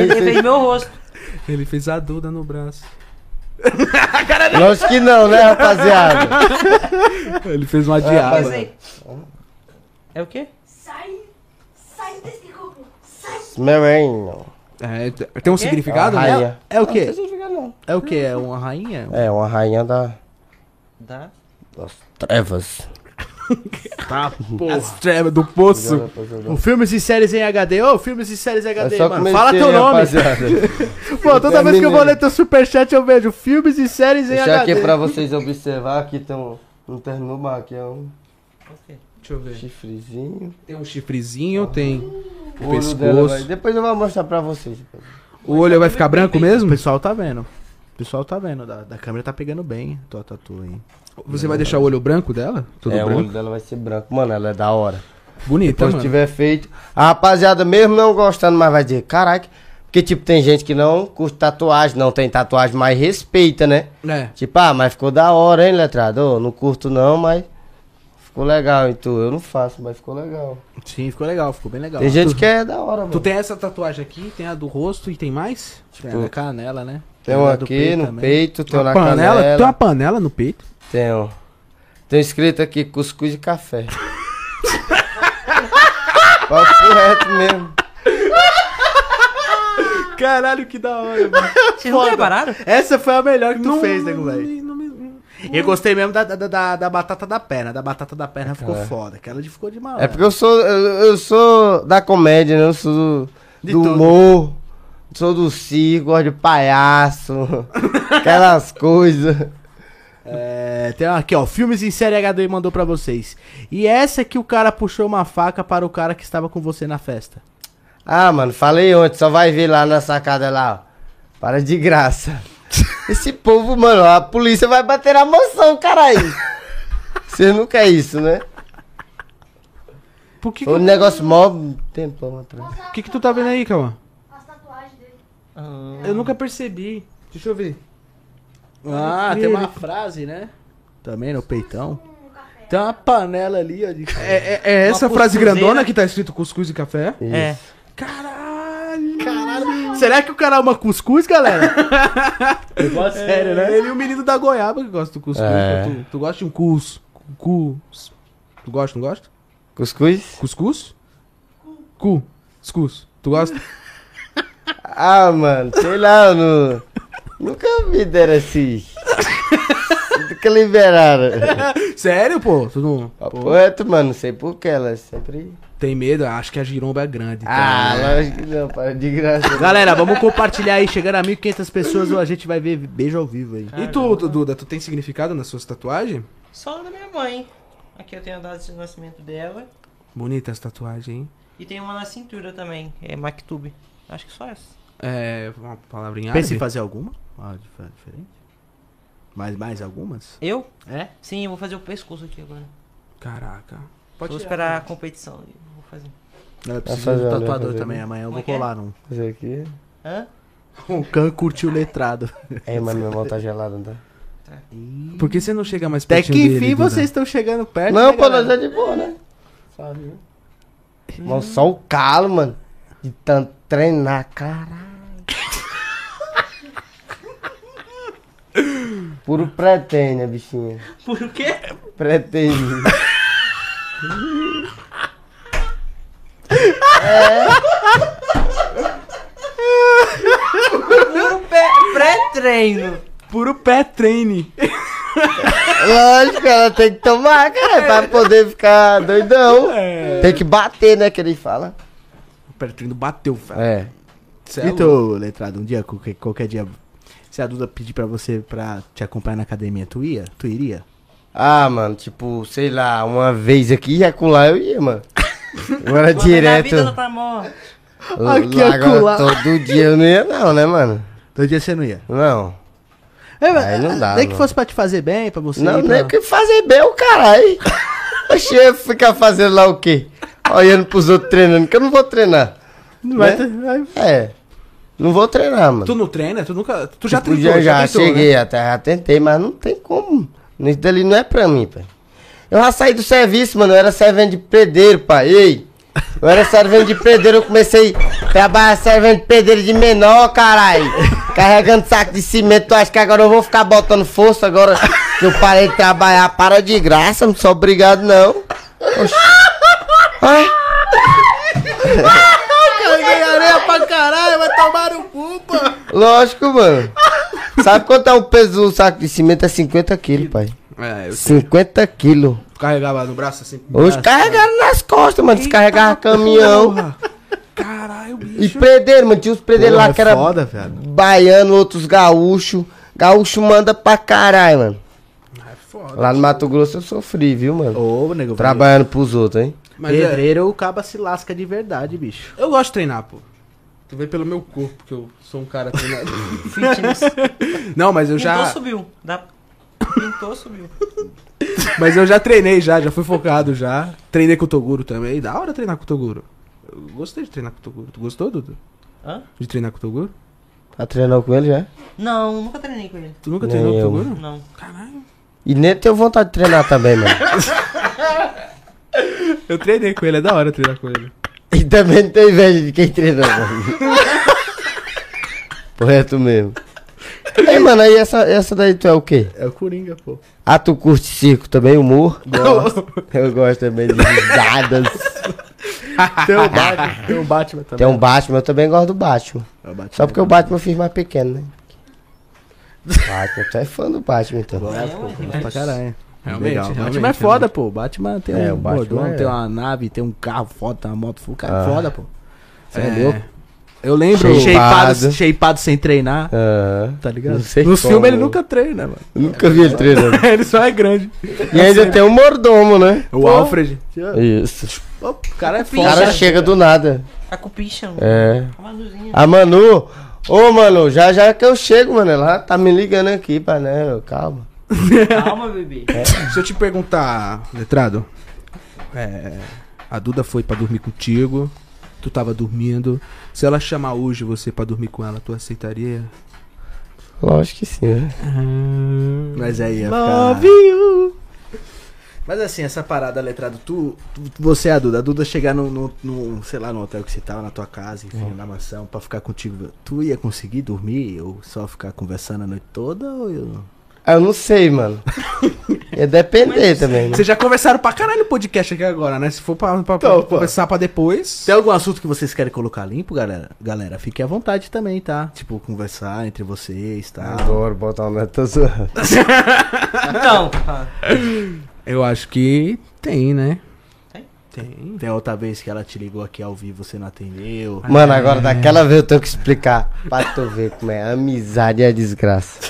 Speaker 4: Ele, ele fez meu rosto.
Speaker 2: Ele fez a Duda no braço.
Speaker 3: Lógico que não, né, rapaziada?
Speaker 2: Ele fez uma
Speaker 4: Mas
Speaker 2: diaba.
Speaker 4: aí, É o quê?
Speaker 5: Sai, sai desse corpo. Sai.
Speaker 3: Merino.
Speaker 2: É, t- tem um significado?
Speaker 3: É uma
Speaker 2: né?
Speaker 3: rainha.
Speaker 1: É o
Speaker 4: Não
Speaker 1: quê?
Speaker 4: sei significar, não.
Speaker 1: É o quê? É uma rainha?
Speaker 3: É, uma rainha da-
Speaker 4: Dá.
Speaker 3: das trevas.
Speaker 1: Tá, porra.
Speaker 2: As trevas do poço.
Speaker 1: O filmes e séries em HD. Ô, filmes e séries em
Speaker 4: É
Speaker 1: HD, mano.
Speaker 3: É comecei,
Speaker 1: Fala teu nome.
Speaker 3: rapaziada.
Speaker 1: Pô, toda
Speaker 2: É
Speaker 1: vez que eu vou
Speaker 3: Terminei.
Speaker 1: ler teu superchat, eu vejo filmes e séries em
Speaker 3: Deixa
Speaker 1: HD.
Speaker 3: aqui pra vocês observar, aqui tem um, um terno mar, aqui é um
Speaker 4: O quê?
Speaker 2: Deixa eu ver.
Speaker 3: chifrezinho.
Speaker 2: Tem um chifrezinho, tem o
Speaker 3: olho dela vai-
Speaker 2: pescoço.
Speaker 3: Depois eu vou mostrar pra vocês.
Speaker 2: O olho vai ficar branco
Speaker 1: O
Speaker 2: mesmo?
Speaker 1: pessoal tá vendo. O pessoal tá vendo. Da, da câmera tá pegando bem tua tatu aí.
Speaker 2: Você vai deixar o olho branco dela? Tudo
Speaker 3: é, o
Speaker 2: branco?
Speaker 3: olho dela vai ser branco. Mano, ela é da hora.
Speaker 2: Bonita,
Speaker 3: Depois
Speaker 2: mano.
Speaker 3: que tiver feito. A rapaziada, mesmo não gostando, mas vai dizer, caraca. Porque, tipo, tem gente que não curte tatuagem, não tem tatuagem, mas respeita, né?
Speaker 2: É.
Speaker 3: Tipo, ah, mas ficou da hora, hein, letrado? Ô, não curto não, mas ficou legal. Então, eu não faço, mas ficou legal.
Speaker 1: Sim, ficou legal, ficou bem legal.
Speaker 3: Tem gente que é da hora, mano.
Speaker 2: Ah, Tu tem essa tatuagem aqui, tem a do rosto e tem mais?
Speaker 1: Tem a da canela, né?
Speaker 3: Tem um
Speaker 1: uma
Speaker 3: aqui no peito, tem um
Speaker 2: Uma
Speaker 3: na
Speaker 2: panela?
Speaker 3: canela.
Speaker 2: Tem uma panela no peito?
Speaker 3: Tem, ó. Tem um escrito aqui, cuscuz de café. Papo reto mesmo.
Speaker 1: Caralho, que da hora, mano.
Speaker 4: Vocês não repararam?
Speaker 1: Essa foi a melhor que tu fez, nego,
Speaker 2: não
Speaker 1: velho.
Speaker 2: me- não me-
Speaker 1: Eu gostei mesmo da, da, da, da batata da perna. Da batata da perna ficou foda. Aquela de ficou de mal. né?
Speaker 3: É porque eu sou, eu, eu sou da comédia, né? Eu sou do,
Speaker 1: De
Speaker 3: do
Speaker 1: tudo.
Speaker 3: humor, sou do circo, gosto de palhaço, aquelas coisas.
Speaker 1: É, tem uma aqui, ó. Filmes em série HD mandou pra vocês. E essa que o cara puxou uma faca para o cara que estava com você na festa.
Speaker 3: Ah, mano, falei ontem, só vai ver lá na sacada lá, ó. Para de graça. Esse povo, mano, a polícia vai bater na mansão, caralho. Você não quer isso, né?
Speaker 1: Tipo,
Speaker 2: Por que, que,
Speaker 3: Foi um negócio mó tempão atrás.
Speaker 5: Mostra
Speaker 2: o que que tu tá vendo aí, Cauã?
Speaker 5: as tatuagens dele.
Speaker 2: Eu nunca percebi. Deixa eu ver.
Speaker 1: Ah,
Speaker 2: que
Speaker 1: tem
Speaker 2: ele-
Speaker 1: uma frase, né? Também no peitão.
Speaker 5: Um café.
Speaker 1: Tem uma panela ali, ó. de-
Speaker 2: É, é- é essa
Speaker 4: Uma
Speaker 2: frase
Speaker 4: costurzeira.
Speaker 2: grandona que tá escrito cuscuz e café?
Speaker 3: Isso.
Speaker 4: É.
Speaker 2: Caralho!
Speaker 1: Caralho. Será que o cara é uma cuscuz, galera?
Speaker 2: Sério, né? Ele e o menino da goiaba que gosta do cuscuz.
Speaker 3: É.
Speaker 2: Tu, tu gosta de um cus... Cus... Tu gosta, não gosta?
Speaker 3: Cuscuz?
Speaker 2: Cuscuz? Cu. Cuscuz. Tu gosta?
Speaker 3: Ah, mano, sei lá, eu não... nunca me deram assim. nunca liberaram.
Speaker 2: Sério, pô? Tu não...
Speaker 3: Poeta, mano, não sei porquê, ela é sempre.
Speaker 2: Tem medo? Acho que a giromba é grande. então,
Speaker 3: Ah,
Speaker 2: né?
Speaker 3: lógico que não, para de graça. né?
Speaker 1: Galera, vamos compartilhar aí. Chegando a 1.500 pessoas, a gente vai ver beijo ao vivo aí.
Speaker 2: E tu, tu, Duda, tu tem significado nas suas tatuagens?
Speaker 4: Só da minha mãe. Aqui eu tenho a data de nascimento dela.
Speaker 2: Bonita essa tatuagem, hein?
Speaker 4: E tem uma na cintura também. É Maktub. Acho que só essa.
Speaker 2: É, uma palavra em
Speaker 1: Pensa em
Speaker 2: árabe?
Speaker 1: fazer alguma? Ah, dif- diferente. Mais, mais algumas?
Speaker 4: Eu?
Speaker 1: É?
Speaker 4: Sim, eu vou fazer o pescoço aqui agora.
Speaker 2: Caraca.
Speaker 4: vou esperar a competição. e Vou fazer.
Speaker 1: Eu preciso
Speaker 3: fazer
Speaker 1: de um
Speaker 3: uma, vai
Speaker 1: tatuador
Speaker 3: fazer
Speaker 1: também. Amanhã eu vou
Speaker 4: Como é que é?
Speaker 1: colar num.
Speaker 3: Isso aqui.
Speaker 4: Hã?
Speaker 1: O Can curtiu o letrado.
Speaker 3: É, mano, minha mão tá gelada, não tá?
Speaker 2: Por que você não chega mais
Speaker 1: Até que
Speaker 2: pertinho
Speaker 1: enfim
Speaker 2: dele, Duda?
Speaker 1: vocês estão chegando perto.
Speaker 3: Não,
Speaker 1: né,
Speaker 3: pô,
Speaker 1: galera?
Speaker 3: nós é de boa, né? Sabe? né? Mano, só o calo, mano. De tanto treinar, caralho. Puro pretende, a bichinha.
Speaker 4: Por quê?
Speaker 3: Pretende.
Speaker 4: Puro um pé- pré-treino.
Speaker 3: é
Speaker 2: Puro pé treine.
Speaker 3: Lógico, ela tem que tomar, cara, pra poder ficar doidão. Tem que bater, né, que ele fala.
Speaker 2: O pé treino bateu, velho.
Speaker 3: É.
Speaker 2: Cê é
Speaker 1: E
Speaker 2: louco.
Speaker 1: tu, letrado, um dia, qualquer, qualquer dia, se a Duda pedir pra você pra te acompanhar na academia, tu ia? Tu iria?
Speaker 3: Ah, mano, tipo, sei lá, uma vez aqui e acolá eu ia, mano. Agora
Speaker 4: Quando é na
Speaker 3: direto.
Speaker 4: vida não tá morta.
Speaker 1: Aqui,
Speaker 3: Lá agora
Speaker 1: acolá.
Speaker 3: todo dia eu não ia não, né, mano?
Speaker 1: Todo dia você não ia?
Speaker 3: Não.
Speaker 1: É, mas-
Speaker 3: Aí não dá,
Speaker 1: Nem que
Speaker 3: não.
Speaker 1: fosse pra te fazer bem, pra você
Speaker 3: não,
Speaker 1: ir
Speaker 3: nem
Speaker 1: pra...
Speaker 3: o que fazer bem o caralho. Oxê, eu ficar fazendo lá o quê? Olhando pros outros treinando, que eu não vou treinar.
Speaker 1: Não vai
Speaker 3: né?
Speaker 1: ter- vai-
Speaker 3: É. Não vou treinar, mano.
Speaker 2: Tu não
Speaker 1: né?
Speaker 2: treina? Tu nunca... Tu já
Speaker 3: Tipo,
Speaker 2: tentou,
Speaker 3: já, já
Speaker 2: tentou,
Speaker 3: cheguei
Speaker 2: né?
Speaker 3: até, já tentei, mas não tem como. Isso dali não é pra mim, pai. Eu já saí do serviço, mano. Eu era servente de pedreiro, pai. Ei! Eu era servente de pedreiro, eu comecei a trabalhar servente de pedreiro de menor, caralho. Carregando saco de cimento, tu acha que agora eu vou ficar botando força agora que eu parei de trabalhar? Para de graça, não sou obrigado, não. Oxi. Lógico, mano. Sabe quanto é o peso do saco de cimento? É 50 quilos, pai.
Speaker 2: É, eu
Speaker 3: 50 quilos.
Speaker 2: carregava no braço assim.
Speaker 3: Hoje carregaram nas costas, mano. Descarregaram caminhão.
Speaker 2: Porra. Caralho,
Speaker 3: E
Speaker 2: bicho.
Speaker 3: prenderam, mano. Tinha uns prenderam lá
Speaker 1: é
Speaker 3: que era
Speaker 1: foda, velho.
Speaker 3: baiano, outros gaúcho. Gaúcho manda pra caralho, mano.
Speaker 2: É foda.
Speaker 3: Lá no Mato Grosso eu sofri, viu, mano?
Speaker 1: Ô, nego, velho.
Speaker 3: Trabalhando pros outros, hein?
Speaker 2: Mas é,
Speaker 1: Pedreiro, o caba se lasca de verdade, bicho.
Speaker 2: eu gosto de treinar, pô. Tu vê pelo meu corpo que eu sou um cara treinado.
Speaker 4: Fitness.
Speaker 2: Não, mas eu
Speaker 4: Pintou,
Speaker 2: já.
Speaker 4: subiu. Dá... Pintou, subiu.
Speaker 2: Mas eu já treinei já, já fui focado já. Treinei com o Toguro também. Da hora treinar com o Toguro. Eu gostei de treinar com o Toguro. Tu gostou, Dudu?
Speaker 4: Hã?
Speaker 2: De treinar com o Toguro?
Speaker 3: Tá treinando com ele já?
Speaker 4: Não, nunca treinei com ele.
Speaker 2: Tu nunca
Speaker 3: Nem
Speaker 2: treinou com o
Speaker 3: eu.
Speaker 2: Toguro?
Speaker 4: Não.
Speaker 2: Caralho.
Speaker 3: E nem tenho vontade de treinar também, mano.
Speaker 2: Eu treinei com ele, é da hora treinar com ele.
Speaker 3: E também não tenho inveja de quem treina, mano. Porra, é tu mesmo. Ei, mano, aí essa, essa daí tu é o quê?
Speaker 1: É o Coringa, pô.
Speaker 3: Ah, tu curte circo também, humor? Eu gosto também de risadas.
Speaker 1: Tem o Batman, tem o Batman também.
Speaker 3: Tem um Batman, eu também gosto do Batman.
Speaker 1: É o Batman.
Speaker 3: Só porque o Batman eu fiz mais pequeno, né? Batman, tu é fã do Batman, então.
Speaker 1: É, pô,
Speaker 4: assim, um
Speaker 1: gosto pra caralho.
Speaker 2: Realmente,
Speaker 1: Legal. O
Speaker 2: realmente,
Speaker 1: Batman é foda, pô. O Batman tem
Speaker 3: É,
Speaker 1: um
Speaker 3: o Batman
Speaker 1: bordão,
Speaker 3: é-
Speaker 1: tem uma nave, tem um carro foda, tem uma moto foda. Cara,
Speaker 3: Ah.
Speaker 1: foda, pô. Você é,
Speaker 2: É.
Speaker 1: louco? Eu lembro.
Speaker 3: Shapeado.
Speaker 1: Shapeado, shapeado sem treinar,
Speaker 3: Ah,
Speaker 1: tá ligado?
Speaker 3: Não sei
Speaker 1: Nos
Speaker 3: como.
Speaker 1: filmes ele nunca treina, mano.
Speaker 3: nunca vi ele treinando.
Speaker 2: ele só é grande.
Speaker 3: E ainda tem um mordomo, né?
Speaker 2: O Alfred.
Speaker 3: Isso.
Speaker 1: Pô, o cara é
Speaker 4: O
Speaker 3: O
Speaker 1: foda.
Speaker 3: cara chega do nada.
Speaker 4: A cupicha, mano.
Speaker 3: É.
Speaker 4: A Manuzinha.
Speaker 3: A Manu, ô Manu, já já que eu chego, mano, ela tá me ligando aqui, pá, né? Eu, Calma.
Speaker 4: Calma, bebê.
Speaker 2: Se eu te perguntar, letrado, é, a Duda foi pra dormir contigo, tu tava dormindo. Se ela chamar hoje você pra dormir com ela, tu aceitaria?
Speaker 3: Lógico que sim, né?
Speaker 1: Mas aí ia ficar...
Speaker 2: Love you.
Speaker 1: Mas assim, essa parada letrado, tu, tu- você é a Duda. A Duda chegar no, no, no, sei lá, no hotel que você tava, na tua casa, enfim, na mansão, pra ficar contigo. Tu ia conseguir dormir ou só ficar conversando a noite toda? Ou eu...
Speaker 3: Ah, Eu não sei, mano. Ia depender também, né?
Speaker 2: Vocês já conversaram pra caralho no podcast aqui agora, né? Se for pra, pra- pra
Speaker 1: Então, pô.
Speaker 2: conversar pra depois.
Speaker 1: Tem algum assunto que vocês querem colocar limpo, galera? Galera, fique à vontade também, tá? Tipo, conversar entre vocês, tá?
Speaker 3: Adoro botar uma tô zoando.
Speaker 4: Então, tá.
Speaker 2: Eu acho que tem, né?
Speaker 4: Tem?
Speaker 2: Tem.
Speaker 1: Tem outra vez que ela te ligou aqui ao vivo, você não atendeu.
Speaker 3: Mano, agora daquela vez eu tenho que explicar pra tu ver como é. Amizade é desgraça.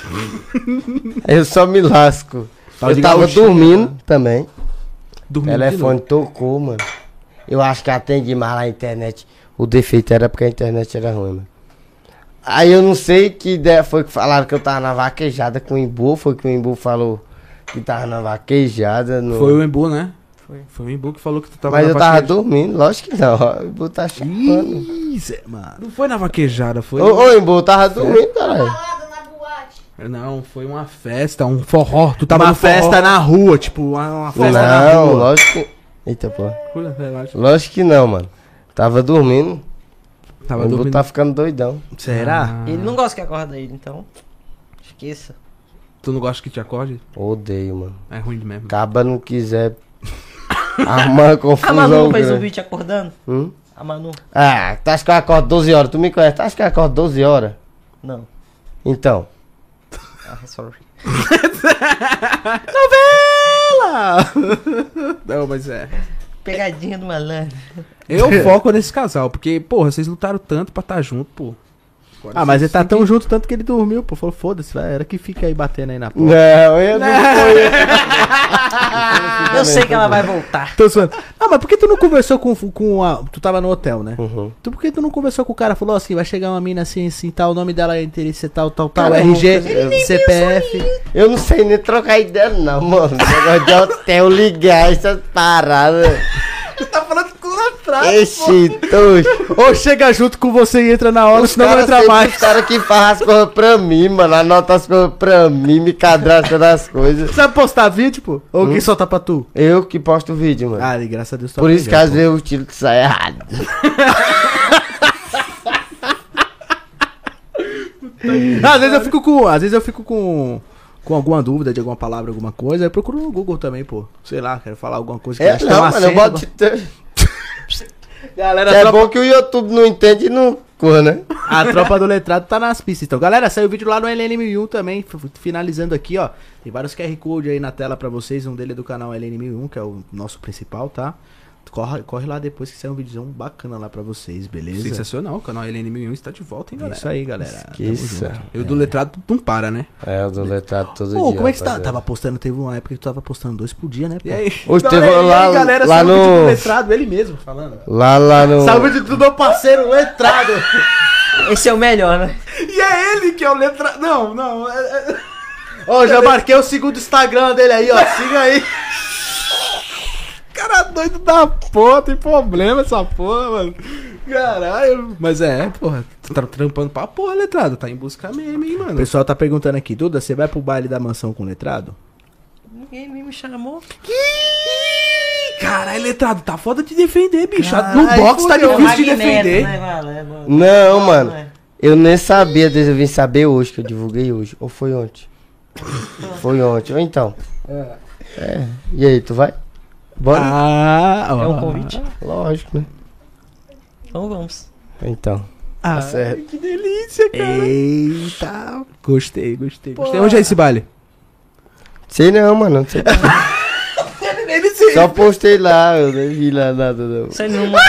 Speaker 3: Eu só me lasco.
Speaker 1: Tal de
Speaker 3: eu tava
Speaker 1: gauchinho,
Speaker 3: dormindo também.
Speaker 2: Dormindo de
Speaker 3: telefone
Speaker 2: novo.
Speaker 3: tocou, mano. Eu acho que atende mais lá a internet. O defeito era porque a internet era ruim, mano. Aí eu não sei que ideia foi que falaram que eu tava na vaquejada com o Imbu. Foi que o Imbu falou que tava na vaquejada. No...
Speaker 2: Foi o Embu, né?
Speaker 4: Foi.
Speaker 2: Foi o Embu que falou que tu tava
Speaker 3: Mas
Speaker 2: na
Speaker 3: eu tava
Speaker 2: vaqueja-
Speaker 3: dormindo, lógico que não. O Imbu tá chupando.
Speaker 1: Ih, Zé, mano.
Speaker 2: Não foi na vaquejada, foi.
Speaker 3: Ô, ô, Imbu, eu tava dormindo, caralho.
Speaker 5: Balada na boate.
Speaker 2: Não, foi uma festa, um forró. Tu
Speaker 1: Tava
Speaker 2: tava
Speaker 1: uma
Speaker 2: no forró.
Speaker 1: festa na rua, tipo, uma, uma festa na
Speaker 3: Não,
Speaker 1: rua.
Speaker 3: lógico que. Eita, pô.
Speaker 2: Cura, relaxa.
Speaker 3: Lógico que não, mano. Tava dormindo.
Speaker 2: Tava
Speaker 3: o Imbu
Speaker 2: dormindo.
Speaker 3: tá ficando doidão.
Speaker 1: Será?
Speaker 2: Ah,
Speaker 4: Ele não gosta que acorda ele, então. Esqueça.
Speaker 2: Tu não gosta que te acorde?
Speaker 3: Odeio, mano.
Speaker 2: É ruim mesmo.
Speaker 3: Caba não quiser arrumar uma
Speaker 4: A
Speaker 3: confusão.
Speaker 4: Manu fez o
Speaker 3: grande.
Speaker 4: vídeo acordando?
Speaker 3: Hum?
Speaker 4: A Manu?
Speaker 3: Ah, tu acha que eu acordo 12 horas? Tu me conhece? Tu acha que eu acordo 12 horas?
Speaker 4: Não.
Speaker 3: Então.
Speaker 4: Ah, sorry.
Speaker 2: Não, mas é.
Speaker 4: Pegadinha do malandro.
Speaker 2: Eu foco nesse casal, porque, porra, vocês lutaram tanto pra estar junto, pô. Agora
Speaker 1: Ah, mas ele
Speaker 2: vocês
Speaker 1: tá
Speaker 2: têm
Speaker 1: tão
Speaker 2: que-
Speaker 1: junto tanto que ele dormiu, pô. Falou, foda-se, vai, era que fica aí batendo
Speaker 2: Tá
Speaker 1: aí na porta.
Speaker 3: Não, eu não conheço.
Speaker 4: Eu sei que ela vai voltar.
Speaker 1: Tô zoando. Ah, mas por que tu não conversou com, com a. Tu tava no hotel, né?
Speaker 3: Uhum.
Speaker 1: Tu, por que tu não conversou com o cara? Falou assim, vai chegar uma mina assim, assim, tal, o nome dela é interesse tal, tal, tal,
Speaker 3: Cara, eu nunca- Ele
Speaker 1: RG, CPF.
Speaker 3: Eu não sei nem trocar ideia, não, mano. Negócio de hotel ligar essas paradas.
Speaker 1: Tu tá falando com o atrás.
Speaker 3: Esse tuxo.
Speaker 1: Ou chega junto com você e entra na hora, senão não é entra mais.
Speaker 3: Os caras que faz as coisas pra mim, mano. Anota as coisas pra mim, me cadastra nas coisas.
Speaker 1: Sabe postar vídeo, pô? Ou quem solta pra tu?
Speaker 3: Eu que posto o vídeo, mano.
Speaker 1: Ah, e graças a Deus tu
Speaker 3: Hum? Por isso que
Speaker 1: aprendeu,
Speaker 3: às vezes o tiro que sai errado.
Speaker 1: pô. Ah, Às vezes eu fico com. Às vezes eu fico com. Com alguma dúvida de alguma palavra, alguma coisa, eu procuro no Google também, pô. Sei lá, quero falar alguma coisa que
Speaker 3: É,
Speaker 1: acho que
Speaker 3: não,
Speaker 1: um
Speaker 3: mano, eu
Speaker 1: acento,
Speaker 3: boto.
Speaker 1: Galera,
Speaker 3: É
Speaker 1: tropa-
Speaker 3: bom que o YouTube não entende e não lascou, né?
Speaker 1: A tropa do letrado tá nas pistas. Então, galera, saiu o vídeo lá no LNM1 também. f- f- Finalizando aqui, ó. Tem vários QR Code aí na tela pra vocês. Um dele é do canal LNM1, que é o nosso principal, tá? Corre, corre lá depois que sair um videozão bacana lá pra vocês, beleza?
Speaker 2: Sensacional, o canal LNM1 está de volta, hein,
Speaker 1: É
Speaker 2: galera?
Speaker 1: isso aí, galera.
Speaker 3: Que
Speaker 1: Tamo
Speaker 3: isso.
Speaker 1: junto.
Speaker 2: E o do letrado não para, né?
Speaker 3: É, o do letrado todo
Speaker 1: Ô,
Speaker 3: dia.
Speaker 1: como é que você tá?
Speaker 3: rapaziada.
Speaker 1: Tava postando, teve uma época que tu tava postando dois por dia, né? pô?
Speaker 2: E aí?
Speaker 3: Hoje
Speaker 1: Não,
Speaker 3: teve
Speaker 1: e aí,
Speaker 3: lá-
Speaker 1: galera,
Speaker 3: lá
Speaker 1: saiu o vídeo do
Speaker 3: no-
Speaker 1: letrado, ele mesmo falando.
Speaker 3: Lá, lá no...
Speaker 1: Salve de tudo, meu parceiro, letrado.
Speaker 4: Esse é o melhor, né?
Speaker 2: E é ele que é o letrado. Não, não. é- é-
Speaker 1: Ó, já marquei o segundo Instagram dele aí, ó. Siga aí.
Speaker 2: Cara doido da porra, tem problema essa porra, mano. Caralho. Mas é, porra, tu tá trampando pra porra, letrado. Tá em busca mesmo, hein,
Speaker 1: O
Speaker 2: mano.
Speaker 1: pessoal tá perguntando aqui, Duda, você vai pro baile da mansão com letrado?
Speaker 4: Ninguém me chamou.
Speaker 2: Ih, Caralho, letrado, tá foda de defender, bicho. no
Speaker 1: Caralho,
Speaker 2: box tá
Speaker 1: fudeu.
Speaker 2: difícil de
Speaker 4: Magneto,
Speaker 2: defender.
Speaker 4: né, mano? É, mano.
Speaker 3: Não, mano.
Speaker 4: é.
Speaker 3: Eu nem sabia, desse- eu vim saber hoje, que eu divulguei hoje. Ou foi ontem? foi ontem. Ou então? É. E aí, tu vai? Bora?
Speaker 2: Ah, ó.
Speaker 4: É um convite?
Speaker 3: Lógico, né?
Speaker 4: Então vamos.
Speaker 3: Então.
Speaker 2: Ah,
Speaker 3: certo.
Speaker 2: que delícia, cara.
Speaker 1: Eita.
Speaker 2: Gostei, gostei. gostei. Onde é esse baile?
Speaker 3: Sei não, mano. Não sei.
Speaker 2: Ele se...
Speaker 3: Só postei lá, eu nem vi lá nada, não.
Speaker 4: Você não manda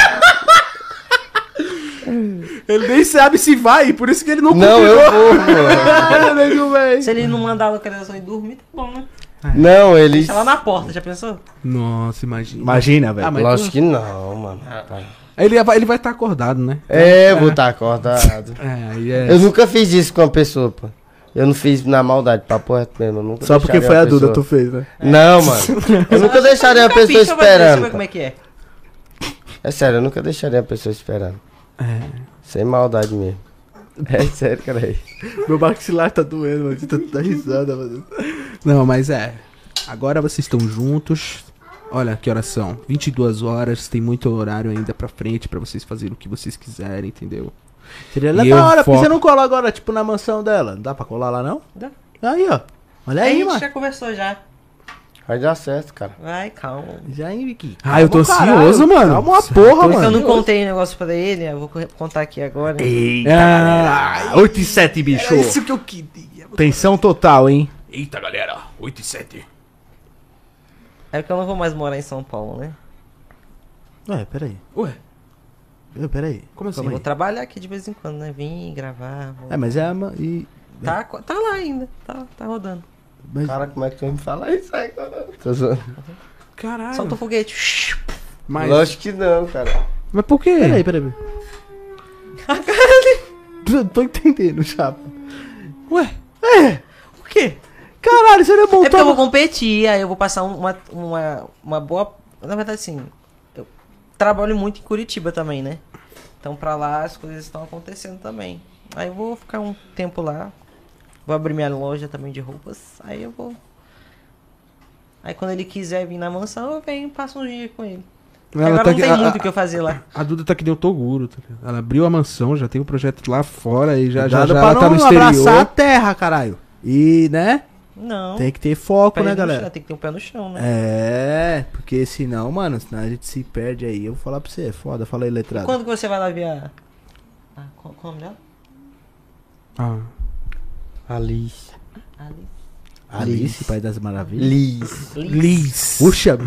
Speaker 2: Ele nem sabe se vai, por isso que ele não
Speaker 3: Não,
Speaker 2: convidou.
Speaker 3: eu vou, mano.
Speaker 2: Caralho, nego, véi.
Speaker 4: Se ele não mandar a localização e dormir, tá bom, né?
Speaker 3: Não, eles.
Speaker 4: Deixa lá na porta, já pensou?
Speaker 2: Nossa, imagina.
Speaker 1: Imagina, velho.
Speaker 2: Ah, mas-
Speaker 3: Lógico que não, mano. Tá.
Speaker 2: Ele vai ele vai estar acordado, né?
Speaker 3: É, eu vou estar acordado.
Speaker 2: É, aí é.
Speaker 3: Eu nunca fiz isso com uma pessoa, pô. Eu não fiz na maldade, papo reto mesmo. eu nunca
Speaker 1: Só porque
Speaker 3: deixaria
Speaker 1: foi
Speaker 3: uma
Speaker 1: a Duda, tu
Speaker 3: pessoa-
Speaker 1: fez, né?
Speaker 3: É. Não, mano. Eu nunca deixaria uma pessoa
Speaker 4: Capricha, vai ver, você
Speaker 3: esperando.
Speaker 4: vê
Speaker 3: pô.
Speaker 4: como é que é.
Speaker 3: É sério, eu nunca deixaria a pessoa esperando.
Speaker 2: É.
Speaker 3: Sem maldade mesmo. É sério, cara. aí.
Speaker 1: Meu maxilar tá doendo, mano. Você tá, tá risada, mano.
Speaker 2: Não, mas é. Agora vocês estão juntos. Olha que horas são. 22 horas, tem muito horário ainda pra frente pra vocês fazerem o que vocês quiserem, entendeu?
Speaker 1: Seria
Speaker 2: E eu
Speaker 1: da hora, porque
Speaker 2: foco-
Speaker 1: você não cola agora, tipo, na mansão dela. Não dá pra colar lá, não?
Speaker 4: Dá.
Speaker 1: Aí, ó. Olha
Speaker 4: a
Speaker 1: aí,
Speaker 4: gente
Speaker 1: mano.
Speaker 4: já conversou já.
Speaker 3: Vai dar certo, cara.
Speaker 4: Vai, calma.
Speaker 1: Já, hein, Vicky?
Speaker 2: Ah, eu tô
Speaker 1: Calma, caralho.
Speaker 2: ansioso, mano.
Speaker 1: Calma uma
Speaker 2: Eu tô
Speaker 1: porra,
Speaker 4: Porque eu não
Speaker 1: mano.
Speaker 4: contei o negócio pra ele, eu vou co- contar aqui agora.
Speaker 1: Eita,
Speaker 2: Ah,
Speaker 1: galera. 8 e 7, bicho.
Speaker 2: É que eu queria.
Speaker 1: Pensão total, hein?
Speaker 2: Eita, galera. 8 e 7.
Speaker 4: É porque eu não vou mais morar em São Paulo, né?
Speaker 1: Ué, peraí.
Speaker 2: Ué,
Speaker 1: Ué, Peraí.
Speaker 2: como assim?
Speaker 4: Eu vou tá- trabalhar aqui de vez em quando, né? Vim gravar. vou-
Speaker 1: É, mas é a. ma- E...
Speaker 4: tá, co- tá lá ainda, tá, tá rodando.
Speaker 1: Mas...
Speaker 3: Cara, como é que tu me fala isso aí, cara? Tô zoando.
Speaker 2: Caralho.
Speaker 4: Solta o foguete.
Speaker 2: Mas,
Speaker 3: Lógico que não, cara.
Speaker 2: mas por
Speaker 4: É.
Speaker 2: quê?
Speaker 1: Peraí, peraí. Eu tô entendendo, chapa.
Speaker 2: Ué,
Speaker 1: É.
Speaker 4: O quê?
Speaker 1: Caralho, você não
Speaker 4: É porque eu vou
Speaker 1: montou.
Speaker 4: competir, aí eu vou passar um, uma, uma, uma boa. Na verdade, assim, eu trabalho muito em Curitiba também, né? Então pra lá as coisas estão acontecendo também. Aí eu vou ficar um tempo lá. Vou abrir minha loja também de roupas. Aí eu vou. Aí quando ele quiser vir na mansão, eu venho e passo um dia com ele. Agora não
Speaker 2: que-
Speaker 4: tem
Speaker 2: tá a-
Speaker 4: muito
Speaker 2: a-
Speaker 4: o que eu fazer lá.
Speaker 2: A Duda tá que nem o Toguro. tá ligado? Ela abriu a mansão, já tem um projeto lá fora e já, já,
Speaker 1: Cuidado
Speaker 2: já
Speaker 1: pra
Speaker 2: ela tá no
Speaker 1: não
Speaker 2: exterior.
Speaker 1: abraçar a terra, caralho. E, né?
Speaker 4: Não.
Speaker 1: Tem que ter foco,
Speaker 4: pé
Speaker 1: né,
Speaker 4: no
Speaker 1: galera?
Speaker 4: chão, tem que ter um pé no chão, né?
Speaker 1: É, porque senão, mano, senão a gente se perde aí. Eu vou falar pra você, é foda. Fala aí, letrado.
Speaker 4: Quando que você vai lá ver a. Ah, qual, qual é o nome dela?
Speaker 2: Ah,
Speaker 3: Alice.
Speaker 4: Alice.
Speaker 1: Alice, País das Maravilhas.
Speaker 3: Liz.
Speaker 2: Liz.
Speaker 1: Puxa,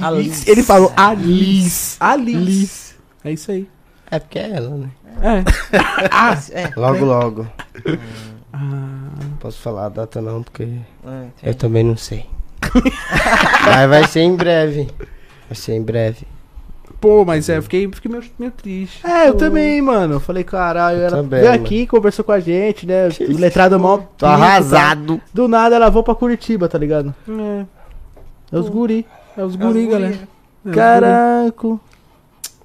Speaker 1: Alice. ele falou Alice. Alice.
Speaker 2: Liz. É isso aí.
Speaker 3: É porque é ela, né?
Speaker 2: É.
Speaker 4: É,
Speaker 3: Logo, logo.
Speaker 2: Ah,
Speaker 3: Não posso falar a data não, porque
Speaker 4: ah,
Speaker 3: eu
Speaker 4: entendi.
Speaker 3: também não sei. Mas vai ser em breve. Vai ser em breve.
Speaker 2: pô, mas é, eu fiquei, fiquei meio, meio triste.
Speaker 1: É, eu também, mano. Eu falei, caralho, ela
Speaker 3: Tipo, também,
Speaker 1: veio
Speaker 3: mano.
Speaker 1: aqui, conversou com a gente, né? O letrado mó.
Speaker 3: Tô
Speaker 1: pinta.
Speaker 3: arrasado.
Speaker 1: Do nada ela vou pra Curitiba, tá ligado?
Speaker 2: É,
Speaker 1: É os guri.
Speaker 2: é os
Speaker 4: É os
Speaker 2: guri, galera. É, os
Speaker 1: Caraca.
Speaker 2: guri.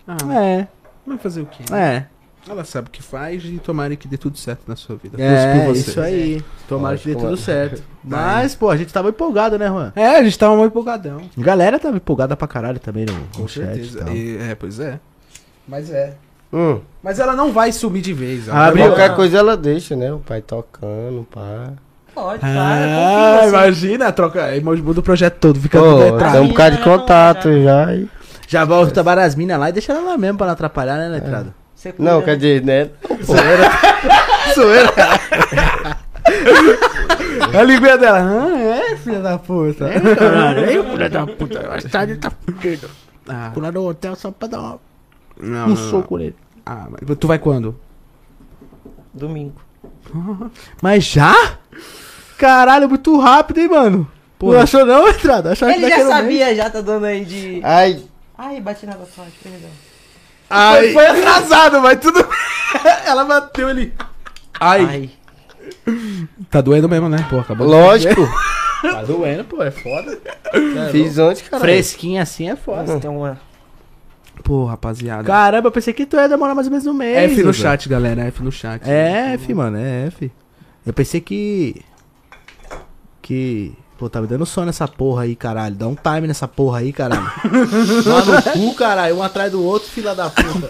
Speaker 2: Ah,
Speaker 1: É,
Speaker 2: vai fazer o quê?
Speaker 1: é.
Speaker 2: Ela sabe o que faz e tomara que dê tudo certo na sua vida. Torço
Speaker 1: É,
Speaker 2: por vocês.
Speaker 1: isso aí. Tomara que dê
Speaker 3: Lógico,
Speaker 1: tudo
Speaker 3: mano.
Speaker 1: certo. Mas, pô, a gente tava empolgado, né, Juan?
Speaker 2: É, a gente tava mal empolgadão.
Speaker 1: A galera tava empolgada pra caralho também no,
Speaker 2: Com
Speaker 1: no chat e
Speaker 2: certeza.
Speaker 1: tal.
Speaker 2: E- é, pois é. Mas é.
Speaker 3: Hum.
Speaker 2: Mas ela não vai sumir de vez. ela
Speaker 1: Ah,
Speaker 2: vai
Speaker 1: Abriu,
Speaker 3: Qualquer
Speaker 4: né?
Speaker 3: coisa ela deixa, né? O pai tocando, pá.
Speaker 4: Pode, claro.
Speaker 2: Ah,
Speaker 4: confio, assim.
Speaker 2: imagina, troca. aí Muda o projeto todo, fica
Speaker 3: Pô,
Speaker 2: tudo
Speaker 3: tem
Speaker 2: letrado.
Speaker 3: um bocado de contato já. e-
Speaker 1: Já volta para as minas lá e deixa ela lá mesmo pra não atrapalhar, né, letrado? Você cuida,
Speaker 3: Não,
Speaker 1: né?
Speaker 3: quer dizer, né? Zoeira. Zoeira. É.
Speaker 2: A linguinha dela. Ah, é, filha da puta.
Speaker 1: Caralho, aí, mulher da puta. A cidade tá fudido.
Speaker 2: Ah,
Speaker 1: Pular no hotel só pra dar uma-
Speaker 2: não,
Speaker 1: um
Speaker 2: não, não.
Speaker 1: soco nele.
Speaker 2: Ah, mas tu vai quando?
Speaker 4: Domingo.
Speaker 2: Mas já? Caralho, muito rápido, hein, mano? Não achou não, entrada?
Speaker 1: Tá
Speaker 2: Achava
Speaker 4: Ele já sabia, já tá dando aí de.
Speaker 3: Ai,
Speaker 4: Ai, bati na sorte, perdão.
Speaker 2: Foi, foi atrasado, mas tudo bem. Ela bateu ali. Ai.
Speaker 4: Ai.
Speaker 2: Tá doendo mesmo, né? Pô, acabou.
Speaker 3: lógico.
Speaker 1: Tá doendo, pô, é foda.
Speaker 3: Fiz ontem, cara.
Speaker 1: Fresquinho assim é foda.
Speaker 4: Nossa, tem uma.
Speaker 2: Pô, rapaziada.
Speaker 1: Caramba, eu pensei que tu ia demorar mais ou menos um mês.
Speaker 2: F no
Speaker 1: Duda.
Speaker 2: chat, galera. F no chat.
Speaker 1: É F, mano, é F. Eu pensei que. Que. Pô, tá me dando sono essa porra aí, caralho. Dá um time nessa porra aí, caralho. Lá no cu, caralho. Um atrás do outro, fila da puta.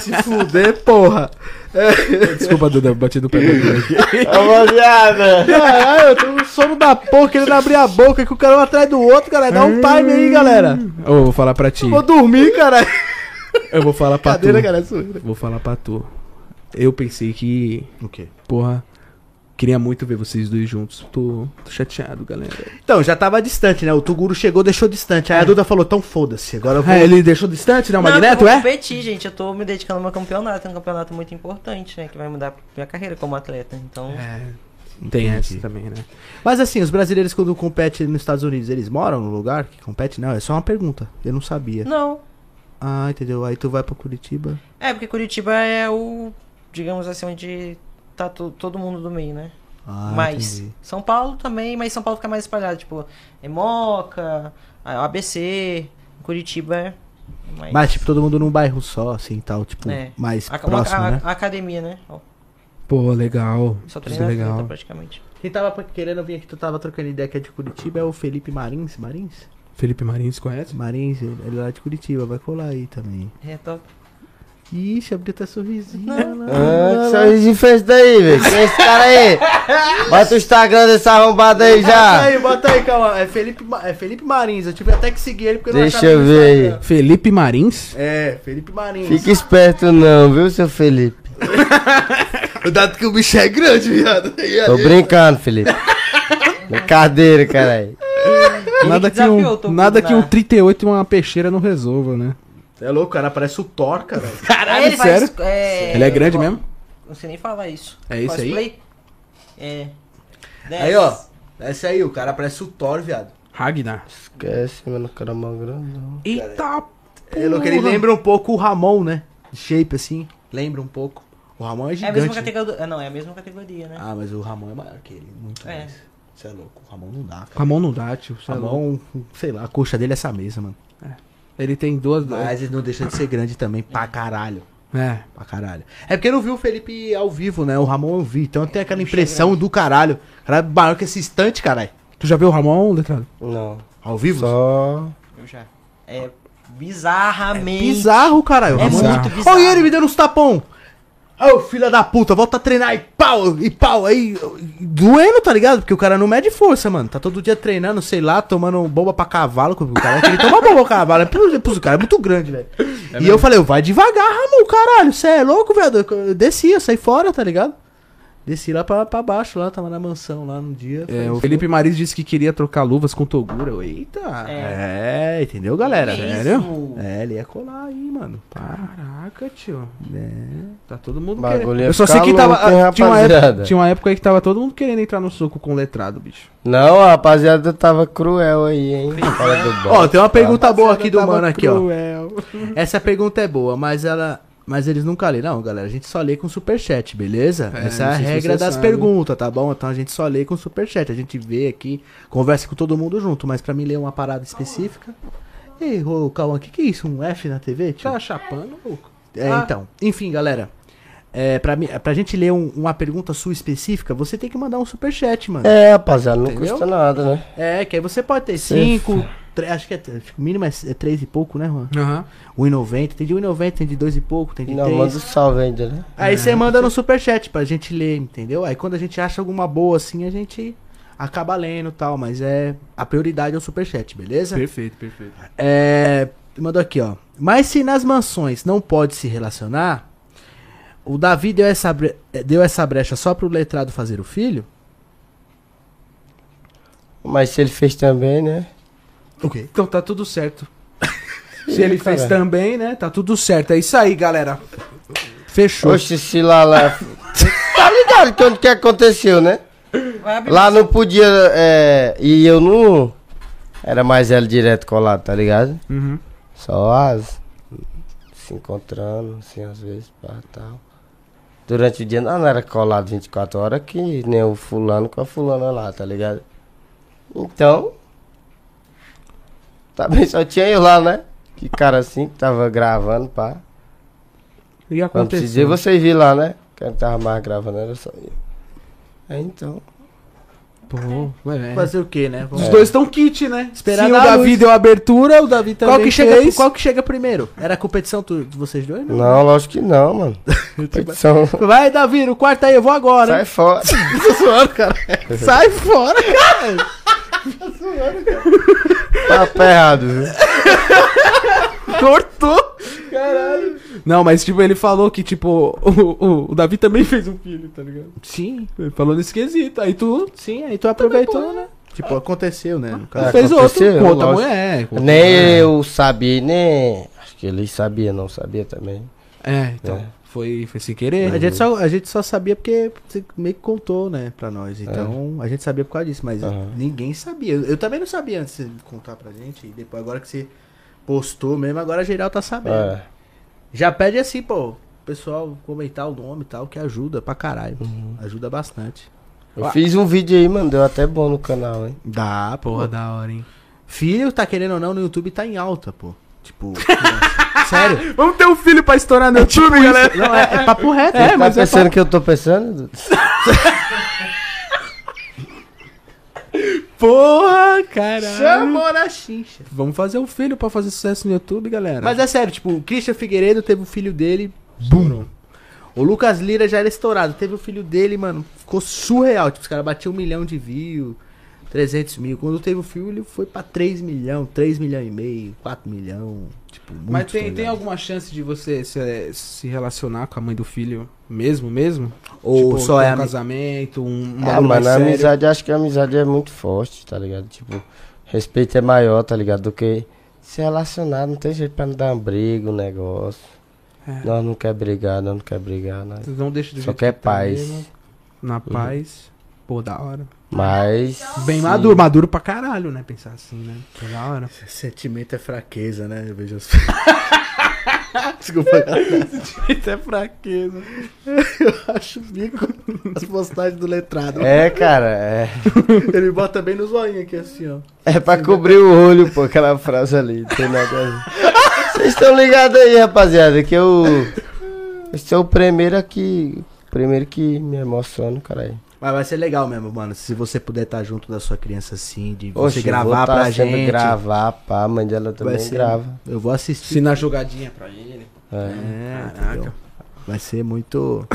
Speaker 2: Se fuder, porra. É. Desculpa, Duda, bati no pé do Duda aqui.
Speaker 3: Rapaziada.
Speaker 1: Caralho, eu tô com sono da porra, querendo abrir a boca, que o cara é um atrás do outro, caralho. Dá um time aí, galera.
Speaker 2: Ô, eu vou falar pra ti.
Speaker 1: Eu vou dormir, caralho.
Speaker 2: Eu vou falar pra tu.
Speaker 1: Cadeira, cara, é sujeira.
Speaker 2: Vou falar pra tu. Eu pensei que,
Speaker 1: O quê?
Speaker 2: porra, queria muito ver vocês dois juntos. Tô, tô chateado, galera.
Speaker 1: Então, já tava distante, né? O Tuguro chegou, deixou distante. Aí a Duda falou, então foda-se, agora eu vou...
Speaker 2: É, ele deixou distante, né? O
Speaker 4: Não,
Speaker 2: Magneto,
Speaker 4: eu vou
Speaker 2: é?
Speaker 4: competir, gente. Eu tô me dedicando ao meu campeonato. É um campeonato muito importante, né? Que vai mudar minha carreira como atleta. Então.
Speaker 2: É. Tem essa
Speaker 1: Entendi.
Speaker 2: também, né?
Speaker 1: Mas assim, os brasileiros quando competem nos Estados Unidos, eles moram no lugar que compete? Não, é só uma pergunta. Eu não sabia.
Speaker 4: Não.
Speaker 1: Ah, entendeu? Aí tu vai pra Curitiba.
Speaker 4: É, porque Curitiba é o. Digamos assim, onde tá to- todo mundo do meio, né?
Speaker 1: Ah,
Speaker 4: mas
Speaker 1: entendi.
Speaker 4: São Paulo também, mas São Paulo fica mais espalhado. Tipo, é Moca, a- ABC, Curitiba é. mais-
Speaker 1: Mas, tipo, todo mundo num bairro só, assim, tal, tipo,
Speaker 4: É.
Speaker 1: mais
Speaker 4: a, uma-
Speaker 1: próximo,
Speaker 4: a-
Speaker 1: né?
Speaker 4: a academia, né? Ó,
Speaker 2: Pô, legal. Isso
Speaker 4: Só
Speaker 2: é
Speaker 4: treina legal.
Speaker 2: legal.
Speaker 4: praticamente.
Speaker 1: Quem tava querendo vir aqui, tu tava trocando ideia que é de Curitiba, é o Felipe Marins, Marins?
Speaker 2: Felipe Marins, conhece?
Speaker 1: Marins, ele ele é lá de Curitiba, vai colar aí também.
Speaker 4: É top.
Speaker 1: Ixi, abriu até sorrisinho. lá, lá,
Speaker 3: Ah,
Speaker 1: lá.
Speaker 3: que sorrisinho fez isso daí, velho. Quem é esse cara aí? Bota o Instagram desse arrombado aí
Speaker 1: Bota
Speaker 3: já.
Speaker 1: aí, bota aí, calma. É Felipe, Ma- é Felipe Marins, eu tive até que seguir ele porque eu não
Speaker 3: Deixa
Speaker 1: achava
Speaker 3: eu
Speaker 1: no
Speaker 3: ver
Speaker 1: Instagram.
Speaker 2: Felipe Marins?
Speaker 1: É, Felipe Marinho.
Speaker 3: Fica esperto não, viu, seu Felipe?
Speaker 1: Cuidado que o bicho é grande, viado.
Speaker 3: Tô brincando, Felipe. Brincadeira, caralho.
Speaker 2: Nada
Speaker 4: que
Speaker 2: que, um,
Speaker 4: desafiou, tô
Speaker 2: nada
Speaker 4: com-
Speaker 2: que um
Speaker 4: na-
Speaker 2: 38 e uma peixeira não resolva, né?
Speaker 1: É louco, cara. Parece o Thor, cara.
Speaker 4: Caralho, ele faz, é,
Speaker 2: Ele é grande
Speaker 4: co-
Speaker 2: mesmo?
Speaker 4: Não sei nem falar isso.
Speaker 2: É isso aí?
Speaker 4: Cosplay? É.
Speaker 1: aí, ó. Essa aí, o cara parece o Thor, viado.
Speaker 2: Ragnar.
Speaker 3: Esquece, mano, cara é magrão.
Speaker 2: Eita
Speaker 1: É louco, ele
Speaker 2: Porra.
Speaker 1: lembra um pouco o Ramon, né? De shape, assim. Lembra um pouco. O Ramon é
Speaker 4: É a mesma
Speaker 1: gigante. né?
Speaker 4: categoria. ah, Não, é a mesma categoria, né?
Speaker 1: Ah, mas o Ramon é maior que ele. Muito
Speaker 4: É.
Speaker 1: mais. Você é louco. O Ramon não dá, cara.
Speaker 2: Ramon não dá, tio.
Speaker 1: O Ramon, sei lá, a coxa dele é essa mesma, mano.
Speaker 2: Ele tem duas.
Speaker 1: Mas ele não deixa de ser grande também, pra caralho.
Speaker 2: É.
Speaker 1: Pra caralho. É porque eu não vi o Felipe ao vivo, né? O Ramon eu vi. Então tem aquela impressão do caralho. O cara é maior que esse estante, caralho.
Speaker 2: Tu já viu o Ramon, letrado?
Speaker 3: Não.
Speaker 1: Ao vivo?
Speaker 3: Só.
Speaker 4: Eu já. É bizarramente.
Speaker 1: Bizarro, caralho.
Speaker 4: É
Speaker 1: Ramon.
Speaker 4: muito bizarro.
Speaker 1: Olha ele me dando uns tapão. Ô, filha da puta, volta a treinar e pau, e pau, aí. Doendo, tá ligado? Porque o cara não mede força, mano. Tá todo dia treinando, sei lá, tomando bomba pra cavalo. que O cara é que ele toma bomba pra cavalo. É pros, pros caras, é muito grande, velho. e eu falei, vai devagar, Ramon, caralho. Você é louco, velho. Eu desci, eu saí fora, tá ligado? Desci lá pra, pra baixo, lá, tava na mansão lá no dia.
Speaker 2: É,
Speaker 1: Falei,
Speaker 2: o Felipe Marins disse que queria trocar luvas com Togura. Eu, Eita.
Speaker 1: É, entendeu, galera?
Speaker 4: Isso.
Speaker 1: Sério? É, ele ia colar aí, mano. Pá.
Speaker 2: Caraca, tio. Tá todo mundo
Speaker 3: Bagulho
Speaker 2: querendo.
Speaker 3: ia
Speaker 2: Eu só sei
Speaker 3: ficar
Speaker 2: que tava.
Speaker 3: louco, hein,
Speaker 2: tinha, uma época,
Speaker 3: rapaziada?
Speaker 2: tinha uma época aí que tava todo mundo querendo entrar no soco com letrado, bicho.
Speaker 3: Não, a rapaziada tava cruel aí, hein? Fala do
Speaker 1: Ó,
Speaker 3: bom.
Speaker 1: tem uma pergunta boa aqui do mano aqui, ó.
Speaker 2: ó.
Speaker 1: Essa pergunta é boa, mas ela. Mas eles nunca lêem. Não, galera, a gente só lê com superchat, beleza?
Speaker 2: É,
Speaker 1: Essa é
Speaker 2: não
Speaker 1: a
Speaker 2: sei se
Speaker 1: regra
Speaker 2: você
Speaker 1: das
Speaker 2: sabe.
Speaker 1: perguntas, tá bom? Então a gente só lê com superchat. A gente vê aqui, conversa com todo mundo junto, mas pra mim ler uma parada específica. Ei, ô, Cauã, o que, que é isso? Um F na TV? Tio?
Speaker 2: Tá chapando, louco?
Speaker 1: É,
Speaker 2: Ah.
Speaker 1: então. Enfim, galera. É, pra, mim, pra gente ler um- uma pergunta sua específica, você tem que mandar um superchat, mano.
Speaker 3: É, rapaziada, não
Speaker 1: Entendeu?
Speaker 3: custa nada, né?
Speaker 1: É, que aí você pode ter
Speaker 3: Cê-
Speaker 1: 5, acho que é, acho que o mínimo é 3 e pouco, né, Juan?
Speaker 2: Aham.
Speaker 1: 1,90. Tem de 1,90, tem de 2 e pouco, tem de
Speaker 3: Não, manda um
Speaker 1: 3.
Speaker 3: salve ainda, né?
Speaker 1: Aí você manda no superchat pra gente ler, entendeu? Aí quando a gente acha alguma boa assim, a gente acaba lendo e tal, mas é. A prioridade é o superchat, beleza?
Speaker 2: Perfeito, perfeito.
Speaker 1: É. Mandou aqui, ó. Mas se nas mansões não pode se relacionar, O Davi deu essa, bre- eh, deu essa brecha só pro letrado fazer o filho?
Speaker 3: Mas se ele fez também, né?
Speaker 1: O quê?
Speaker 2: Então tá tudo certo. Se ele fez
Speaker 3: Cara.
Speaker 2: também, né? Tá tudo certo. É isso aí, galera. Fechou.
Speaker 3: Oxe, se lá lá. tá ligado que o que aconteceu, né?
Speaker 4: Vai abrir
Speaker 3: Lá não podia. é, e eu não. Era mais ela direto colado, tá ligado?
Speaker 2: Uhum.
Speaker 3: Só as. Se encontrando, assim, às vezes, pá, tal. Durante o dia não, não era colado 24 horas que nem o fulano com a fulana lá, tá ligado? Então. Tá bem, só tinha eu lá, né? Que cara assim que tava gravando, pá.
Speaker 2: E
Speaker 3: Quando
Speaker 2: aconteceu.
Speaker 3: esse dia vocês viram lá, né? Quem tava mais gravando era só eu. Aí então.
Speaker 2: Pô, é.
Speaker 1: Fazer o quê, né? Vamos
Speaker 2: Os dois estão kit, né?
Speaker 1: Esperar
Speaker 2: Se o
Speaker 1: dar a
Speaker 2: Davi
Speaker 1: luz.
Speaker 2: deu abertura, o Davi também
Speaker 1: Qual que, chega,
Speaker 2: fez.
Speaker 1: qual que chega primeiro? Era a competição tu- de vocês dois? Não?
Speaker 3: Não, lógico que não, mano. Petição.
Speaker 1: Vai, Davi, o quarto aí, eu vou agora.
Speaker 3: Sai
Speaker 1: hein?
Speaker 3: fora.
Speaker 1: Tô zoando, cara. Sai fora, cara.
Speaker 3: Papo errado, viu?
Speaker 1: Cortou.
Speaker 2: Não, mas tipo, ele falou que, tipo, o, o, o Davi também fez um filho, tá ligado?
Speaker 1: Sim,
Speaker 2: Ele falou nesse quesito. Aí tu
Speaker 1: sim, aí tu aproveitou, né? Tipo, aconteceu, né? No caso.
Speaker 3: É,
Speaker 2: fez outro
Speaker 3: aconteceu,
Speaker 2: com outra
Speaker 3: lógico.
Speaker 2: mulher. É, com outra
Speaker 3: Nem
Speaker 2: mulher.
Speaker 3: eu sabia, nem. Acho que ele sabia, não sabia também.
Speaker 2: É, então.
Speaker 3: É.
Speaker 2: Foi, foi sem
Speaker 1: A
Speaker 2: querer.
Speaker 1: gente, só, a gente só sabia porque você meio que contou, né, pra nós. Então, a gente sabia por causa disso, mas
Speaker 3: Aham.
Speaker 1: ninguém sabia. Eu, eu também não sabia antes de você contar pra gente. E depois, agora que você postou mesmo, agora geral tá sabendo.
Speaker 3: É.
Speaker 1: Já pede assim, pô, o pessoal comentar o nome e tal, que ajuda pra caralho. Ajuda bastante.
Speaker 3: Eu fiz um vídeo aí, mano. Deu até bom no canal, hein?
Speaker 1: Dá,
Speaker 2: Porra, da hora, hein?
Speaker 1: Filho, tá querendo ou não, no YouTube tá em alta, pô. Tipo, criança. sério.
Speaker 2: Vamos ter um filho pra estourar no YouTube, galera.
Speaker 1: Não, é, é papo reto.
Speaker 3: Você tá pensando que eu tô pensando?
Speaker 2: Porra, caralho.
Speaker 1: Chamou na xincha.
Speaker 2: Vamos fazer um filho pra fazer sucesso no YouTube, galera.
Speaker 1: Mas é sério, tipo, o Christian Figueiredo teve o filho dele, bum. O Lucas Lira já era estourado, teve o filho dele, mano, ficou surreal. Tipo, os caras batiam um milhão de views, 300 mil. Quando teve o filho, ele foi pra 3 milhão, 3 milhão e meio, 4 milhão. Tipo, muito,
Speaker 2: Mas
Speaker 1: tá
Speaker 2: tem,
Speaker 1: ligado?
Speaker 2: tem alguma chance de você se, se relacionar com a mãe do filho mesmo, mesmo?
Speaker 1: Ou
Speaker 2: Tipo,
Speaker 1: só
Speaker 2: ter
Speaker 1: é
Speaker 2: um
Speaker 1: ami-
Speaker 2: casamento, um um
Speaker 3: Ah,
Speaker 2: bagulho mais
Speaker 3: mano, a
Speaker 2: sério?
Speaker 3: amizade, acho que a amizade é muito forte, tá ligado? Tipo, respeito é maior, tá ligado? Do que se relacionar, não tem jeito pra não dar uma briga, um negócio.
Speaker 2: É.
Speaker 3: Nós não quer brigar, nós não quer brigar, nós
Speaker 2: Não deixa do
Speaker 3: só
Speaker 2: jeito
Speaker 3: quer
Speaker 2: tá
Speaker 3: paz.
Speaker 2: mesmo. Na paz. Pô, da hora.
Speaker 3: Mas.
Speaker 2: Bem
Speaker 3: se-
Speaker 2: maduro, maduro pra caralho, né? Pensar assim, né? Pô, da hora.
Speaker 1: Sentimento é fraqueza, né? Eu vejo as... Desculpa,
Speaker 2: Isso é fraqueza.
Speaker 1: eu acho bico as postagens do letrado.
Speaker 3: É, cara, é.
Speaker 1: Ele bota bem no zoinho aqui, assim, ó.
Speaker 3: É pra cobrir o olho, pô, aquela frase ali. não Tem nada a ver. Vocês estão ligados aí, rapaziada, que eu. Eu sou o primeiro aqui. Primeiro que me emociono, caralho.
Speaker 1: Mas vai ser legal mesmo, mano. Se você puder estar junto da sua criança assim, de você
Speaker 3: Oxe, eu
Speaker 1: gravar
Speaker 3: vou tá
Speaker 1: pra
Speaker 3: sempre
Speaker 1: gente.
Speaker 3: gravar, pá, a mãe dela também grava.
Speaker 1: Eu vou assistir.
Speaker 2: Se na jogadinha pra ele.
Speaker 3: É.
Speaker 1: É,
Speaker 2: Caraca.
Speaker 1: entendeu? Vai ser muito.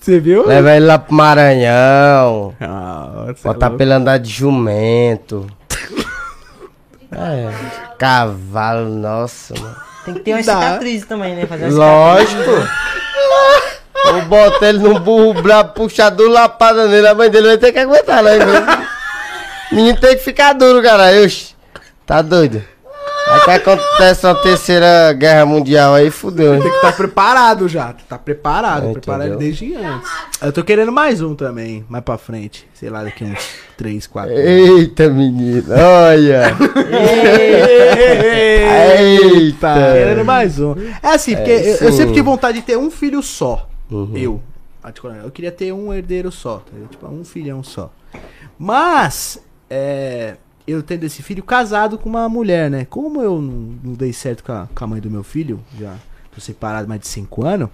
Speaker 2: Você viu?
Speaker 3: Leva ele lá pro Maranhão.
Speaker 2: Ah, você é
Speaker 3: Botar
Speaker 2: louco.
Speaker 3: pra ele andar de jumento. É, cavalo, nossa, mano.
Speaker 4: Tem que ter uma
Speaker 1: Dá.
Speaker 4: cicatriz também, né? Fazer uma
Speaker 3: Lógico. Vou botar ele num burro brabo, puxador, lapada nele. A mãe dele vai ter que aguentar, né? irmão? Menino tem que ficar duro, cara. Oxi, tá doido. Até acontece uma terceira guerra mundial aí, fudeu, né?
Speaker 2: Tem que
Speaker 1: tá
Speaker 2: estar preparado já. Tá preparado.
Speaker 3: É,
Speaker 2: preparar ele
Speaker 3: entendeu?
Speaker 2: desde antes.
Speaker 1: Eu tô querendo mais um também, mais pra frente. Sei lá, daqui uns 3, 4.
Speaker 3: Eita, menino. Olha.
Speaker 1: Querendo
Speaker 3: Eita.
Speaker 1: mais um. É assim, porque eu- eu,
Speaker 3: isso.
Speaker 1: sempre tive vontade de ter um filho só.
Speaker 3: Uhum.
Speaker 1: Eu. particularmente. Eu queria ter um herdeiro só. tá ligado? Tipo, um filhão só. Mas, é, eu tendo esse filho casado com uma mulher, né? Como eu não, não dei certo com a, com a mãe do meu filho, já tô separado mais de 5 anos.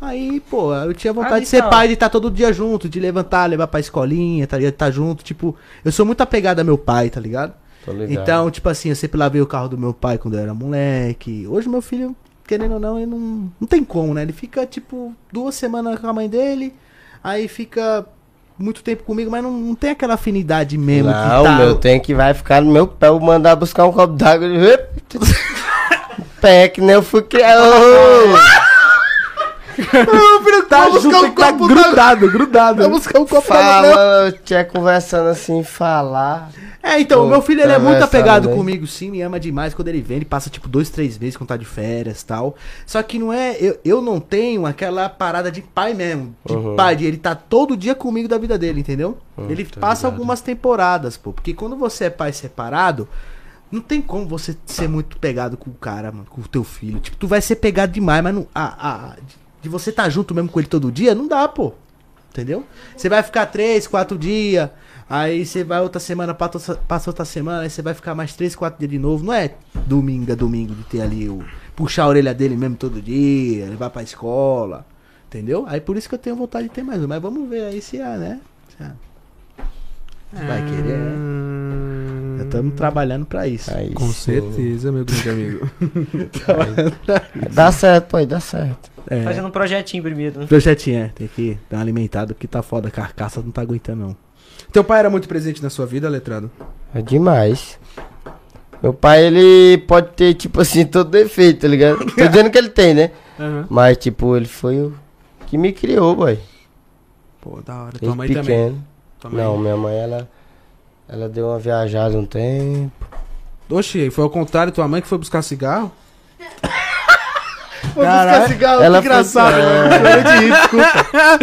Speaker 1: Aí, pô, eu tinha vontade
Speaker 4: Ah,
Speaker 1: de ser
Speaker 4: então.
Speaker 1: pai, de estar todo dia junto, de levantar, levar pra escolinha, tá ligado? Tá junto, tipo, eu sou muito apegado a meu pai, tá ligado?
Speaker 3: Tô ligado.
Speaker 1: Então, tipo assim, eu sempre lavei o carro do meu pai quando eu era moleque. Hoje meu filho, querendo ou não, ele não, não tem como, né? Ele fica, tipo, duas semanas com a mãe dele, aí fica muito tempo comigo, mas não, não tem aquela afinidade mesmo
Speaker 3: Não,
Speaker 1: que tá.
Speaker 3: meu tem que vai ficar no meu pé, vou mandar buscar um copo d'água. Ele, "Ep". pé que nem eu fui criado.
Speaker 1: Tá junto, é que tá grudado, grudado.
Speaker 6: um Vamos buscar um copo d'água.
Speaker 3: Fala, tinha conversando assim, falar.
Speaker 1: É, então,
Speaker 3: Pô,
Speaker 1: meu filho ele é muito
Speaker 3: conversa,
Speaker 1: apegado
Speaker 3: né?
Speaker 1: comigo, sim, me ama demais. Quando ele vem, ele passa tipo dois, três meses quando tá de férias e tal. Só que não é. Eu, eu não tenho aquela parada de pai mesmo. De
Speaker 6: Uhum.
Speaker 1: pai, de ele tá todo dia comigo da vida dele, entendeu?
Speaker 6: Hum,
Speaker 1: ele
Speaker 6: tá
Speaker 1: passa
Speaker 6: ligado.
Speaker 1: algumas temporadas, pô. Porque quando você é pai separado, não tem como você ser muito pegado com o cara, mano, com o teu filho. Tipo, tu vai ser pegado demais, mas não. A, a- de- de você tá junto mesmo com ele todo dia, não dá, pô. Entendeu? Você vai ficar três, quatro dias, aí você vai outra semana, pata- passa outra semana, aí você vai ficar mais três, quatro dias de novo. Não é domingo a domingo de ter ali o. puxar a orelha dele mesmo todo dia, levar pra escola. Entendeu? Aí por isso que eu tenho vontade de ter mais um. Mas vamos ver aí se há, né? Se há.
Speaker 3: É.
Speaker 1: Vai querer, né?
Speaker 2: Hum,
Speaker 1: Estamos trabalhando pra isso.
Speaker 3: Aí,
Speaker 2: Com certeza, meu grande amigo.
Speaker 3: Dá certo, pô, dá certo.
Speaker 1: É.
Speaker 4: Fazendo um projetinho primeiro. né?
Speaker 1: Projetinho, é. Tem que dar uma alimentada porque tá foda. A carcaça não tá aguentando, não.
Speaker 2: Teu pai era muito presente na sua vida, letrado?
Speaker 3: É demais. Meu pai, ele pode ter, tipo assim, todo defeito, tá ligado? Tô dizendo que ele tem, né? Mas, tipo, ele foi o que me criou, boy.
Speaker 2: Pô, da hora. Tua
Speaker 3: Desde
Speaker 2: mãe também.
Speaker 3: pequeno.
Speaker 2: Tua mãe-
Speaker 3: Não, minha mãe, ela... Ela deu uma viajada um tempo.
Speaker 2: Oxi, foi ao contrário, tua mãe que foi buscar cigarro?
Speaker 1: Caralho, cigarro,
Speaker 3: ela
Speaker 1: Ah, que engraçado.
Speaker 3: foi- É.
Speaker 1: né? Eu parei de rir, desculpa.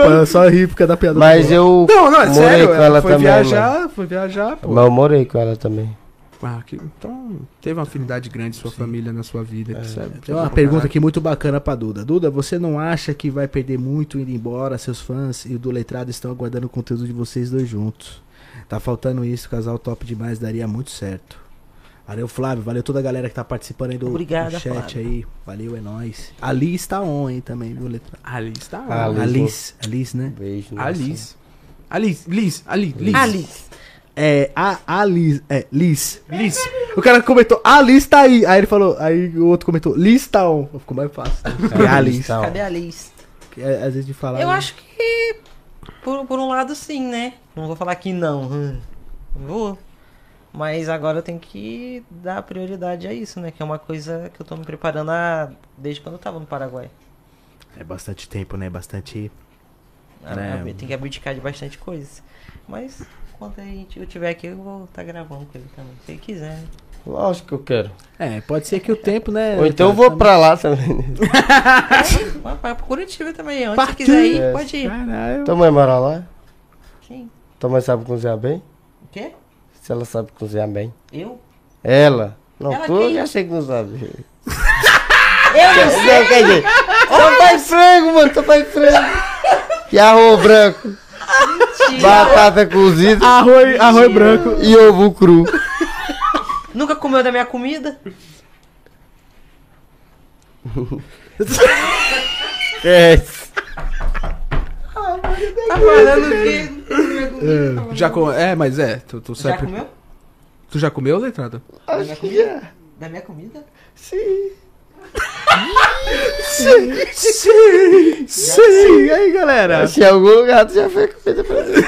Speaker 1: desculpa, eu só ri porque é da piada.
Speaker 3: Mas eu...
Speaker 2: Não, não, é
Speaker 3: Morei
Speaker 2: sério.
Speaker 3: com
Speaker 2: Ela,
Speaker 3: ela
Speaker 2: foi
Speaker 3: também,
Speaker 2: viajar, foi viajar, pô.
Speaker 3: Mas eu morei com ela também.
Speaker 2: Ah, que- então teve uma afinidade grande sua família na sua vida, que sabe?
Speaker 1: Tem uma pergunta aqui muito bacana pra Duda. Duda, você não acha que vai perder muito indo embora? Seus fãs e o do Letrado estão aguardando o conteúdo de vocês dois juntos. Tá faltando isso, casal top demais, daria muito certo. Valeu, Flávio. Valeu toda a galera que tá participando aí do,
Speaker 4: Obrigada,
Speaker 1: do chat
Speaker 4: Flávio.
Speaker 1: aí. Valeu, é nóis. Alice tá on aí também, do Letrado.
Speaker 2: Alice tá
Speaker 3: Ah,
Speaker 2: lá.
Speaker 3: Alice.
Speaker 1: Alice, Alice, né?
Speaker 3: Beijo. nossa.
Speaker 2: Alice. Alice, Liz, Ali, Liz.
Speaker 4: Alice.
Speaker 1: É, a Alice. É, Liz.
Speaker 2: Liz.
Speaker 1: O cara comentou, a Liz tá aí. Aí ele falou, aí o outro comentou, Liz tá on. Ficou mais fácil. É a Liz.
Speaker 3: Tá, ó.
Speaker 4: Cadê a Alice?
Speaker 1: Que é, Às vezes de falar.
Speaker 4: Eu
Speaker 1: né?
Speaker 4: acho que por, por um lado sim, né? Não vou falar que não. hum, Vou. Mas agora eu tenho que dar prioridade a isso, né? Que é uma coisa que eu tô me preparando há- desde quando eu tava no Paraguai.
Speaker 1: É bastante tempo, né? Bastante.
Speaker 4: Ah,
Speaker 1: Né?
Speaker 4: Tem que abdicar de bastante coisa. Mas quando a gente, eu tiver aqui, eu vou estar gravando com ele também. Se ele quiser. né?
Speaker 3: Lógico que eu quero.
Speaker 1: É, pode ser que o tempo, né?
Speaker 3: Ou então eu
Speaker 1: cara,
Speaker 3: vou
Speaker 1: tá-
Speaker 3: pra lá também. né?
Speaker 4: Mas vai pra Curitiba também. Onde
Speaker 1: Partiu.
Speaker 4: você quiser ir,
Speaker 3: É.
Speaker 4: pode ir.
Speaker 1: Caralho.
Speaker 3: Tua mãe mora lá?
Speaker 4: Sim.
Speaker 3: Tua mãe sabe cozinhar bem?
Speaker 4: O quê?
Speaker 3: Se ela sabe cozinhar bem.
Speaker 4: Eu?
Speaker 3: Ela? Não,
Speaker 4: Ela
Speaker 3: tu
Speaker 4: quem?
Speaker 3: eu já sei que não sabe. Eu não sei, quer dizer. é. Só faz frango, mano, só faz frango. E arroz branco, batata cozida
Speaker 1: Arroz, arroz branco.
Speaker 3: e ovo cru.
Speaker 4: Nunca comeu da minha comida?
Speaker 3: É.
Speaker 4: Tá falando que.
Speaker 2: Já com... É, mas é, tu, tu
Speaker 4: Já
Speaker 2: sabe.
Speaker 4: comeu?
Speaker 2: Tu já comeu, letrado?
Speaker 3: Acho que é.
Speaker 4: Da minha comida?
Speaker 3: Sim.
Speaker 1: Sim, sim. Aí, galera.
Speaker 3: Acho que em algum lugar tu já foi comida pra mim.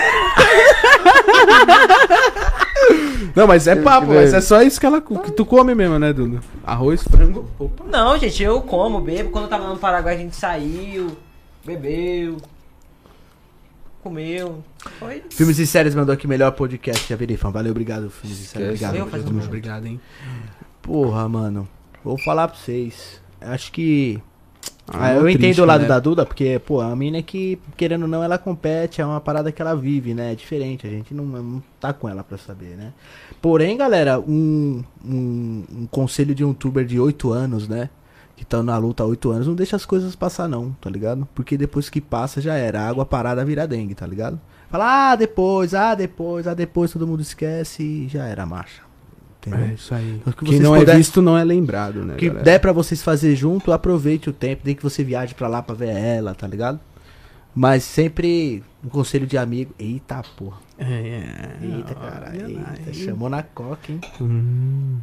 Speaker 2: Não, mas é papo,
Speaker 3: creio.
Speaker 2: mas é só isso que ela co- que tu come mesmo, né, Duda? Arroz, frango. Opa.
Speaker 4: Não, gente, eu como, bebo. Quando eu tava lá no Paraguai, a gente saiu, bebeu, comeu. Foi.
Speaker 1: Filmes e séries mandou aqui melhor podcast. Já virei fã. Valeu, obrigado, filmes e séries.
Speaker 3: Esquece.
Speaker 1: Obrigado.
Speaker 4: Eu faço
Speaker 1: Tamo junto.
Speaker 2: um Obrigado, hein?
Speaker 1: Porra, mano. Vou falar pra vocês. Acho que. Ah,
Speaker 2: é
Speaker 1: eu
Speaker 2: triste,
Speaker 1: entendo o lado
Speaker 2: né?
Speaker 1: da Duda, porque, pô, a mina é que, querendo ou não, ela compete, é uma parada que ela vive, né? É diferente, a gente não, não tá com ela pra saber, né? Porém, galera, um, um, um conselho de um youtuber de 8 anos, né? Que tá na luta há 8 anos, não deixa as coisas passar, não, tá ligado? Porque depois que passa já era. A água parada vira dengue, tá ligado? Fala, ah, depois, ah, depois, ah, depois, todo mundo esquece e já era a marcha. Entendeu?
Speaker 2: É isso aí.
Speaker 1: O que
Speaker 2: Quem
Speaker 1: vocês
Speaker 2: não é
Speaker 1: puder-
Speaker 2: visto não é lembrado,
Speaker 3: Tá
Speaker 2: né?
Speaker 1: O que
Speaker 2: galera?
Speaker 1: der pra vocês fazer junto, aproveite o tempo, nem que você viaje pra lá pra ver ela, tá ligado? Mas sempre um conselho de amigo. Eita porra.
Speaker 2: É,
Speaker 1: Eita, cara.
Speaker 3: é
Speaker 1: Eita, chamou na coca, hein?
Speaker 3: Um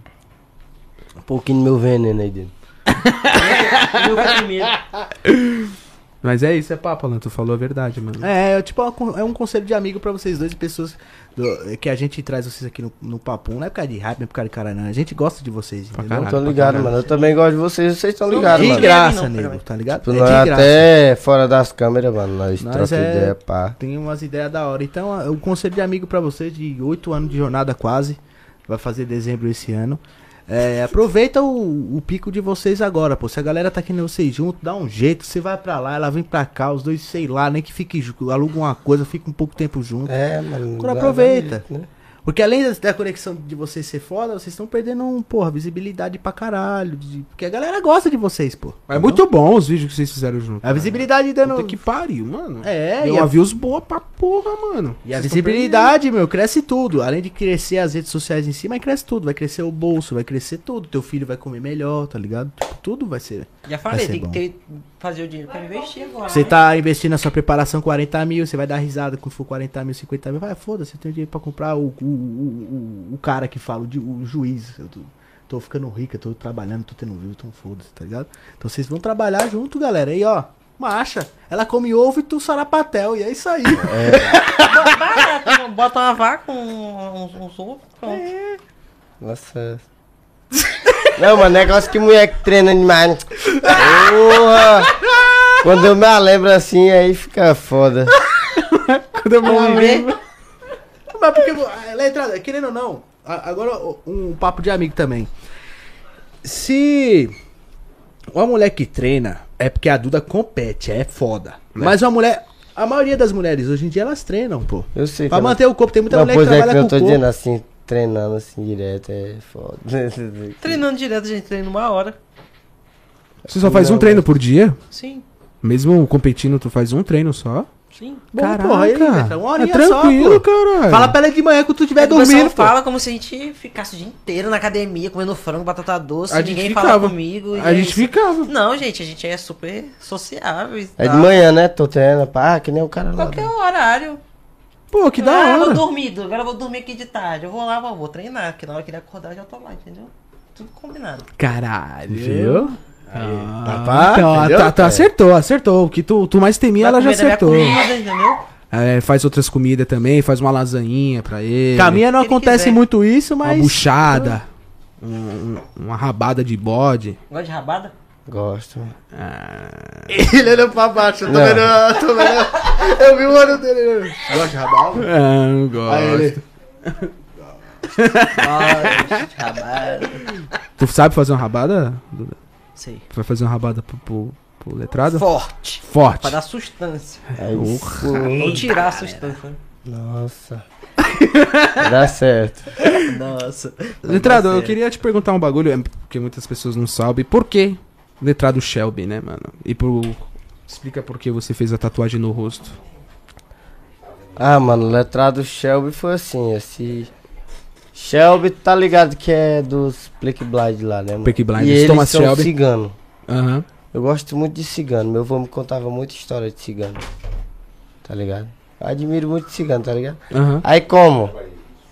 Speaker 3: pouquinho do meu veneno aí dentro.
Speaker 4: Meu primeiro.
Speaker 2: Mas é isso, é papo, Alan. Tu falou a verdade, mano.
Speaker 1: É, é tipo, uma con- é um conselho de amigo pra vocês dois, de pessoas do- que a gente traz vocês aqui no, no papo. Não é por causa de hype, não é por causa de caralho, não. A gente gosta de vocês,
Speaker 2: Pra
Speaker 1: entendeu?
Speaker 2: caralho.
Speaker 3: Tô ligado, mano. Eu também gosto de vocês, vocês estão ligados,
Speaker 1: de
Speaker 3: mano.
Speaker 1: graça,
Speaker 4: Não,
Speaker 1: nego,
Speaker 4: peraí.
Speaker 1: tá ligado?
Speaker 3: Tipo,
Speaker 1: de
Speaker 3: nós
Speaker 1: graça.
Speaker 3: até fora das câmeras, mano. Nós,
Speaker 1: Nós
Speaker 3: trocamos
Speaker 1: é-
Speaker 3: ideia, pá.
Speaker 1: Tem umas ideias da hora. Então, a- o conselho de amigo pra vocês, de 8 anos de jornada quase, vai fazer dezembro esse ano. É, aproveita o, o pico de vocês agora, pô. Se a galera tá querendo vocês junto, dá um jeito. Você vai pra lá, ela vem pra cá, os dois, sei lá, nem que fique junto. Aluga uma coisa, fica um pouco tempo junto.
Speaker 3: É, mano.
Speaker 1: Agora
Speaker 3: dá-
Speaker 1: aproveita.
Speaker 3: dá- né?
Speaker 1: Porque além da, da conexão de vocês ser foda, vocês estão perdendo, um, porra, visibilidade pra caralho. de- porque a galera gosta de vocês, pô.
Speaker 2: É muito bom os vídeos que vocês fizeram junto.
Speaker 1: A visibilidade
Speaker 2: Puta
Speaker 1: dando.
Speaker 2: que pariu, mano.
Speaker 1: É,
Speaker 2: Deu
Speaker 1: e a-
Speaker 2: uma views boa pra porra, mano.
Speaker 1: E a
Speaker 2: Vocês tão
Speaker 1: visibilidade, meu, cresce tudo. Além de crescer as redes sociais em si, mas cresce tudo. Vai crescer o bolso, vai crescer tudo. Teu filho vai comer melhor, tá ligado? Tipo, tudo vai ser.
Speaker 4: Já falei,
Speaker 1: ser
Speaker 4: tem
Speaker 1: bom.
Speaker 4: que ter, fazer o dinheiro pra investir agora.
Speaker 1: Você tá investindo na sua preparação 40 mil, você vai dar risada quando for 40 mil, 50 mil. Vai, foda-se, eu tenho dinheiro pra comprar o, o, o, o- o cara que fala, o, di- o juiz. Eu tô, tô ficando rica, tô trabalhando, tô tendo vivo, então foda-se, tá ligado? Então vocês vão trabalhar junto, galera. Aí, ó, marcha. Ela come ovo e tu sarapatel, e é isso aí.
Speaker 4: Bota- barato, Bota uma vaca, um, um, um soco, pronto.
Speaker 1: É.
Speaker 3: Nossa. Não, mano, é negócio que mulher que treina demais. né? Porra! Quando eu me lembro assim, aí fica foda.
Speaker 2: Quando eu me lembro-
Speaker 1: Mas porque, ah, letrada, querendo ou não, a- agora o- um papo de amigo também. Se uma mulher que treina, é porque a Duda compete, é foda. Mas uma mulher, a maioria das mulheres hoje em dia elas treinam, pô.
Speaker 3: Eu sei.
Speaker 1: Pra
Speaker 3: que
Speaker 1: manter o corpo, tem muita
Speaker 3: Não,
Speaker 1: mulher que
Speaker 3: pois é que
Speaker 1: trabalha
Speaker 3: eu
Speaker 1: com
Speaker 3: tô
Speaker 1: o corpo.
Speaker 3: dizendo assim, treinando assim direto, é foda.
Speaker 4: Treinando direto, a gente treina uma hora.
Speaker 2: Você só faz um
Speaker 3: Não.
Speaker 2: treino por dia?
Speaker 4: Sim,
Speaker 2: Mesmo competindo, tu faz um treino só?
Speaker 4: sim.
Speaker 1: Bom, porra, aí, Letra, uma
Speaker 2: é
Speaker 1: horinha só, pô.
Speaker 2: tranquilo, cara.
Speaker 1: Fala pra ela de manhã quando tu estiver
Speaker 4: É que o pessoal
Speaker 1: dormindo, pô.
Speaker 4: fala como se a gente ficasse o dia inteiro na academia, comendo frango, batata doce,
Speaker 2: A gente
Speaker 4: Tipo assim, ninguém
Speaker 2: ficava.
Speaker 4: fala comigo. e
Speaker 2: A
Speaker 4: é
Speaker 2: gente
Speaker 4: isso.
Speaker 2: ficava.
Speaker 4: Não, gente, a gente é super sociável. e
Speaker 3: É de
Speaker 4: tal.
Speaker 3: manhã, né? Tô treinando, pá, que nem o cara lá.
Speaker 4: Qualquer horário.
Speaker 2: Pô, que
Speaker 4: ah,
Speaker 2: da
Speaker 4: vou
Speaker 2: hora.
Speaker 4: dormir, do- agora eu vou dormir aqui de tarde. Eu vou lá, vou, vou treinar, porque na hora que ele acordar eu já tô lá, entendeu? Tudo combinado.
Speaker 2: Caralho. Viu?
Speaker 3: Tá pá,
Speaker 2: então,
Speaker 3: entendeu?
Speaker 2: tá, tá,
Speaker 3: É.
Speaker 2: acertou, acertou. O que tu, tu mais temia,
Speaker 4: Vai
Speaker 2: ela já
Speaker 4: comer da minha
Speaker 2: acertou.
Speaker 4: comida, entendeu?
Speaker 2: É, faz outras comidas também, faz uma lasanhinha pra ele.
Speaker 1: Caminha não
Speaker 4: Se ele
Speaker 1: acontece
Speaker 4: quiser.
Speaker 1: muito isso, mas...
Speaker 2: uma buchada. um- um- uma rabada de bode.
Speaker 4: Gosta de rabada?
Speaker 3: Gosto. mano.
Speaker 1: Ele olhou pra baixo, eu tô
Speaker 3: Não.
Speaker 1: vendo, tô vendo. Eu vi o olho dele. Gosta de rabalva?
Speaker 2: Ah, eu gosto.
Speaker 4: Gosta de rabada.
Speaker 2: Tu sabe fazer uma rabada? Duda?
Speaker 4: Sei.
Speaker 2: Tu Vai fazer uma rabada pro, pro, pro letrado?
Speaker 4: Forte.
Speaker 2: Forte.
Speaker 4: Pra dar sustância.
Speaker 3: Aí sim.
Speaker 4: Ou tirar a sustância. né?
Speaker 3: Nossa. Dá certo.
Speaker 1: Nossa.
Speaker 2: Letrado, eu queria te perguntar um bagulho, é, porque muitas pessoas não sabem. Por que letrado Shelby, né, mano? E pro. Explica por que você fez a tatuagem no rosto.
Speaker 3: Ah, mano, o letrado Shelby foi assim, esse. Shelby tá ligado que é dos Plague Blind lá, né? mano?
Speaker 2: Peaky Blinders,
Speaker 3: E eles
Speaker 2: Thomas
Speaker 3: são
Speaker 2: Shelby.
Speaker 3: cigano.
Speaker 2: Aham.
Speaker 3: Eu gosto muito de cigano. Meu avô me contava muita história de cigano. Tá ligado? Eu admiro muito cigano, tá ligado?
Speaker 2: Aham.
Speaker 3: Aí como?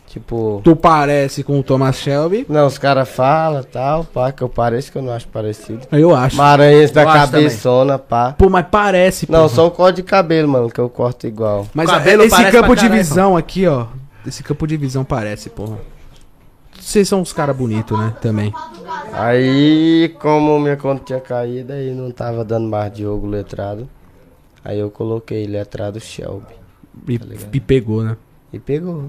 Speaker 3: Tipo.
Speaker 2: Tu parece com o Thomas Shelby?
Speaker 3: Não, os caras falam tal, pá, que eu pareço que eu não acho parecido.
Speaker 2: Eu acho.
Speaker 3: Maranhense da
Speaker 1: Eu acho também.
Speaker 3: cabeçona, pá.
Speaker 2: Pô, mas parece,
Speaker 3: Não,
Speaker 2: porra.
Speaker 3: só o corte de cabelo, mano, que eu corto igual.
Speaker 2: Mas
Speaker 1: O
Speaker 2: a-
Speaker 1: cabelo
Speaker 2: esse
Speaker 1: parece
Speaker 2: campo
Speaker 1: pra
Speaker 2: de
Speaker 1: caralho,
Speaker 2: visão aqui, ó. Esse campo de visão parece, porra. Vocês são uns caras bonitos, né? Também.
Speaker 3: Aí, como minha conta tinha caído, aí não tava dando mais Diogo letrado. Aí eu coloquei letrado Shelby.
Speaker 2: E, e pegou, né?
Speaker 3: E pegou.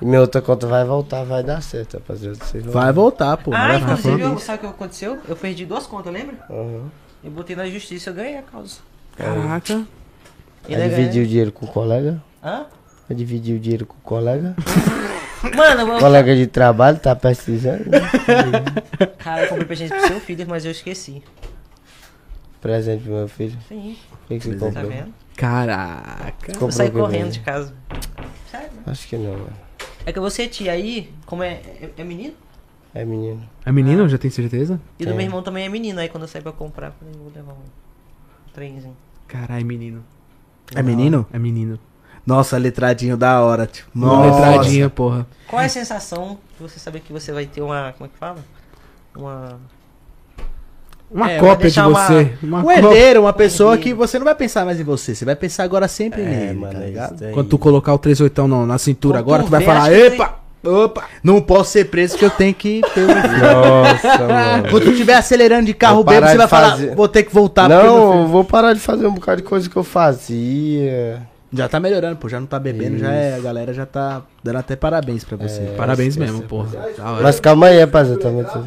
Speaker 3: e minha outra conta vai voltar, vai dar certo, rapaziada. Vocês vão-
Speaker 1: Vai voltar, pô.
Speaker 4: ah,
Speaker 1: vai ficar
Speaker 4: inclusive,
Speaker 1: falando
Speaker 4: eu- sabe o que aconteceu? Eu perdi duas contas, lembra?
Speaker 3: Aham.
Speaker 4: Eu botei na justiça, eu ganhei a causa.
Speaker 2: Caraca.
Speaker 4: E
Speaker 3: Vai
Speaker 4: ainda
Speaker 3: dividir
Speaker 4: ganhei.
Speaker 3: o dinheiro com o colega.
Speaker 4: Hã?
Speaker 3: Vai dividir o dinheiro com o colega.
Speaker 4: Mano, eu...
Speaker 3: colega de trabalho tá precisando. né?
Speaker 4: cara, eu comprei presente pro seu filho, mas eu esqueci.
Speaker 3: Presente pro meu filho.
Speaker 4: Sim,
Speaker 3: O que, que você
Speaker 4: tá
Speaker 3: comprou?
Speaker 4: vendo?
Speaker 2: Caraca.
Speaker 4: Eu
Speaker 3: Comprou
Speaker 4: saí
Speaker 3: o que eu
Speaker 4: correndo
Speaker 3: vi.
Speaker 4: de casa. Sério?
Speaker 3: Acho que não, mano.
Speaker 4: É que você tia aí, como é, é, é menino?
Speaker 3: É menino.
Speaker 2: É menino? Já tem certeza?
Speaker 4: E do
Speaker 3: É.
Speaker 4: meu irmão também é menino. Aí quando eu saí pra comprar, eu falei, vou levar um trenzinho.
Speaker 2: Caralho, menino.
Speaker 1: É menino?
Speaker 2: É menino.
Speaker 1: Nossa, letradinho da hora. Tipo,
Speaker 2: Uma
Speaker 1: nossa.
Speaker 2: letradinha, porra.
Speaker 4: Qual é a sensação de você saber que você vai ter uma. Como é que fala? Uma.
Speaker 2: Uma
Speaker 1: É, vai
Speaker 2: cópia de
Speaker 4: deixar uma-
Speaker 2: você. Uma
Speaker 1: Um
Speaker 2: cópia.
Speaker 1: herdeiro, uma pessoa que você não vai pensar mais em você, você vai pensar agora
Speaker 3: É,
Speaker 1: sempre nele, tá ligado?
Speaker 2: Quando tu colocar o 38 no- na cintura
Speaker 1: Quando
Speaker 2: agora,
Speaker 1: tu
Speaker 2: tu vai
Speaker 1: vê,
Speaker 2: falar,
Speaker 1: acho que
Speaker 2: epa! Opa!
Speaker 1: Não posso ser preso porque eu tenho que ter um...
Speaker 3: Nossa, mano.
Speaker 1: Quando tu estiver acelerando de carro
Speaker 3: Vou parar
Speaker 1: bêbado, você
Speaker 3: de
Speaker 1: vai
Speaker 3: fazer.
Speaker 1: falar, vou ter que voltar Tá, porque eu
Speaker 3: não,
Speaker 1: não
Speaker 3: eu vou parar de fazer um bocado de coisa que eu fazia.
Speaker 1: fiz. Já tá melhorando, pô, já não tá bebendo, já é, a galera já tá dando até parabéns pra você.
Speaker 3: É.
Speaker 2: Parabéns mesmo, porra. Da hora.
Speaker 3: Mas calma aí, rapaz, eu também tô...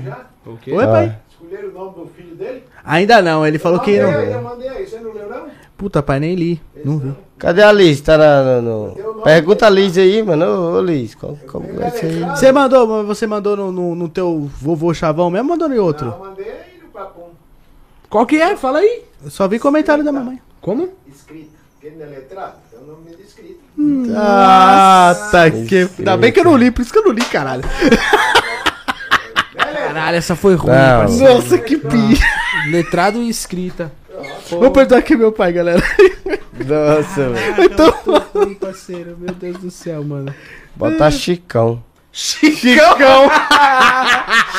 Speaker 2: O quê?
Speaker 1: Oi,
Speaker 3: Ah.
Speaker 1: pai?
Speaker 6: Escolheram o nome do filho dele?
Speaker 1: Ainda não, ele falou que
Speaker 6: eu,
Speaker 1: não.
Speaker 6: mandei, eu mandei aí, você não leu não?
Speaker 1: Puta, pai, nem li. Não vi.
Speaker 3: Cadê a Liz? Tá na, na- no... Pergunta a Liz aí, mano. Ô, ô, Liz, qual- como vai ser? aí?
Speaker 1: Você mandou, mas você mandou no, no- no teu vovô chavão mesmo ou mandou no outro?
Speaker 6: Não, eu mandei aí no papum.
Speaker 2: Qual que é? Fala aí.
Speaker 1: Eu só vi comentário
Speaker 6: tá.
Speaker 1: da mamãe.
Speaker 2: Como?
Speaker 6: Escrito. Porque ele não é letrado, então o nome dele é escrito.
Speaker 1: Nossa, que. Ainda bem que eu não li, por isso que eu não li, caralho.
Speaker 2: Caralho, essa foi ruim,
Speaker 3: Não.
Speaker 2: parceiro.
Speaker 1: Nossa, que pi.
Speaker 2: Letrado e escrita.
Speaker 1: Vou perdoar aqui meu pai, galera.
Speaker 3: Nossa, velho.
Speaker 1: Então.
Speaker 2: parceiro. Meu Deus do céu, mano.
Speaker 3: Bota Chicão.
Speaker 1: Chicão!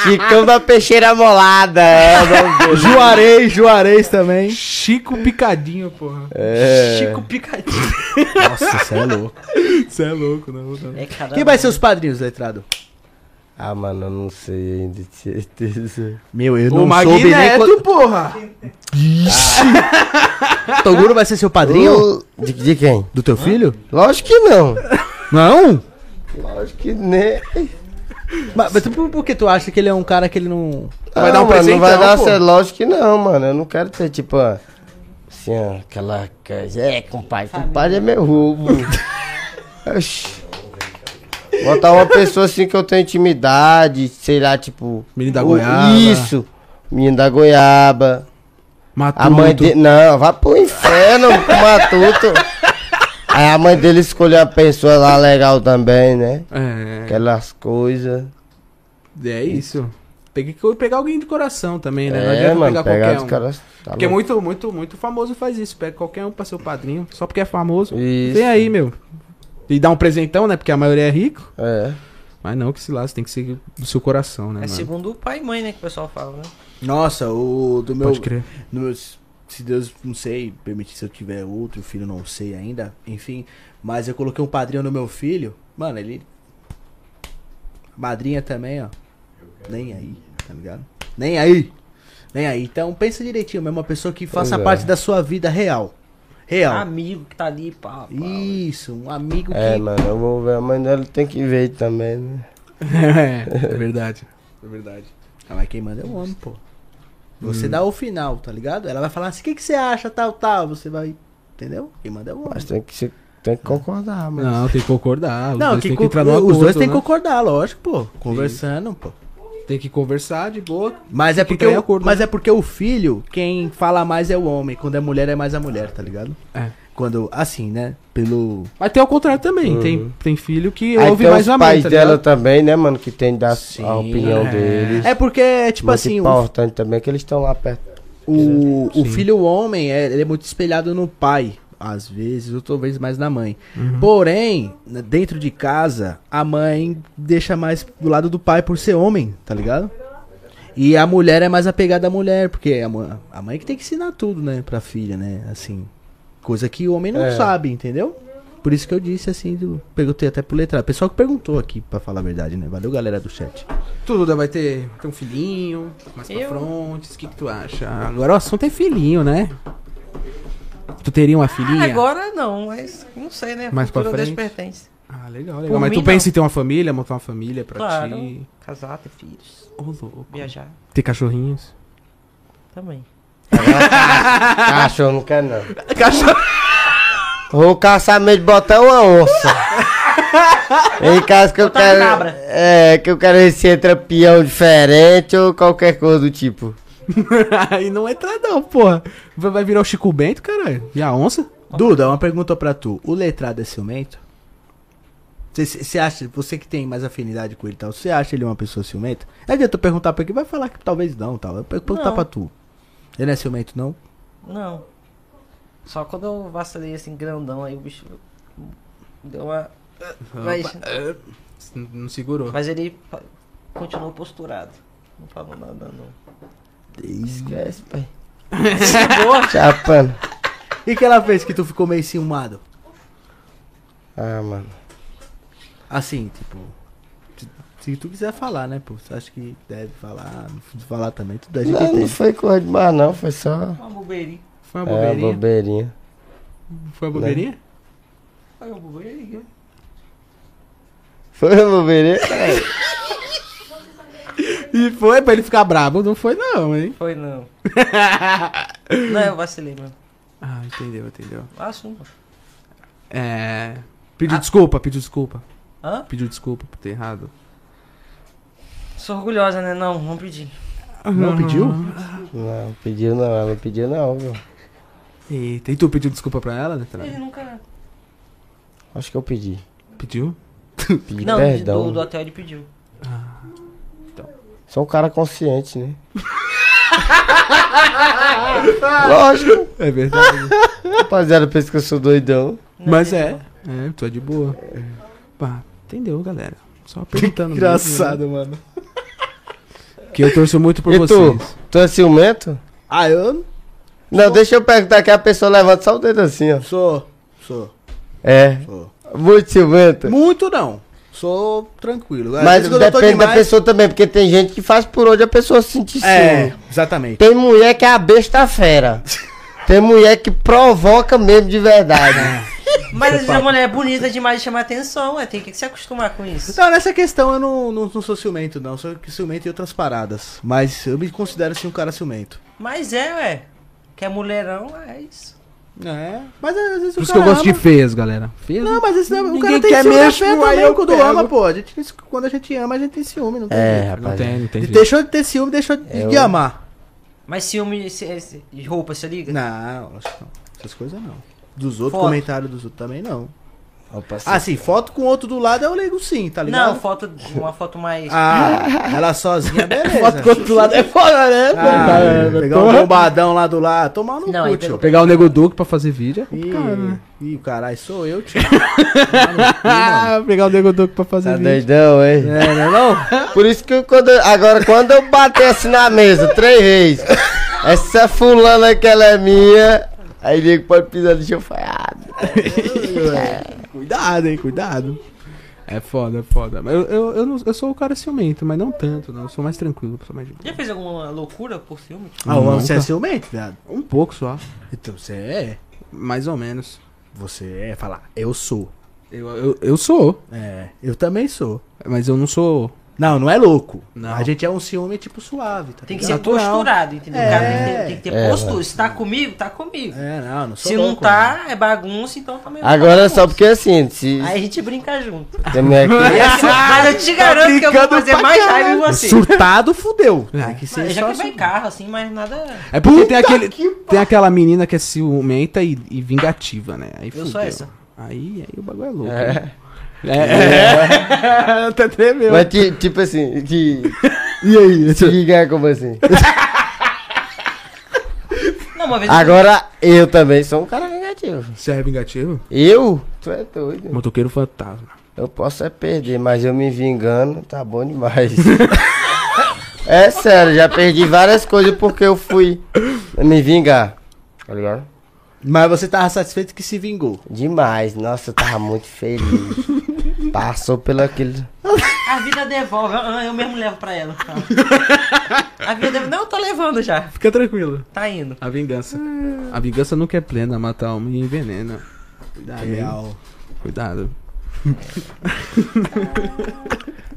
Speaker 3: Chicão da Peixeira Molada. É, o nome dele.
Speaker 1: Juarez, Juarez também.
Speaker 2: Chico Picadinho, porra.
Speaker 3: É.
Speaker 2: Chico Picadinho.
Speaker 1: Nossa, você é louco.
Speaker 2: Você é louco, não, não.
Speaker 4: É, caramba.
Speaker 1: Quem vai ser os padrinhos, letrado?
Speaker 3: Ah, mano, eu não sei ainda, de certeza.
Speaker 1: Meu, eu
Speaker 2: O Magui Neto, porra.
Speaker 1: Toguro vai ser seu padrinho?
Speaker 3: Ô, De, de quem?
Speaker 1: Do teu filho?
Speaker 3: Lógico que não.
Speaker 1: Não?
Speaker 3: Lógico que nem.
Speaker 1: Mas, mas tu- por, por que tu acha que ele é um cara que ele não.
Speaker 2: Vai dar um
Speaker 3: mano, Não vai
Speaker 2: presentão,
Speaker 3: dar,
Speaker 2: pô.
Speaker 3: certo. lógico que não, mano. Eu não quero ter, tipo, ah, assim, ó, aquela coisa. É, compadre, compadre é meu roubo. Oxi. Botar uma pessoa assim que eu tenho intimidade, sei lá, tipo.
Speaker 2: Menino da
Speaker 3: o-
Speaker 2: goiaba.
Speaker 3: Isso. Menino da goiaba.
Speaker 2: Matou.
Speaker 3: A mãe dele. Não, vai pro inferno, pro matuto. Aí a mãe dele escolheu a pessoa lá legal também, né?
Speaker 2: É,
Speaker 3: Aquelas coisas.
Speaker 2: é isso. Tem que pegar alguém de coração também, né? não
Speaker 3: É,
Speaker 2: adianta
Speaker 3: mano,
Speaker 2: pegar qualquer
Speaker 3: pegar
Speaker 2: um.
Speaker 3: os caras. tá
Speaker 2: Porque
Speaker 3: louco.
Speaker 2: muito, muito, muito famoso faz isso. Pega qualquer um pra ser o padrinho, só porque é famoso.
Speaker 3: Isso.
Speaker 2: Vem aí, meu. E dá um presentão, né? Porque a maioria é rico.
Speaker 3: É.
Speaker 2: Mas não, que se lá, tem que ser do seu coração, né,
Speaker 4: É
Speaker 2: mano?
Speaker 4: segundo o pai e mãe, né? Que o pessoal fala, né?
Speaker 1: Nossa, o do meu.
Speaker 2: Pode crer.
Speaker 1: no meu- se Deus, não sei, permitir se eu tiver outro filho, não sei ainda. Enfim, mas eu coloquei um padrinho no meu filho. Mano, ele. Madrinha também, ó. Nem aí, tá ligado? Nem aí. Nem aí. Então pensa direitinho mesmo, uma pessoa que faça
Speaker 3: Pois é.
Speaker 1: parte da sua vida real.
Speaker 2: Então.
Speaker 1: Real.
Speaker 4: Amigo que tá ali, pá. pá.
Speaker 1: Isso, um amigo
Speaker 3: É,
Speaker 1: que.
Speaker 3: mano, eu vou ver. A mãe dela tem que ver também, né?
Speaker 2: é, é verdade. É verdade.
Speaker 1: Ah, mas quem manda é o homem, pô.
Speaker 3: Hum.
Speaker 1: Você dá o final, tá ligado? Ela vai falar assim, o que, que você acha, tal, tal? Você vai. Entendeu? Quem manda é o homem.
Speaker 3: Mas tem que, ser- tem que concordar, mano.
Speaker 2: Não, tem que concordar. Os
Speaker 1: Não,
Speaker 2: dois
Speaker 1: que
Speaker 2: tem que
Speaker 1: co-
Speaker 2: entrar no
Speaker 1: os dois
Speaker 2: acordo,
Speaker 1: têm que
Speaker 2: né?
Speaker 1: concordar, lógico, pô. Conversando, pô.
Speaker 2: Tem que conversar de boa.
Speaker 1: Mas é,
Speaker 2: Tem que
Speaker 1: porque
Speaker 2: entrar em
Speaker 1: o,
Speaker 2: acordo,
Speaker 1: mas é porque o filho, quem fala mais é o homem. Quando é mulher, é mais a mulher, tá ligado?
Speaker 2: É.
Speaker 1: Quando, assim, né? Pelo.
Speaker 2: Mas tem ao contrário também. Tem, tem filho que
Speaker 3: Uhum. Aí
Speaker 2: ouve
Speaker 3: tem
Speaker 2: mais
Speaker 3: os
Speaker 2: a mãe,
Speaker 3: pais
Speaker 2: tá
Speaker 3: dela
Speaker 2: ligado?
Speaker 3: também, né, mano, que tem da
Speaker 1: Sim,
Speaker 3: a opinião
Speaker 2: é.
Speaker 3: deles.
Speaker 1: É porque, tipo
Speaker 3: Muito
Speaker 1: assim, o,
Speaker 3: importante também que eles estão lá perto.
Speaker 1: o, o filho homem, é, ele é muito espelhado no pai. Às vezes, ou talvez mais na mãe. Porém, n- dentro de casa, a mãe deixa mais do lado do pai por ser homem, tá ligado? E a mulher é mais apegada à mulher, porque é a, ma- a mãe que tem que ensinar tudo, né, pra filha, né? Assim, coisa que o homem não
Speaker 3: É.
Speaker 1: sabe, entendeu? Por isso que eu disse assim, do, perguntei até pro letrado. O pessoal que perguntou aqui, pra falar a verdade, né? Valeu, galera do chat.
Speaker 2: Tu, Duda, vai ter, ter um filhinho, mais pra
Speaker 4: Eu?
Speaker 2: frontes. O que, que tu acha? Agora o assunto é filhinho, né? Tu teria uma filhinha?
Speaker 4: Ah, agora não, mas não sei, né?
Speaker 2: Mais pra
Speaker 4: Futuro Deus
Speaker 2: frente?
Speaker 4: pertence.
Speaker 2: Ah, legal, legal.
Speaker 4: Por
Speaker 2: Mas
Speaker 4: mim,
Speaker 2: tu pensa em ter uma família, montar uma família pra
Speaker 4: Claro.
Speaker 2: ti?
Speaker 4: Casar, ter filhos,
Speaker 2: Ô, louco.
Speaker 4: viajar
Speaker 2: Ter cachorrinhos?
Speaker 4: também.
Speaker 3: Cachorro não quer, não. Cachorro. Vou caçar meio de botar uma onça. em caso que eu
Speaker 4: Botar uma
Speaker 3: quero.
Speaker 4: cabra.
Speaker 3: É, que eu quero esse trampião diferente ou qualquer coisa do tipo.
Speaker 2: Aí não entra não, porra. Vai vai virar o Chico Bento, caralho. E a onça?
Speaker 1: Duda, uma pergunta pra tu. O letrado é ciumento? Você acha, você que tem mais afinidade com ele e tal, você acha ele uma pessoa ciumenta? Não adianta eu perguntar pra ele, vai falar que talvez não, tal. Eu perguntar
Speaker 4: Não.
Speaker 1: pra tu. Ele não é ciumento, não?
Speaker 4: Não. Só quando eu vacilei assim, grandão, aí o bicho deu uma. Mas,
Speaker 2: Não não segurou.
Speaker 4: mas ele pa- continuou posturado. Não falou nada, não.
Speaker 3: Esquece, pai.
Speaker 1: Boa.
Speaker 3: Chapando.
Speaker 1: E que ela fez que tu ficou meio enciumado?
Speaker 3: Ah, mano.
Speaker 1: Assim, tipo. se- Se tu quiser falar, né, pô? Você acha que deve falar, não precisa falar também, tudo a gente
Speaker 3: Não, não
Speaker 1: entende.
Speaker 3: foi coisa demais, não. Foi só.
Speaker 4: Uma bobeirinha.
Speaker 2: Foi uma
Speaker 3: É,
Speaker 2: bobeirinha?
Speaker 3: bobeirinha.
Speaker 2: Foi uma bobeirinha?
Speaker 4: Foi uma bobeirinha.
Speaker 3: Foi bobeirinha, cara.
Speaker 2: É. E foi pra ele ficar brabo? Não foi não, hein?
Speaker 4: Foi não. não, eu vacilei, mano. Ah,
Speaker 2: Ah, entendeu, entendeu.
Speaker 4: Assumo.
Speaker 2: É... Pediu desculpa, pediu desculpa.
Speaker 4: Hã?
Speaker 2: Pediu desculpa por ter errado.
Speaker 4: Sou orgulhosa, né? Não, vamos pedir.
Speaker 2: Ah,
Speaker 1: Não pediu?
Speaker 2: Uhum.
Speaker 3: Não, pediu não. Ela não pediu não, viu?
Speaker 2: Eita, e tu pediu desculpa pra ela, né?
Speaker 4: Ele nunca.
Speaker 3: Acho que eu pedi.
Speaker 2: Pediu?
Speaker 3: Pedi
Speaker 4: Não, de-
Speaker 3: perdão.
Speaker 4: do, do hotel ele pediu.
Speaker 3: Sou um cara consciente, né? Lógico.
Speaker 2: É verdade.
Speaker 3: Rapaziada, pensa que eu sou doidão.
Speaker 4: Não,
Speaker 2: Mas
Speaker 4: ele
Speaker 2: é. É, tu é de boa. É. Pá, entendeu, galera? Só perguntando mesmo, né?
Speaker 1: Engraçado, mano.
Speaker 2: Que eu torço muito por
Speaker 3: e tu?
Speaker 2: vocês.
Speaker 3: Tu é ciumento?
Speaker 1: Ah, eu
Speaker 3: Não, deixa eu perguntar que a pessoa levanta só o dedo assim, ó.
Speaker 1: sou. Sou.
Speaker 3: É.
Speaker 1: Sou.
Speaker 3: Muito ciumento.
Speaker 1: Muito não. Sou tranquilo. É Às
Speaker 3: Mas
Speaker 1: vezes quando eu tô
Speaker 3: depende da
Speaker 1: demais-
Speaker 3: pessoa também, porque tem gente que faz por onde a pessoa sentir ciúme.
Speaker 1: É, exatamente.
Speaker 3: Tem mulher que é a besta fera. Tem mulher que provoca mesmo de verdade.
Speaker 4: Mas às vezes a mulher é bonita demais de chamar atenção, é. Tem que se acostumar com isso.
Speaker 1: Não, Então, nessa questão eu não, não, não sou ciumento, não. Sou que ciumento e outras paradas. Mas eu me considero assim um cara ciumento.
Speaker 4: Mas é, ué. Que é mulherão, é isso.
Speaker 1: É. Mas às vezes
Speaker 2: Por
Speaker 1: o
Speaker 2: isso que eu
Speaker 1: cara
Speaker 2: gosto de
Speaker 1: ama.
Speaker 2: feias, galera. Feias?
Speaker 1: Não, mas esse, o
Speaker 2: Ninguém
Speaker 1: cara tem
Speaker 2: quer
Speaker 1: ciúme da
Speaker 2: mesmo,
Speaker 1: fé
Speaker 2: aí
Speaker 1: também
Speaker 2: eu
Speaker 1: quando
Speaker 2: pego.
Speaker 1: ama, pô. A gente, quando a gente ama, a gente tem ciúme, não tem
Speaker 3: É,
Speaker 1: jeito.
Speaker 2: Não
Speaker 3: rapaz.
Speaker 2: tem, não tem.
Speaker 1: E
Speaker 2: jeito. É,
Speaker 1: Deixou de ter ciúme, deixou de,
Speaker 3: Eu-
Speaker 1: de amar.
Speaker 4: Mas ciúme se- se- de roupa, se liga?
Speaker 1: Não, acho que não. Essas coisas não. Dos outros,
Speaker 4: Foto.
Speaker 1: comentários dos outros também não.
Speaker 3: Opa,
Speaker 1: Ah, sim, foto com outro do lado eu ligo sim, tá ligado?
Speaker 4: Não, foto, uma foto mais.
Speaker 1: Ah, ela sozinha, beleza.
Speaker 3: Foto com outro lado é foda, né?
Speaker 1: Ah, pegar um bombadão lá do lado, tomar no
Speaker 4: Não,
Speaker 1: cu,
Speaker 4: aí
Speaker 1: tio.
Speaker 2: Pegar o Nego Duque pra fazer vídeo é
Speaker 1: Ih,
Speaker 2: complicado, né?
Speaker 1: ih, caralho, sou eu, tio. Tomar no cu, mano.
Speaker 2: Ah, pegar o Nego Duque pra fazer
Speaker 3: Tá
Speaker 2: vídeo.
Speaker 3: doidão, hein?
Speaker 2: É, não é não?
Speaker 3: Por isso que eu- quando eu- agora, quando eu bater assim na mesa, três vezes, essa fulana que ela é minha, aí nego pode pisar no chanfaiado.
Speaker 2: cuidado, hein, cuidado. É foda, é foda. Mas Eu, eu, eu, não- eu sou o cara ciumento, mas não tanto, não. Eu sou mais tranquilo, sou mais de boa.
Speaker 4: Já fez alguma loucura por filme? Tipo,
Speaker 1: Ah,
Speaker 2: Nunca.
Speaker 1: você é ciumento, viado.
Speaker 2: Um pouco só.
Speaker 1: Então você é.
Speaker 2: Mais ou menos.
Speaker 1: Você é falar, eu sou.
Speaker 2: Eu, eu, eu sou,
Speaker 1: É, eu também sou.
Speaker 2: mas eu não sou.
Speaker 1: Não, não é louco.
Speaker 2: Não.
Speaker 1: A gente é um ciúme tipo suave, tá
Speaker 4: tem que ser
Speaker 1: ligado?
Speaker 4: posturado, entendeu? O cara tem que ter, tem que ter
Speaker 3: É,
Speaker 1: né?
Speaker 4: postura. Se tá comigo, tá comigo.
Speaker 1: É, não, não sou
Speaker 4: Se não
Speaker 1: louco,
Speaker 4: tá, é bagunça, então também. não tá
Speaker 3: Agora
Speaker 1: é
Speaker 4: bagunça.
Speaker 3: só porque assim, se.
Speaker 4: Aí a gente brinca junto.
Speaker 3: tem mulher que-
Speaker 4: Mas eu te garanto que eu vou
Speaker 1: Tá brincando
Speaker 4: fazer
Speaker 1: pra
Speaker 4: mais
Speaker 1: caralho.
Speaker 4: raiva tá em você.
Speaker 1: Surtado, fudeu.
Speaker 2: É.
Speaker 1: Tem que ser
Speaker 4: Mas
Speaker 1: só
Speaker 4: já que vai
Speaker 1: assim.
Speaker 4: carro, assim, mas nada.
Speaker 2: É porque tem, aquele, tem aquela menina que é ciumenta e, e vingativa, né? Aí
Speaker 4: Eu
Speaker 2: fudeu.
Speaker 4: sou essa.
Speaker 2: Aí, aí o bagulho é louco.
Speaker 3: É.
Speaker 2: né? É. Até tremeu.
Speaker 3: Mas ti- tipo assim, que. E aí? Se ligar como assim?
Speaker 4: Não, uma vez eu-
Speaker 3: Agora eu também sou um cara negativo.
Speaker 2: Você é vingativo?
Speaker 3: Eu? Tu é doido.
Speaker 2: Motoqueiro fantasma.
Speaker 3: Eu posso é perder, mas eu me vingando, tá bom demais. é sério, já perdi várias coisas porque eu fui me vingar. Tá ligado?
Speaker 1: Mas você tava satisfeito que se vingou.
Speaker 3: Demais, nossa, eu tava muito feliz. Passou pelo aquele.
Speaker 4: a vida devolve. Ah, Eu mesmo levo pra ela. A vida devolve. Não, eu tô levando já.
Speaker 2: Fica tranquilo.
Speaker 4: Tá indo.
Speaker 2: A vingança. A vingança nunca é plena, mata a alma e envenena.
Speaker 4: Tá
Speaker 2: Cuidado, hein?
Speaker 1: Real.
Speaker 2: Cuidado.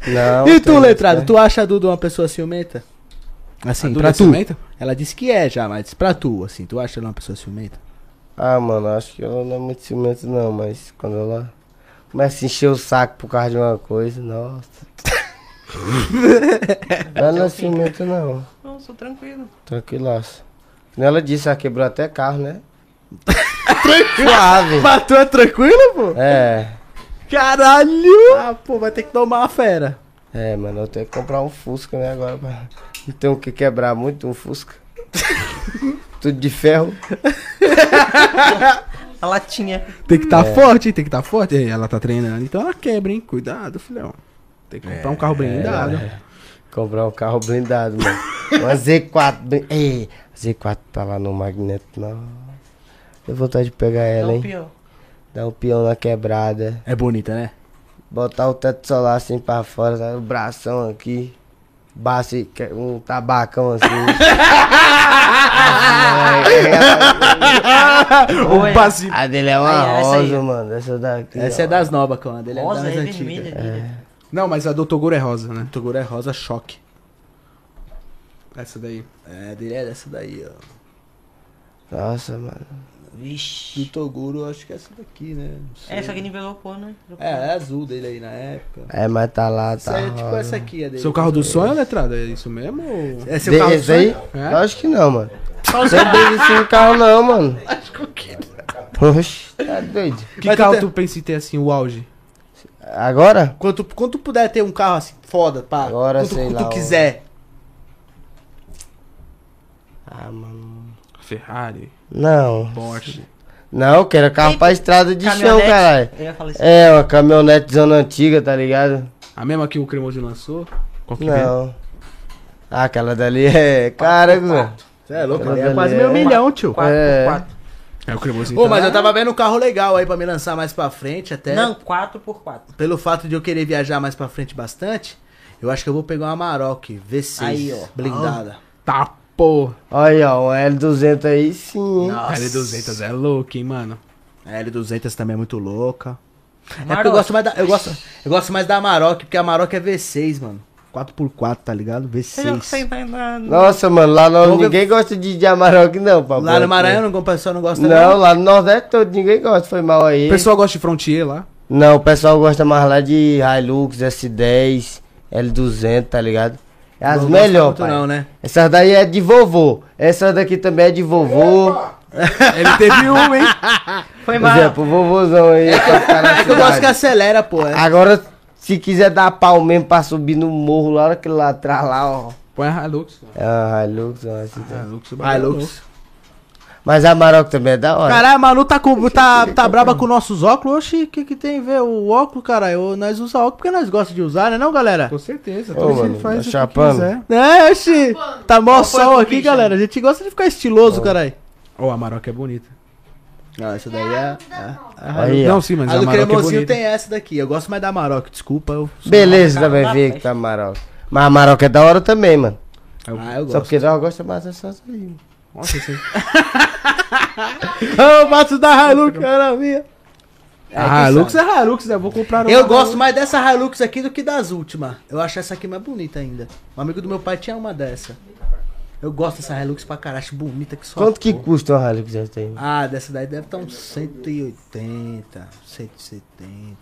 Speaker 3: Não.
Speaker 1: E tu,
Speaker 3: tem-
Speaker 1: letrado, tu acha a Duda uma pessoa ciumenta?
Speaker 2: A
Speaker 1: Assim,
Speaker 2: Duda
Speaker 1: pra
Speaker 2: é
Speaker 1: tu.
Speaker 2: ciumenta?
Speaker 1: Ela disse que é já, mas pra tu, assim, tu acha ela uma pessoa ciumenta?
Speaker 3: Ah, mano, acho que ela não é muito ciumento, não, mas quando ela começa a encher o saco por causa de uma coisa, nossa. ela não é ciumento, não.
Speaker 4: Não, sou tranquilo.
Speaker 3: Tranquilaço. Que nem Ela disse, ela quebrou até carro, né? Suave.
Speaker 1: Pra tu é tranquilo, pô?
Speaker 3: É.
Speaker 1: Caralho! Ah, pô, vai ter que tomar uma fera.
Speaker 3: É, mano, eu tenho que comprar um Fusca, né, agora. pra- Não tem o que quebrar muito um Fusca. Tudo de ferro.
Speaker 4: A latinha.
Speaker 2: Tem que
Speaker 1: É.
Speaker 2: tá forte, hein? tem que tá forte.
Speaker 1: É,
Speaker 2: Aí Ela tá treinando, então ela quebra, hein? Cuidado, filhão. Tem que comprar um carro blindado.
Speaker 3: Comprar um carro blindado, mano. Uma Z4. blin- Ei, a Z4 tá lá no magneto, não. Deu vontade de pegar ela,
Speaker 4: Não,
Speaker 3: hein?
Speaker 4: pior.
Speaker 3: Dar um peão na quebrada.
Speaker 1: É bonita, né?
Speaker 3: Botar o teto solar assim pra fora, sabe? O bração aqui. Baço e que- um tabacão assim. é-
Speaker 4: Oi.
Speaker 3: a dele é uma
Speaker 4: Aí, essa aí,
Speaker 3: rosa,
Speaker 4: ó.
Speaker 3: mano. Essa daqui.
Speaker 1: Essa é
Speaker 3: ó.
Speaker 1: das novas, Coanda. Ele é das
Speaker 4: Rosa é
Speaker 1: antigas.
Speaker 4: vermelha. linda.
Speaker 2: Não, mas a do Toguro é rosa, né?
Speaker 1: Toguro é rosa choque.
Speaker 2: Essa daí.
Speaker 1: É, dele é dessa daí, ó.
Speaker 3: Nossa, mano.
Speaker 1: Do
Speaker 4: Vixe.
Speaker 1: Toguro, eu acho que é essa daqui, né? Não sei.
Speaker 4: É, só que nivelou o pó, né?
Speaker 1: É, é azul dele aí na época.
Speaker 3: É, mas tá lá,
Speaker 1: Essa
Speaker 3: tá.
Speaker 1: é tipo
Speaker 3: rosa.
Speaker 1: essa aqui, é dele.
Speaker 2: Seu carro do sonho, letrado? É isso mesmo? Ou...
Speaker 1: É seu
Speaker 3: De-
Speaker 1: carro do
Speaker 3: esse aí?
Speaker 1: sonho?
Speaker 2: É?
Speaker 3: Eu acho que não, mano. Você briga assim no carro, não, mano. Acho que o Oxe, tá doido.
Speaker 2: Que
Speaker 1: Mas tu
Speaker 2: carro
Speaker 1: tem-
Speaker 2: tu pensa em ter assim, o auge?
Speaker 3: Agora?
Speaker 1: Quando, tu- quando tu puder ter um carro assim, foda, pá.
Speaker 3: Agora,
Speaker 1: quando, tu-
Speaker 3: sei
Speaker 1: quando
Speaker 3: lá,
Speaker 1: tu
Speaker 3: ó.
Speaker 1: quiser.
Speaker 3: Ah, mano.
Speaker 2: Ferrari,
Speaker 3: Não.
Speaker 2: Porsche.
Speaker 3: Não, eu quero carro pra estrada de chão,
Speaker 4: Caminhonete.
Speaker 3: caralho.
Speaker 4: Eu ia falar isso.
Speaker 3: É, uma caminhonete zona antiga, tá ligado?
Speaker 2: A mesma que o Cremoso lançou? Qual que é?
Speaker 3: Não. Ah, aquela dali é. Caraca, mano.
Speaker 1: Você é louco,
Speaker 3: Aquela
Speaker 1: ele é
Speaker 3: dali
Speaker 1: quase
Speaker 3: é-
Speaker 1: meio milhão, tio.
Speaker 4: Quatro,
Speaker 3: É.
Speaker 4: por quatro.
Speaker 2: É o Cremoso
Speaker 1: Pô,
Speaker 3: Tá
Speaker 2: então.
Speaker 1: mas eu tava vendo um carro legal aí pra me lançar mais pra frente, até.
Speaker 4: Não, quatro por quatro.
Speaker 1: Pelo fato de eu querer viajar mais pra frente bastante, eu acho que eu vou pegar uma Maroc V6
Speaker 4: Aí, ó.
Speaker 1: blindada.
Speaker 2: Tá, pô.
Speaker 3: Olha, ó, um L200 aí sim, hein?
Speaker 1: Nossa.
Speaker 2: L200 é louco, hein, mano?
Speaker 1: A L200 também é muito louca. É porque
Speaker 4: Maroc.
Speaker 1: eu gosto mais da, eu gosto, eu gosto mais da Maroc, porque a Maroc é V6, mano. 4x4, tá ligado?
Speaker 4: Você já que você
Speaker 1: V6.
Speaker 4: vai na- na-
Speaker 3: Nossa, mano, lá no...
Speaker 1: Vamos ver-
Speaker 3: ninguém gosta de, de Amarok, não, papai.
Speaker 1: Lá no Maranhão, não, o pessoal não gosta
Speaker 3: Não, lá no Nordeste todo ninguém gosta, foi mal aí.
Speaker 2: O pessoal gosta de Frontier lá?
Speaker 3: Não, o pessoal gosta mais lá de Hilux, S10, L200, tá ligado? É as
Speaker 1: Não gosta
Speaker 3: melhores,
Speaker 1: muito
Speaker 3: pai.
Speaker 1: não, né?
Speaker 3: Essas daí é de vovô. Essa daqui também é de vovô.
Speaker 2: Ele teve um, hein?
Speaker 4: Foi
Speaker 3: Por
Speaker 4: mal.
Speaker 3: exemplo, o vovôzão aí. pra ficar na
Speaker 1: É que eu gosto que
Speaker 3: cidade.
Speaker 1: acelera, pô. É.
Speaker 3: Agora, se quiser dar pau mesmo pra subir no morro lá, aquele lá atrás lá, ó.
Speaker 2: Põe a Hilux. mano.
Speaker 3: É uma Hilux, uma assim. tá.
Speaker 2: Hilux. o bagulho é louco.
Speaker 1: Hilux.
Speaker 3: Mas a Maroc também é da hora.
Speaker 1: Caralho, a Manu tá, com, tá, tá braba com nossos óculos. Oxi, o que, que tem a ver? O óculos, caralho. ô, Nós usa óculos porque nós gostamos de usar, né não, galera?
Speaker 2: Com certeza.
Speaker 3: Ô,
Speaker 2: Tudo
Speaker 3: mano,
Speaker 2: ele faz
Speaker 3: tá
Speaker 2: o que
Speaker 3: chapando?
Speaker 2: quiser.
Speaker 1: É, oxi. Tá mó
Speaker 4: Qual foi
Speaker 1: sol
Speaker 4: o
Speaker 1: aqui,
Speaker 4: Christian?
Speaker 1: galera. A gente gosta de ficar estiloso, caralho.
Speaker 2: Ô, a Maroc é bonita.
Speaker 1: Não, essa
Speaker 5: daí é- é-
Speaker 3: Aí,
Speaker 2: não,
Speaker 3: ó.
Speaker 2: sim, mas
Speaker 1: a
Speaker 2: a
Speaker 1: do
Speaker 2: Maroc é
Speaker 1: cremosinho
Speaker 2: bonita.
Speaker 1: tem essa daqui. Eu gosto mais da Maroc, desculpa. Eu...
Speaker 3: Beleza,
Speaker 4: Cara,
Speaker 3: também
Speaker 4: dá
Speaker 3: ver
Speaker 4: pra-
Speaker 3: que tá Maroc. Mas a Maroc é da hora também, mano.
Speaker 1: Ah, eu
Speaker 3: Só
Speaker 1: gosto.
Speaker 3: porque nós gosta mais dessas aí, mano.
Speaker 2: Nossa, sim.
Speaker 1: Eu bato da Hilux, cara minha.
Speaker 2: Ah,
Speaker 1: quem
Speaker 2: Hilux
Speaker 1: sabe?
Speaker 2: é Hilux, né? Vou comprar
Speaker 1: Eu gosto mais dessa Hilux aqui do que das últimas. Eu acho essa aqui mais bonita ainda. Um amigo do meu pai tinha uma dessa. Eu gosto dessa Hilux pra caralho, acho bonita que só.
Speaker 3: Quanto que custa uma Hilux essa aí? mano?
Speaker 1: Ah, dessa daí deve estar uns 180, 170,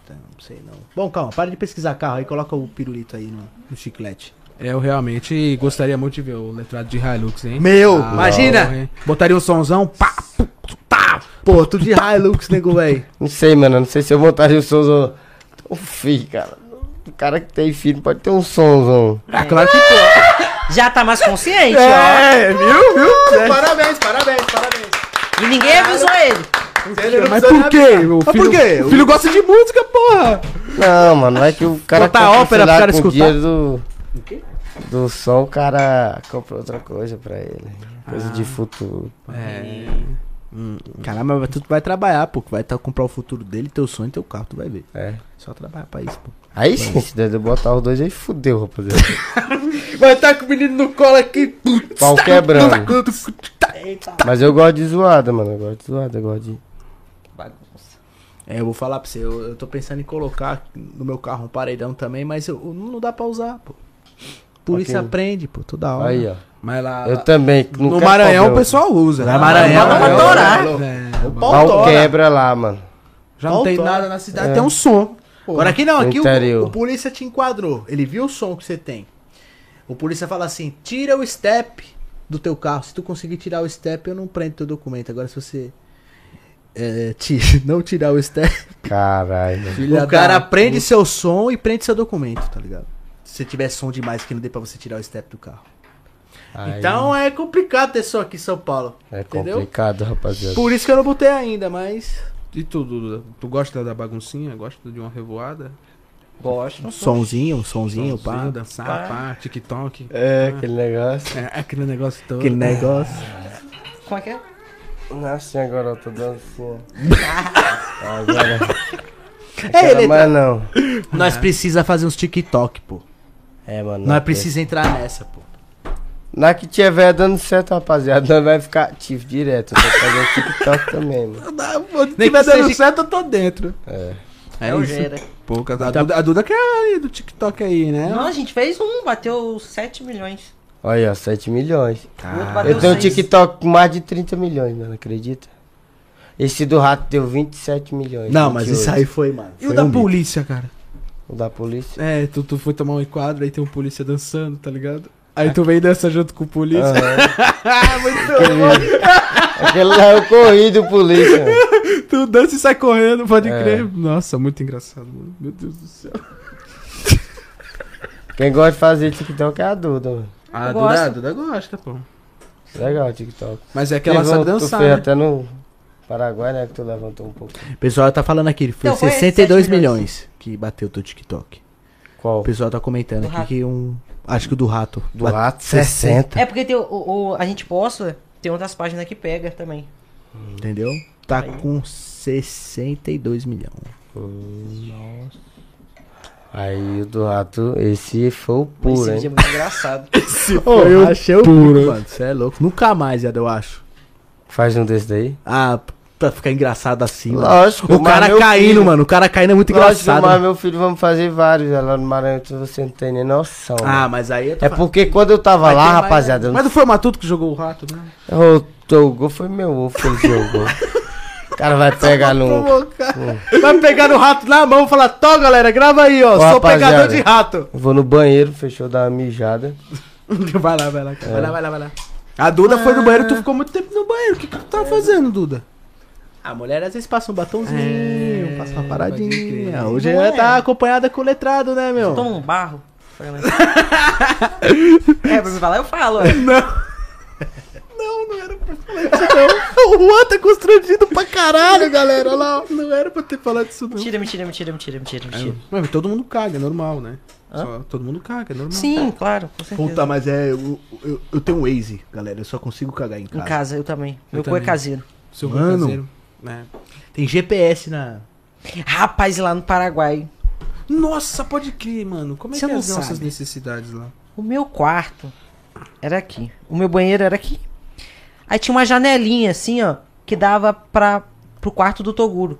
Speaker 1: não sei não. Bom, calma, para de pesquisar carro aí, coloca o pirulito aí no, no chiclete.
Speaker 2: É, Eu realmente gostaria muito de ver o letrado de Hilux, hein?
Speaker 1: Meu,
Speaker 2: Ah,
Speaker 1: imagina!
Speaker 2: porra, hein? Botaria um somzão, pá, pum, tá.
Speaker 1: Pô, tu de Hilux, nego, véi.
Speaker 3: Não sei, mano. Não sei se eu montaria o somzão. Um filho, cara. O cara que tem filho pode ter um somzão.
Speaker 2: É claro que pode.
Speaker 4: Já tá mais consciente,
Speaker 2: É. viu, viu?
Speaker 1: É. Parabéns, parabéns, parabéns.
Speaker 4: ó. E ninguém avisou ele.
Speaker 2: Mas por quê? O
Speaker 1: Mas por quê?
Speaker 2: O filho gosta de música, porra.
Speaker 3: Não, mano. Não é que o cara
Speaker 1: Botar
Speaker 3: comprou,
Speaker 1: a ópera
Speaker 3: sei lá,
Speaker 1: pro cara
Speaker 3: com o
Speaker 1: escutar.
Speaker 3: dinheiro do... Do som, o cara comprou outra coisa pra ele. Coisa
Speaker 1: Ah.
Speaker 3: de futuro.
Speaker 2: É.
Speaker 1: Caramba, mas tu vai trabalhar, pô. Vai tá, comprar o futuro dele, teu sonho, teu carro, tu vai ver.
Speaker 3: É.
Speaker 1: Só trabalhar pra isso, pô.
Speaker 3: Aí sim, se der de botar os dois aí, fudeu, rapaziada.
Speaker 1: Vai tá com o menino no colo aqui.
Speaker 3: Pau quebrando. Mas eu gosto de zoada, mano. Eu gosto de zoada, eu gosto de.
Speaker 1: É, eu vou falar pra você, eu, eu tô pensando em colocar no meu carro um paredão também, mas eu, eu- não dá pra usar, pô. Por isso
Speaker 3: Ok.
Speaker 1: aprende, pô, toda hora.
Speaker 3: Aí, ó.
Speaker 2: Mas lá.
Speaker 3: Eu também.
Speaker 2: no
Speaker 3: nunca
Speaker 2: Maranhão o
Speaker 3: comprei.
Speaker 2: pessoal usa. né?
Speaker 1: Lá Maranhão,
Speaker 4: Bota pra
Speaker 1: Maranhão,
Speaker 4: torar.
Speaker 1: tá louco.
Speaker 2: É,
Speaker 1: O pau
Speaker 3: Pau
Speaker 1: tora.
Speaker 3: quebra lá, mano.
Speaker 2: já não tem
Speaker 1: Faltou.
Speaker 2: nada na cidade, tem um som.
Speaker 1: Agora aqui não, aqui o,
Speaker 3: Interior.
Speaker 1: o polícia te enquadrou. Ele viu o som que você tem. O polícia fala assim: tira o step do teu carro. Se tu conseguir tirar o step, eu não prendo teu documento. Agora, se você é, ti- não tirar o step,
Speaker 3: Caralho. mano.
Speaker 1: o cara prende seu som e prende seu documento, tá ligado? Se tiver som demais que não dê pra você tirar o step do carro.
Speaker 3: Aí
Speaker 1: Então é complicado ter som aqui em São Paulo.
Speaker 3: É
Speaker 1: entendeu?
Speaker 3: complicado, rapaziada.
Speaker 1: Por isso que eu não botei ainda, mas.
Speaker 2: E tu, Duda? Tu gosta da baguncinha? Gosta de uma revoada?
Speaker 3: Gosto.
Speaker 1: Um sonzinho, um sonzinho,
Speaker 2: Pá,
Speaker 1: pá.
Speaker 2: dançar,
Speaker 4: Pá.
Speaker 2: pá, TikTok.
Speaker 3: É, aquele negócio.
Speaker 2: É, aquele né- negócio todo.
Speaker 1: Aquele negócio.
Speaker 4: Como é que é?
Speaker 3: Nossa, agora eu tô dançando. Agora.
Speaker 1: É, ele
Speaker 3: mas não.
Speaker 1: Nós precisa fazer uns TikTok, pô.
Speaker 3: É, mano.
Speaker 1: Nós precisa entrar nessa, pô.
Speaker 3: Na é que tiver dando certo, rapaziada, nós vai ficar ativo direto. Eu tô fazendo TikTok também, mano.
Speaker 2: Nem que dando certo, eu tô dentro.
Speaker 3: É.
Speaker 2: É,
Speaker 4: o
Speaker 2: isso.
Speaker 4: Gera.
Speaker 2: Pô, a Duda, a Duda que é aí do TikTok aí, né?
Speaker 4: Não, a gente fez um, bateu 7 milhões.
Speaker 3: Olha, ó, 7 milhões.
Speaker 4: O outro
Speaker 3: Eu
Speaker 4: bateu
Speaker 3: tenho um
Speaker 4: seis.
Speaker 3: TikTok com mais de 30 milhões, mano, acredita? Esse do rato deu 27 milhões.
Speaker 1: Não, mas isso
Speaker 3: 28.
Speaker 1: aí foi, mano.
Speaker 2: E
Speaker 1: Foi
Speaker 2: o da
Speaker 1: um bico.
Speaker 2: polícia, cara?
Speaker 3: O da polícia.
Speaker 2: É, tu, tu foi tomar um enquadro, aí tem um polícia dançando, tá ligado? Aí tu vem dança junto com o polícia.
Speaker 3: Aquele, aquele lá é o corrido polícia. mano.
Speaker 2: Tu dança e sai correndo, pode
Speaker 3: É.
Speaker 2: crer. Nossa, muito engraçado, mano. Meu Deus do céu.
Speaker 3: Quem gosta de fazer TikTok é a Duda, mano.
Speaker 2: Ah,
Speaker 4: Eu Duda- gosto.
Speaker 2: Duda gosta, pô.
Speaker 3: Legal o TikTok.
Speaker 2: Mas é que ela
Speaker 3: Levou-
Speaker 2: sabe
Speaker 3: Tu fez
Speaker 2: dançar. Né?
Speaker 3: até no Paraguai, né? Que tu levantou um pouco.
Speaker 1: O pessoal tá falando aqui, foi
Speaker 4: Não, foi
Speaker 1: 62
Speaker 4: 7
Speaker 1: milhões. que bateu do TikTok.
Speaker 3: Qual?
Speaker 1: O pessoal tá comentando
Speaker 4: Do
Speaker 1: aqui
Speaker 4: rato.
Speaker 1: que um. Acho que o do rato.
Speaker 3: Do
Speaker 1: Bate-
Speaker 3: rato, 60.
Speaker 4: É porque tem o, o- o- a gente posta, tem outras páginas que pega também.
Speaker 1: Entendeu? Tá com 62 milhões.
Speaker 3: Aí o do rato, esse foi o puro,
Speaker 4: Esse vídeo é
Speaker 3: hein?
Speaker 4: muito engraçado.
Speaker 1: Pô, eu achei o puro,
Speaker 3: hein?
Speaker 1: mano. Você é louco. Nunca mais, Ed, eu acho.
Speaker 3: Faz um desse daí.
Speaker 1: Ah, pra ficar engraçado assim, mano.
Speaker 3: Lógico,
Speaker 1: O cara caindo, mano. O cara caindo é muito
Speaker 3: Lógico,
Speaker 1: engraçado.
Speaker 3: mas
Speaker 1: mano.
Speaker 3: meu filho, vamos fazer vários. É Lá no Maranhão, tu- você não tem nem noção.
Speaker 1: Ah,
Speaker 3: mano.
Speaker 1: mas aí eu tô
Speaker 3: É
Speaker 1: falando-
Speaker 3: porque quando eu tava
Speaker 1: Vai ter
Speaker 3: lá,
Speaker 1: mais- né?
Speaker 3: rapaziada,
Speaker 2: Mas não foi o Matuto Tá que jogou o rato, né?
Speaker 3: eu... o gol foi meu ovo que ele jogou. O cara vai pegar no.
Speaker 1: Vai pegar no rato na mão e falar, tô galera, grava aí, ó.
Speaker 3: Ô,
Speaker 1: sou pegador
Speaker 3: rapaziada.
Speaker 1: de rato.
Speaker 3: Eu Vou no banheiro, fechou, dar uma mijada.
Speaker 2: vai lá, vai lá.
Speaker 1: Vai lá, vai lá, vai lá.
Speaker 2: A Duda foi no
Speaker 4: Ah.
Speaker 2: banheiro, tu ficou muito tempo no banheiro. O que, que tu tava fazendo, Duda?
Speaker 1: A mulher às vezes passa um batonzinho,
Speaker 2: É,
Speaker 1: passa uma
Speaker 2: pode crer.
Speaker 1: paradinha. Hoje
Speaker 4: Não
Speaker 1: ela
Speaker 4: é?
Speaker 1: tá acompanhada com o letrado, né, meu?
Speaker 4: Toma um barro. Foi lá. é, pra me falar eu falo. ó.
Speaker 1: Não, não era pra falar isso, não. o Juan tá constrangido pra caralho, galera. Olha lá, ó.
Speaker 2: Não era pra ter falado isso, não.
Speaker 4: Mentira, mentira, mentira, mentira, mentira, mentira.
Speaker 2: Mas todo mundo caga, é normal, né? Só- todo mundo caga, é normal.
Speaker 4: Sim, claro, com certeza.
Speaker 1: Puta, mas é. Eu, eu, eu tenho um Waze, galera. Eu só consigo cagar em casa.
Speaker 4: Em casa, eu também.
Speaker 2: Eu
Speaker 4: Meu cu é
Speaker 2: também.
Speaker 4: caseiro.
Speaker 2: Seu
Speaker 1: Mano.
Speaker 2: caseiro. né?
Speaker 1: Tem GPS na.
Speaker 4: Rapaz, lá no Paraguai,
Speaker 2: Nossa, pode crer, mano. Como é
Speaker 4: Você
Speaker 2: que é
Speaker 4: não
Speaker 2: as nossas
Speaker 4: sabe.
Speaker 2: necessidades lá?
Speaker 4: o meu quarto era aqui. O meu banheiro era aqui. Aí tinha uma janelinha assim, ó, que dava pra, pro quarto do Toguro.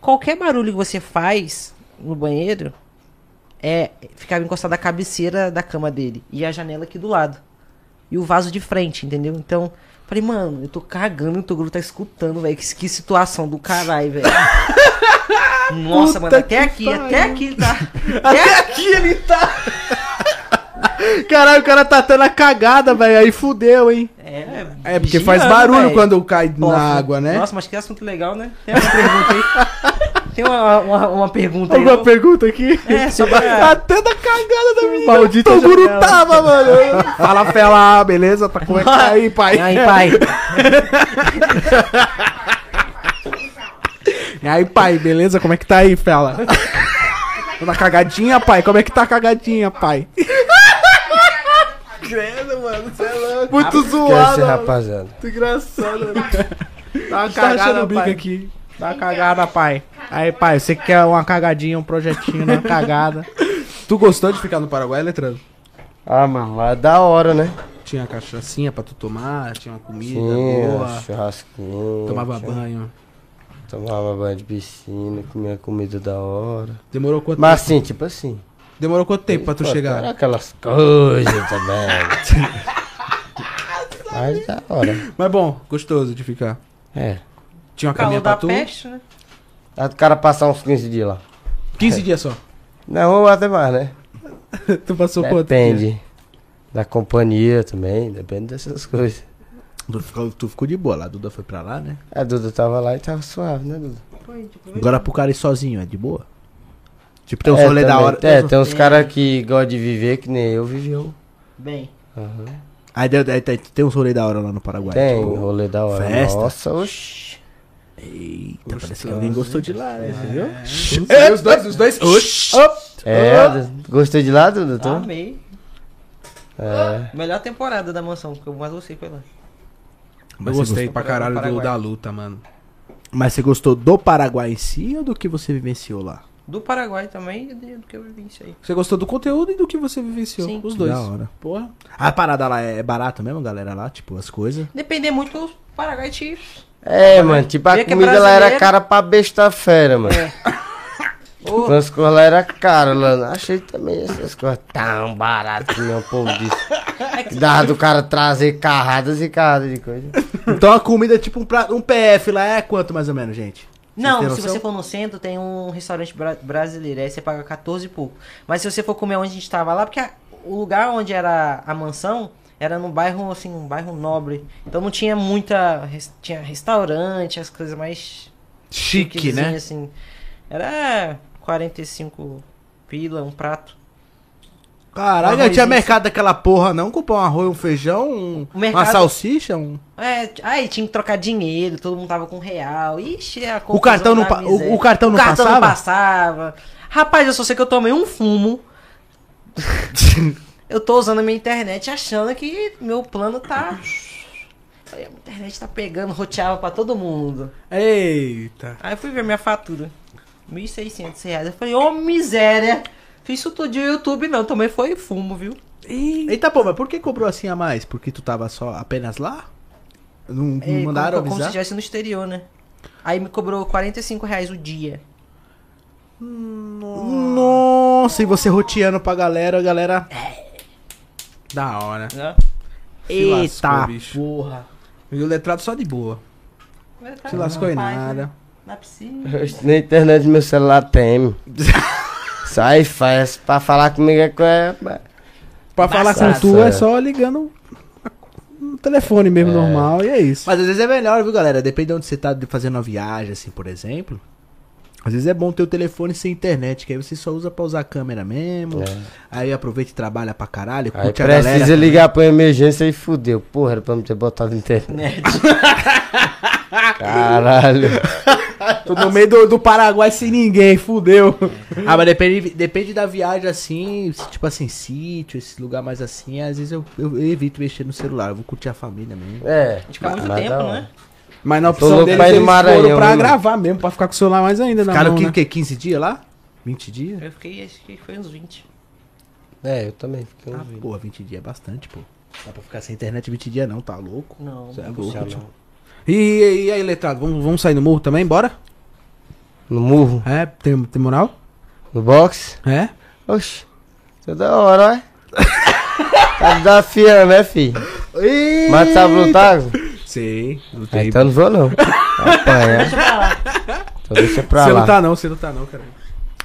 Speaker 4: Qualquer barulho que você faz no banheiro é ficava encostado à cabeceira da cama dele e a janela aqui do lado. E o vaso de frente, entendeu? Então, falei, mano, eu tô cagando e o Toguro tá escutando, velho. Que, que situação do caralho, velho.
Speaker 2: Puta
Speaker 4: Nossa, mano, até
Speaker 2: que
Speaker 4: aqui,
Speaker 2: pariu.
Speaker 4: até aqui ele tá. Até
Speaker 1: Aqui ele tá. Caralho, o cara tá tendo a cagada, velho. Aí fudeu, hein?
Speaker 4: É,
Speaker 2: É, porque
Speaker 4: vigiando,
Speaker 2: faz
Speaker 1: né,
Speaker 2: barulho
Speaker 4: véi.
Speaker 2: quando cai
Speaker 4: Nossa,
Speaker 2: na água, né?
Speaker 4: Nossa, mas que assunto legal, né? Tem uma pergunta aí. Tem uma, uma, uma pergunta aí.
Speaker 1: Alguma
Speaker 4: não?
Speaker 1: pergunta aqui?
Speaker 4: É, só pra...
Speaker 1: Até da cagada da menina.
Speaker 2: Maldita
Speaker 1: o Toguro
Speaker 2: janela.
Speaker 1: tava, mano. Fala, fela, beleza? Tá como é que tá aí, pai?
Speaker 4: E aí, pai?
Speaker 2: E aí, pai, beleza? Como é que tá aí, fela? Tá na cagadinha, pai? Como é que tá a cagadinha, pai?
Speaker 1: Muito
Speaker 3: Esquece,
Speaker 1: zoado. mano.
Speaker 3: rapaziada.
Speaker 1: Muito engraçado.
Speaker 2: Tá uma
Speaker 1: cagada, pai.
Speaker 2: aqui.
Speaker 1: Tá cagada, pai. Aí, pai, você quer uma cagadinha, um projetinho, uma cagada.
Speaker 2: Tu gostou de ficar no Paraguai, Letrando?
Speaker 3: Ah, mano, lá é da hora, né?
Speaker 2: Tinha cachaçinha pra tu tomar, tinha uma comida
Speaker 3: Tinha
Speaker 2: boa,
Speaker 3: churrasquinho.
Speaker 2: tomava
Speaker 3: tinha-
Speaker 2: banho.
Speaker 3: Tomava banho de piscina, comia comida da hora.
Speaker 2: Demorou quanto,
Speaker 3: Mas assim, tipo assim.
Speaker 2: demorou quanto tempo pra tu
Speaker 3: pô,
Speaker 2: chegar?
Speaker 3: era Aquelas coisas também. Mas da hora.
Speaker 2: Mas bom, gostoso de ficar.
Speaker 3: É.
Speaker 2: Tinha uma
Speaker 4: Calor
Speaker 2: caminha pra
Speaker 4: da
Speaker 2: tu.
Speaker 4: peste, né?
Speaker 3: Aí o cara passar uns 15 dias lá.
Speaker 2: 15 dias só.
Speaker 3: Não, ou até mais, né?
Speaker 2: tu passou quanto? é? tempo?
Speaker 3: Depende. Da companhia também, depende dessas coisas.
Speaker 1: Tu ficou, tu ficou de boa lá, a Duda foi pra lá, né?
Speaker 3: A Duda tava lá e tava suave, né, Duda?
Speaker 1: Agora pro cara ir sozinho, é de boa? Tipo, tem um
Speaker 3: é,
Speaker 1: rolê da
Speaker 3: também-
Speaker 1: hora.
Speaker 3: É, tem uns caras que gostam de viver, que nem eu um. viveu.
Speaker 4: Bem.
Speaker 1: Aí deu- aí tem, tem uns rolê da hora lá no Paraguai.
Speaker 3: Tem
Speaker 1: tipo,
Speaker 3: rolê da hora.
Speaker 1: festa.
Speaker 3: Nossa, oxi.
Speaker 1: Eita, parece que alguém gostou de lá,
Speaker 2: É.
Speaker 1: né? Você viu?
Speaker 2: Aí os dois, os dois. Oxi!
Speaker 3: É, gostou de lá, Dudu? Tô?
Speaker 4: Amei.
Speaker 3: É.
Speaker 4: Melhor temporada da mansão, que eu mais gostei foi lá.
Speaker 2: Eu
Speaker 1: Mas você
Speaker 2: gostei
Speaker 1: gostou,
Speaker 2: pra caralho do,
Speaker 4: Paraguai.
Speaker 2: da luta, mano.
Speaker 1: mas você gostou do Paraguai em si ou do que você vivenciou lá?
Speaker 4: Do Paraguai também, e do que eu vivi isso aí.
Speaker 2: Você gostou do conteúdo e do que você vivenciou.
Speaker 4: Sim.
Speaker 2: Os
Speaker 1: Que
Speaker 2: dois.
Speaker 1: Da hora.
Speaker 2: Porra.
Speaker 1: A parada lá é barata mesmo, galera? Lá, tipo, as coisas.
Speaker 4: Depender muito dos Paraguai Chiefs.
Speaker 3: É, mano, tipo, a
Speaker 4: Vê que é
Speaker 3: comida lá era
Speaker 4: brasileiro.
Speaker 3: cara pra besta fera, mano.
Speaker 4: Ô.
Speaker 3: As coisas lá era cara, lá. Achei também essas coisas tão baratas, meu povo
Speaker 4: É
Speaker 3: disse. Dava do cara trazer carradas e carradas de coisa.
Speaker 1: Então a comida é tipo um, pra- um PF lá é quanto mais ou menos, gente?
Speaker 4: Não,
Speaker 1: têm
Speaker 4: se
Speaker 1: noção?
Speaker 4: você for no centro, tem um restaurante bra- brasileiro, aí você paga 14 e pouco. Mas se você for comer onde a gente tava lá, porque a- o lugar onde era a mansão era num bairro, assim, um bairro nobre. Então não tinha muita. res- Tinha restaurante, as coisas mais.
Speaker 1: Chique,
Speaker 4: chiquezinhas,
Speaker 1: né?
Speaker 4: Assim. Era 45 pila, um prato.
Speaker 1: Caralho, não
Speaker 4: assim, Arrozinho.
Speaker 1: tinha mercado daquela porra não? Comprar um arroz, um feijão, um-
Speaker 4: O
Speaker 1: uma
Speaker 4: mercado-
Speaker 1: salsicha, um...
Speaker 4: É, t- aí tinha que trocar dinheiro, todo mundo tava com real. Ixi, a
Speaker 1: O cartão não pa- o- o cartão não
Speaker 4: é. O cartão não passava. Rapaz, eu só sei que eu tomei um fumo. eu tô usando a minha internet achando que meu plano tá. Aí a minha internet tá pegando, roteava pra todo mundo.
Speaker 2: Eita.
Speaker 4: Aí eu fui ver minha fatura. R$ 1.600 reais. Eu falei, ô miséria! Fiz isso tudo de YouTube, não. Também foi fumo, viu?
Speaker 1: Eita, pô, mas por que cobrou assim a mais? Porque tu tava só apenas lá? Não, não
Speaker 4: É,
Speaker 1: mandaram
Speaker 4: como, como se
Speaker 1: avisar?
Speaker 4: estivesse no exterior, né? Aí me cobrou R$ 45 reais o dia.
Speaker 1: Nossa, e você roteando pra galera, a galera...
Speaker 2: Da hora.
Speaker 4: Né?
Speaker 2: Se
Speaker 1: Eita,
Speaker 2: lascou, bicho.
Speaker 1: porra.
Speaker 2: E o letrado só de boa.
Speaker 4: Não
Speaker 2: Se lascou em nada.
Speaker 4: né? Na piscina.
Speaker 3: Oxe, Na internet do meu celular tem. Sai, faz. Pra falar comigo é. co- é-
Speaker 2: Pra falar com
Speaker 3: Embaçado.
Speaker 2: tu é só ligando no telefone mesmo normal e é isso.
Speaker 1: Mas às vezes é melhor, viu, galera? Depende de onde você tá de- fazendo uma viagem, assim, por exemplo. Às vezes é bom ter o telefone sem internet, que aí você só usa pra usar a câmera mesmo. Aí aproveita e trabalha pra caralho,
Speaker 3: É. Aí
Speaker 1: curte a
Speaker 3: precisa
Speaker 1: galera.
Speaker 3: ligar pra emergência e fudeu. Porra, era pra me ter botado internet. Caralho.
Speaker 2: Tô no meio do, do Paraguai sem ninguém, fudeu.
Speaker 1: Ah, mas depende, depende da viagem, assim, se- tipo assim, sítio, esse lugar mais assim, às vezes eu, eu evito mexer no celular, eu vou curtir a família mesmo.
Speaker 3: É.
Speaker 4: A gente ficou muito
Speaker 3: mas
Speaker 4: tempo,
Speaker 3: da hora.
Speaker 4: né?
Speaker 2: Mas na
Speaker 3: Tô
Speaker 2: opção
Speaker 3: louco
Speaker 2: deles
Speaker 3: pra ir no
Speaker 2: eles foram
Speaker 3: Maranhão,
Speaker 2: pra
Speaker 3: mano.
Speaker 2: gravar mesmo, pra ficar com o celular mais ainda na
Speaker 1: Cara,
Speaker 2: mão,
Speaker 1: o que,
Speaker 2: né?
Speaker 1: que, 15 dias lá? 20 dias?
Speaker 4: Eu fiquei, acho que foi uns 20.
Speaker 3: É, eu também fiquei
Speaker 1: Ah,
Speaker 3: ouvindo.
Speaker 1: porra, 20 dias é bastante, pô. Dá pra ficar sem internet 20 dias não, tá louco?
Speaker 4: Não.
Speaker 1: Você é louco, tio.
Speaker 2: E, e aí, letrado, vamos, vamos sair no morro também, bora?
Speaker 3: No murro?
Speaker 2: É, tem, tem moral?
Speaker 3: No box?
Speaker 2: É?
Speaker 3: Oxi. Toda hora, ó. é. tá desafiando, né, filho? Mas tá, sabe lutar?
Speaker 2: Sei,
Speaker 3: Ah,
Speaker 2: lutei.
Speaker 3: então não vou, não. Apanha. Então deixa pra
Speaker 2: Você
Speaker 3: lá.
Speaker 2: não tá não, você não tá não, cara.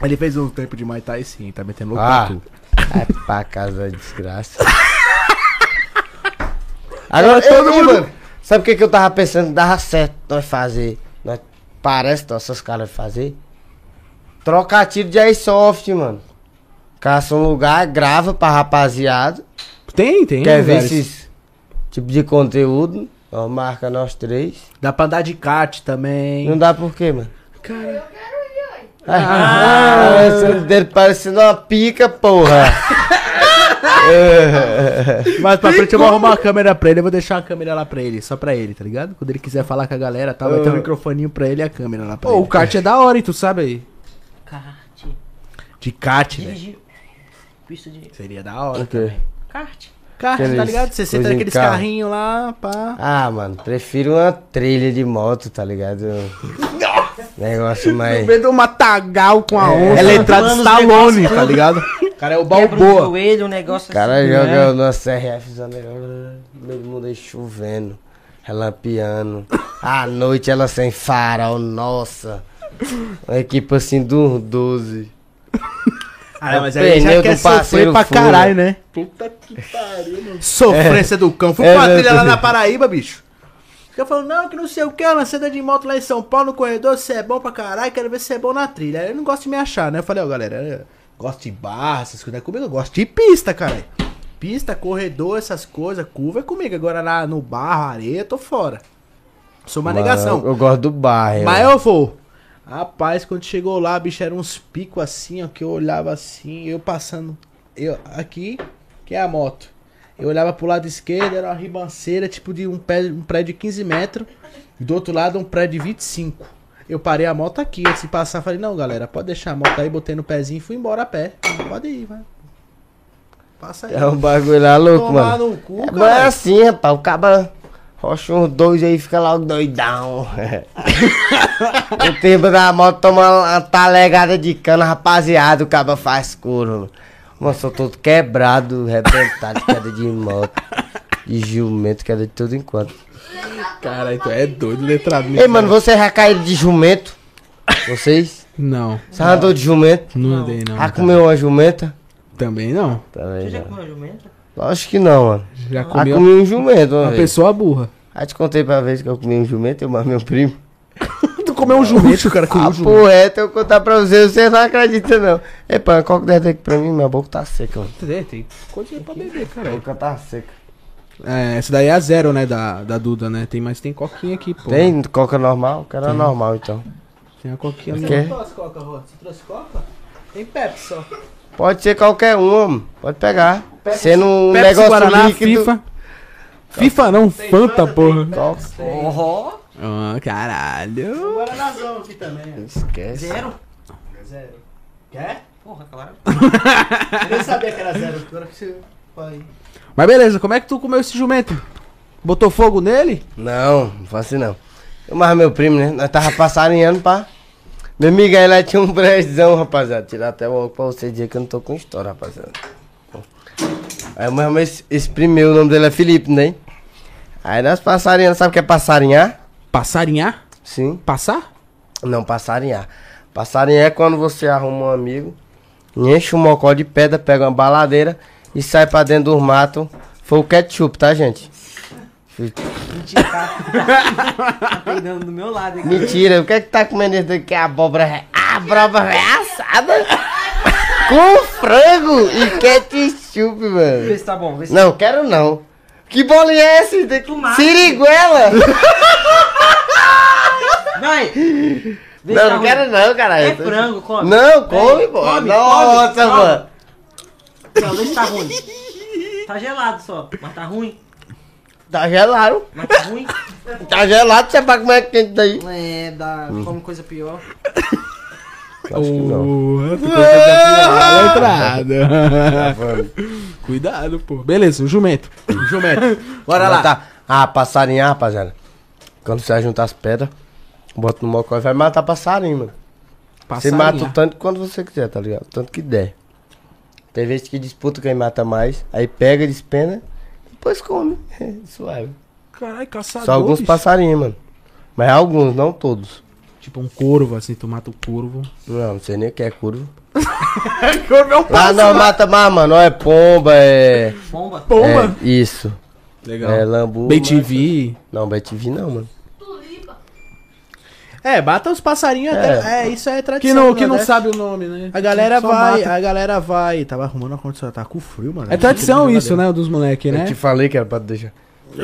Speaker 1: Ele fez um tempo de Muay Thai sim, tá metendo louco
Speaker 3: Ah.
Speaker 1: em tudo.
Speaker 3: É pra casa da desgraça. Agora todo mundo. Sabe o que, que eu tava pensando? Dava certo nós fazer. Nós, parece que nossas caras fazer. Trocar tiro de airsoft, mano. Caça um lugar, grava pra rapaziada.
Speaker 2: Tem, tem.
Speaker 3: Quer ver
Speaker 2: lugares.
Speaker 3: esses tipo de conteúdo? Ó, marca nós três.
Speaker 1: Dá pra andar de kart também.
Speaker 3: Não dá por quê, mano?
Speaker 5: Eu quero ir, oi.
Speaker 3: Ah, esse dele parecendo uma pica, porra.
Speaker 1: Mas pra frente eu vou arrumar uma câmera pra ele, eu vou deixar uma câmera lá pra ele, só pra ele, tá ligado? Quando ele quiser falar com a galera, tá? Vai ter um microfoninho pra ele e a câmera lá pra
Speaker 2: Pô,
Speaker 1: ele.
Speaker 2: o kart é da hora, hein, tu sabe aí.
Speaker 4: Kart.
Speaker 1: De kart, né?
Speaker 4: Dirigir. Pista de.
Speaker 1: Seria da hora.
Speaker 3: Ok.
Speaker 4: Kart.
Speaker 1: Kart, Ah, tá
Speaker 3: Aqueles
Speaker 1: ligado? Você senta
Speaker 3: coisa em
Speaker 1: naqueles
Speaker 3: carro.
Speaker 1: carrinhos lá, pá.
Speaker 3: Ah, mano, prefiro uma trilha de moto, tá ligado? Negócio mais.
Speaker 2: Vendo um matagal com
Speaker 1: Ela
Speaker 2: a onça.
Speaker 1: é letrado
Speaker 4: Mano, os
Speaker 1: Stallone,
Speaker 4: negócios
Speaker 1: tá ligado? cara é o
Speaker 4: Quebra o
Speaker 1: Balboa.
Speaker 4: joelho, um negócio
Speaker 3: O cara
Speaker 4: assim.
Speaker 3: joga o nosso RF no meio do mundo aí chovendo, relampeando. À noite ela sem farol, nossa. Uma equipe assim do 12.
Speaker 1: Ah, mas
Speaker 3: O
Speaker 1: aí já
Speaker 3: pneu
Speaker 1: quer
Speaker 3: do
Speaker 1: sofrer
Speaker 3: parceiro
Speaker 1: pra
Speaker 3: fura.
Speaker 1: caralho, né? Puta que pariu, mano. Sofrência do cão. Fui pra
Speaker 3: É,
Speaker 1: uma trilha
Speaker 3: né?
Speaker 1: lá na Paraíba, bicho. Os caras falaram, não, que não sei o que, lanceda de moto lá em São Paulo, no corredor, você é bom pra caralho, quero ver se você é bom na trilha. Aí Eu não gosto de me achar, né? Eu falei, ó, galera, eu gosto de barra, essas coisas, não é comigo eu gosto de pista, caralho. Pista, corredor, essas coisas, curva é comigo. Agora lá no barro, areia, tô fora. Sou uma negação.
Speaker 3: Mano, Eu, eu gosto do bairro.
Speaker 1: Mas eu vou. Rapaz, quando chegou lá, bicho, era uns picos assim, ó, que eu olhava assim, eu passando. Eu, aqui, que é a moto. Eu olhava pro lado esquerdo, era uma ribanceira, tipo de um pé- um prédio, de 15 metros. E do outro lado, um prédio de 25. Eu parei a moto aqui, antes de passar, falei, não, galera, pode deixar a moto aí, botei no pezinho e fui embora a pé. Pode ir, vai. Passa aí.
Speaker 3: É um bagulho lá louco,
Speaker 1: Tomar
Speaker 3: mano.
Speaker 1: no cu,
Speaker 3: É,
Speaker 1: cara.
Speaker 3: mas é assim, rapaz. O caba rocha uns dois aí fica lá doidão. o tempo da moto toma uma talegada de cana, rapaziada. O caba faz couro. Mano, sou todo quebrado, rebentado, queda de moto. De jumento, queda de tudo enquanto.
Speaker 2: Caralho, tu é doido, letrado.
Speaker 3: Ei, mano, vocês já caíram de jumento? Vocês?
Speaker 2: Não,
Speaker 3: Você já andou de jumento?
Speaker 2: não andei não. tá.
Speaker 3: Já Ah, comeu uma jumenta?
Speaker 2: Também não.
Speaker 3: Também
Speaker 4: Você já
Speaker 3: não.
Speaker 4: comeu jumento?
Speaker 3: Lógico que não, mano.
Speaker 2: Já
Speaker 3: Já comi
Speaker 2: comeu
Speaker 3: um jumento uma
Speaker 2: uma
Speaker 3: vez.
Speaker 2: pessoa burra.
Speaker 3: Aí te contei pra vez que eu comi um jumento, eu mas meu primo.
Speaker 2: Tu comeu um jumento, cara, comeu
Speaker 3: A
Speaker 2: um jumento.
Speaker 3: porra, é, eu contar pra vocês, vocês não acreditam não. Epa, qual que deve ter aqui pra mim? Minha boca tá seca, mano.
Speaker 2: É, tem coisa pra beber,
Speaker 3: Minha
Speaker 2: cara.
Speaker 3: boca tá seca.
Speaker 2: É, essa daí é a zero, né, da, da Duda, né? Tem, mas tem coquinha aqui, pô.
Speaker 3: Tem coca normal? Cara, é normal então.
Speaker 2: Tem a coquinha ali.
Speaker 3: Quer?
Speaker 1: trouxe coca, Rô? Você trouxe coca? Tem Pepsi só.
Speaker 3: Pode ser qualquer um, homem. Pode pegar. Sendo um
Speaker 2: Pepsi,
Speaker 3: negócio
Speaker 2: Guaraná,
Speaker 3: líquido.
Speaker 2: FIFA. FIFA não, Fanta, porra.
Speaker 3: Coca.
Speaker 2: Ah, caralho.
Speaker 1: Guaranazão aqui também.
Speaker 3: Esquece.
Speaker 4: Zero?
Speaker 1: ó. Zero. Quer?
Speaker 4: Porra, claro.
Speaker 1: Eu nem sabia que era zero. Agora que você. Pai.
Speaker 2: Mas beleza, como é que tu comeu esse jumento? Botou fogo nele?
Speaker 3: Não, não faço assim, não. Eu mais meu primo, né? Nós tava passarinhando, pá. Meu amigo aí lá tinha um brejão, rapaziada. Tirar até o óculos pra você dizer que eu não tô com história, rapaziada. Aí mas, mas esse, esse primo meu, o nome dele é Felipe, né? Aí nós passarinhando, sabe o que é passarinhar?
Speaker 2: Passarinhar?
Speaker 3: Sim.
Speaker 2: Passar?
Speaker 3: Não, passarinhar. Passarinhar é quando você arruma um amigo, enche um mocó de pedra, pega uma baladeira e sai pra dentro dos matos. Foi o ketchup, tá, gente?
Speaker 4: Mentira, tá, tá peidando do meu lado aqui.
Speaker 3: Mentira, o que é que tá comendo isso daqui? A abóbora, re- a abóbora reassada com frango e ketchup,
Speaker 4: Vê
Speaker 3: mano.
Speaker 4: se tá bom, vê se
Speaker 3: Não, quero não. Que bolinha é essa? Tem
Speaker 4: Tomate.
Speaker 3: Siriguela!
Speaker 4: tá Vai! Vê se
Speaker 3: Não,
Speaker 4: tá
Speaker 3: não
Speaker 4: ruim.
Speaker 3: quero não, caralho.
Speaker 4: É frango, come.
Speaker 3: Não, come,
Speaker 4: Vem,
Speaker 3: pô.
Speaker 4: come,
Speaker 3: Nossa,
Speaker 4: come, come.
Speaker 3: mano.
Speaker 4: Não, vê se tá ruim. Tá gelado só, mas tá ruim.
Speaker 3: Tá gelado.
Speaker 4: Mas tá ruim.
Speaker 3: Tá gelado, você vai comer quente daí.
Speaker 4: É, dá,
Speaker 3: Hum.
Speaker 4: come coisa pior.
Speaker 3: Acho que não.
Speaker 2: Porra, tu comeu essa letrada.
Speaker 3: Tá falando.
Speaker 2: Cuidado, pô. Beleza, o jumento.
Speaker 1: Jumento. Bora
Speaker 3: Agora
Speaker 1: lá.
Speaker 3: Tá. Ah, passarinhar, rapaziada. Quando você vai juntar as pedras, bota no mocó e vai matar passarinho, mano. Você
Speaker 2: Passarinhar.
Speaker 3: mata o tanto quanto você quiser, tá ligado? O Tanto que der. Tem vezes que disputa quem mata mais, aí pega, despena, depois come. Suave.
Speaker 2: Caralho, caçador,
Speaker 3: Só alguns
Speaker 2: Tá bicho.
Speaker 3: passarinhos, mano. Mas alguns, não todos.
Speaker 2: Tipo um corvo, assim, tu mata o corvo.
Speaker 3: Não, não sei nem o que é curvo.
Speaker 2: é um
Speaker 3: Lá não mata mais, mano. É pomba, é.
Speaker 4: Bomba.
Speaker 2: Pomba.
Speaker 3: É, isso.
Speaker 2: Legal.
Speaker 3: É lambu.
Speaker 2: Bem TV.
Speaker 3: Não, BTV não, mano.
Speaker 5: Tulipa.
Speaker 1: É, bata os passarinhos
Speaker 3: É.
Speaker 1: até. É, isso aí é tradição.
Speaker 2: Que não,
Speaker 1: do
Speaker 2: que não
Speaker 1: Nordeste.
Speaker 2: sabe o nome, né?
Speaker 1: A galera
Speaker 2: Só
Speaker 1: vai,
Speaker 2: mata.
Speaker 1: a galera vai. Tava arrumando a condição, tá com frio, mano.
Speaker 2: É tradição isso, né? Dos moleques, né?
Speaker 3: Eu te falei que era pra deixar.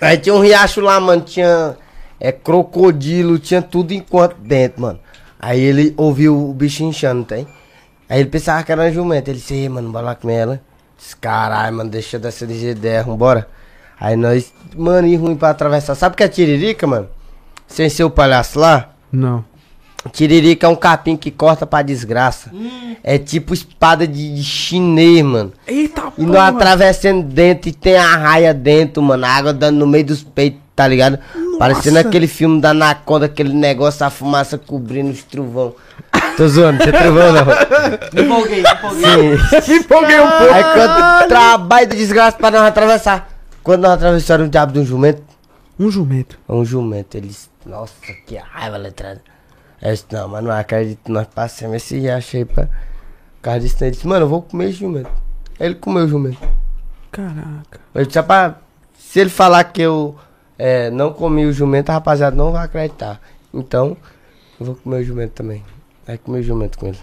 Speaker 3: Aí tinha um riacho lá, mano. Tinha é, crocodilo, tinha tudo enquanto dentro, mano. Aí ele ouviu o bicho inchando, tem? Aí ele pensava que era uma jumenta. Ele disse, "Ei, mano, bora lá com ela. Disse, caralho, mano, deixa eu descer de GDR, vambora. Aí nós, mano, e ruim pra atravessar. Sabe o que é tiririca, mano? Sem ser o palhaço lá?
Speaker 2: Não.
Speaker 3: Tiririca é um capim que corta pra desgraça. É tipo espada de, de chinês, mano.
Speaker 2: Eita,
Speaker 3: E nós atravessando dentro e tem a raia dentro, mano. A água dando no meio dos peitos, tá ligado? Parecendo aquele filme da Anaconda, aquele negócio, a fumaça cobrindo os trovão. Tô zoando, você é trovão não.
Speaker 4: Me empolguei, me empolguei.
Speaker 3: Me empolguei um pouco. Aí quando trabalho de desgraça pra nós atravessar. Quando nós atravessaram o diabo de um jumento,
Speaker 2: Um jumento.
Speaker 3: um jumento, eles. Nossa, que raiva, letrada. Aí eu disse, não, mas não acredito, nós passamos esse riacho aí pra. Por causa disso, ele disse, mano, eu vou comer esse jumento. Aí Ele comeu o jumento.
Speaker 2: Caraca.
Speaker 3: Eu disse, rapaz, se ele falar que eu é, não comi o jumento, a rapaziada não vai acreditar. Então, eu vou comer o jumento também. Aí comi o jumento com ele.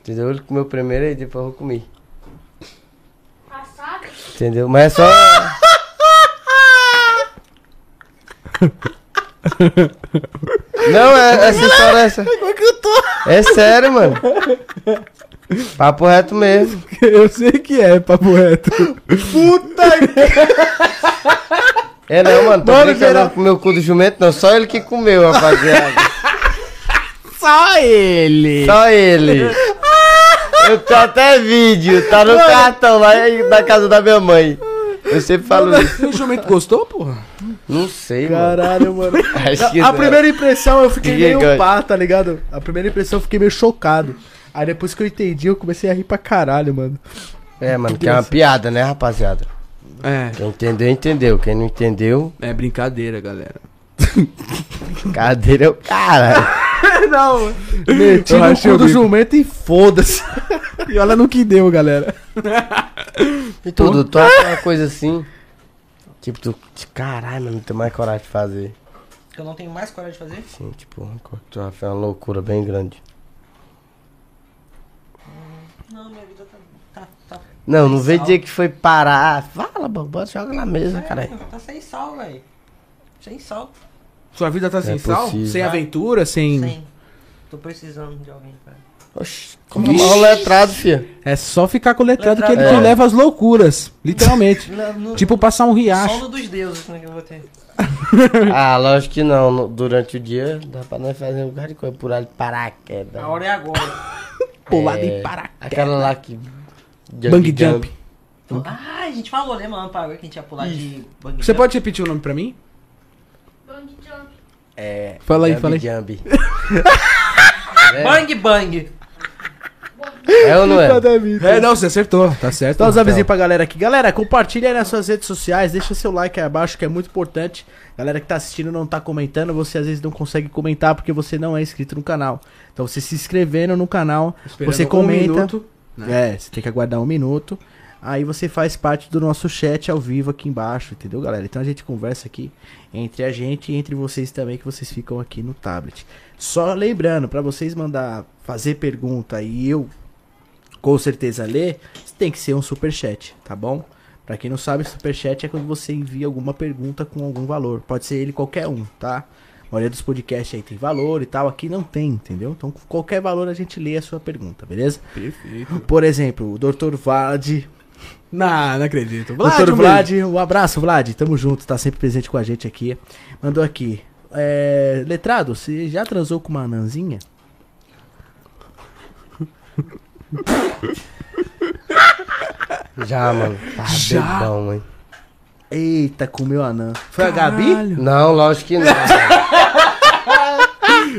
Speaker 3: Entendeu? Ele comeu primeiro e depois eu comi.
Speaker 5: Passada.
Speaker 3: Entendeu? Mas é só. Não, é, essa história é essa.
Speaker 1: Como é que eu tô?
Speaker 3: É sério, mano. Papo reto mesmo.
Speaker 2: Eu sei que é, papo reto.
Speaker 3: É não, mano. Tô
Speaker 2: Mano,
Speaker 3: brincando
Speaker 2: geral-
Speaker 3: com o meu cu do jumento, não. Só ele que comeu, rapaziada.
Speaker 1: Só ele.
Speaker 3: Só ele. Eu tô até vídeo, tá no cartão lá da casa da minha mãe. Eu sempre falo isso.
Speaker 2: E o Um jumento gostou, porra?
Speaker 3: Não sei, mano.
Speaker 1: Caralho, mano.
Speaker 3: Acho que
Speaker 1: a
Speaker 3: não.
Speaker 1: primeira impressão eu fiquei
Speaker 3: Ninguém
Speaker 1: meio
Speaker 3: gosta.
Speaker 1: pá, tá ligado? A primeira impressão eu fiquei meio chocado. Aí depois que eu entendi, eu comecei a rir pra caralho, mano.
Speaker 3: É, mano, que é uma piada, né, rapaziada?
Speaker 2: É,
Speaker 3: Quem entendeu, entendeu. Quem não entendeu,
Speaker 2: é brincadeira, galera.
Speaker 3: cadeira é o cara.
Speaker 2: Não,
Speaker 1: Meti
Speaker 2: Eu
Speaker 1: no
Speaker 2: achei
Speaker 1: cu do
Speaker 2: horrível.
Speaker 1: jumento e foda-se. e olha no que deu, galera.
Speaker 3: E tudo, tu acha uma coisa assim. Tipo, tu. Caralho, mano, não tem mais coragem de fazer.
Speaker 4: Que eu não tenho mais coragem de fazer?
Speaker 3: Sim, tipo, tu é uma loucura bem grande.
Speaker 4: Não, minha vida tá. Tá, tá,
Speaker 3: Não, não vem dizer que foi parar. Fala, bobão, joga na mesa, caralho.
Speaker 4: tá sem sal, velho. Sem sal.
Speaker 2: Sua vida tá sem
Speaker 3: É
Speaker 2: sal?
Speaker 3: possível.
Speaker 2: Sem aventura, sem...
Speaker 4: Sem. Tô precisando de alguém pra.
Speaker 3: Oxi, como mal letrado, fia.
Speaker 2: É só ficar com o letrado que ele
Speaker 3: Letrado.
Speaker 2: te
Speaker 3: É.
Speaker 2: leva às loucuras, literalmente.
Speaker 4: No- no-
Speaker 2: tipo passar um riacho.
Speaker 4: Sono dos deuses, né, que eu vou ter.
Speaker 3: Ah, lógico que não. No- Durante o dia dá pra nós fazer um lugar de coisa pular de paraquedas.
Speaker 4: A hora é agora.
Speaker 2: Pular
Speaker 3: É,
Speaker 2: de paraquedas.
Speaker 3: Aquela lá que.
Speaker 2: Bang jump.
Speaker 4: ah, a gente falou, né, mano, pra ver que a gente ia pular de bang
Speaker 2: Você
Speaker 4: jump.
Speaker 2: pode repetir o nome pra mim?
Speaker 5: Bang jump.
Speaker 3: É.
Speaker 2: Fala aí,
Speaker 3: jump,
Speaker 2: fala aí.
Speaker 3: Jump.
Speaker 4: Bang bang!
Speaker 3: É ou não é?
Speaker 2: É, não, você acertou. Tá certo.
Speaker 1: Dá uns avisinhos Então, pra galera aqui. Galera, compartilha aí nas suas redes sociais, deixa seu like aí abaixo, que é muito importante. Galera que tá assistindo e não tá comentando, você às vezes não consegue comentar porque você não é inscrito no canal. Então você se inscrevendo no canal,
Speaker 2: Esperando
Speaker 1: você
Speaker 2: um
Speaker 1: comenta.
Speaker 2: minuto,
Speaker 1: É, você tem que aguardar um minuto. Aí você faz parte do nosso chat ao vivo aqui embaixo, entendeu, galera? Então a gente conversa aqui entre a gente e entre vocês também, que vocês ficam aqui no tablet. Só lembrando, pra vocês mandar fazer pergunta e eu com certeza ler, tem que ser um superchat, tá bom? Pra quem não sabe, superchat é quando você envia alguma pergunta com algum valor. Pode ser ele qualquer um, tá? A maioria dos podcasts aí tem valor e tal, aqui não tem, entendeu? Então, com qualquer valor a gente lê a sua pergunta, beleza?
Speaker 2: Perfeito.
Speaker 1: Por exemplo, o Dr. Vlad.
Speaker 2: Não, não acredito.
Speaker 1: Dr.
Speaker 2: um
Speaker 1: Vlad, um abraço, Vlad. Tamo junto, tá sempre presente com a gente aqui. Mandou aqui. é, letrado, você já transou com uma ananzinha?
Speaker 3: Já, mano. Tá
Speaker 2: é- Já?
Speaker 3: bebão, mãe.
Speaker 1: Eita, comeu anã. Foi
Speaker 2: beijo.
Speaker 1: a Gabi?
Speaker 2: Caralho.
Speaker 3: Não, lógico que não.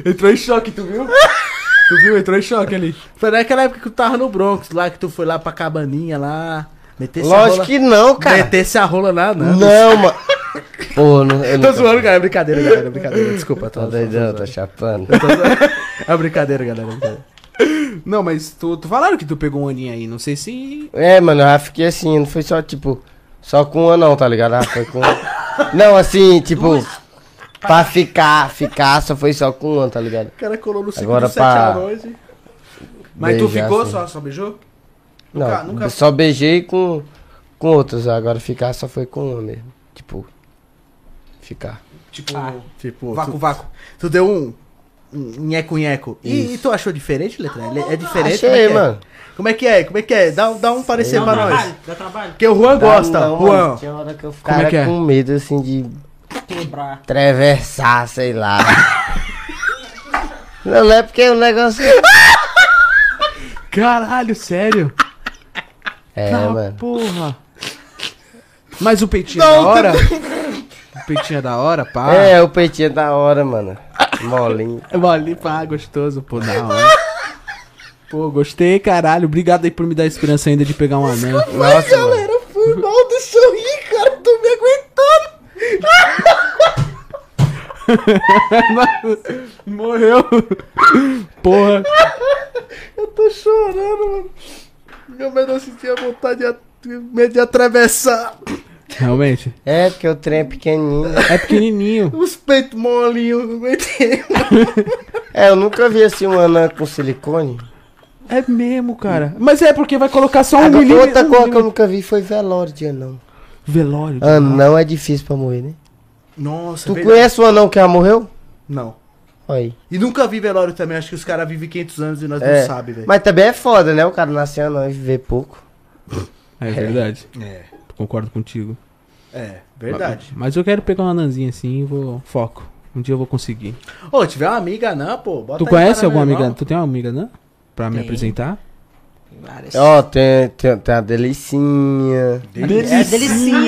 Speaker 2: Entrou em choque, tu viu? tu viu? Entrou em choque ali.
Speaker 1: Foi naquela época que tu tava no Bronx, lá que tu foi lá pra cabaninha lá. Metesse a
Speaker 3: lógico
Speaker 1: rola.
Speaker 3: que não, cara.
Speaker 1: Metesse a rola na anã.
Speaker 3: Não, mano. Pô, não, eu
Speaker 1: Tô
Speaker 3: nunca-
Speaker 1: zoando, galera. Brincadeira, galera. é Brincadeira. Desculpa, tô,
Speaker 3: Tô
Speaker 1: tô- tô-
Speaker 3: doidão, tô chapando.
Speaker 1: É brincadeira, galera. brincadeira.
Speaker 2: Não, mas tu, tu falaram que tu pegou um aninho aí. Não sei se.
Speaker 3: É, mano, eu já fiquei assim, não foi só, tipo, só com um não, tá ligado? Ah, foi com. não, assim, tipo, pra ficar, ficar, só foi só com um, tá ligado?
Speaker 1: O
Speaker 2: Né,
Speaker 1: cara colou no
Speaker 3: Agora
Speaker 1: dos
Speaker 3: pra-
Speaker 1: anões e-
Speaker 2: é Mas tu
Speaker 3: Beijar,
Speaker 2: ficou
Speaker 3: assim.
Speaker 2: só, só beijou?
Speaker 3: Não,
Speaker 2: Nunca- nunca-
Speaker 3: só beijei com, com outros, agora ficar só foi com um mesmo. Tipo, ficar.
Speaker 2: Tipo,
Speaker 1: Tipo,
Speaker 2: vácuo,
Speaker 1: tu-
Speaker 2: vácuo.
Speaker 1: Tu deu um. Um nheco-nheco. E, e tu achou diferente, Letra? Ele- É diferente?
Speaker 2: né,
Speaker 1: Como é
Speaker 3: Ah, Achei,
Speaker 1: que é?
Speaker 3: mano.
Speaker 1: Como é que é? Como é que é? Dá, um- dá um parecer
Speaker 4: Dá
Speaker 1: pra
Speaker 4: trabalho,
Speaker 1: nós.
Speaker 4: dá trabalho.
Speaker 1: Porque o Juan gosta,
Speaker 3: Não, não,
Speaker 1: Juan.
Speaker 3: mano, Tinha hora que eu
Speaker 2: Como
Speaker 3: ficava
Speaker 2: é que é?
Speaker 3: com medo, assim, de
Speaker 4: Quebrar.
Speaker 3: atravessar, sei lá. não, não é porque o negócio.
Speaker 2: Caralho, sério?
Speaker 3: É,
Speaker 1: Tá
Speaker 2: Ah,
Speaker 3: mano.
Speaker 2: porra. Mas o peitinho é da hora? O peitinho é da hora,
Speaker 1: Ah.
Speaker 2: pá.
Speaker 3: É, o peitinho é da hora, mano. Molinho.
Speaker 2: Bolinho, pá, gostoso, pô, da hora. Pô, gostei, caralho. Obrigado aí por me dar esperança ainda de pegar um anel.
Speaker 3: Nossa, mano.
Speaker 1: Foi mal, deixa eu rir, cara. Tô me aguentando.
Speaker 2: Morreu. Porra.
Speaker 1: Eu tô chorando, mano. Meu medo, eu senti a vontade de, medo de atravessar
Speaker 2: Realmente.
Speaker 3: É, porque o trem é pequenininho.
Speaker 2: É pequenininho.
Speaker 1: os peitos molinhos. Não aguentei.
Speaker 3: É, eu nunca vi assim um anã com silicone.
Speaker 2: É mesmo, cara. Mas é porque vai colocar só um
Speaker 3: Agora,
Speaker 2: milímetro.
Speaker 3: outra
Speaker 2: um
Speaker 3: coisa que eu
Speaker 2: milímetro.
Speaker 3: nunca vi foi velório de anão.
Speaker 2: Velório.
Speaker 3: Anão é difícil pra morrer, né?
Speaker 1: Nossa,
Speaker 3: Tu
Speaker 1: é verdade.
Speaker 3: conhece o anão que já morreu?
Speaker 1: Não.
Speaker 3: Olha aí.
Speaker 1: E nunca vi velório também. Acho que os caras vivem 500 anos e nós
Speaker 3: É,
Speaker 1: não sabemos, velho.
Speaker 3: Mas também é foda, né? O cara nascer anão e viver pouco.
Speaker 2: É verdade.
Speaker 1: É,
Speaker 2: Concordo contigo.
Speaker 1: é, verdade.
Speaker 2: Mas, mas eu quero pegar uma nanzinha assim e vou. Foco. Um dia eu vou conseguir.
Speaker 1: Ô, tiver uma amiga anã, pô, bota
Speaker 2: tu
Speaker 1: aí
Speaker 2: conhece
Speaker 1: para
Speaker 2: alguma
Speaker 1: meu
Speaker 2: amiga?
Speaker 1: irmão.
Speaker 2: Tu tem uma amiga, né? Pra me
Speaker 4: Tem.
Speaker 2: apresentar?
Speaker 3: É
Speaker 4: Várias.
Speaker 3: Ó, tem, tem, tem a delicinha.
Speaker 1: Delicinha.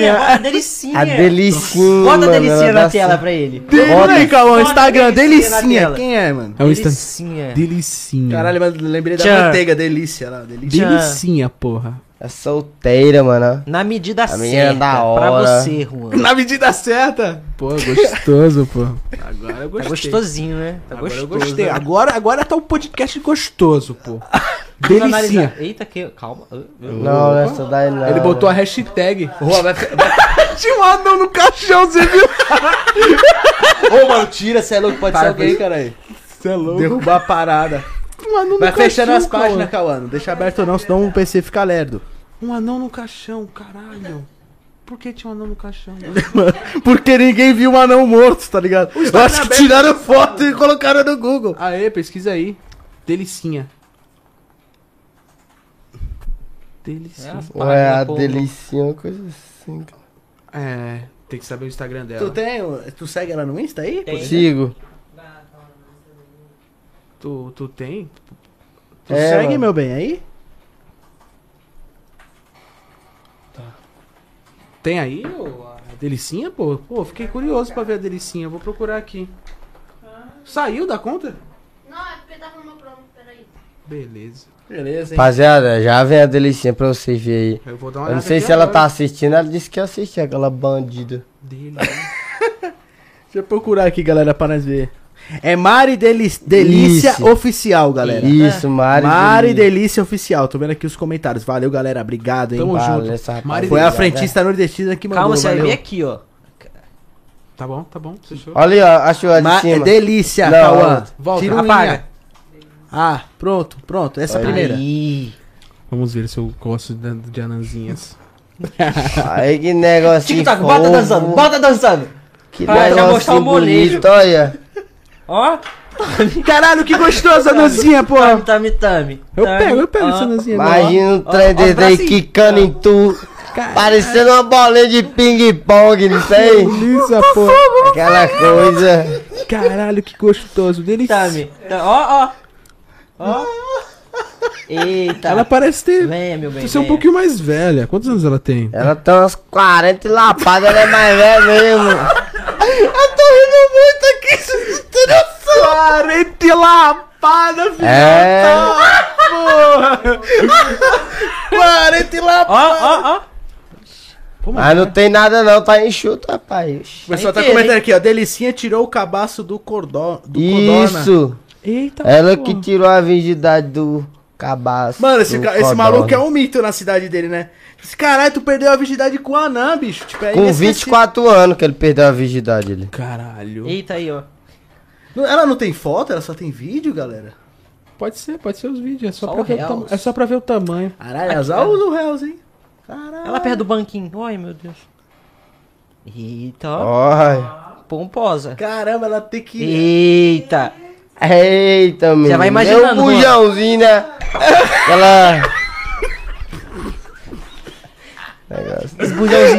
Speaker 4: É a delicinha, olha a delicinha.
Speaker 3: A delicinha.
Speaker 4: Bota a
Speaker 3: mano,
Speaker 4: delicinha
Speaker 3: ela dá assim.
Speaker 4: na tela
Speaker 3: certo.
Speaker 4: pra ele.
Speaker 1: Olha aí, né, Cauã,
Speaker 4: Bota
Speaker 1: Instagram,
Speaker 4: delicinha na
Speaker 1: delicinha.
Speaker 4: tela.
Speaker 1: Quem é, mano?
Speaker 2: É
Speaker 3: um
Speaker 2: o Insta.
Speaker 4: Delicinha.
Speaker 2: Delicinha.
Speaker 1: Caralho, mas lembrei da
Speaker 4: Tchan.
Speaker 1: manteiga, delícia lá, delícia.
Speaker 2: Delicinha, porra.
Speaker 3: É solteira, mano.
Speaker 4: Na medida
Speaker 3: A minha é
Speaker 4: certa.
Speaker 3: da
Speaker 4: Pra
Speaker 3: hora.
Speaker 4: você, Juan. Tá
Speaker 1: Na medida certa.
Speaker 2: Pô, gostoso, porra. Agora eu
Speaker 4: Tá
Speaker 2: gostei.
Speaker 4: gostosinho, né? Tá
Speaker 2: Agora eu
Speaker 4: gostoso.
Speaker 2: gostei.
Speaker 4: né?
Speaker 2: Agora, agora tá um podcast gostoso, pô.
Speaker 4: Vamos
Speaker 2: Delicinha.
Speaker 4: analisar. Eita, que. Calma. Ah, ah.
Speaker 3: Não, não é saudade, não.
Speaker 2: Ele botou a
Speaker 3: né?
Speaker 2: hashtag.
Speaker 1: Rua, vai, vai...
Speaker 2: Te mandam um no caixão, você viu?
Speaker 1: Ô, mano, tira, cê é louco, pode ser alguém, caralho.
Speaker 2: Você é louco.
Speaker 1: Derrubar a parada.
Speaker 2: Um anão no
Speaker 1: Vai fechando
Speaker 2: caixão,
Speaker 1: as
Speaker 2: cara.
Speaker 1: páginas, Cauã. Não deixa aberto não, senão o PC fica lerdo.
Speaker 2: Um anão no caixão, caralho. Por que tinha um anão no caixão?
Speaker 1: Porque ninguém viu um anão morto, tá ligado? Eu acho que
Speaker 2: aberto.
Speaker 1: tiraram foto e colocaram no Google.
Speaker 2: Aê, pesquisa aí. Delicinha. Delicinha.
Speaker 3: Ué, a
Speaker 4: Paga, É, né, pô.
Speaker 3: delicinha, é uma coisa assim. cara.
Speaker 2: É, tem que saber o Instagram
Speaker 1: Tu
Speaker 2: dela.
Speaker 1: tem, tu segue ela no Insta aí?
Speaker 4: Tem.
Speaker 3: Sigo.
Speaker 2: Tu, tu tem?
Speaker 1: Tu
Speaker 3: É,
Speaker 1: segue,
Speaker 3: mano.
Speaker 1: meu bem, aí?
Speaker 2: Tem aí ô, a Delicinha, pô? Pô, fiquei curioso pra ver a Delicinha. Vou procurar aqui. Saiu da conta?
Speaker 5: Não, é porque tava no meu promo, peraí.
Speaker 2: Beleza.
Speaker 1: Beleza, hein?
Speaker 3: Rapaziada, já vem a delicinha pra vocês verem aí.
Speaker 2: Eu vou dar uma
Speaker 3: Eu não
Speaker 2: olhada
Speaker 3: sei
Speaker 2: aqui
Speaker 3: se ela
Speaker 2: agora.
Speaker 3: tá assistindo, ela disse que assistia aquela bandida.
Speaker 2: Deli-
Speaker 1: Deixa eu procurar aqui, galera, pra nós ver. É Mari Delis- Delícia
Speaker 3: Isso.
Speaker 1: Oficial, galera.
Speaker 3: Isso, Mari.
Speaker 1: Mari Delícia Oficial. Tô vendo aqui os comentários. Valeu, galera. Obrigado, hein?
Speaker 2: Tamo
Speaker 3: Vale,
Speaker 2: junto.
Speaker 3: essa rapaz-
Speaker 2: Mari
Speaker 1: Foi a
Speaker 3: Obrigado,
Speaker 1: frentista nordestina que mandou.
Speaker 4: Calma, você é vai
Speaker 1: valeu.
Speaker 4: ver aqui, ó.
Speaker 2: Tá bom, tá bom. Fechou.
Speaker 3: é. Olha aí, ó, achou a de
Speaker 1: Ma-
Speaker 3: cima.
Speaker 1: Delícia,
Speaker 3: Não,
Speaker 1: Cauã.
Speaker 3: outra.
Speaker 2: Volta,
Speaker 1: Tira o
Speaker 4: apaga.
Speaker 1: inha. Ah, pronto, pronto. Essa é
Speaker 3: Olha
Speaker 1: primeira.
Speaker 4: Aí.
Speaker 2: Vamos ver se eu gosto de, de ananzinhas.
Speaker 3: Aí que negocinho.
Speaker 4: TikTok,
Speaker 3: fofo.
Speaker 4: bota tá dançando, bota dançando.
Speaker 3: Que
Speaker 4: Ah, já mostrar
Speaker 3: negocinho
Speaker 4: o molejo.
Speaker 3: bonito, olha.
Speaker 4: Ó,
Speaker 1: Caralho, que gostosa, Nanzinha, pô.
Speaker 4: tame, tame, tame.
Speaker 2: Eu
Speaker 4: Tame,
Speaker 2: pego, eu pego
Speaker 4: ó.
Speaker 2: essa ananzinha.
Speaker 3: Imagina um
Speaker 4: ó,
Speaker 3: trem
Speaker 4: ó,
Speaker 3: desse aí
Speaker 4: bracinho.
Speaker 3: quicando em tu. Parecendo uma bolinha de ping-pong, não sei.
Speaker 2: Delícia,
Speaker 1: Tá
Speaker 2: pô.
Speaker 3: Aquela coisa.
Speaker 2: Caralho, que gostoso. Delícia.
Speaker 4: Tame. Tá, Ó, ó. Ó. Eita.
Speaker 2: Ela parece ter.
Speaker 4: Venha, meu bem.
Speaker 2: Você é um
Speaker 4: venha.
Speaker 2: pouquinho mais velha. Quantos anos ela tem?
Speaker 3: Ela tem umas 40 e lapada, ela é mais velha mesmo. Eu tô rindo muito aqui, vocês não têm noção.
Speaker 1: 40 e lapada, filho.
Speaker 3: É.
Speaker 1: Porra. 40 e lapada.
Speaker 4: Ó, ó, ó.
Speaker 3: Mas não tem nada não, tá enxuto, rapaz.
Speaker 1: O pessoal tá
Speaker 4: Inteiro,
Speaker 1: comentando aqui, ó. Delicinha tirou o cabaço do cordó. Do codorna.
Speaker 3: Isso.
Speaker 4: Ah,
Speaker 2: Eita,
Speaker 3: Ela
Speaker 2: pô.
Speaker 3: que tirou a virgindade do cabaço.
Speaker 1: Mano, esse,
Speaker 3: do
Speaker 1: ca- esse
Speaker 3: codorna.
Speaker 1: maluco é um mito na cidade dele, né? Esse caralho, tu perdeu a virgindade com o anã, bicho. Tipo, é
Speaker 3: Com
Speaker 1: inesquecível.
Speaker 3: 24 anos que ele perdeu a virgindade dele.
Speaker 2: Caralho.
Speaker 4: Eita aí, ó.
Speaker 1: Não- Ela não tem foto, ela só tem vídeo, galera.
Speaker 2: Pode ser, pode ser os vídeos. É só,
Speaker 4: Só
Speaker 2: pra
Speaker 4: o
Speaker 2: ver o
Speaker 4: Reels.
Speaker 2: tam- é só pra ver o tamanho.
Speaker 1: Caralho, as aulas do Hells, hein? Caralho.
Speaker 4: Ela perde o banquinho. Ai, meu Deus. Eita, ó.
Speaker 3: Olha.
Speaker 4: Pomposa.
Speaker 1: Caramba, ela tem que.
Speaker 4: Eita.
Speaker 3: Eita, menino.
Speaker 4: vai imaginando,
Speaker 3: É um bujãozinho, né? Ela...
Speaker 4: Esbulhãozinho.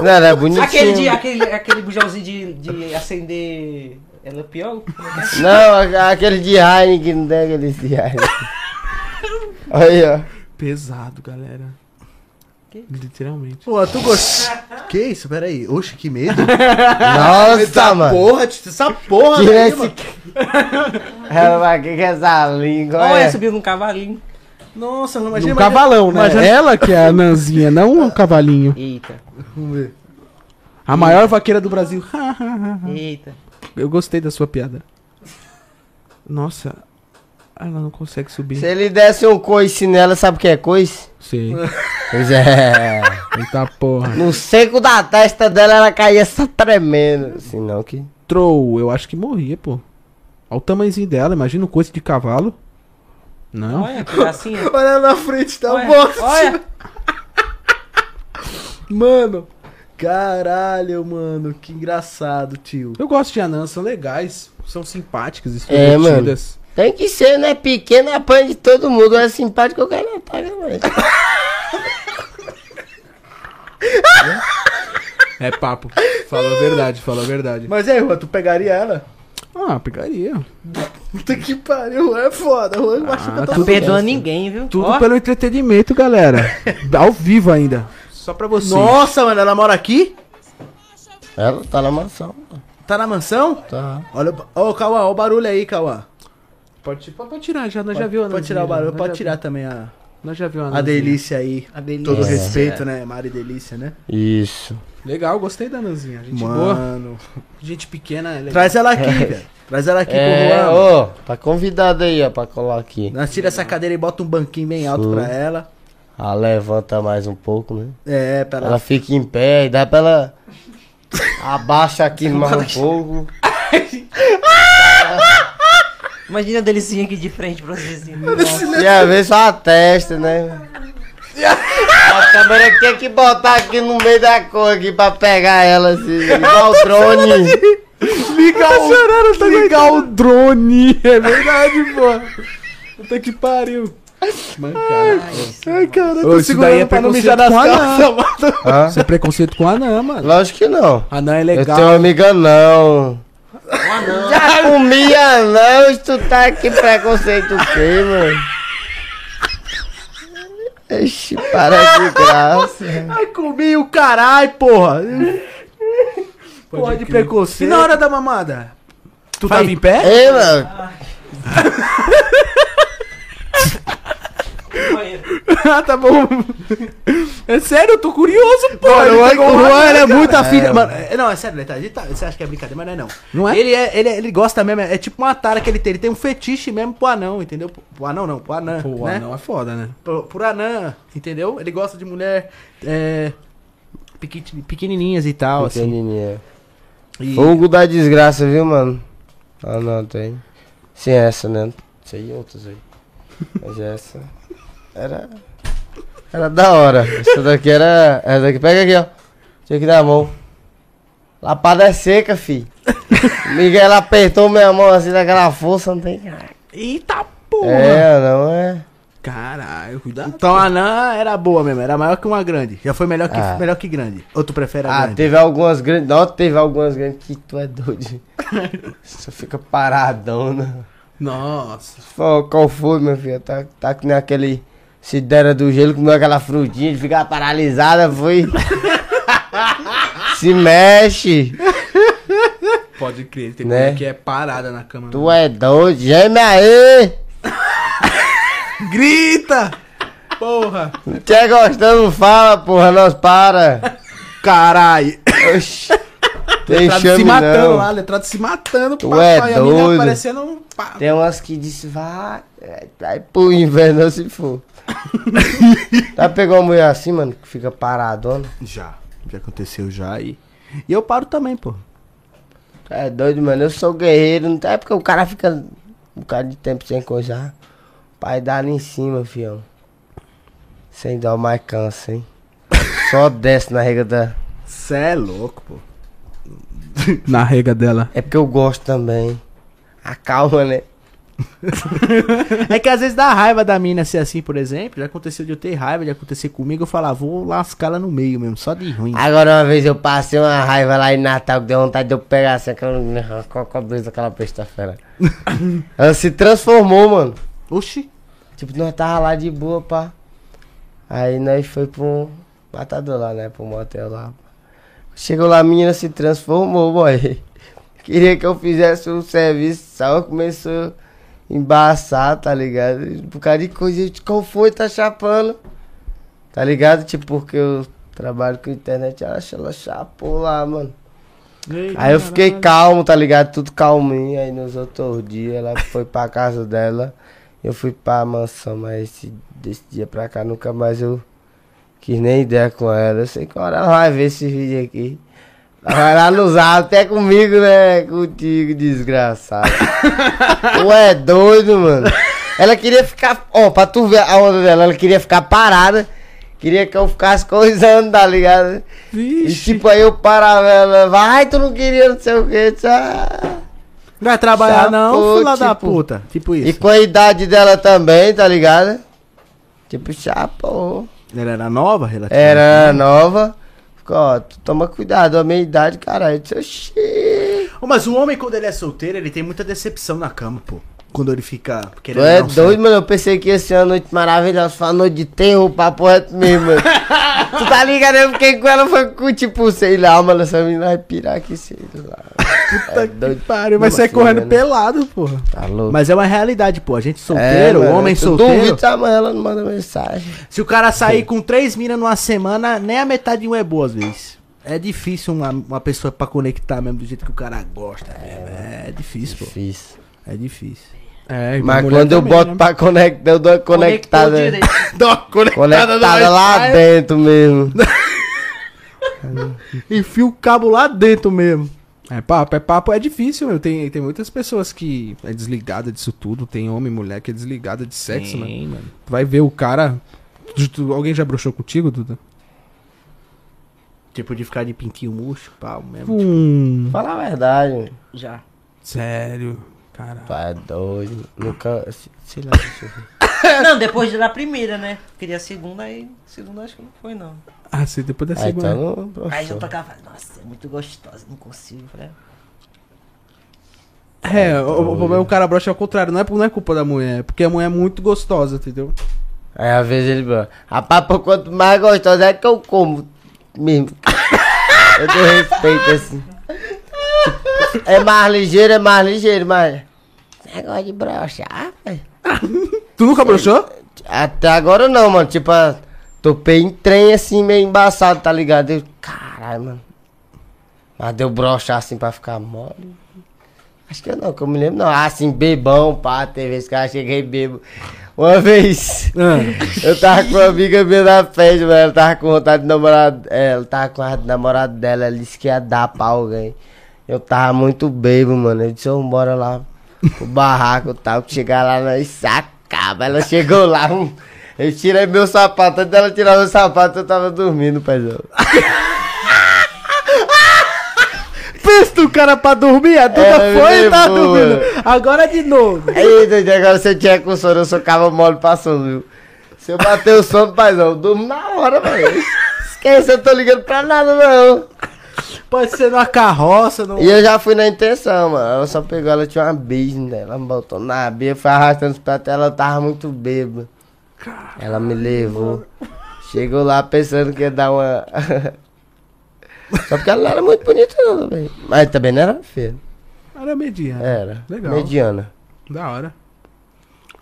Speaker 3: Não, ela é bonitinha.
Speaker 4: Aquele de, aquele, aquele bujãozinho de, de acender é lampião? Como é que é?
Speaker 3: Não, a- aquele de Heineken, não tem aquele de Heineken. Aí, ó.
Speaker 2: Pesado, galera.
Speaker 4: Que?
Speaker 2: Literalmente.
Speaker 1: Pô, tu gostou. que isso? Pera aí. Oxe, que medo.
Speaker 3: Nossa, mano.
Speaker 1: Porra, Tito, essa porra,
Speaker 3: Tira
Speaker 1: daí,
Speaker 3: esse
Speaker 1: mano.
Speaker 3: Ela vai, que que é essa língua?
Speaker 4: Olha,
Speaker 3: é?
Speaker 4: subiu num cavalinho.
Speaker 1: Nossa, imagina.
Speaker 2: Um
Speaker 1: imagina-
Speaker 2: cavalão, né?
Speaker 1: Mas já-
Speaker 2: Ela que é a Nanzinha, não o cavalinho.
Speaker 4: Eita,
Speaker 1: Vamos ver.
Speaker 2: A maior vaqueira do Brasil.
Speaker 4: eita.
Speaker 2: Eu gostei da sua piada. Nossa. Ela não consegue subir.
Speaker 3: Se ele desse um coice nela, sabe o que é coice?
Speaker 2: Sei.
Speaker 3: Pois é.
Speaker 2: Eita porra.
Speaker 3: No seco da testa dela, ela caía só tremendo. Assim, não que...
Speaker 2: Troll, eu acho que morria, pô. Olha o tamanhozinho dela, imagina o coice de cavalo. Não.
Speaker 4: Olha, que gracinha.
Speaker 1: um Tá Olha na frente da
Speaker 4: Olha,
Speaker 1: moto.
Speaker 4: olha.
Speaker 1: Mano. Caralho, mano, que engraçado, tio.
Speaker 2: Eu gosto de anãs, são legais, são simpáticas,
Speaker 3: É, mano.
Speaker 2: divertidas.
Speaker 3: Tem que ser, né? Pequeno apanha de todo mundo. É simpático, o cara tá, né, apaga, mano.
Speaker 2: É papo. Falou a verdade, falou a verdade.
Speaker 1: Mas e aí, Juan, tu pegaria ela?
Speaker 2: Ah, pegaria.
Speaker 1: Puta que pariu, Juan é foda. Juan machuca
Speaker 2: Ah,
Speaker 1: todo
Speaker 4: Não
Speaker 2: tudo-
Speaker 4: perdoa tá ninguém, viu?
Speaker 2: Tudo
Speaker 4: Ó,
Speaker 2: pelo entretenimento, galera. Ao vivo ainda. Só pra vocês.
Speaker 1: Nossa, mano, ela mora aqui?
Speaker 3: Ela tá na mansão.
Speaker 1: Tá na mansão?
Speaker 3: Tá.
Speaker 1: Olha o. ba- Ô, Cauã, olha o barulho aí, Cauã.
Speaker 2: Pode, pode pode tirar, já, nós
Speaker 1: Pode-
Speaker 2: já viu a
Speaker 1: Pode tirar o
Speaker 2: anãzinha,
Speaker 1: barulho,
Speaker 2: nós
Speaker 1: pode
Speaker 2: já-
Speaker 1: tirar também a,
Speaker 2: Nós já viu a
Speaker 1: a
Speaker 2: anãzinha.
Speaker 1: delícia aí.
Speaker 4: a delícia.
Speaker 1: Todo respeito, né? Mari Delícia, né?
Speaker 3: Isso.
Speaker 2: Legal, gostei da Nanzinha. Gente boa.
Speaker 1: Mano.
Speaker 2: Gente pequena, é legal.
Speaker 1: Traz ela aqui, velho. Traz ela aqui
Speaker 3: É,
Speaker 1: pro Juan.
Speaker 3: ô, tá convidado aí, ó, pra colar aqui.
Speaker 1: Nós tira essa cadeira e bota um banquinho bem alto
Speaker 3: Show.
Speaker 1: pra ela.
Speaker 3: Ah, levanta mais um pouco, né?
Speaker 1: É, pra
Speaker 3: Ela
Speaker 1: ela.
Speaker 3: fica em pé, e dá pra ela. Abaixa aqui mais um pouco.
Speaker 4: Imagina a delicinha aqui de frente pra vocês. assim.
Speaker 3: E às vezes só a testa, né? A câmera tem que botar aqui no meio da cor aqui pra pegar ela, assim, igual o drone.
Speaker 2: Ligar o, tá ligar o drone. É verdade, pô. Puta que pariu. Mancada.
Speaker 1: Ai, cara,
Speaker 2: Ô, isso daí é preconceito com a
Speaker 1: calças, mano.
Speaker 3: Hã?
Speaker 2: Isso é preconceito com a Anã, mano.
Speaker 3: Lógico que não.
Speaker 2: A Anã é
Speaker 3: Eu
Speaker 2: legal.
Speaker 3: tenho uma amiga não. Já comia não, se tu tá aqui preconceito o quê, mano? Ixi, para de graça.
Speaker 1: Ai, comi o caralho, porra. Pode,
Speaker 2: crer.
Speaker 1: preconceito.
Speaker 2: E na hora da mamada? Tu
Speaker 1: Vai.
Speaker 2: tava em pé?
Speaker 3: Ei, mano.
Speaker 2: Ah, tá bom. É sério, eu tô curioso, pô.
Speaker 1: Mano,
Speaker 2: Ele
Speaker 1: o
Speaker 2: pegou
Speaker 1: Juan- o
Speaker 2: uma-
Speaker 1: Juan ele é muito
Speaker 2: né?
Speaker 1: afim.
Speaker 3: É,
Speaker 1: Mano, é- não, é sério, Letar, ele tá- você acha que é brincadeira, mas não é não.
Speaker 2: Não é?
Speaker 1: Ele, é, ele, é- ele gosta mesmo, é tipo uma tara que ele tem. Ele tem um fetiche mesmo pro anão, entendeu? Pro- Pro anão não, pro anã.
Speaker 2: Pô,
Speaker 1: né?
Speaker 2: não é foda, né?
Speaker 1: Pro, pro anã, entendeu? Ele gosta de mulher é, pequi- pequenininhas e tal, assim.
Speaker 3: Pequenininha.
Speaker 1: E-
Speaker 3: Fogo da desgraça, viu, mano? Ah, não, tem. Sim, essa, né? Sei outras aí. Mas essa. Era. Era da hora. Essa daqui era. Essa daqui, pega aqui, ó. Tinha que dar a mão. Lapada é seca, fi. Miguel apertou minha mão assim daquela força, não tem.
Speaker 1: Eita porra!
Speaker 3: É, não é.
Speaker 2: Caralho, cuidado.
Speaker 1: Então a anã era boa mesmo, era maior que uma grande. Já foi melhor que,
Speaker 3: Ah.
Speaker 1: melhor que grande. Ou tu prefere a
Speaker 3: Ah,
Speaker 1: grande?
Speaker 3: teve algumas grandes. Não, teve algumas grandes que tu é doido. Só fica paradão, né?
Speaker 2: Nossa.
Speaker 3: Fala, Qual foi, meu filho? Tá, tá que nem aquele Sidera do gelo, comeu aquela frutinha de ficar paralisada, foi. Se mexe.
Speaker 2: Pode crer, tem
Speaker 3: Né?
Speaker 2: mulher que é parada na cama.
Speaker 3: Tu é doido, geme aí.
Speaker 2: Grita! Porra!
Speaker 3: Não Quer é gostando, não fala, porra, nós para.
Speaker 1: Caralho!
Speaker 3: Oxi. Tem
Speaker 2: Letrado Tá se
Speaker 3: chame
Speaker 2: matando
Speaker 3: não.
Speaker 2: lá, letrado se matando,
Speaker 3: Tu
Speaker 2: papai,
Speaker 3: é
Speaker 2: a mina
Speaker 3: doido.
Speaker 2: aparecendo um pá.
Speaker 3: Tem umas que diz, vai, é, vai pro inverno se for. Já pegou uma mulher assim, mano, que fica paradona?
Speaker 1: Já. Já aconteceu já e. E eu paro também, pô.
Speaker 3: Tu É doido, mano. Eu sou guerreiro. Não é porque o cara fica um cara de tempo sem coisar. Pai dá ali em cima, fião. Sem dó mais cansa, hein? Só desce na regra da.
Speaker 1: Cê é louco, pô.
Speaker 2: Na rega dela.
Speaker 3: É porque eu gosto também. Acalma, né?
Speaker 1: É que às vezes dá raiva da mina ser assim, por exemplo. Já aconteceu de eu ter raiva, de acontecer comigo. Eu falar, "Ah, vou lascar ela no meio mesmo, só de ruim.
Speaker 3: Agora uma vez eu passei uma raiva lá em Natal que deu vontade de eu pegar assim aquela. Qual a brisa daquela besta fera? Ela se transformou, mano.
Speaker 1: Oxi.
Speaker 3: Tipo, nós tava lá de boa, pá. Aí nós foi pro matador lá, né? Pro motel lá. Chegou lá, a menina se transformou, boy. Queria que eu fizesse um serviço, só começou a embaçar, tá ligado? Por causa de coisa, de qual foi, tá chapando. Tá ligado? Tipo, porque eu trabalho com internet, ela, ela chapou lá, mano. Aí eu fiquei calmo, tá ligado? Tudo calminho. Aí nos outros dias ela foi pra casa dela. Eu fui pra mansão, mas esse, desse dia pra cá nunca mais eu quis nem ideia com ela. Eu sei que uma hora ela vai ver esse vídeo aqui. Ela vai lá no zap, até comigo, né? Contigo, desgraçado. tu é doido, mano. Ela queria ficar. Ó, pra tu ver a onda dela, ela queria ficar parada. Queria que eu ficasse coisando, tá ligado? E tipo, aí eu parava, ela, vai, tu não queria não sei o que, "Ah".
Speaker 1: Não vai trabalhar
Speaker 3: Chapou,
Speaker 1: não, filha da
Speaker 3: tipo-
Speaker 1: puta. Tipo
Speaker 3: E
Speaker 1: isso.
Speaker 3: com a idade dela também, tá ligado? Tipo, chapa, ô.
Speaker 1: Ela era nova, relativamente?
Speaker 3: Era nova. Ficou, ó, tu toma cuidado, a minha idade, caralho. Eu disse, "Oxi."
Speaker 1: Ô, mas o homem, quando ele é solteiro, ele tem muita decepção na cama, pô. Quando ele fica
Speaker 3: Tu
Speaker 1: querendo
Speaker 3: é
Speaker 1: dar um
Speaker 3: doido, mano. Eu pensei que ia ser uma noite maravilhosa. Foi uma noite de terror, papo reto mesmo, mano. tu tá ligado? Eu fiquei com ela, foi com, tipo, sei lá, mano. Essa menina vai pirar aqui, sei lá. Puta é doido.
Speaker 1: salto. Pariu, mas
Speaker 3: Não,
Speaker 1: sai
Speaker 3: assim,
Speaker 1: correndo
Speaker 3: né?
Speaker 1: pelado, porra.
Speaker 3: Tá louco.
Speaker 1: Mas é uma realidade, pô. A gente
Speaker 3: É,
Speaker 1: solteiro,
Speaker 3: mano,
Speaker 1: homem
Speaker 3: tu
Speaker 1: solteiro.
Speaker 3: Duvido, tá, mas ela não manda mensagem.
Speaker 1: Se o cara sair com três minas numa semana, nem a metade de um é boa às vezes. É difícil uma, uma pessoa pra conectar mesmo do jeito que o cara gosta. mesmo. É, difícil, pô.
Speaker 3: Difícil.
Speaker 1: É difícil.
Speaker 2: É, e pra
Speaker 3: Mas
Speaker 2: mulher
Speaker 3: quando eu
Speaker 2: também,
Speaker 3: boto
Speaker 2: né?
Speaker 3: pra conectar, eu dou uma
Speaker 4: Conectou
Speaker 3: conectada.
Speaker 4: direito.
Speaker 1: Dá uma
Speaker 3: Conectada lá
Speaker 1: dentro.
Speaker 3: dentro mesmo.
Speaker 1: Enfia o cabo lá dentro mesmo.
Speaker 2: É papo, é papo, é difícil, meu. Tem, tem muitas pessoas que é desligada disso tudo. Tem homem e mulher que é desligada de sexo, mano. Tu vai ver o cara. Tu- tu- alguém já broxou contigo, Duda?
Speaker 1: Tipo, de ficar de pintinho murcho, pau mesmo.
Speaker 2: Hum.
Speaker 3: Fala a verdade, mano.
Speaker 4: Já.
Speaker 2: Sério, cara.
Speaker 3: Pai, é doido. Nunca. se- Sei lá. deixa eu ver.
Speaker 4: Não, depois da primeira, né? Queria a segunda, aí. Segunda acho que não foi, não.
Speaker 2: Ah, se depois da
Speaker 3: Ah,
Speaker 2: segunda.
Speaker 3: então não. broxou.
Speaker 4: Aí eu tocava, nossa, é muito gostosa, não consigo, falei. "Ah,
Speaker 2: É,
Speaker 3: então
Speaker 2: o, o problema é o cara broxa ao contrário. Não é, não é culpa da mulher, é porque a mulher é muito gostosa, entendeu?
Speaker 3: Aí às vezes ele. fala, Rapaz, pô, quanto mais gostosa é que eu como. Mesmo. eu dou respeito assim. É mais ligeiro, é mais ligeiro, mas. Negócio de broxa. Ah, velho.
Speaker 2: Tu nunca broxou?
Speaker 3: Até agora não, mano. Tipo, ah, topei em trem assim, meio embaçado, tá ligado? Eu, caralho, mano. Mas deu brochar assim pra ficar mole. Acho que eu não, que eu me lembro não. Ah, assim, bebão, pá, teve esse cara, cheguei bebo. Uma vez, eu tava com uma amiga minha na festa, mano. Ela tava com vontade de namorado. é, Ela tava com a namorada dela, ela disse que ia dar pra alguém. Eu tava muito bebo, mano. Eu disse, ô, bora lá pro barraco e tal. Que chegar lá, nós sacava. Ela chegou lá, um- eu tirei meu sapato. Antes dela tirar meu sapato, eu tava dormindo, paizão.
Speaker 1: Pensa do cara pra dormir, a Duda
Speaker 3: Ela me
Speaker 1: foi e tá
Speaker 3: levou.
Speaker 1: dormindo.
Speaker 3: é.
Speaker 1: Agora de novo.
Speaker 3: Aí, doido, agora se eu tiver com sono, eu socava mole pra sono, viu? Se eu bater o sono, paizão, eu durmo na hora, velho. Esquece, eu tô ligando pra nada, não.
Speaker 1: Pode ser numa carroça, no...
Speaker 3: E eu já fui na intenção, mano. Ela só pegou, ela tinha uma business, ela me botou na bia, foi arrastando os pés até ela tava muito bêbada. Ela me levou. Chegou lá pensando que ia dar uma. só porque ela não era muito bonita, não, também. Mas também não era feia. né?
Speaker 2: Era mediana.
Speaker 3: Era.
Speaker 2: Legal.
Speaker 3: Mediana.
Speaker 2: é Da hora.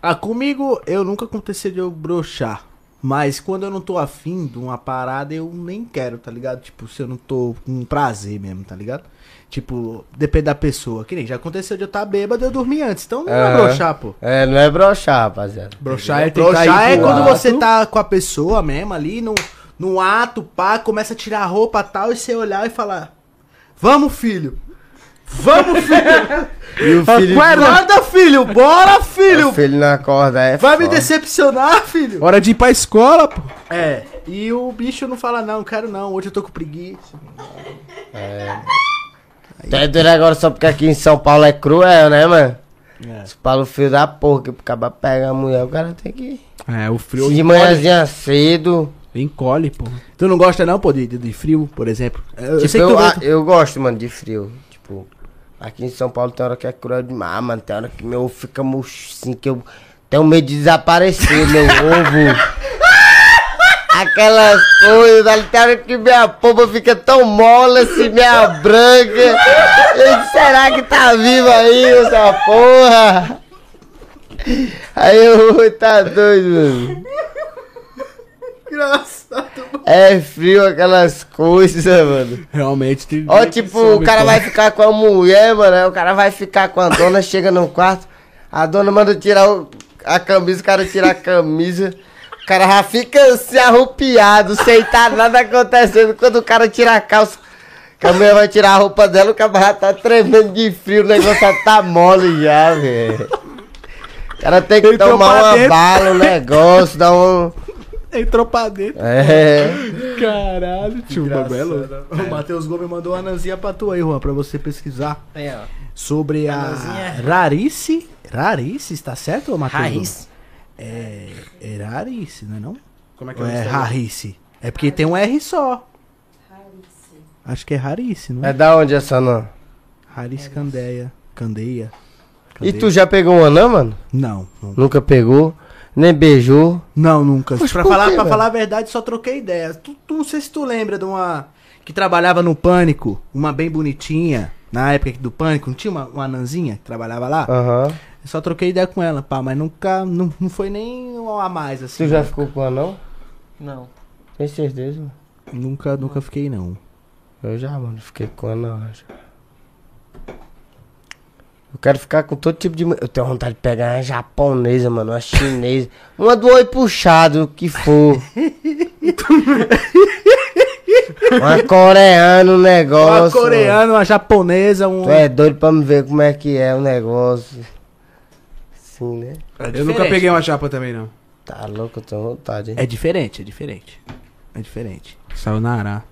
Speaker 1: Ah, comigo eu nunca aconteceu de eu broxar. Mas quando eu não tô afim de uma parada, eu nem quero, tá ligado? Tipo, se eu não tô com prazer mesmo, tá ligado? Tipo, depende da pessoa. Que nem já aconteceu de eu estar bêbado e eu dormir antes. Então não é
Speaker 3: Aham.
Speaker 1: broxar, pô.
Speaker 3: É, não é broxar, rapaziada.
Speaker 2: Broxar é tentar
Speaker 1: Broxar
Speaker 2: ir
Speaker 1: é
Speaker 2: pro
Speaker 1: quando
Speaker 2: ato.
Speaker 1: você tá com a pessoa mesmo ali, no, no ato, pá, começa a tirar a roupa tal, e você olhar e falar: Vamos, filho! Vamos, filho!
Speaker 3: E o filho.
Speaker 1: Acorda, filho! Bora,
Speaker 3: O
Speaker 1: filho!
Speaker 3: filho na corda é.
Speaker 1: Vai me
Speaker 3: foda.
Speaker 1: decepcionar, filho!
Speaker 2: Hora de ir pra escola, pô.
Speaker 1: É, e o bicho não fala, não, quero não, hoje eu tô com preguiça.
Speaker 3: Tu é doido agora só porque aqui em São Paulo é cruel, né, mano? Se fala o fio da porra, que o cara pega a mulher, o cara tem que ir.
Speaker 2: É, o frio
Speaker 3: de
Speaker 2: encolhe,
Speaker 3: manhãzinha cedo.
Speaker 2: encolhe, pô.
Speaker 1: Tu não gosta não, pô, de, de, de frio, por exemplo? É, Eu,
Speaker 3: tipo,
Speaker 1: sei que
Speaker 3: eu,
Speaker 1: tu
Speaker 3: ah,
Speaker 1: gosta-
Speaker 3: eu gosto, mano, de frio. Tipo, aqui em São Paulo tem hora que é cruel demais, mano. Tem hora que meu ovo fica murcho, assim, que eu tenho medo de desaparecer, meu ovo. Aquelas coisas, ali tem hora que minha pomba fica tão mola, assim, minha branca. Eu disse, será que tá viva aí essa porra? Aí eu, tá doido, mano. É frio aquelas coisas, mano.
Speaker 2: Realmente tem.
Speaker 3: Ó,
Speaker 2: gente que
Speaker 3: tipo,
Speaker 2: some,
Speaker 3: o cara
Speaker 2: pô.
Speaker 3: vai ficar com a mulher, mano. aí O cara vai ficar com a dona, chega no quarto. A dona manda tirar o- a camisa, o cara tira a camisa. O cara já fica se arrupiado, sem tá nada acontecendo. Quando o cara tira a calça, que a mulher vai tirar a roupa dela, o cara já tá tremendo de frio, o negócio já tá mole já, velho. O cara tem que
Speaker 2: Entrou pra
Speaker 3: tomar uma
Speaker 2: dentro.
Speaker 3: bala, um negócio, dar um.
Speaker 1: Entrou pra dentro.
Speaker 3: É.
Speaker 1: Caralho, tio, o bagulho é louco.
Speaker 2: Engraçado.
Speaker 1: O Matheus Gomes mandou uma nanzinha pra tu aí, Juan, pra você pesquisar
Speaker 4: Aí, ó.
Speaker 1: sobre a
Speaker 4: Nanzinha.
Speaker 1: rarice. Rarice, está certo, ô, Matheus? Gomes?
Speaker 4: Raiz.
Speaker 1: É, é rarice, não é não?
Speaker 2: Como é que
Speaker 1: Ou
Speaker 2: é o
Speaker 1: é
Speaker 2: Instagram?
Speaker 1: rarice? É porque tem um R só.
Speaker 5: Raiz.
Speaker 1: Acho que é rarice, não
Speaker 3: É
Speaker 1: é?
Speaker 3: da onde essa não?
Speaker 1: Rarice candeia. Candeia.
Speaker 3: E
Speaker 1: Candeia.
Speaker 3: tu já pegou um anã, mano?
Speaker 1: Não, não.
Speaker 3: Nunca pegou, nem beijou.
Speaker 1: Não, nunca.
Speaker 3: Mas
Speaker 1: pra
Speaker 3: por
Speaker 1: falar,
Speaker 3: quê,
Speaker 1: pra
Speaker 3: velho?
Speaker 1: falar a verdade, só troquei ideia. Tu, tu- não sei se tu lembra de uma que trabalhava no Pânico, uma bem bonitinha, na época do Pânico, não tinha uma, uma nanzinha que trabalhava lá?
Speaker 3: Aham.
Speaker 1: Eu só troquei ideia com ela, pá, mas nunca, não, não foi nem um a mais, assim.
Speaker 3: Tu já ficou com um anão?
Speaker 4: Não.
Speaker 3: Tem certeza, mano?
Speaker 1: Nunca, nunca fiquei, não.
Speaker 3: Eu já, mano, fiquei com anão. eu já. Eu quero ficar com todo tipo de. mu- Eu tenho vontade de pegar uma japonesa, mano, uma chinesa. Uma do oi puxado, o que for. uma coreana, um negócio.
Speaker 1: uma coreana, uma japonesa, um.
Speaker 3: mano. Tu é doido pra me ver como é que é o negócio. Sim, né?
Speaker 2: Eu nunca
Speaker 1: diferente.
Speaker 2: peguei uma japa também, não.
Speaker 3: Tá louco, eu tenho vontade, hein?
Speaker 1: É diferente, é diferente. É diferente.
Speaker 2: Saiu na Ará.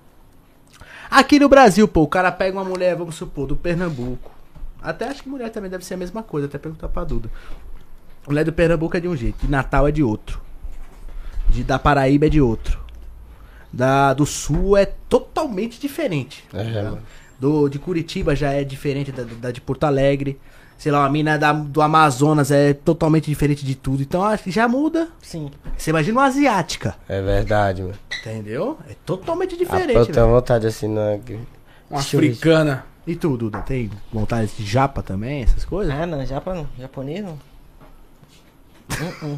Speaker 1: Aqui no Brasil, pô, o cara pega uma mulher, vamos supor, do Pernambuco. Até acho que mulher também deve ser a mesma coisa, até perguntar pra Duda. Mulher do Pernambuco é de um jeito, de Natal é de outro. De da Paraíba é de outro. Da do Sul é totalmente diferente.
Speaker 3: É, mano.
Speaker 1: Do de Curitiba já é diferente da, da de Porto Alegre. Sei lá, uma mina da- do Amazonas é totalmente diferente de tudo. Então acho que já muda.
Speaker 4: Sim.
Speaker 1: Você imagina uma asiática,
Speaker 3: É verdade, mano.
Speaker 1: entendeu? É totalmente
Speaker 3: Ah,
Speaker 1: diferente. né?
Speaker 3: eu
Speaker 1: velho.
Speaker 3: tenho vontade assim, não.
Speaker 2: Uma
Speaker 3: Deixa eu ver.
Speaker 2: africana.
Speaker 1: E tu, Duda, tem vontade de japa também, essas coisas?
Speaker 4: Ah, não. Japa não. Japonês não? Hum,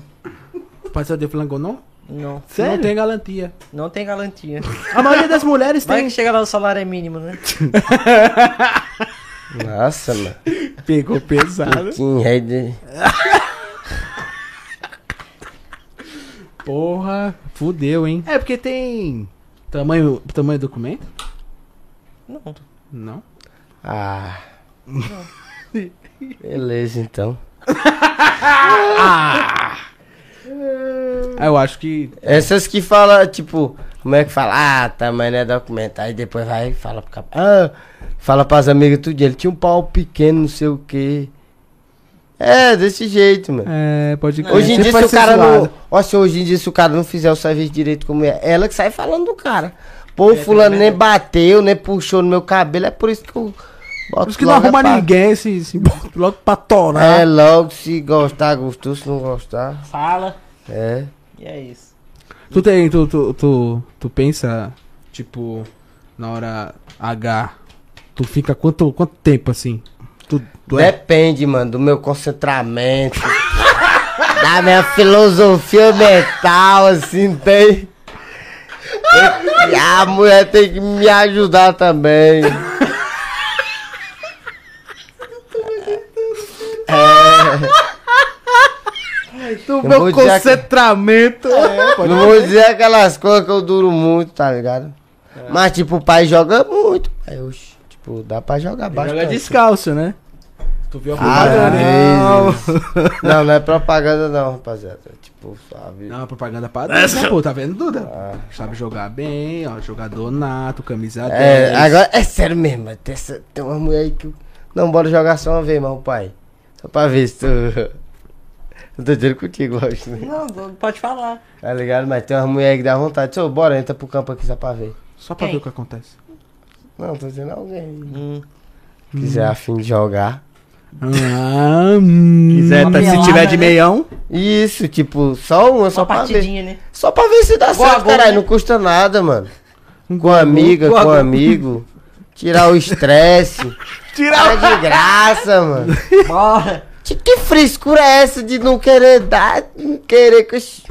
Speaker 2: Passou de flango, não?
Speaker 4: Não.
Speaker 1: Sério?
Speaker 2: Não tem garantia.
Speaker 4: Não tem garantia.
Speaker 1: A maioria das mulheres
Speaker 4: Vai
Speaker 1: tem.
Speaker 4: que chega lá o salário é mínimo, né?
Speaker 3: Nossa, mano.
Speaker 1: Pegou pesado.
Speaker 3: Que enrede.
Speaker 2: Porra, fudeu, hein?
Speaker 1: É, porque tem.
Speaker 2: Tamanho, tamanho do documento?
Speaker 4: Não.
Speaker 2: Não.
Speaker 3: Ah. Beleza, então.
Speaker 2: Ah, eu acho que.
Speaker 3: Essas que fala, tipo, como é que fala? Ah, tá, mas não é documento. Aí depois vai e fala pro cara. Ah, fala pras amigas tudo. Ele tinha um pau pequeno, não sei o quê. É, desse jeito, mano.
Speaker 2: É, pode
Speaker 3: Hoje em
Speaker 2: Sempre
Speaker 3: dia,
Speaker 2: vai
Speaker 3: se o
Speaker 2: ser
Speaker 3: cara
Speaker 2: zoado.
Speaker 3: não. Ó, se hoje em dia, se o cara não fizer o serviço direito como é, ela que sai falando do cara. Pô, fulano nem bateu, nem puxou no meu cabelo, é por isso que eu. Boto
Speaker 2: Por isso que não
Speaker 3: logo
Speaker 2: arruma
Speaker 3: é pra-
Speaker 2: ninguém né? se, se bota logo pra
Speaker 3: É,
Speaker 2: torar.
Speaker 3: logo, se gostar, gostou, se não gostar.
Speaker 4: Fala.
Speaker 3: É.
Speaker 4: E é isso.
Speaker 2: Tu tem, tu, tu, tu, tu pensa, tipo, na hora H, tu fica quanto, quanto tempo assim? Tu, tu é.
Speaker 3: Depende, mano, do meu concentramento. da minha filosofia mental, assim, tem. E a mulher tem que me ajudar também.
Speaker 1: Do
Speaker 3: meu vou dizer que-
Speaker 1: concentramento.
Speaker 3: Não vou dizer aquelas coisas que eu duro muito, tá ligado? Mas, tipo, o pai joga muito. Pai, oxe, tipo, dá pra jogar bastante.
Speaker 1: Joga descalço, né?
Speaker 2: Tu viu a
Speaker 3: Ah,
Speaker 2: propaganda?
Speaker 3: não. não, não é propaganda não, rapaziada. É, tipo, sabe?
Speaker 2: Não, a propaganda pra
Speaker 3: É.
Speaker 2: Duda, pô, tá vendo, Duda? Sabe jogar bem, ó, jogador nato, camisa
Speaker 3: É,
Speaker 2: 10.
Speaker 3: agora, é sério mesmo, mano, tem, essa, tem uma mulher aí que. eu- Não, bora jogar só uma vez, meu pai. Só pra ver se tu. Eu tô dizendo contigo, lógico. né?
Speaker 4: Não, não pode falar.
Speaker 3: Tá ligado? Mas tem uma mulher aí que dá vontade. Ô, bora, entra pro campo aqui só pra ver.
Speaker 2: Só pra
Speaker 4: Quem?
Speaker 2: ver o que acontece.
Speaker 3: Não, tô dizendo alguém.
Speaker 4: Hum.
Speaker 3: Se quiser afim de jogar.
Speaker 2: Ah, hum.
Speaker 1: Quiser, tá- se
Speaker 4: pelada,
Speaker 1: tiver de
Speaker 4: né?
Speaker 1: meião.
Speaker 3: Isso, tipo, só uma, só
Speaker 4: Uma
Speaker 3: pra ver.
Speaker 4: partidinha, né?
Speaker 3: Só pra ver se dá
Speaker 4: Gol a
Speaker 3: certo,
Speaker 4: gol,
Speaker 3: caralho.
Speaker 4: né?
Speaker 3: Não custa nada, mano. Com amiga,
Speaker 4: Gol a
Speaker 3: com
Speaker 4: gol.
Speaker 3: amigo. Tirar o estresse. Tirar o... É de graça, mano.
Speaker 4: Bora.
Speaker 3: Que- Que frescura é essa de não querer dar, não querer... que oxi?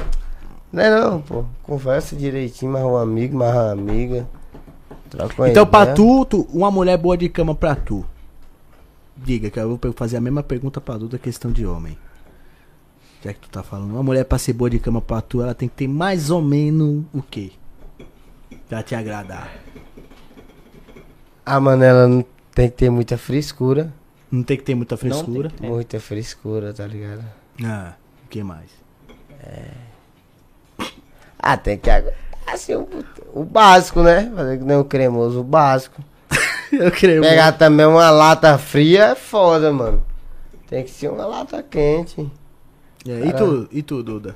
Speaker 3: Não é não, pô. Conversa direitinho, marra um amigo, marra uma amiga. Troca uma
Speaker 1: Então, pra
Speaker 7: é.
Speaker 3: ideia.
Speaker 1: tu, tu, uma mulher boa de cama pra tu. Diga, que eu vou pe- fazer a mesma pergunta pra Duda, questão de homem. Já que tu tá falando, uma mulher pra ser boa de cama pra tu, ela tem que ter mais ou menos o quê? Pra te agradar.
Speaker 3: Ah, mano, ela não tem que ter muita frescura.
Speaker 1: Não tem que ter muita frescura.
Speaker 4: tem. É.
Speaker 3: Muita frescura, tá ligado?
Speaker 1: Ah, o que mais?
Speaker 3: Ah, tem que aguentar, assim, o, o básico, né? Fazer que nem o cremoso, o básico.
Speaker 7: Eu creio.
Speaker 3: Pegar também uma lata fria é foda, mano. Tem que ser uma lata quente.
Speaker 7: É, e, tu, e tu, Duda?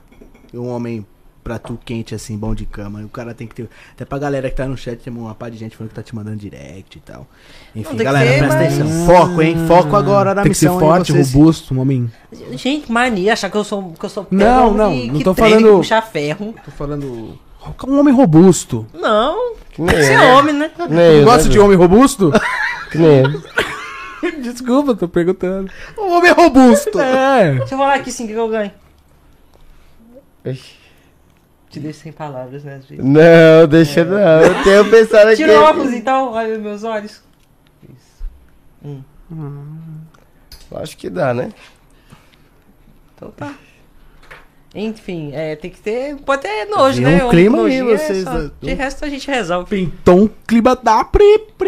Speaker 7: Um homem pra tu quente, assim, bom de cama. E o cara tem que ter. Até pra galera que tá no chat, tem uma par de gente falando que tá te mandando direct e tal. Enfim,
Speaker 4: tem que
Speaker 7: galera,
Speaker 4: ser,
Speaker 7: presta
Speaker 4: mas-
Speaker 7: atenção. Foco, hein? Foco agora na
Speaker 2: Ah. Tem que ser
Speaker 7: missão. hein,
Speaker 2: forte,
Speaker 7: vocês-
Speaker 2: robusto, um homem.
Speaker 4: Gente, mania, achar que eu sou. Que eu sou
Speaker 2: Não,
Speaker 4: pedra
Speaker 2: não,
Speaker 4: que-
Speaker 2: não
Speaker 4: que
Speaker 2: tô
Speaker 4: treina, que
Speaker 2: falando-
Speaker 4: puxar ferro.
Speaker 2: Tô falando. Um homem robusto.
Speaker 4: Não.
Speaker 3: Que nem
Speaker 4: Você
Speaker 3: eu,
Speaker 4: é homem, né?
Speaker 3: Que nem eu,
Speaker 2: Gosta
Speaker 3: né,
Speaker 2: de homem robusto?
Speaker 3: Duda? Que nem eu.
Speaker 2: Desculpa, tô perguntando.
Speaker 7: Um homem robusto!
Speaker 2: É.
Speaker 4: Deixa eu falar aqui sim, o que eu ganho.
Speaker 3: Ixi.
Speaker 4: Te deixo sem palavras, né? às vezes.
Speaker 3: Não, deixa não. Eu tenho pensado aqui.
Speaker 4: Tira o É. óculos então, olha meus olhos.
Speaker 3: Acho que dá, né?
Speaker 4: Então tá. Enfim, é, tem que ter. Pode ter nojo,
Speaker 7: Tem
Speaker 4: né?
Speaker 7: um clima aí,
Speaker 4: Nojinho é
Speaker 7: vocês-
Speaker 4: só- De resto a gente resolve.
Speaker 2: Pintou um clima da pri, pri.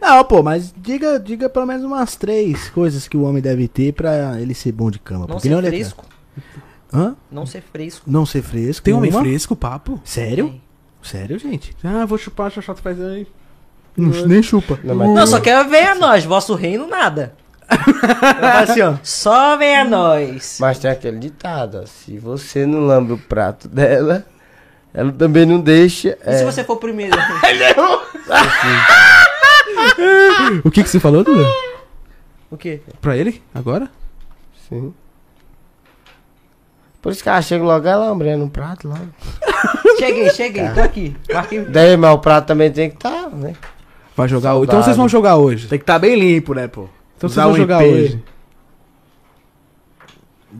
Speaker 7: Não, pô, mas diga, diga pelo menos umas três coisas que o homem deve ter pra ele ser bom de cama.
Speaker 4: Não
Speaker 7: porque
Speaker 4: ser
Speaker 7: não é
Speaker 4: fresco.
Speaker 7: Hã?
Speaker 4: Não ser fresco.
Speaker 7: Não ser fresco.
Speaker 2: Tem homem
Speaker 7: uma.
Speaker 2: fresco, papo?
Speaker 7: Sério? Sério, gente?
Speaker 2: Ah, vou chupar, chachoto faz aí.
Speaker 7: nem chupa.
Speaker 3: Não, mas- um-
Speaker 4: Não, só quero ver a nós, vosso reino nada.
Speaker 7: assim, ó.
Speaker 4: Só vem a nós.
Speaker 3: Mas tem aquele ditado, ó. Se você não lambe o prato dela, ela também não deixa.
Speaker 4: E se
Speaker 3: é.
Speaker 4: você for o primeiro?
Speaker 2: O que que você falou, Duda?
Speaker 4: o quê?
Speaker 2: Pra ele? Agora?
Speaker 3: Sim. Por isso que ela chega logo, ela lambreia no prato logo.
Speaker 4: Cheguei, cheguei, tô aqui. Marquei.
Speaker 3: Daí, mas o prato também tem que estar, né?
Speaker 2: Vai jogar hoje. Então vocês vão jogar hoje.
Speaker 7: Tem que estar bem limpo, né, pô?
Speaker 2: Então vocês
Speaker 7: Usar
Speaker 2: vão
Speaker 7: um
Speaker 2: jogar
Speaker 7: IP.
Speaker 2: hoje.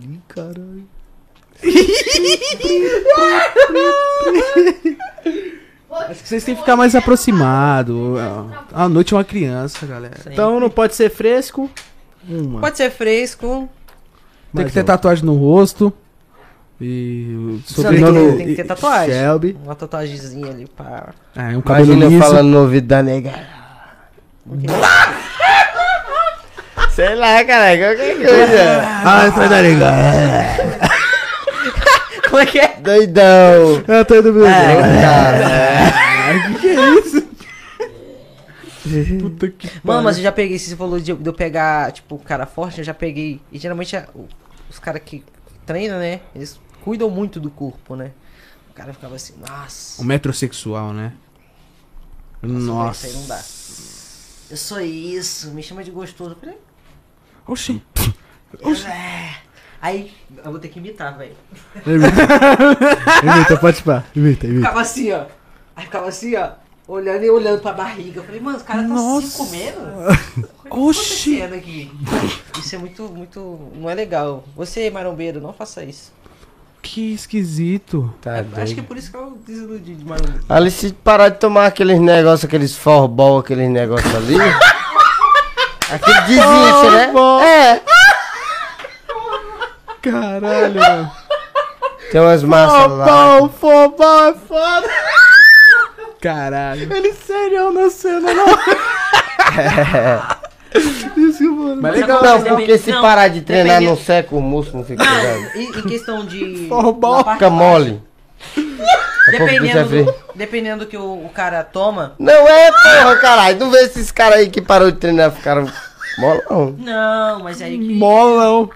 Speaker 7: Ih, caralho.
Speaker 2: Acho que vocês têm que ficar mais aproximado. A noite é uma criança, galera.
Speaker 7: Então não pode ser fresco. Uma.
Speaker 4: Pode ser fresco.
Speaker 2: Tem
Speaker 7: Mais um.
Speaker 2: que ter
Speaker 7: outra.
Speaker 2: tatuagem no rosto. E.
Speaker 4: Tem
Speaker 2: Sobrenome.
Speaker 4: que- tem que ter tatuagem.
Speaker 7: Shelby.
Speaker 4: Uma tatuagemzinha ali para.
Speaker 2: É, um cabelo
Speaker 3: Imagina eu
Speaker 2: liso.
Speaker 3: falando no ouvido da nega.
Speaker 4: é?
Speaker 3: Sei lá, cara, qualquer coisa.
Speaker 7: Ah, tá ligado.
Speaker 4: Como é que é?
Speaker 3: Doidão.
Speaker 7: Eu tô indo
Speaker 2: É.
Speaker 3: Cara,
Speaker 2: Puta que
Speaker 4: Mano, mas eu já peguei, se você falou de, de eu pegar, tipo, cara forte, eu já peguei. E geralmente a- o- os caras que treinam, né? Eles cuidam muito do corpo, né? O cara ficava assim, nossa,
Speaker 2: O metrosexual, né? Nossa.
Speaker 4: Nossa, isso aí não dá. eu sou isso, me chama de gostoso. Eu falei,
Speaker 2: Oxi.
Speaker 4: "É." Aí eu vou ter que imitar, velho.
Speaker 7: Imita, pode pá. Imita, imita.
Speaker 4: Ficava assim, ó. Aí ficava assim, ó. Olhando e olhando pra barriga. Eu falei, mano, os caras tá se
Speaker 2: Nossa.
Speaker 4: comendo.
Speaker 2: Oxi.
Speaker 4: acontecendo aqui? Isso é muito, muito. Não é legal. Você, marombeiro, não faça isso.
Speaker 2: Que esquisito.
Speaker 3: tá
Speaker 4: Acho que
Speaker 3: doido.
Speaker 4: é por isso que eu desiludi de marombeiro.
Speaker 3: Ali se parar de tomar aqueles negócios, aqueles forbol, aqueles negócios ali. aquele desiste, né?
Speaker 2: Caralho, mano.
Speaker 3: É. Tem umas massas lá.
Speaker 7: fobão é foda.
Speaker 2: Caralho.
Speaker 7: Ele seriam na cena, não.
Speaker 3: Mas
Speaker 4: Mas
Speaker 3: legal,
Speaker 4: agora
Speaker 3: não,
Speaker 4: você
Speaker 3: porque
Speaker 4: tem-
Speaker 3: se
Speaker 4: não,
Speaker 3: parar de treinar,
Speaker 4: depende-
Speaker 3: não seca o músculo, não fica cuidado.
Speaker 4: E, em questão de.
Speaker 7: Formal,
Speaker 4: na parte
Speaker 3: Fica
Speaker 4: de
Speaker 3: mole.
Speaker 4: baixo,
Speaker 3: É pouco que
Speaker 4: Dependendo,
Speaker 3: você vê.
Speaker 4: do, dependendo do que o, o cara toma.
Speaker 3: Não é, porra, caralho. Não vê esses caras aí que parou de treinar, ficaram molão.
Speaker 4: Não, mas aí que.
Speaker 2: Molão.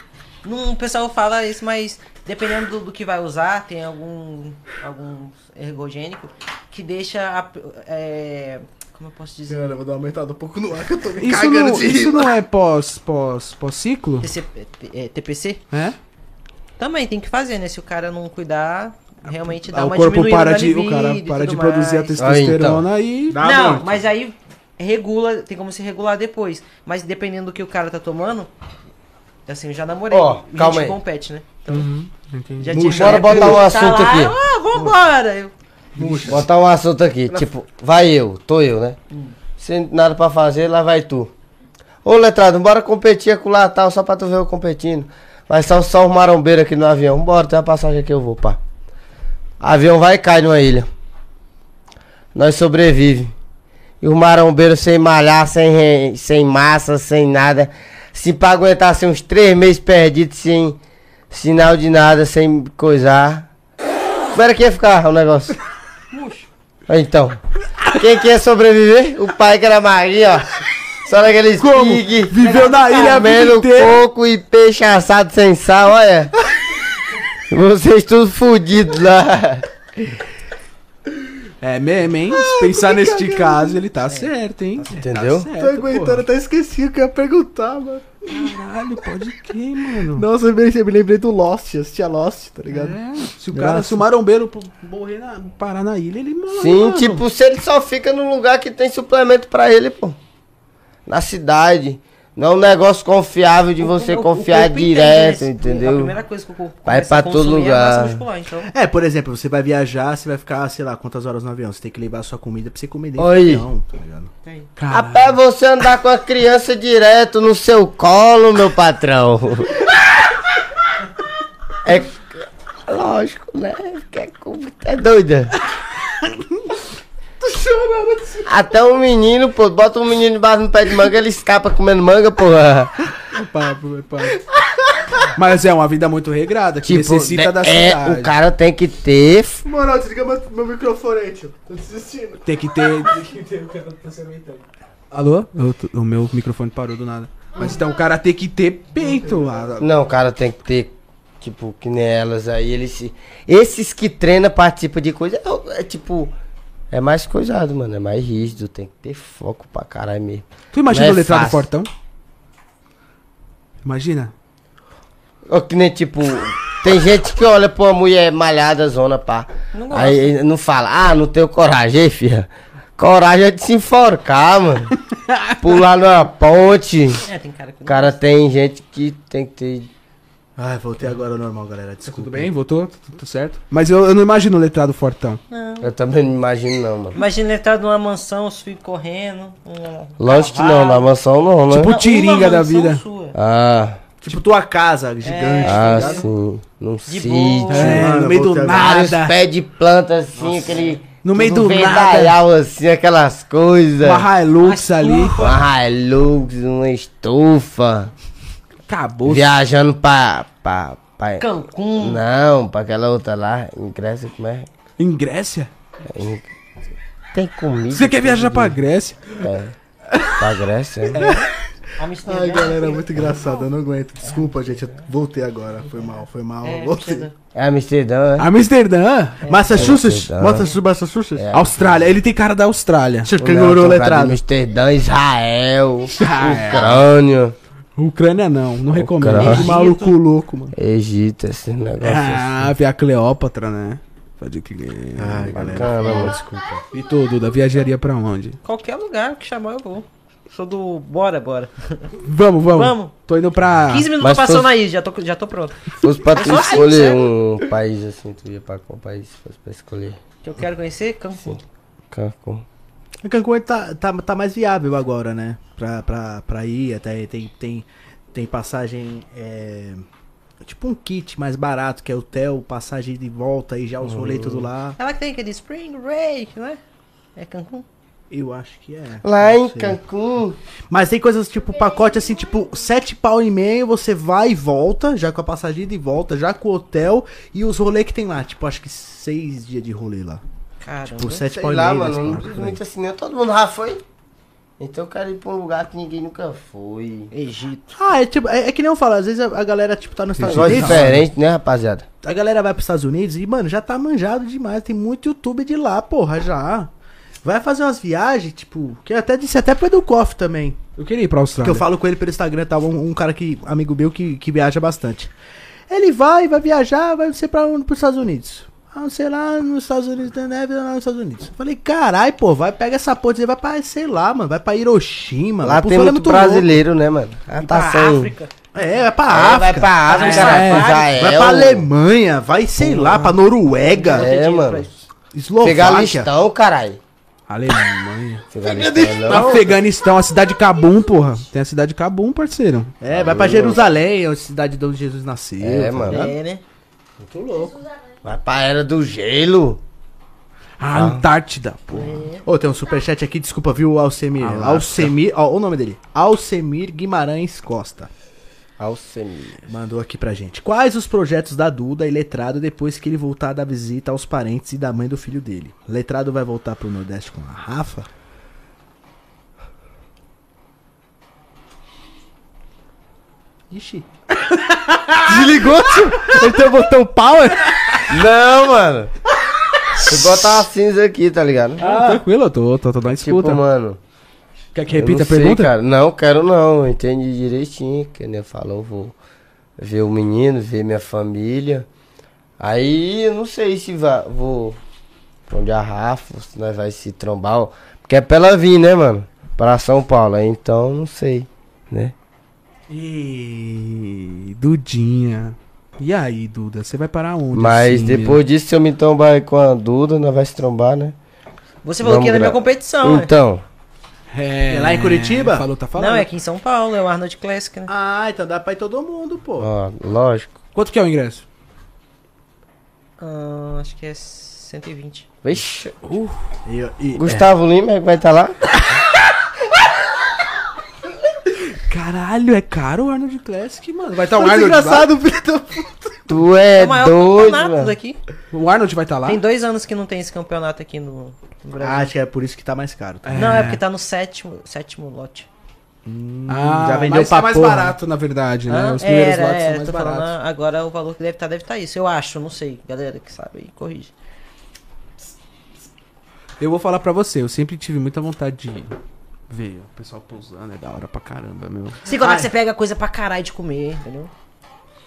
Speaker 4: Não, o pessoal fala isso, mas dependendo do, do que vai usar, tem algum. algum ergogênico que deixa. a- é, como eu posso dizer?
Speaker 7: Cara, eu vou dar uma aumentada um pouco no ar que eu tô me
Speaker 2: Isso
Speaker 7: cagando
Speaker 2: não,
Speaker 7: de
Speaker 2: isso
Speaker 7: rir.
Speaker 2: não é pós, pós, pós ciclo?
Speaker 4: TCP, é, TPC?
Speaker 2: É?
Speaker 4: Também tem que fazer, né? Se o cara não cuidar, realmente dá
Speaker 2: Ah, o
Speaker 4: uma
Speaker 2: corpo
Speaker 4: diminuída
Speaker 2: para
Speaker 4: na
Speaker 2: de, o
Speaker 4: libido
Speaker 2: cara
Speaker 4: e
Speaker 2: para de
Speaker 4: tudo
Speaker 2: produzir a
Speaker 4: mais.
Speaker 2: testosterona e
Speaker 7: Dá
Speaker 4: não,
Speaker 7: bom.
Speaker 4: mas aí regula, tem como se regular depois. Mas dependendo do que o cara tá tomando, assim, eu já namorei.
Speaker 3: Ó,
Speaker 4: gente
Speaker 3: calma aí.
Speaker 4: compete, né? Então, já
Speaker 3: Bora
Speaker 4: época
Speaker 3: botar
Speaker 4: que eu
Speaker 3: um
Speaker 4: tá
Speaker 3: assunto
Speaker 4: lá,
Speaker 3: aqui.
Speaker 4: eu, Ah, vambora. Eu,
Speaker 3: Botar um assunto aqui, tipo, vai eu, tô eu, né? Sem nada pra fazer, lá vai tu. Ô, letrado, bora competir com lá tal, só pra tu ver eu competindo. Mas são só os marombeiros aqui no avião. Bora, tem uma passagem aqui, eu vou, pá. Avião vai e cai numa ilha. Nós sobrevive. E os marombeiros sem malhar, sem, re- sem massa, sem nada. Se pra aguentar assim, uns três meses perdidos, sem sinal de nada, sem coisar. Como era que ia ficar o negócio? Ah, Então. Quem quer sobreviver? O pai que era magrinho, ó. Só naqueles
Speaker 2: Como?
Speaker 3: pique.
Speaker 2: Viveu na ilha a vida
Speaker 3: Comendo
Speaker 2: inteira.
Speaker 3: coco e peixe assado sem sal, olha. Vocês tudo fudidos lá.
Speaker 2: É mesmo,
Speaker 1: Ah,
Speaker 2: hein? Se pensar neste caso, ele tá certo, hein?
Speaker 3: Entendeu?
Speaker 2: Tá
Speaker 1: É. Tô
Speaker 2: certo,
Speaker 1: aguentando, até esqueci o que eu ia perguntar, mano.
Speaker 2: pô. Caralho, pode crer, mano.
Speaker 1: Nossa, eu me eu me lembrei do Lost, eu assistia Lost, tá ligado?
Speaker 2: É, se o cara, um
Speaker 1: Nossa.
Speaker 2: se o marombeiro p- morrer na, parar na ilha, ele morre.
Speaker 3: Sim, tipo, se ele só fica no lugar que tem suplemento pra ele, pô. Na cidade. Não é um negócio confiável de
Speaker 4: O-
Speaker 3: você
Speaker 4: o- o
Speaker 3: confiar
Speaker 4: corpo entende,
Speaker 3: direto,
Speaker 4: né? A
Speaker 3: entendeu?
Speaker 4: primeira coisa que o corpo
Speaker 3: Vai
Speaker 4: começa
Speaker 3: pra
Speaker 4: a consumir
Speaker 3: todo
Speaker 4: é a massa
Speaker 3: lugar.
Speaker 4: muscular, então.
Speaker 1: É, por exemplo, você vai viajar, você vai ficar, sei lá, quantas horas no avião? Você tem que levar a sua comida pra você comer dentro
Speaker 3: Oi.
Speaker 1: do avião, tá ligado?
Speaker 2: Ah.
Speaker 3: A pé você andar com a criança direto no seu colo, meu patrão. É lógico, né? Que é cu- é doida. Até um menino, pô, bota um menino debaixo no pé de manga, ele escapa comendo manga, porra.
Speaker 2: É papo, é papo. Mas é uma vida muito regrada, que
Speaker 3: Tipo,
Speaker 2: necessita
Speaker 3: né,
Speaker 2: da
Speaker 3: é,
Speaker 2: cidade.
Speaker 3: o cara tem que ter. f-
Speaker 8: Moral, desliga meu, meu microfone aí, tio. Tô desistindo.
Speaker 2: Tem que ter.
Speaker 8: Entendeu? Eu tô sendo então.
Speaker 2: Alô? Eu tô- o meu microfone parou do nada. Mas então o cara tem que ter peito. a-
Speaker 3: Não, o cara tem que ter. Tipo, que nem elas aí, eles se. Esses que treinam participam de coisa. É, é tipo. É mais coisado, mano. É mais rígido. Tem que ter foco pra caralho mesmo.
Speaker 2: Tu imagina
Speaker 3: Não é
Speaker 2: o letrado
Speaker 3: fácil.
Speaker 2: fortão? Imagina.
Speaker 3: Ou que nem tipo. Tem gente que olha pra uma mulher malhada, zona, pá. Aí não fala, ah, não tenho coragem, hein, filha. Coragem é de se enforcar, mano. Pular numa ponte.
Speaker 4: É, tem cara que
Speaker 3: O cara tem gente que tem que ter.
Speaker 1: Ai, Ah, voltei agora ao normal, galera. Desculpa.
Speaker 2: É. Tá Tudo bem? Voltou? Tudo certo? Mas eu, eu não imagino o letrado fortão.
Speaker 3: Eu também não imagino, não, mano.
Speaker 4: Imagina ele entrar numa mansão, os filhos correndo. Um
Speaker 3: Lógico que não, na mansão não, né?
Speaker 2: Tipo-
Speaker 4: Não,
Speaker 2: Putiringa
Speaker 4: uma
Speaker 2: da
Speaker 4: mansão
Speaker 2: vida.
Speaker 4: sua.
Speaker 3: Ah,
Speaker 1: Tipo, tua casa gigante, tá
Speaker 3: ah,
Speaker 1: ligado?
Speaker 3: sim. Num
Speaker 4: De
Speaker 3: sítio.
Speaker 4: boa.
Speaker 2: É,
Speaker 1: Mano,
Speaker 2: no meio do
Speaker 1: voltei
Speaker 3: Vários
Speaker 2: nada.
Speaker 3: pés de planta, assim, aquele.
Speaker 2: No meio
Speaker 3: tudo
Speaker 2: do nada.
Speaker 3: vendaial, assim, aquelas coisas.
Speaker 2: Uma Hilux ali.
Speaker 3: Uma Hilux, uma estufa.
Speaker 2: Acabou.
Speaker 3: Viajando pra. pra, pra-
Speaker 4: Cancún.
Speaker 3: Não, pra aquela outra lá, em Grécia, como é?
Speaker 2: Em Grécia?
Speaker 3: Tem comida.
Speaker 2: Você quer viajar pra Grécia?
Speaker 3: Pra Grécia? né?
Speaker 4: Amsterdã.
Speaker 1: Ai, galera, muito engraçado, eu não aguento. Desculpa, gente, eu voltei agora. Foi mal, foi mal.
Speaker 4: É,
Speaker 1: voltei.
Speaker 4: Amsterdã.
Speaker 3: É Amsterdã,
Speaker 2: Ah,
Speaker 3: né?
Speaker 2: Amsterdã?
Speaker 1: Massachusetts,
Speaker 3: Amsterdã.
Speaker 1: Massachusetts, Massachusetts.
Speaker 3: É.
Speaker 2: Austrália. Ele tem cara da Austrália.
Speaker 1: Seu
Speaker 3: Não, tem
Speaker 1: Canguru
Speaker 3: um cara de
Speaker 1: letrado.
Speaker 3: Amsterdã,
Speaker 2: Israel.
Speaker 3: Israel, Ucrânia,
Speaker 2: Ah, é. Ucrânia não, não recomendo.
Speaker 3: cara.
Speaker 2: Que maluco louco, mano.
Speaker 3: Egito, esse negócio. assim.
Speaker 2: Ah, ver a Cleópatra, né? Pode crer.
Speaker 1: Ai, galera.
Speaker 3: Caramba, mano.
Speaker 2: E tu, Duda, viajaria pra onde?
Speaker 4: Qualquer lugar que chamar eu vou. Sou do bora, bora.
Speaker 2: Vamos, vamos.
Speaker 4: Vamos.
Speaker 2: Tô indo pra...
Speaker 4: 15 minutos
Speaker 3: mas
Speaker 4: passando
Speaker 3: tu-
Speaker 4: aí, já tô, já tô pronto.
Speaker 3: Se fosse pra tu
Speaker 4: Mas assim,
Speaker 3: escolher
Speaker 4: sério?
Speaker 3: um país assim, tu ia pra qual país? Se fosse pra escolher.
Speaker 4: Que eu quero conhecer Cancún.
Speaker 3: Cancún.
Speaker 1: A Cancún tá, tá, tá mais viável agora, né? Pra, pra, pra ir, até tem, tem, tem passagem. É, tipo um kit mais barato, que é hotel, passagem de volta e já os rolês
Speaker 3: Uhum.
Speaker 1: tudo lá.
Speaker 4: Ela que tem aquele Spring Break, né? É Cancún?
Speaker 1: Eu acho que é.
Speaker 3: Lá
Speaker 1: não
Speaker 3: em
Speaker 1: sei.
Speaker 3: Cancún.
Speaker 1: Mas tem coisas tipo pacote assim, tipo, sete pau e meio, você vai e volta, já com a passagem de volta, já com o hotel e os rolês que tem lá. Tipo, acho que seis dias de rolê lá.
Speaker 4: Caramba.
Speaker 1: Tipo, sete pau
Speaker 3: Sei
Speaker 1: e
Speaker 3: lá,
Speaker 1: meio.
Speaker 3: mano,
Speaker 1: dez
Speaker 3: não
Speaker 1: pau,
Speaker 3: diz
Speaker 1: por aí.
Speaker 3: muito assim, não. Todo mundo já foi. Então eu quero ir pra um lugar que ninguém nunca foi.
Speaker 4: Egito.
Speaker 1: Ah, é tipo, é, é que nem eu falo, às vezes a, a galera, tipo, tá nos Estados
Speaker 3: Negócio
Speaker 1: Unidos.
Speaker 3: diferente, né, rapaziada?
Speaker 1: A galera vai pros Estados Unidos e, mano, já tá manjado demais. Tem muito YouTube de lá, porra, já. Vai fazer umas viagens, tipo, que eu até disse até pro Educoff também.
Speaker 2: Eu queria ir pra
Speaker 1: Que
Speaker 2: Austrália.
Speaker 3: Tá.
Speaker 1: eu falo com ele pelo Instagram e tal, um, um cara que, amigo meu, que, que viaja bastante. Ele vai, vai viajar, vai ser pra onde? Pros Estados Unidos. Ah, não sei lá, nos Estados Unidos da neve, lá nos Estados Unidos. Eu falei, carai, pô, vai, pega essa porra, você vai pra, sei lá, mano, vai pra Hiroshima.
Speaker 3: Lá
Speaker 1: vai pros
Speaker 3: tem
Speaker 1: rolê
Speaker 3: muito
Speaker 1: é louco.
Speaker 3: brasileiro, né, mano? Ah, tá
Speaker 4: pra
Speaker 3: sem.
Speaker 4: África.
Speaker 1: É, vai pra
Speaker 3: Ah,
Speaker 1: África. É,
Speaker 3: vai pra África, vai pra Israel.
Speaker 1: Vai pra Alemanha, vai, sei lá, pra Noruega,
Speaker 3: É, mano.
Speaker 1: Eslováquia.
Speaker 3: Fegalistão, caralho.
Speaker 2: Alemanha. Tá,
Speaker 3: Fegalistão, não.
Speaker 2: Afeganistão, a cidade de Cabum, porra. Tem a cidade de Cabum, parceiro.
Speaker 1: É, vai pra Jerusalém, é a cidade de onde Jesus nasceu.
Speaker 3: É,
Speaker 1: tá
Speaker 3: mano.
Speaker 1: ligado?
Speaker 4: É, né?
Speaker 1: Muito louco.
Speaker 3: Vai pra Era do Gelo. Ah.
Speaker 2: A Antártida, porra.
Speaker 1: Ô, tem um superchat aqui, desculpa, viu, Alcemir?
Speaker 2: Alasca.
Speaker 1: Alcemir, ó, o nome dele. Alcemir Guimarães Costa.
Speaker 9: Alcemir.
Speaker 1: Mandou aqui pra gente. Quais os projetos da Duda e Letrado depois que ele voltar da visita aos parentes e da mãe do filho dele? Letrado vai voltar pro Nordeste com a Rafa? Ixi.
Speaker 3: Desligou, tio? Ele tem o botão power? Não, mano. Se botar uma cinza aqui, tá ligado?
Speaker 2: Tranquilo, eu tô, tô, tô dando
Speaker 3: tipo,
Speaker 2: Ah, escuta.
Speaker 3: mano.
Speaker 2: Quer que
Speaker 3: eu
Speaker 2: repita
Speaker 3: não
Speaker 2: a
Speaker 3: sei,
Speaker 2: pergunta?
Speaker 3: cara. Não, quero não. Entendi direitinho. Que nem falou, vou ver o menino, ver minha família. Aí eu não sei se va- vou pra onde a Rafa, se nós vai se trombar. ó. Porque é pra ela vir, né, mano? Pra São Paulo. aí Então, não sei, né?
Speaker 2: Ih, Dudinha. E aí, Duda, você vai parar onde?
Speaker 3: Mas
Speaker 2: assim,
Speaker 3: depois disso, se eu me trombar com a Duda, nós vai se trombar, né?
Speaker 4: Você falou
Speaker 3: Vamos
Speaker 4: que ia na
Speaker 3: gra-
Speaker 2: é.
Speaker 4: minha competição. né?
Speaker 3: então,
Speaker 2: meu? É,
Speaker 1: É lá em Curitiba?
Speaker 2: Falou, tá falando.
Speaker 4: Não, é aqui em São Paulo, é o Arnold Classic, né?
Speaker 1: Ah, então dá pra ir todo mundo, pô.
Speaker 3: ó, lógico.
Speaker 2: Quanto que é o ingresso?
Speaker 4: Ah, acho que é 120.
Speaker 3: Vixe.
Speaker 1: E, e-
Speaker 3: Gustavo Lima é que vai estar lá?
Speaker 2: Caralho, é caro o Arnold Classic, mano. Vai estar o
Speaker 1: Olha que
Speaker 2: Arnold lá?
Speaker 1: engraçado, filho da puta.
Speaker 3: Tu é,
Speaker 4: o maior
Speaker 3: doido,
Speaker 4: campeonato
Speaker 3: mano.
Speaker 4: daqui.
Speaker 2: O Arnold vai estar lá?
Speaker 4: Tem dois anos que não tem esse campeonato aqui no, no
Speaker 1: Ah,
Speaker 4: Brasil.
Speaker 1: acho que é por isso que tá mais caro. Tá?
Speaker 4: Não, é porque tá no sétimo, sétimo lote.
Speaker 2: Ah,
Speaker 1: Já vendeu
Speaker 2: mas
Speaker 1: pra
Speaker 2: é mais
Speaker 1: porra.
Speaker 2: barato, na verdade, né?
Speaker 4: Ah,
Speaker 2: Os primeiros
Speaker 4: era,
Speaker 2: lotes
Speaker 4: era,
Speaker 2: são mais
Speaker 4: tô
Speaker 2: baratos.
Speaker 4: falando, agora o valor que deve estar, deve estar isso. Eu acho, não sei. Galera que sabe aí, corrige.
Speaker 2: Eu vou falar pra você, eu sempre tive muita vontade de ver o pessoal pousando, é da hora pra caramba, meu.
Speaker 4: Se contar que você pega coisa pra caralho de comer, entendeu?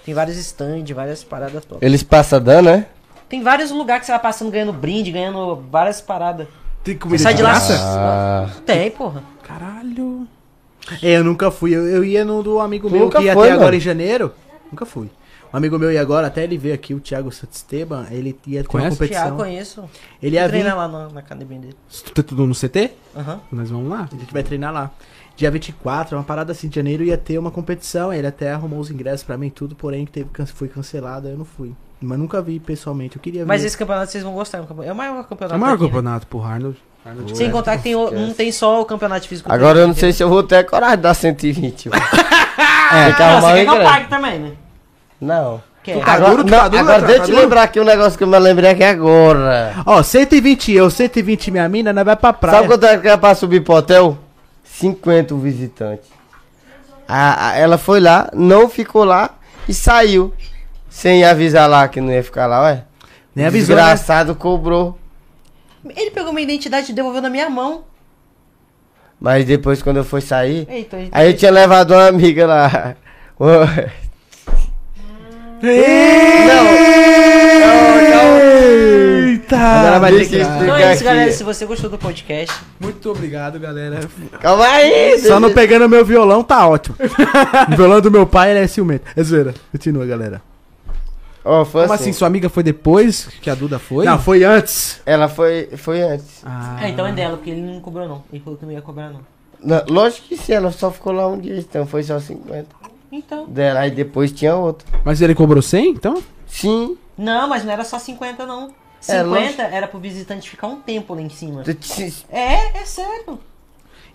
Speaker 4: Tem vários stands, várias paradas top.
Speaker 3: Eles passam dando, né?
Speaker 4: Tem vários lugares que você vai passando ganhando brinde, ganhando várias paradas.
Speaker 2: Tem
Speaker 4: Você
Speaker 2: comida
Speaker 4: sai de lá.
Speaker 3: Ah,
Speaker 4: Tem, porra.
Speaker 2: Caralho.
Speaker 1: É, eu nunca fui. Eu, eu ia no do amigo
Speaker 3: Tu
Speaker 1: meu
Speaker 3: nunca
Speaker 1: que ia
Speaker 3: foi,
Speaker 1: até agora
Speaker 3: mano?
Speaker 1: em janeiro. Nunca fui. Um amigo meu ia agora, até ele veio aqui, o Thiago Santisteban, ele ia ter uma
Speaker 2: Conhece?
Speaker 1: competição.
Speaker 4: Thiago, conheço.
Speaker 1: Ele ia vir,
Speaker 4: Treina lá na, na academia dele.
Speaker 2: Se tu tá tudo no CT,
Speaker 4: Aham.
Speaker 2: nós vamos lá.
Speaker 1: a gente vai treinar lá. Dia 24, uma parada assim de janeiro, ia ter uma competição. Ele até arrumou os ingressos pra mim, e tudo, porém que teve, can- foi cancelada, eu não fui. Mas nunca vi pessoalmente, eu queria
Speaker 4: Mas
Speaker 1: ver.
Speaker 4: esse campeonato vocês vão gostar. é um campe- É o maior campeonato.
Speaker 2: É o maior
Speaker 4: daqui, né?
Speaker 2: campeonato pro Arnold. Arnold
Speaker 4: Sem contar que tem o- não tem só o campeonato de físico.
Speaker 3: agora eu não sei se eu vou ter coragem de dar 120. mano.
Speaker 4: Ah,
Speaker 3: Tem que
Speaker 4: não,
Speaker 3: arrumar o
Speaker 4: você quer que eu
Speaker 3: ingresso.
Speaker 4: pague também, né? é.
Speaker 3: Não.
Speaker 4: Quer.
Speaker 2: tá
Speaker 3: agora,
Speaker 2: duro, tu
Speaker 3: não,
Speaker 2: tá duro,
Speaker 3: agora
Speaker 2: tá
Speaker 3: deixa eu
Speaker 2: duro?
Speaker 3: lembrar aqui um negócio que eu me lembrei aqui agora.
Speaker 1: Ó, 120 eu, 120 minha mina, nós vai pra praia.
Speaker 3: Sabe quanto é que era pra subir pro hotel? 50 o visitante. A, a- ela foi lá, não ficou lá e saiu. Sem avisar lá que não ia ficar lá, ué.
Speaker 1: Nem avisou, né?
Speaker 3: Desgraçado cobrou.
Speaker 4: Ele pegou minha identidade e devolveu na minha mão.
Speaker 3: Mas depois quando eu fui sair,
Speaker 4: Eita,
Speaker 3: Aí eu tinha levado uma amiga lá. Uma- Não, não, não.
Speaker 2: Agora vai ter
Speaker 3: Deixa eu
Speaker 2: que...
Speaker 4: Então
Speaker 3: explicar
Speaker 4: é isso, galera.
Speaker 3: aqui.
Speaker 4: Se você gostou do podcast,
Speaker 2: Muito obrigado, galera.
Speaker 3: Calma aí.
Speaker 1: Só não pegando meu violão, tá ótimo. o violão do meu pai, ele é ciumento. É zoeira. Continua, galera.
Speaker 3: Ó, foi
Speaker 2: Como assim,
Speaker 3: assim.
Speaker 2: sua amiga foi depois que a Duda foi?
Speaker 1: Não, foi antes.
Speaker 3: Ela foi, foi antes.
Speaker 2: Ah,
Speaker 4: Ah, então é dela, porque ele não cobrou, não. Ele falou que não ia cobrar, não.
Speaker 3: Não, lógico que sim, ela só ficou lá um dia, então foi só 50
Speaker 4: Então.
Speaker 3: dela. Aí depois tinha outro.
Speaker 2: Mas ele cobrou 100, então?
Speaker 3: Sim,
Speaker 4: Não, mas não era só 50, não.
Speaker 3: É, lógico.
Speaker 4: 50 era pro visitante ficar um tempo lá em cima.
Speaker 3: tu te-
Speaker 4: É, é sério.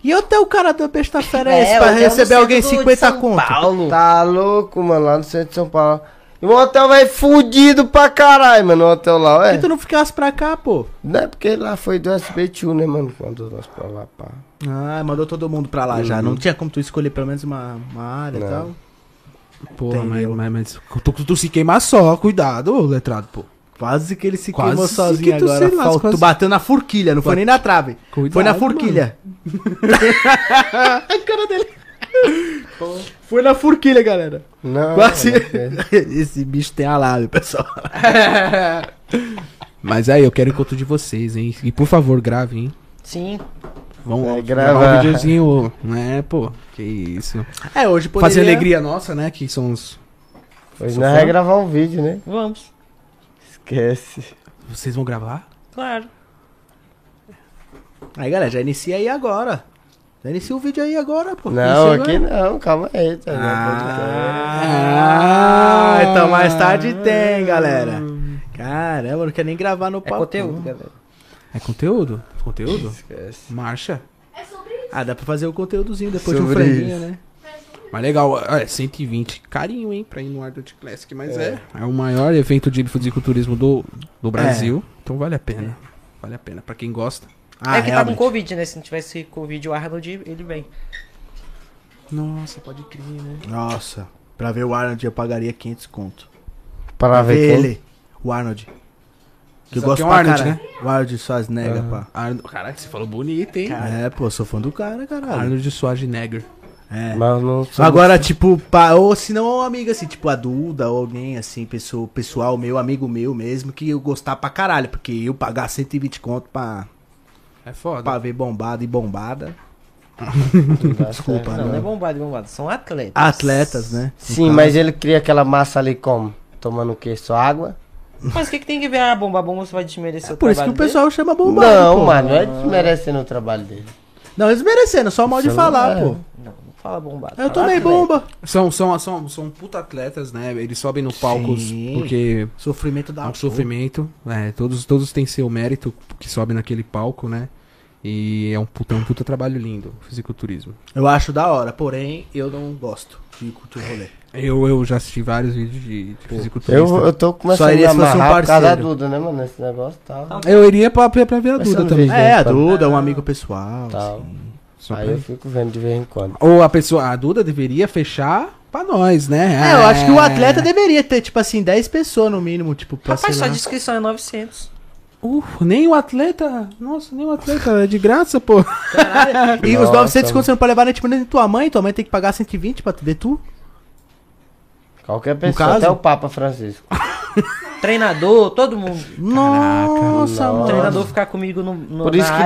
Speaker 1: E até o cara da besta fera
Speaker 4: É,
Speaker 1: esse pra
Speaker 4: hotel no
Speaker 1: receber
Speaker 4: centro
Speaker 1: alguém
Speaker 4: do- de
Speaker 1: 50
Speaker 4: São
Speaker 1: conto?
Speaker 4: Paulo.
Speaker 3: tá louco, mano, lá no centro de São Paulo. E o hotel vai fudido pra caralho, mano, o hotel lá,
Speaker 1: Por que
Speaker 4: é.
Speaker 3: ué.
Speaker 1: tu não ficasse pra cá, pô?
Speaker 3: Não é porque lá foi do SBTU, né, mano, quando nós pra lá, pá.
Speaker 1: Ah, mandou todo mundo pra lá já. Não tinha como tu escolher pelo menos uma, uma área e
Speaker 3: Não.
Speaker 1: tal.
Speaker 2: Porra, mas,
Speaker 1: Entendeu.
Speaker 2: mas, mas tu, tu se queimar só, cuidado, letrado, pô.
Speaker 1: Quase que ele se
Speaker 2: Quase
Speaker 1: queimou
Speaker 2: que
Speaker 1: sozinho
Speaker 2: tu se
Speaker 1: agora.
Speaker 2: lasca,
Speaker 1: Faltou,
Speaker 2: quase-
Speaker 1: bateu na forquilha, não foi
Speaker 2: Bate-
Speaker 1: nem na trave.
Speaker 2: Cuidado,
Speaker 1: foi na
Speaker 2: mano.
Speaker 1: forquilha. A cara dele. Ah, foi na forquilha, galera.
Speaker 3: Não,
Speaker 1: Quase.
Speaker 3: mano, é-
Speaker 1: Esse bicho tem a lábio, pessoal.
Speaker 2: Mas aí, eu quero encontro de vocês, hein? E por favor, gravem, hein?
Speaker 4: Sim.
Speaker 2: Vamos
Speaker 3: É,
Speaker 2: gravar
Speaker 3: grava.
Speaker 2: um videozinho, né, pô? Que isso.
Speaker 1: É, hoje poderia...
Speaker 2: Fazer alegria nossa, né? Que são os.
Speaker 3: Pois não é gravar um vídeo, né?
Speaker 4: Vamos.
Speaker 3: Esquece.
Speaker 2: Vocês vão gravar?
Speaker 4: Claro.
Speaker 1: Aí, galera, já inicia aí agora. Já inicia o vídeo aí agora, pô.
Speaker 3: Não,
Speaker 1: Inicia
Speaker 3: aqui
Speaker 1: agora.
Speaker 3: não, calma aí. Tá
Speaker 1: Ah, então mais tarde tem, galera. Caramba, não quer nem gravar no
Speaker 4: É
Speaker 1: papo.
Speaker 4: conteúdo, galera.
Speaker 2: É conteúdo? Conteúdo?
Speaker 3: Esquece.
Speaker 2: Marcha?
Speaker 10: É sobre isso.
Speaker 1: Ah, dá pra fazer o conteúdozinho depois de um
Speaker 3: Sobre
Speaker 1: franguinho,
Speaker 3: isso.
Speaker 1: né?
Speaker 10: É sobre isso.
Speaker 2: Mas legal, é 120. Carinho, hein, pra ir no Ardot Classic. Mas é. é. o maior evento de fisiculturismo do, do Brasil. Então vale a pena. Vale a pena. Pra quem gosta.
Speaker 1: Ah,
Speaker 4: é que tá
Speaker 1: realmente.
Speaker 4: com Covid, né? Se não tivesse Covid, o Arnold, ele vem.
Speaker 2: Nossa, pode crer, né?
Speaker 1: Nossa, pra ver o Arnold eu pagaria 500 conto.
Speaker 3: Pra ver quem?
Speaker 1: ele, o Arnold. Que eu
Speaker 2: Sabe
Speaker 1: gosto
Speaker 2: quem é
Speaker 4: um
Speaker 2: o
Speaker 1: pra
Speaker 2: Arnold,
Speaker 1: caralho.
Speaker 4: né?
Speaker 1: O Arnold Schwarzenegger, pá.
Speaker 2: Arnold... Caralho, você falou bonito, hein?
Speaker 1: É, pô, sou fã do cara, caralho.
Speaker 2: Arnold Schwarzenegger.
Speaker 1: É.
Speaker 3: Mas não sou
Speaker 1: Agora, tipo, pá, ou se não, uma amiga assim, tipo, a Duda, ou alguém assim, pessoa, pessoal meu, amigo meu mesmo, que eu gostar pra caralho, porque eu pagar 120 conto pra,
Speaker 2: É foda.
Speaker 1: pra ver bombado e bombada.
Speaker 3: muito
Speaker 1: Desculpa,
Speaker 3: bastante,
Speaker 4: Não, não é
Speaker 1: né?
Speaker 4: bombado, bombado. São atletas.
Speaker 1: Atletas, né? No
Speaker 3: Sim,
Speaker 1: caso.
Speaker 3: mas ele cria aquela massa ali como? Tomando o quê? Só água?
Speaker 4: Mas o que, que tem que ver a bomba? A bomba você vai desmerecer o
Speaker 1: É Por isso que
Speaker 4: trabalho
Speaker 1: o pessoal chama bombado.
Speaker 3: não,
Speaker 1: pô.
Speaker 3: mano, não é desmerecendo o trabalho dele.
Speaker 1: Não, eles merecendo, só mal de
Speaker 3: Isso
Speaker 1: falar,
Speaker 3: é- Ah,
Speaker 1: pô.
Speaker 4: dele? Não, não fala bombado.
Speaker 1: Eu
Speaker 4: fala
Speaker 1: tomei
Speaker 4: atleta.
Speaker 1: bomba.
Speaker 2: São, são, são, são puta atletas, né? Eles sobem no palco
Speaker 1: Sim.
Speaker 2: porque
Speaker 1: Sofrimento da
Speaker 2: é um
Speaker 1: porra.
Speaker 2: sofrimento. né? todos, todos têm seu mérito que sobe naquele palco, né? E é um puta, um puta trabalho lindo, fisiculturismo.
Speaker 1: Eu acho da hora, porém, eu não gosto de curtir o rolê.
Speaker 2: Eu, eu já assisti vários vídeos de, de fisiculturista.
Speaker 3: Eu, eu tô começando
Speaker 1: Só iria
Speaker 3: a
Speaker 1: se fosse um
Speaker 3: amarrar por causa da
Speaker 1: parceiro. Tá
Speaker 3: Duda, né, mano? Esse negócio tal.
Speaker 2: Eu iria pra, pra, pra ver a
Speaker 3: Mas
Speaker 2: Duda
Speaker 3: você não
Speaker 2: também.
Speaker 3: vê?
Speaker 1: É, a
Speaker 3: pra-
Speaker 1: Duda, um amigo pessoal.
Speaker 3: Tal.
Speaker 1: assim.
Speaker 2: Só pra-
Speaker 3: Aí eu fico vendo de vez em quando.
Speaker 2: Ou a pessoa, a Duda deveria fechar pra nós, né?
Speaker 1: É, eu acho que o atleta deveria ter, tipo assim, 10 pessoas no mínimo, tipo, pra sei
Speaker 4: Rapaz, só
Speaker 1: lá.
Speaker 4: de inscrição é 900.
Speaker 2: Uh, nem o atleta. Nossa, nem o atleta. É de graça, pô.
Speaker 1: E os 900
Speaker 3: Nossa, mano.
Speaker 1: conto você não pode levar nem, tipo, nem tua mãe, tua mãe tem que pagar 120 pra ver tu.
Speaker 3: Qualquer pessoa,
Speaker 1: caso?
Speaker 3: até o Papa Francisco.
Speaker 4: Treinador, todo mundo.
Speaker 1: Nossa,
Speaker 3: Nossa.
Speaker 1: mano.
Speaker 4: O treinador ficar comigo no, no
Speaker 3: Por isso
Speaker 4: na
Speaker 3: que
Speaker 4: área